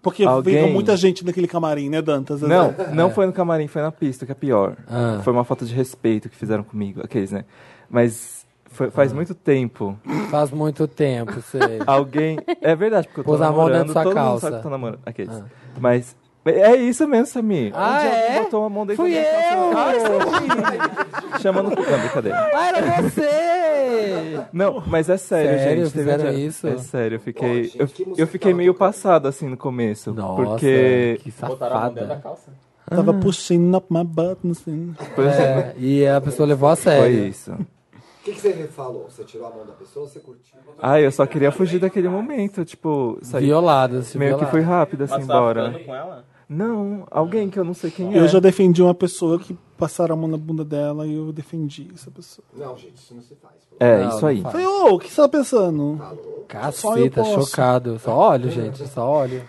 S2: Porque
S7: Alguém-
S2: veio muita gente naquele camarim, né, Dantas?
S7: Não, não foi no camarim, foi na pista, que é pior.
S3: É. Ah.
S7: Foi uma falta de respeito que fizeram comigo, aqueles, né? Mas foi-
S3: Ah.
S7: faz muito tempo.
S3: Faz muito tempo, sei.
S7: Alguém. É verdade, porque eu tô
S3: Pôs a mão
S7: namorando.
S3: dentro da sua
S7: todo mundo
S3: calça.
S7: sabe que eu tô namorando. Aqueles. Mas. É isso mesmo, Samir.
S3: Ah,
S7: Um dia alguém
S3: é?
S7: botou a mão dentro
S3: Fui
S7: da minha calça.
S3: eu!
S7: Chamando pro câmbio, cadê?
S3: Ah, era você!
S7: Não, mas é sério,
S3: Sério?
S7: gente. teve um
S3: Fizeram
S7: dia-
S3: isso?
S7: É sério, eu
S4: Ó,
S7: fiquei.
S4: gente,
S7: eu,
S4: que música
S7: eu fiquei
S4: tava
S7: meio
S4: tocando?
S7: passado assim no começo.
S3: Nossa,
S7: porque.
S3: que
S8: Botaram a mão dentro da
S3: safada.
S8: calça.
S2: Tava pushing up my butt, assim.
S3: É, e a pessoa levou a
S7: Foi
S3: sério.
S7: isso.
S4: O que, que você falou? Você tirou a mão da pessoa ou você curtiu?
S7: Ai, eu só queria fugir daquele momento. Tipo, saí.
S3: Violada, se
S7: Meio que
S3: violada.
S7: fui rápido assim
S8: Mas tava
S7: embora.
S8: ficando com ela?
S7: Não, alguém que eu não sei quem é.
S2: Eu já defendi uma pessoa que passaram a mão na bunda dela e eu defendi essa pessoa.
S4: Não, gente, isso não se faz. pelo
S7: É,
S3: Não,
S7: isso aí.
S3: não fala.
S2: Falei, ô, o que você tá pensando? Só eu
S3: Caceta,
S2: posso.
S3: chocado. Só olho, gente, só olho.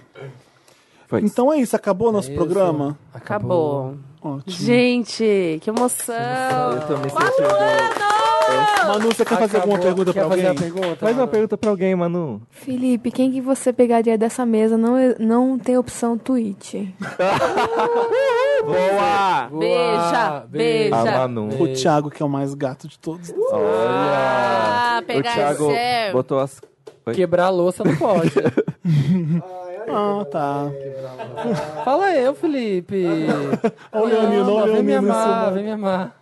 S7: Foi isso.
S2: Então é isso, acabou o nosso
S3: Isso.
S2: programa?
S9: Acabou.
S2: Ótimo.
S9: Gente, que emoção.
S7: Eu tô me
S9: Quatro
S7: sentindo-
S9: anos!
S2: Manu, você quer fazer
S3: Acabou.
S2: alguma pergunta
S3: Quer
S2: pra
S3: fazer
S2: alguém?
S3: a pergunta?
S7: Faz uma
S3: Manu?
S7: pergunta pra alguém, Manu.
S11: Felipe, quem que você pegaria dessa mesa? Não, não tem opção Twitch.
S8: Boa!
S9: Beija,
S3: Boa, Ah. beijo.
S7: A
S9: beija.
S7: Ah, Manu.
S2: O Thiago, que é o mais gato de todos.
S9: Ah,
S7: O
S9: pegar
S7: Thiago
S9: esse-
S7: botou as.
S3: Quebrar a louça não
S7: (laughs)
S3: pode.
S2: Ah, tá.
S3: (laughs) Fala eu, Felipe.
S2: (laughs) Olha,
S3: Não,
S2: Nino, olha,
S3: vem me
S2: Nino.
S3: amar, vem me amar.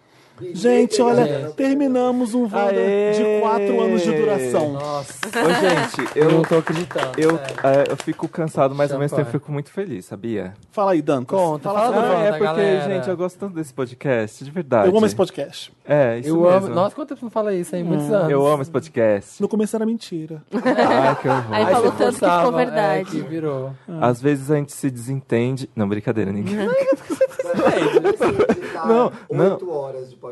S2: Gente, olha, terminamos um Wanda
S7: Aê!
S2: de quatro anos de duração.
S3: Nossa,
S7: Ô, gente,
S3: eu não
S7: eu.
S3: tô acreditando.
S7: Eu,
S3: sério.
S7: é, eu fico cansado, mas ao mesmo
S3: Champagne.
S7: tempo fico muito feliz, sabia?
S2: Fala aí, Dantas.
S3: Conta, fala do
S7: Não,
S3: Wanda,
S7: é porque,
S3: Tá galera.
S7: gente, eu gosto tanto desse podcast, de verdade.
S2: Ah, Eu amo esse podcast.
S7: É, isso
S3: Eu
S7: mesmo.
S3: amo. Nossa, quanto tempo não fala isso, hein? Muitos anos.
S7: Eu amo esse podcast.
S2: No começo era mentira.
S7: Ai, que horror.
S9: Aí falou
S3: Eu
S9: tanto que ficou
S3: forçava, é,
S9: verdade.
S3: que virou.
S2: Ah.
S7: Às vezes a gente se desentende. Não, brincadeira, ninguém.
S4: não,
S7: Não, não.
S4: Oito tá horas de podcast.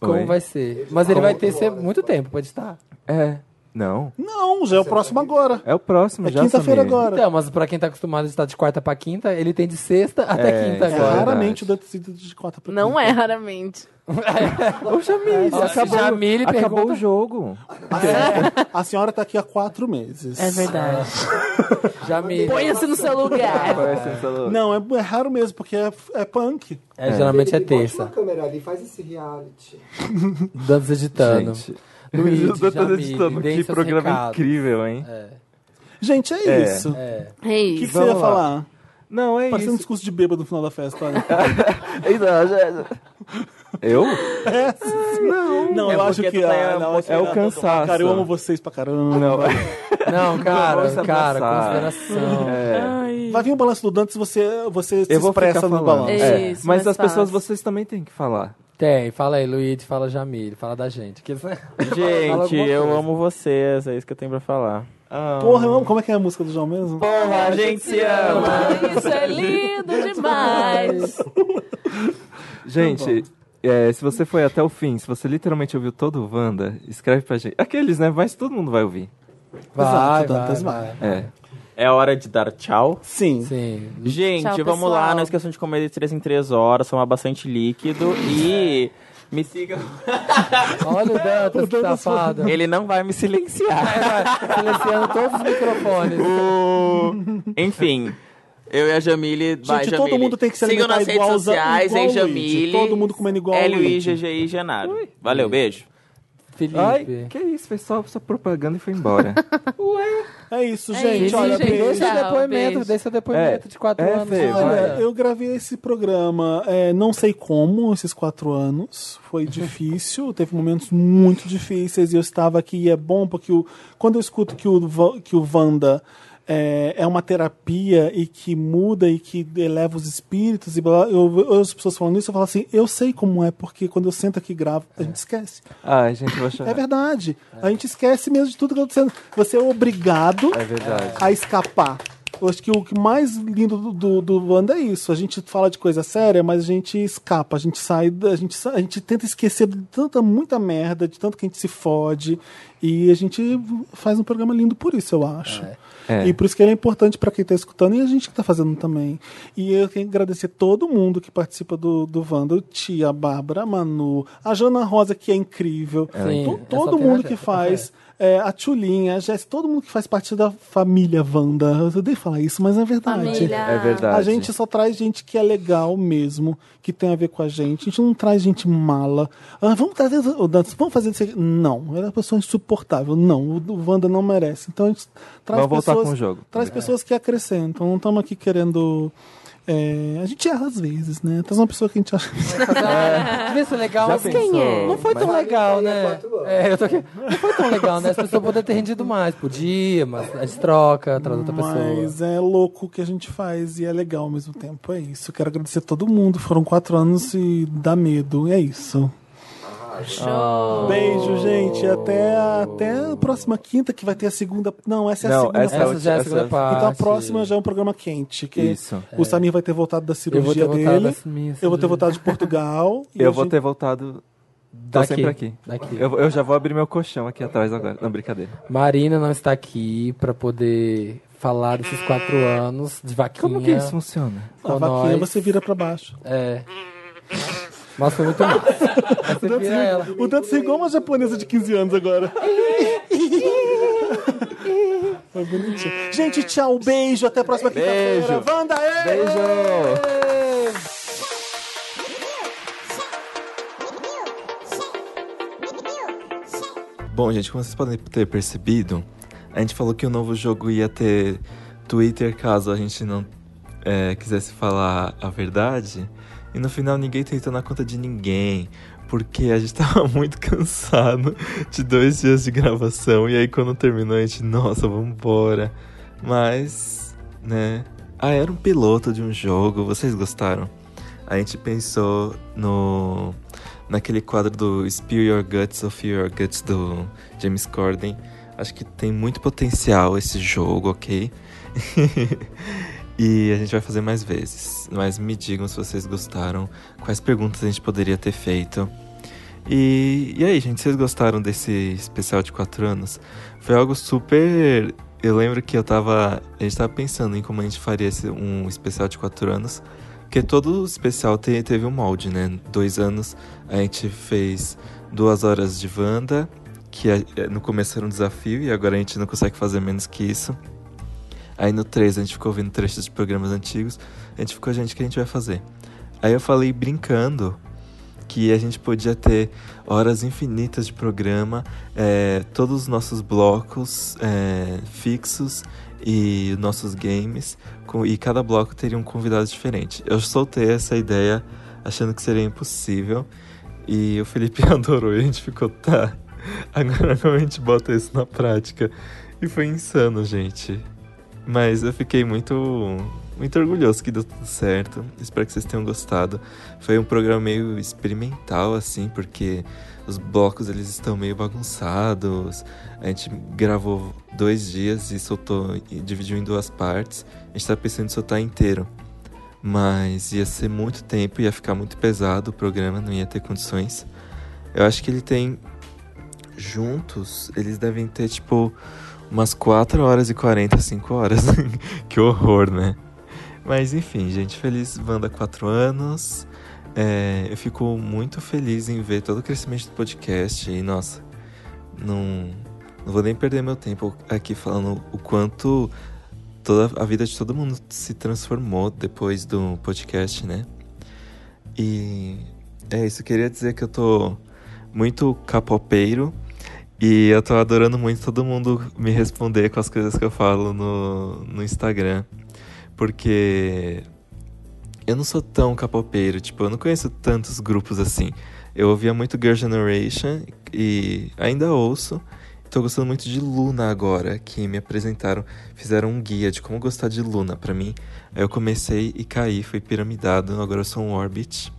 S3: Como
S7: Oi.
S3: vai ser? Mas ele
S4: Como
S3: vai ter
S4: tu
S3: ser
S4: olha,
S3: muito
S4: tu
S3: tempo pra editar.
S7: É. Não.
S2: Não, já é o próximo agora.
S7: É o próximo
S2: É
S7: já,
S2: quinta-feira
S7: Samir.
S2: agora.
S3: Então, mas pra quem tá acostumado a estar de quarta pra quinta, ele tem de sexta até
S7: É,
S3: quinta
S7: isso
S2: É
S7: é
S3: agora.
S2: raramente o Dantecida de cota pra
S9: Não
S2: quinta.
S9: é
S7: (laughs)
S9: raramente.
S7: Ô, Jamile,
S3: Nossa,
S7: acabou,
S3: Jamile
S7: acabou
S3: pergunta-
S7: o jogo.
S2: A senhora tá aqui há quatro meses.
S9: É
S2: (laughs)
S9: verdade.
S3: Já me...
S9: Põe-se no seu lugar.
S2: Não, é, é raro mesmo, porque é, é punk.
S3: É, geralmente é terça.
S4: Bota uma câmera ali, faz esse
S3: (laughs)
S4: reality.
S3: Dantas editando.
S7: Gente,
S3: Luiz,
S7: (laughs) eu tô
S3: Jamile,
S7: editando.
S3: deem
S7: Que
S3: seus
S7: programa
S3: recados.
S7: incrível, hein?
S2: Gente, é,
S7: É,
S2: isso. O
S3: É.
S9: É
S2: que, que
S9: isso.
S2: você ia
S7: Vamos lá.
S2: falar?
S7: Não, é
S2: Parecendo um
S7: isso.
S2: discurso de bêbado no final da festa, olha.
S8: Então,
S2: (laughs)
S8: já- já-
S7: Eu?
S2: É, Não, eu acho
S8: porque
S2: que
S8: tu tá
S2: ah, não,
S7: É o cansaço.
S2: Cara, eu amo vocês pra caramba.
S7: Não, (laughs)
S3: Não, cara,
S7: Vamos
S3: cara,
S7: abraçar.
S3: consideração.
S2: É. Vai vir o balanço do Dantes, você, você se
S7: eu vou ficar
S2: expressa no
S7: falando.
S2: balanço.
S9: É.
S7: É,
S9: Isso,
S7: Mas
S9: mais
S7: as pessoas,
S9: fácil.
S7: vocês também têm que falar.
S3: Tem, fala aí, Luiz, fala Jamile, fala da gente. Que... é-
S8: Gente,
S3: alguma
S8: eu
S3: coisa.
S8: amo vocês, é isso que eu tenho pra falar. Ah.
S2: Porra, eu amo. Como é que é a música do João mesmo?
S8: Porra, a gente se ama!
S9: (laughs) Isso é lindo demais.
S7: (laughs)
S9: Tá
S7: Gente, é, se você foi até o fim, se você literalmente ouviu todo o Wanda, escreve pra gente. Aqueles, né? Mas todo mundo vai ouvir.
S3: Vai,
S2: Exato, Dantas, vai.
S7: É.
S8: É hora de dar tchau.
S2: Sim.
S3: Sim.
S8: Gente,
S9: Tchau,
S8: vamos
S9: pessoal.
S8: lá, não esqueçam de comer de 3 em 3 horas, tomar bastante líquido e me sigam.
S3: Olha o Dantas, que safado.
S8: Ele não vai me silenciar.
S3: Silenciando todos os microfones.
S8: O-
S2: (laughs)
S8: Enfim. Eu e a Jamile. vai,
S2: Gente, todo
S8: Jamile.
S2: mundo tem que se
S8: Sigam
S2: alimentar
S8: nas redes
S2: igual ao Zan-
S8: sociais,
S2: igual
S8: hein,
S2: ao Luigi.
S8: Jamile.
S2: Todo mundo comendo igual ao
S8: Hélio, I,
S2: Luigi.
S8: GG e Genaro. Valeu, beijo.
S3: Felipe.
S7: Ai, que isso? Fez só, só propaganda e foi embora.
S2: É isso,
S9: É
S2: gente.
S9: isso,
S2: Olha,
S9: gente.
S2: beijo.
S3: Deixa o
S9: Tchau,
S3: depoimento,
S9: beijo.
S3: deixa o depoimento
S7: É,
S3: de quatro
S7: é,
S3: anos.
S7: Fê,
S2: Olha,
S7: vai.
S2: eu gravei esse programa, é, não sei como, esses quatro anos. Foi difícil, teve momentos muito difíceis e eu estava aqui. E é bom porque o- quando eu escuto que o, Va- que o Wanda é, é uma terapia e que muda e que eleva os espíritos, e blá, blá, eu, eu, as pessoas falando isso, eu falo assim: eu sei como é, porque quando eu sento aqui e gravo, a gente esquece.
S7: (laughs) Ai, gente, eu vou
S2: É
S7: chorar.
S2: verdade. A gente esquece mesmo de tudo que está acontecendo. Você é obrigado
S7: É verdade.
S2: a escapar. Eu acho que o que mais lindo do, do, do Wanda é isso. A gente fala de coisa séria, mas a gente escapa, a gente sai, da- a gente, sa- a gente tenta esquecer de tanta muita merda, de tanto que a gente se fode. E a gente faz um programa lindo por isso, eu acho.
S7: É.
S2: E por isso que ele é importante para quem tá escutando e a gente que tá fazendo também. E eu tenho que agradecer todo mundo que participa do, do Wanda, o Tia, a Bárbara, a Manu, a Jana Rosa, que é incrível.
S3: Sim,
S2: To-
S3: essa
S2: todo
S3: tem a
S2: mundo que
S3: Jéssica.
S2: faz. é, a Tchulinha, a Jéssica, todo mundo que faz parte da família Wanda. Eu odeio falar isso, mas é verdade.
S9: Família.
S7: É verdade.
S2: A gente só traz gente que é legal mesmo, que tem a ver com a gente. A gente não traz gente mala. Ah, vamos trazer o Dantas, vamos fazer isso aqui. Não, é uma pessoa insuportável. Não, o o Wanda não merece. Então a gente traz
S7: Vamos voltar
S2: pessoas,
S7: com o jogo. tá
S2: Traz pessoas que acrescentam. Não estamos aqui querendo. é, a gente erra às vezes, né? Traz uma pessoa que a gente acha.
S3: Vê se é legal.
S7: Já
S3: assim.
S7: pensou?
S3: Não foi tão legal,
S4: Aí é
S3: né?
S4: quatro anos.
S3: É, eu tô aqui. Não foi tão legal, né? As pessoas poderiam ter rendido mais. Podia, mas a gente troca, traz outra pessoa.
S2: Mas é louco o que a gente faz e é legal ao mesmo tempo. É isso. Quero agradecer a todo mundo. Foram quatro anos e dá medo. É isso. Beijo, gente. Até, até a próxima quinta, que vai ter a segunda. Não, essa é a
S7: Não,
S2: segunda
S7: essa é a
S2: parte.
S3: Essa já é a
S7: essa-
S3: segunda parte.
S2: Então a próxima já é um programa quente. Que
S7: Isso.
S2: O Samir vai ter voltado da
S3: Eu vou ter
S2: cirurgia
S3: voltado
S2: dele.
S3: das né? minhas
S2: Eu vou ter
S3: cirurgias.
S2: voltado de
S7: (laughs)
S2: Portugal. e a
S7: Eu vou
S2: gente-
S7: ter voltado. Tô
S3: Daqui,
S7: sempre aqui.
S3: daqui.
S7: Eu, eu já vou abrir meu colchão aqui atrás agora. Não, brincadeira.
S3: Marina não está aqui pra poder falar desses quatro anos de vaquinha.
S7: Como que isso funciona?
S2: Ah. A
S3: com
S2: Ah, vaquinha
S3: nós.
S2: você vira pra baixo.
S3: É. Mas foi muito massa. Você vira ela.
S2: O Dantas é igual uma japonesa de 15 anos agora. Foi bonitinho. Gente, tchau, beijo. Até a próxima quinta-feira. Wanda, ê!
S7: Beijo! Bom, gente, como vocês podem ter percebido, a gente falou que o novo jogo ia ter Twitter caso a gente não é, quisesse falar a verdade. E no final ninguém tweetou na conta de ninguém. Porque a gente (laughs) tava muito cansado de dois dias de gravação. E aí quando terminou a gente, nossa, vambora. Mas, né? Ah, era um piloto de um jogo, vocês gostaram? A gente pensou no naquele quadro do Spill Your Guts ou Fear Your Guts do James Corden. Acho que tem muito potencial esse jogo, ok? (laughs) e a gente vai fazer mais vezes. Mas me digam se vocês gostaram, quais perguntas a gente poderia ter feito. E, e aí, gente, vocês gostaram desse especial de quatro anos? Foi algo super. Eu lembro que eu tava. A gente tava pensando em como a gente faria esse, um especial de quatro anos. Porque todo especial te- teve um molde, né? Dois anos a gente fez duas horas de Wanda, que a- eh, no começo era um desafio e agora a gente não consegue fazer menos que isso. Aí no 3 a gente ficou ouvindo trechos de programas antigos. A gente ficou, gente, o que a gente vai fazer? Aí eu falei brincando que a gente podia ter horas infinitas de programa, eh, todos os nossos blocos eh, fixos e nossos games, com- e cada bloco teria um convidado diferente. Eu soltei essa ideia achando que seria impossível, e o Felipe (laughs) adorou, e a gente ficou, tá, agora (laughs) como a gente bota isso na prática? E foi insano, gente. Mas eu fiquei muito, muito orgulhoso que deu tudo certo. Espero que vocês tenham gostado. Foi um programa meio experimental, assim, porque os blocos eles estão meio bagunçados. A gente gravou dois dias e soltou e dividiu em duas partes. A gente tá pensando em soltar inteiro. Mas ia ser muito tempo, ia ficar muito pesado o programa, não ia ter condições. Eu acho que ele tem juntos, eles devem ter, tipo, umas 4 horas e 45 horas. (laughs) que horror, né? Mas enfim, gente, feliz Wanda 4 anos. É, eu fico muito feliz em ver todo o crescimento do podcast. E, nossa, não, não vou nem perder meu tempo aqui falando o quanto toda a vida de todo mundo se transformou depois do podcast, né? E é isso, eu queria dizer que eu tô muito capopeiro e eu tô adorando muito todo mundo me responder com as coisas que eu falo no, no Instagram. Porque eu não sou tão capopeiro, tipo, eu não conheço tantos grupos assim. Eu ouvia muito Girl Generation e ainda ouço. Tô gostando muito de Luna agora, que me apresentaram, fizeram um guia de como gostar de Luna pra mim. Aí eu comecei e caí, fui piramidado, agora eu sou um Orbit.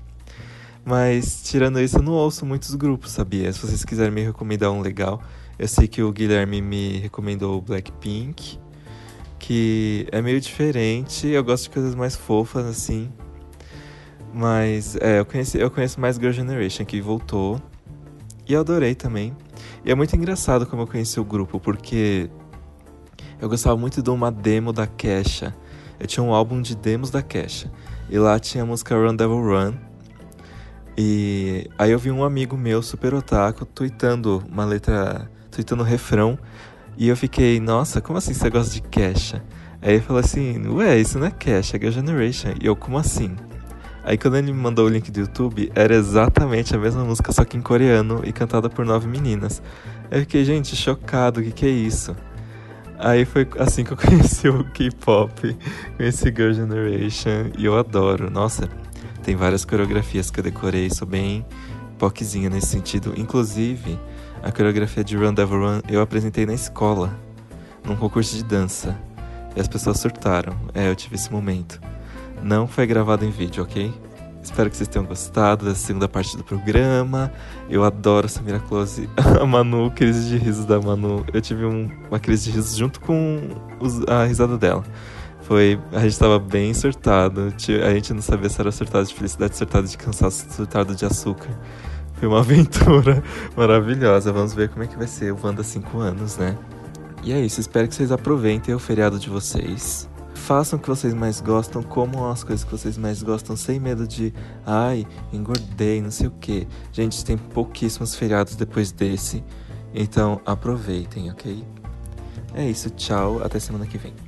S7: Mas, tirando isso, eu não ouço muitos grupos, sabia? Se vocês quiserem me recomendar um legal, eu sei que o Guilherme me recomendou o Blackpink, que é meio diferente, eu gosto de coisas mais fofas, assim. Mas, é, eu, conheci, eu conheço mais Girl Generation, que voltou. E eu adorei também. E é muito engraçado como eu conheci o grupo, porque eu gostava muito de uma demo da Kesha. Eu tinha um álbum de demos da Kesha. E lá tinha a música Run Devil Run. E aí eu vi um amigo meu, super otaku, tweetando uma letra, tweetando um refrão. E eu fiquei, nossa, como assim você gosta de Kesha? Aí ele falou assim, ué, isso não é Kesha, é Girl Generation. E eu, como assim? Aí quando ele me mandou o link do YouTube, era exatamente a mesma música, só que em coreano e cantada por nove meninas. Aí eu fiquei, gente, chocado, o que, que é isso? Aí foi assim que eu (laughs) conheci o K-pop, conheci Girl Generation, e eu adoro. Nossa, tem várias coreografias que eu decorei, sou bem poquezinha nesse sentido. Inclusive, a coreografia de Run Devil Run eu apresentei na escola, num concurso de dança. E as pessoas surtaram. É, eu tive esse momento. Não foi gravado em vídeo, ok? Espero que vocês tenham gostado da segunda parte do programa. Eu adoro Samira Close. (laughs) A Manu, crise de riso da Manu. Eu tive um- uma crise de riso junto com os- a risada dela. Foi. A gente tava bem surtado. Ti- A gente não sabia se era surtado de felicidade, surtado de cansaço, surtado de açúcar. Foi uma (laughs) aventura maravilhosa. Vamos ver como é que vai ser o Wanda 5 anos, né? E é isso, espero que vocês aproveintem o feriado de vocês. Façam o que vocês mais gostam, comam as coisas que vocês mais gostam, sem medo de, ai, engordei, não sei o que. Gente, tem pouquíssimos feriados depois desse, então aproveitem, ok? É isso, tchau, até semana que vem.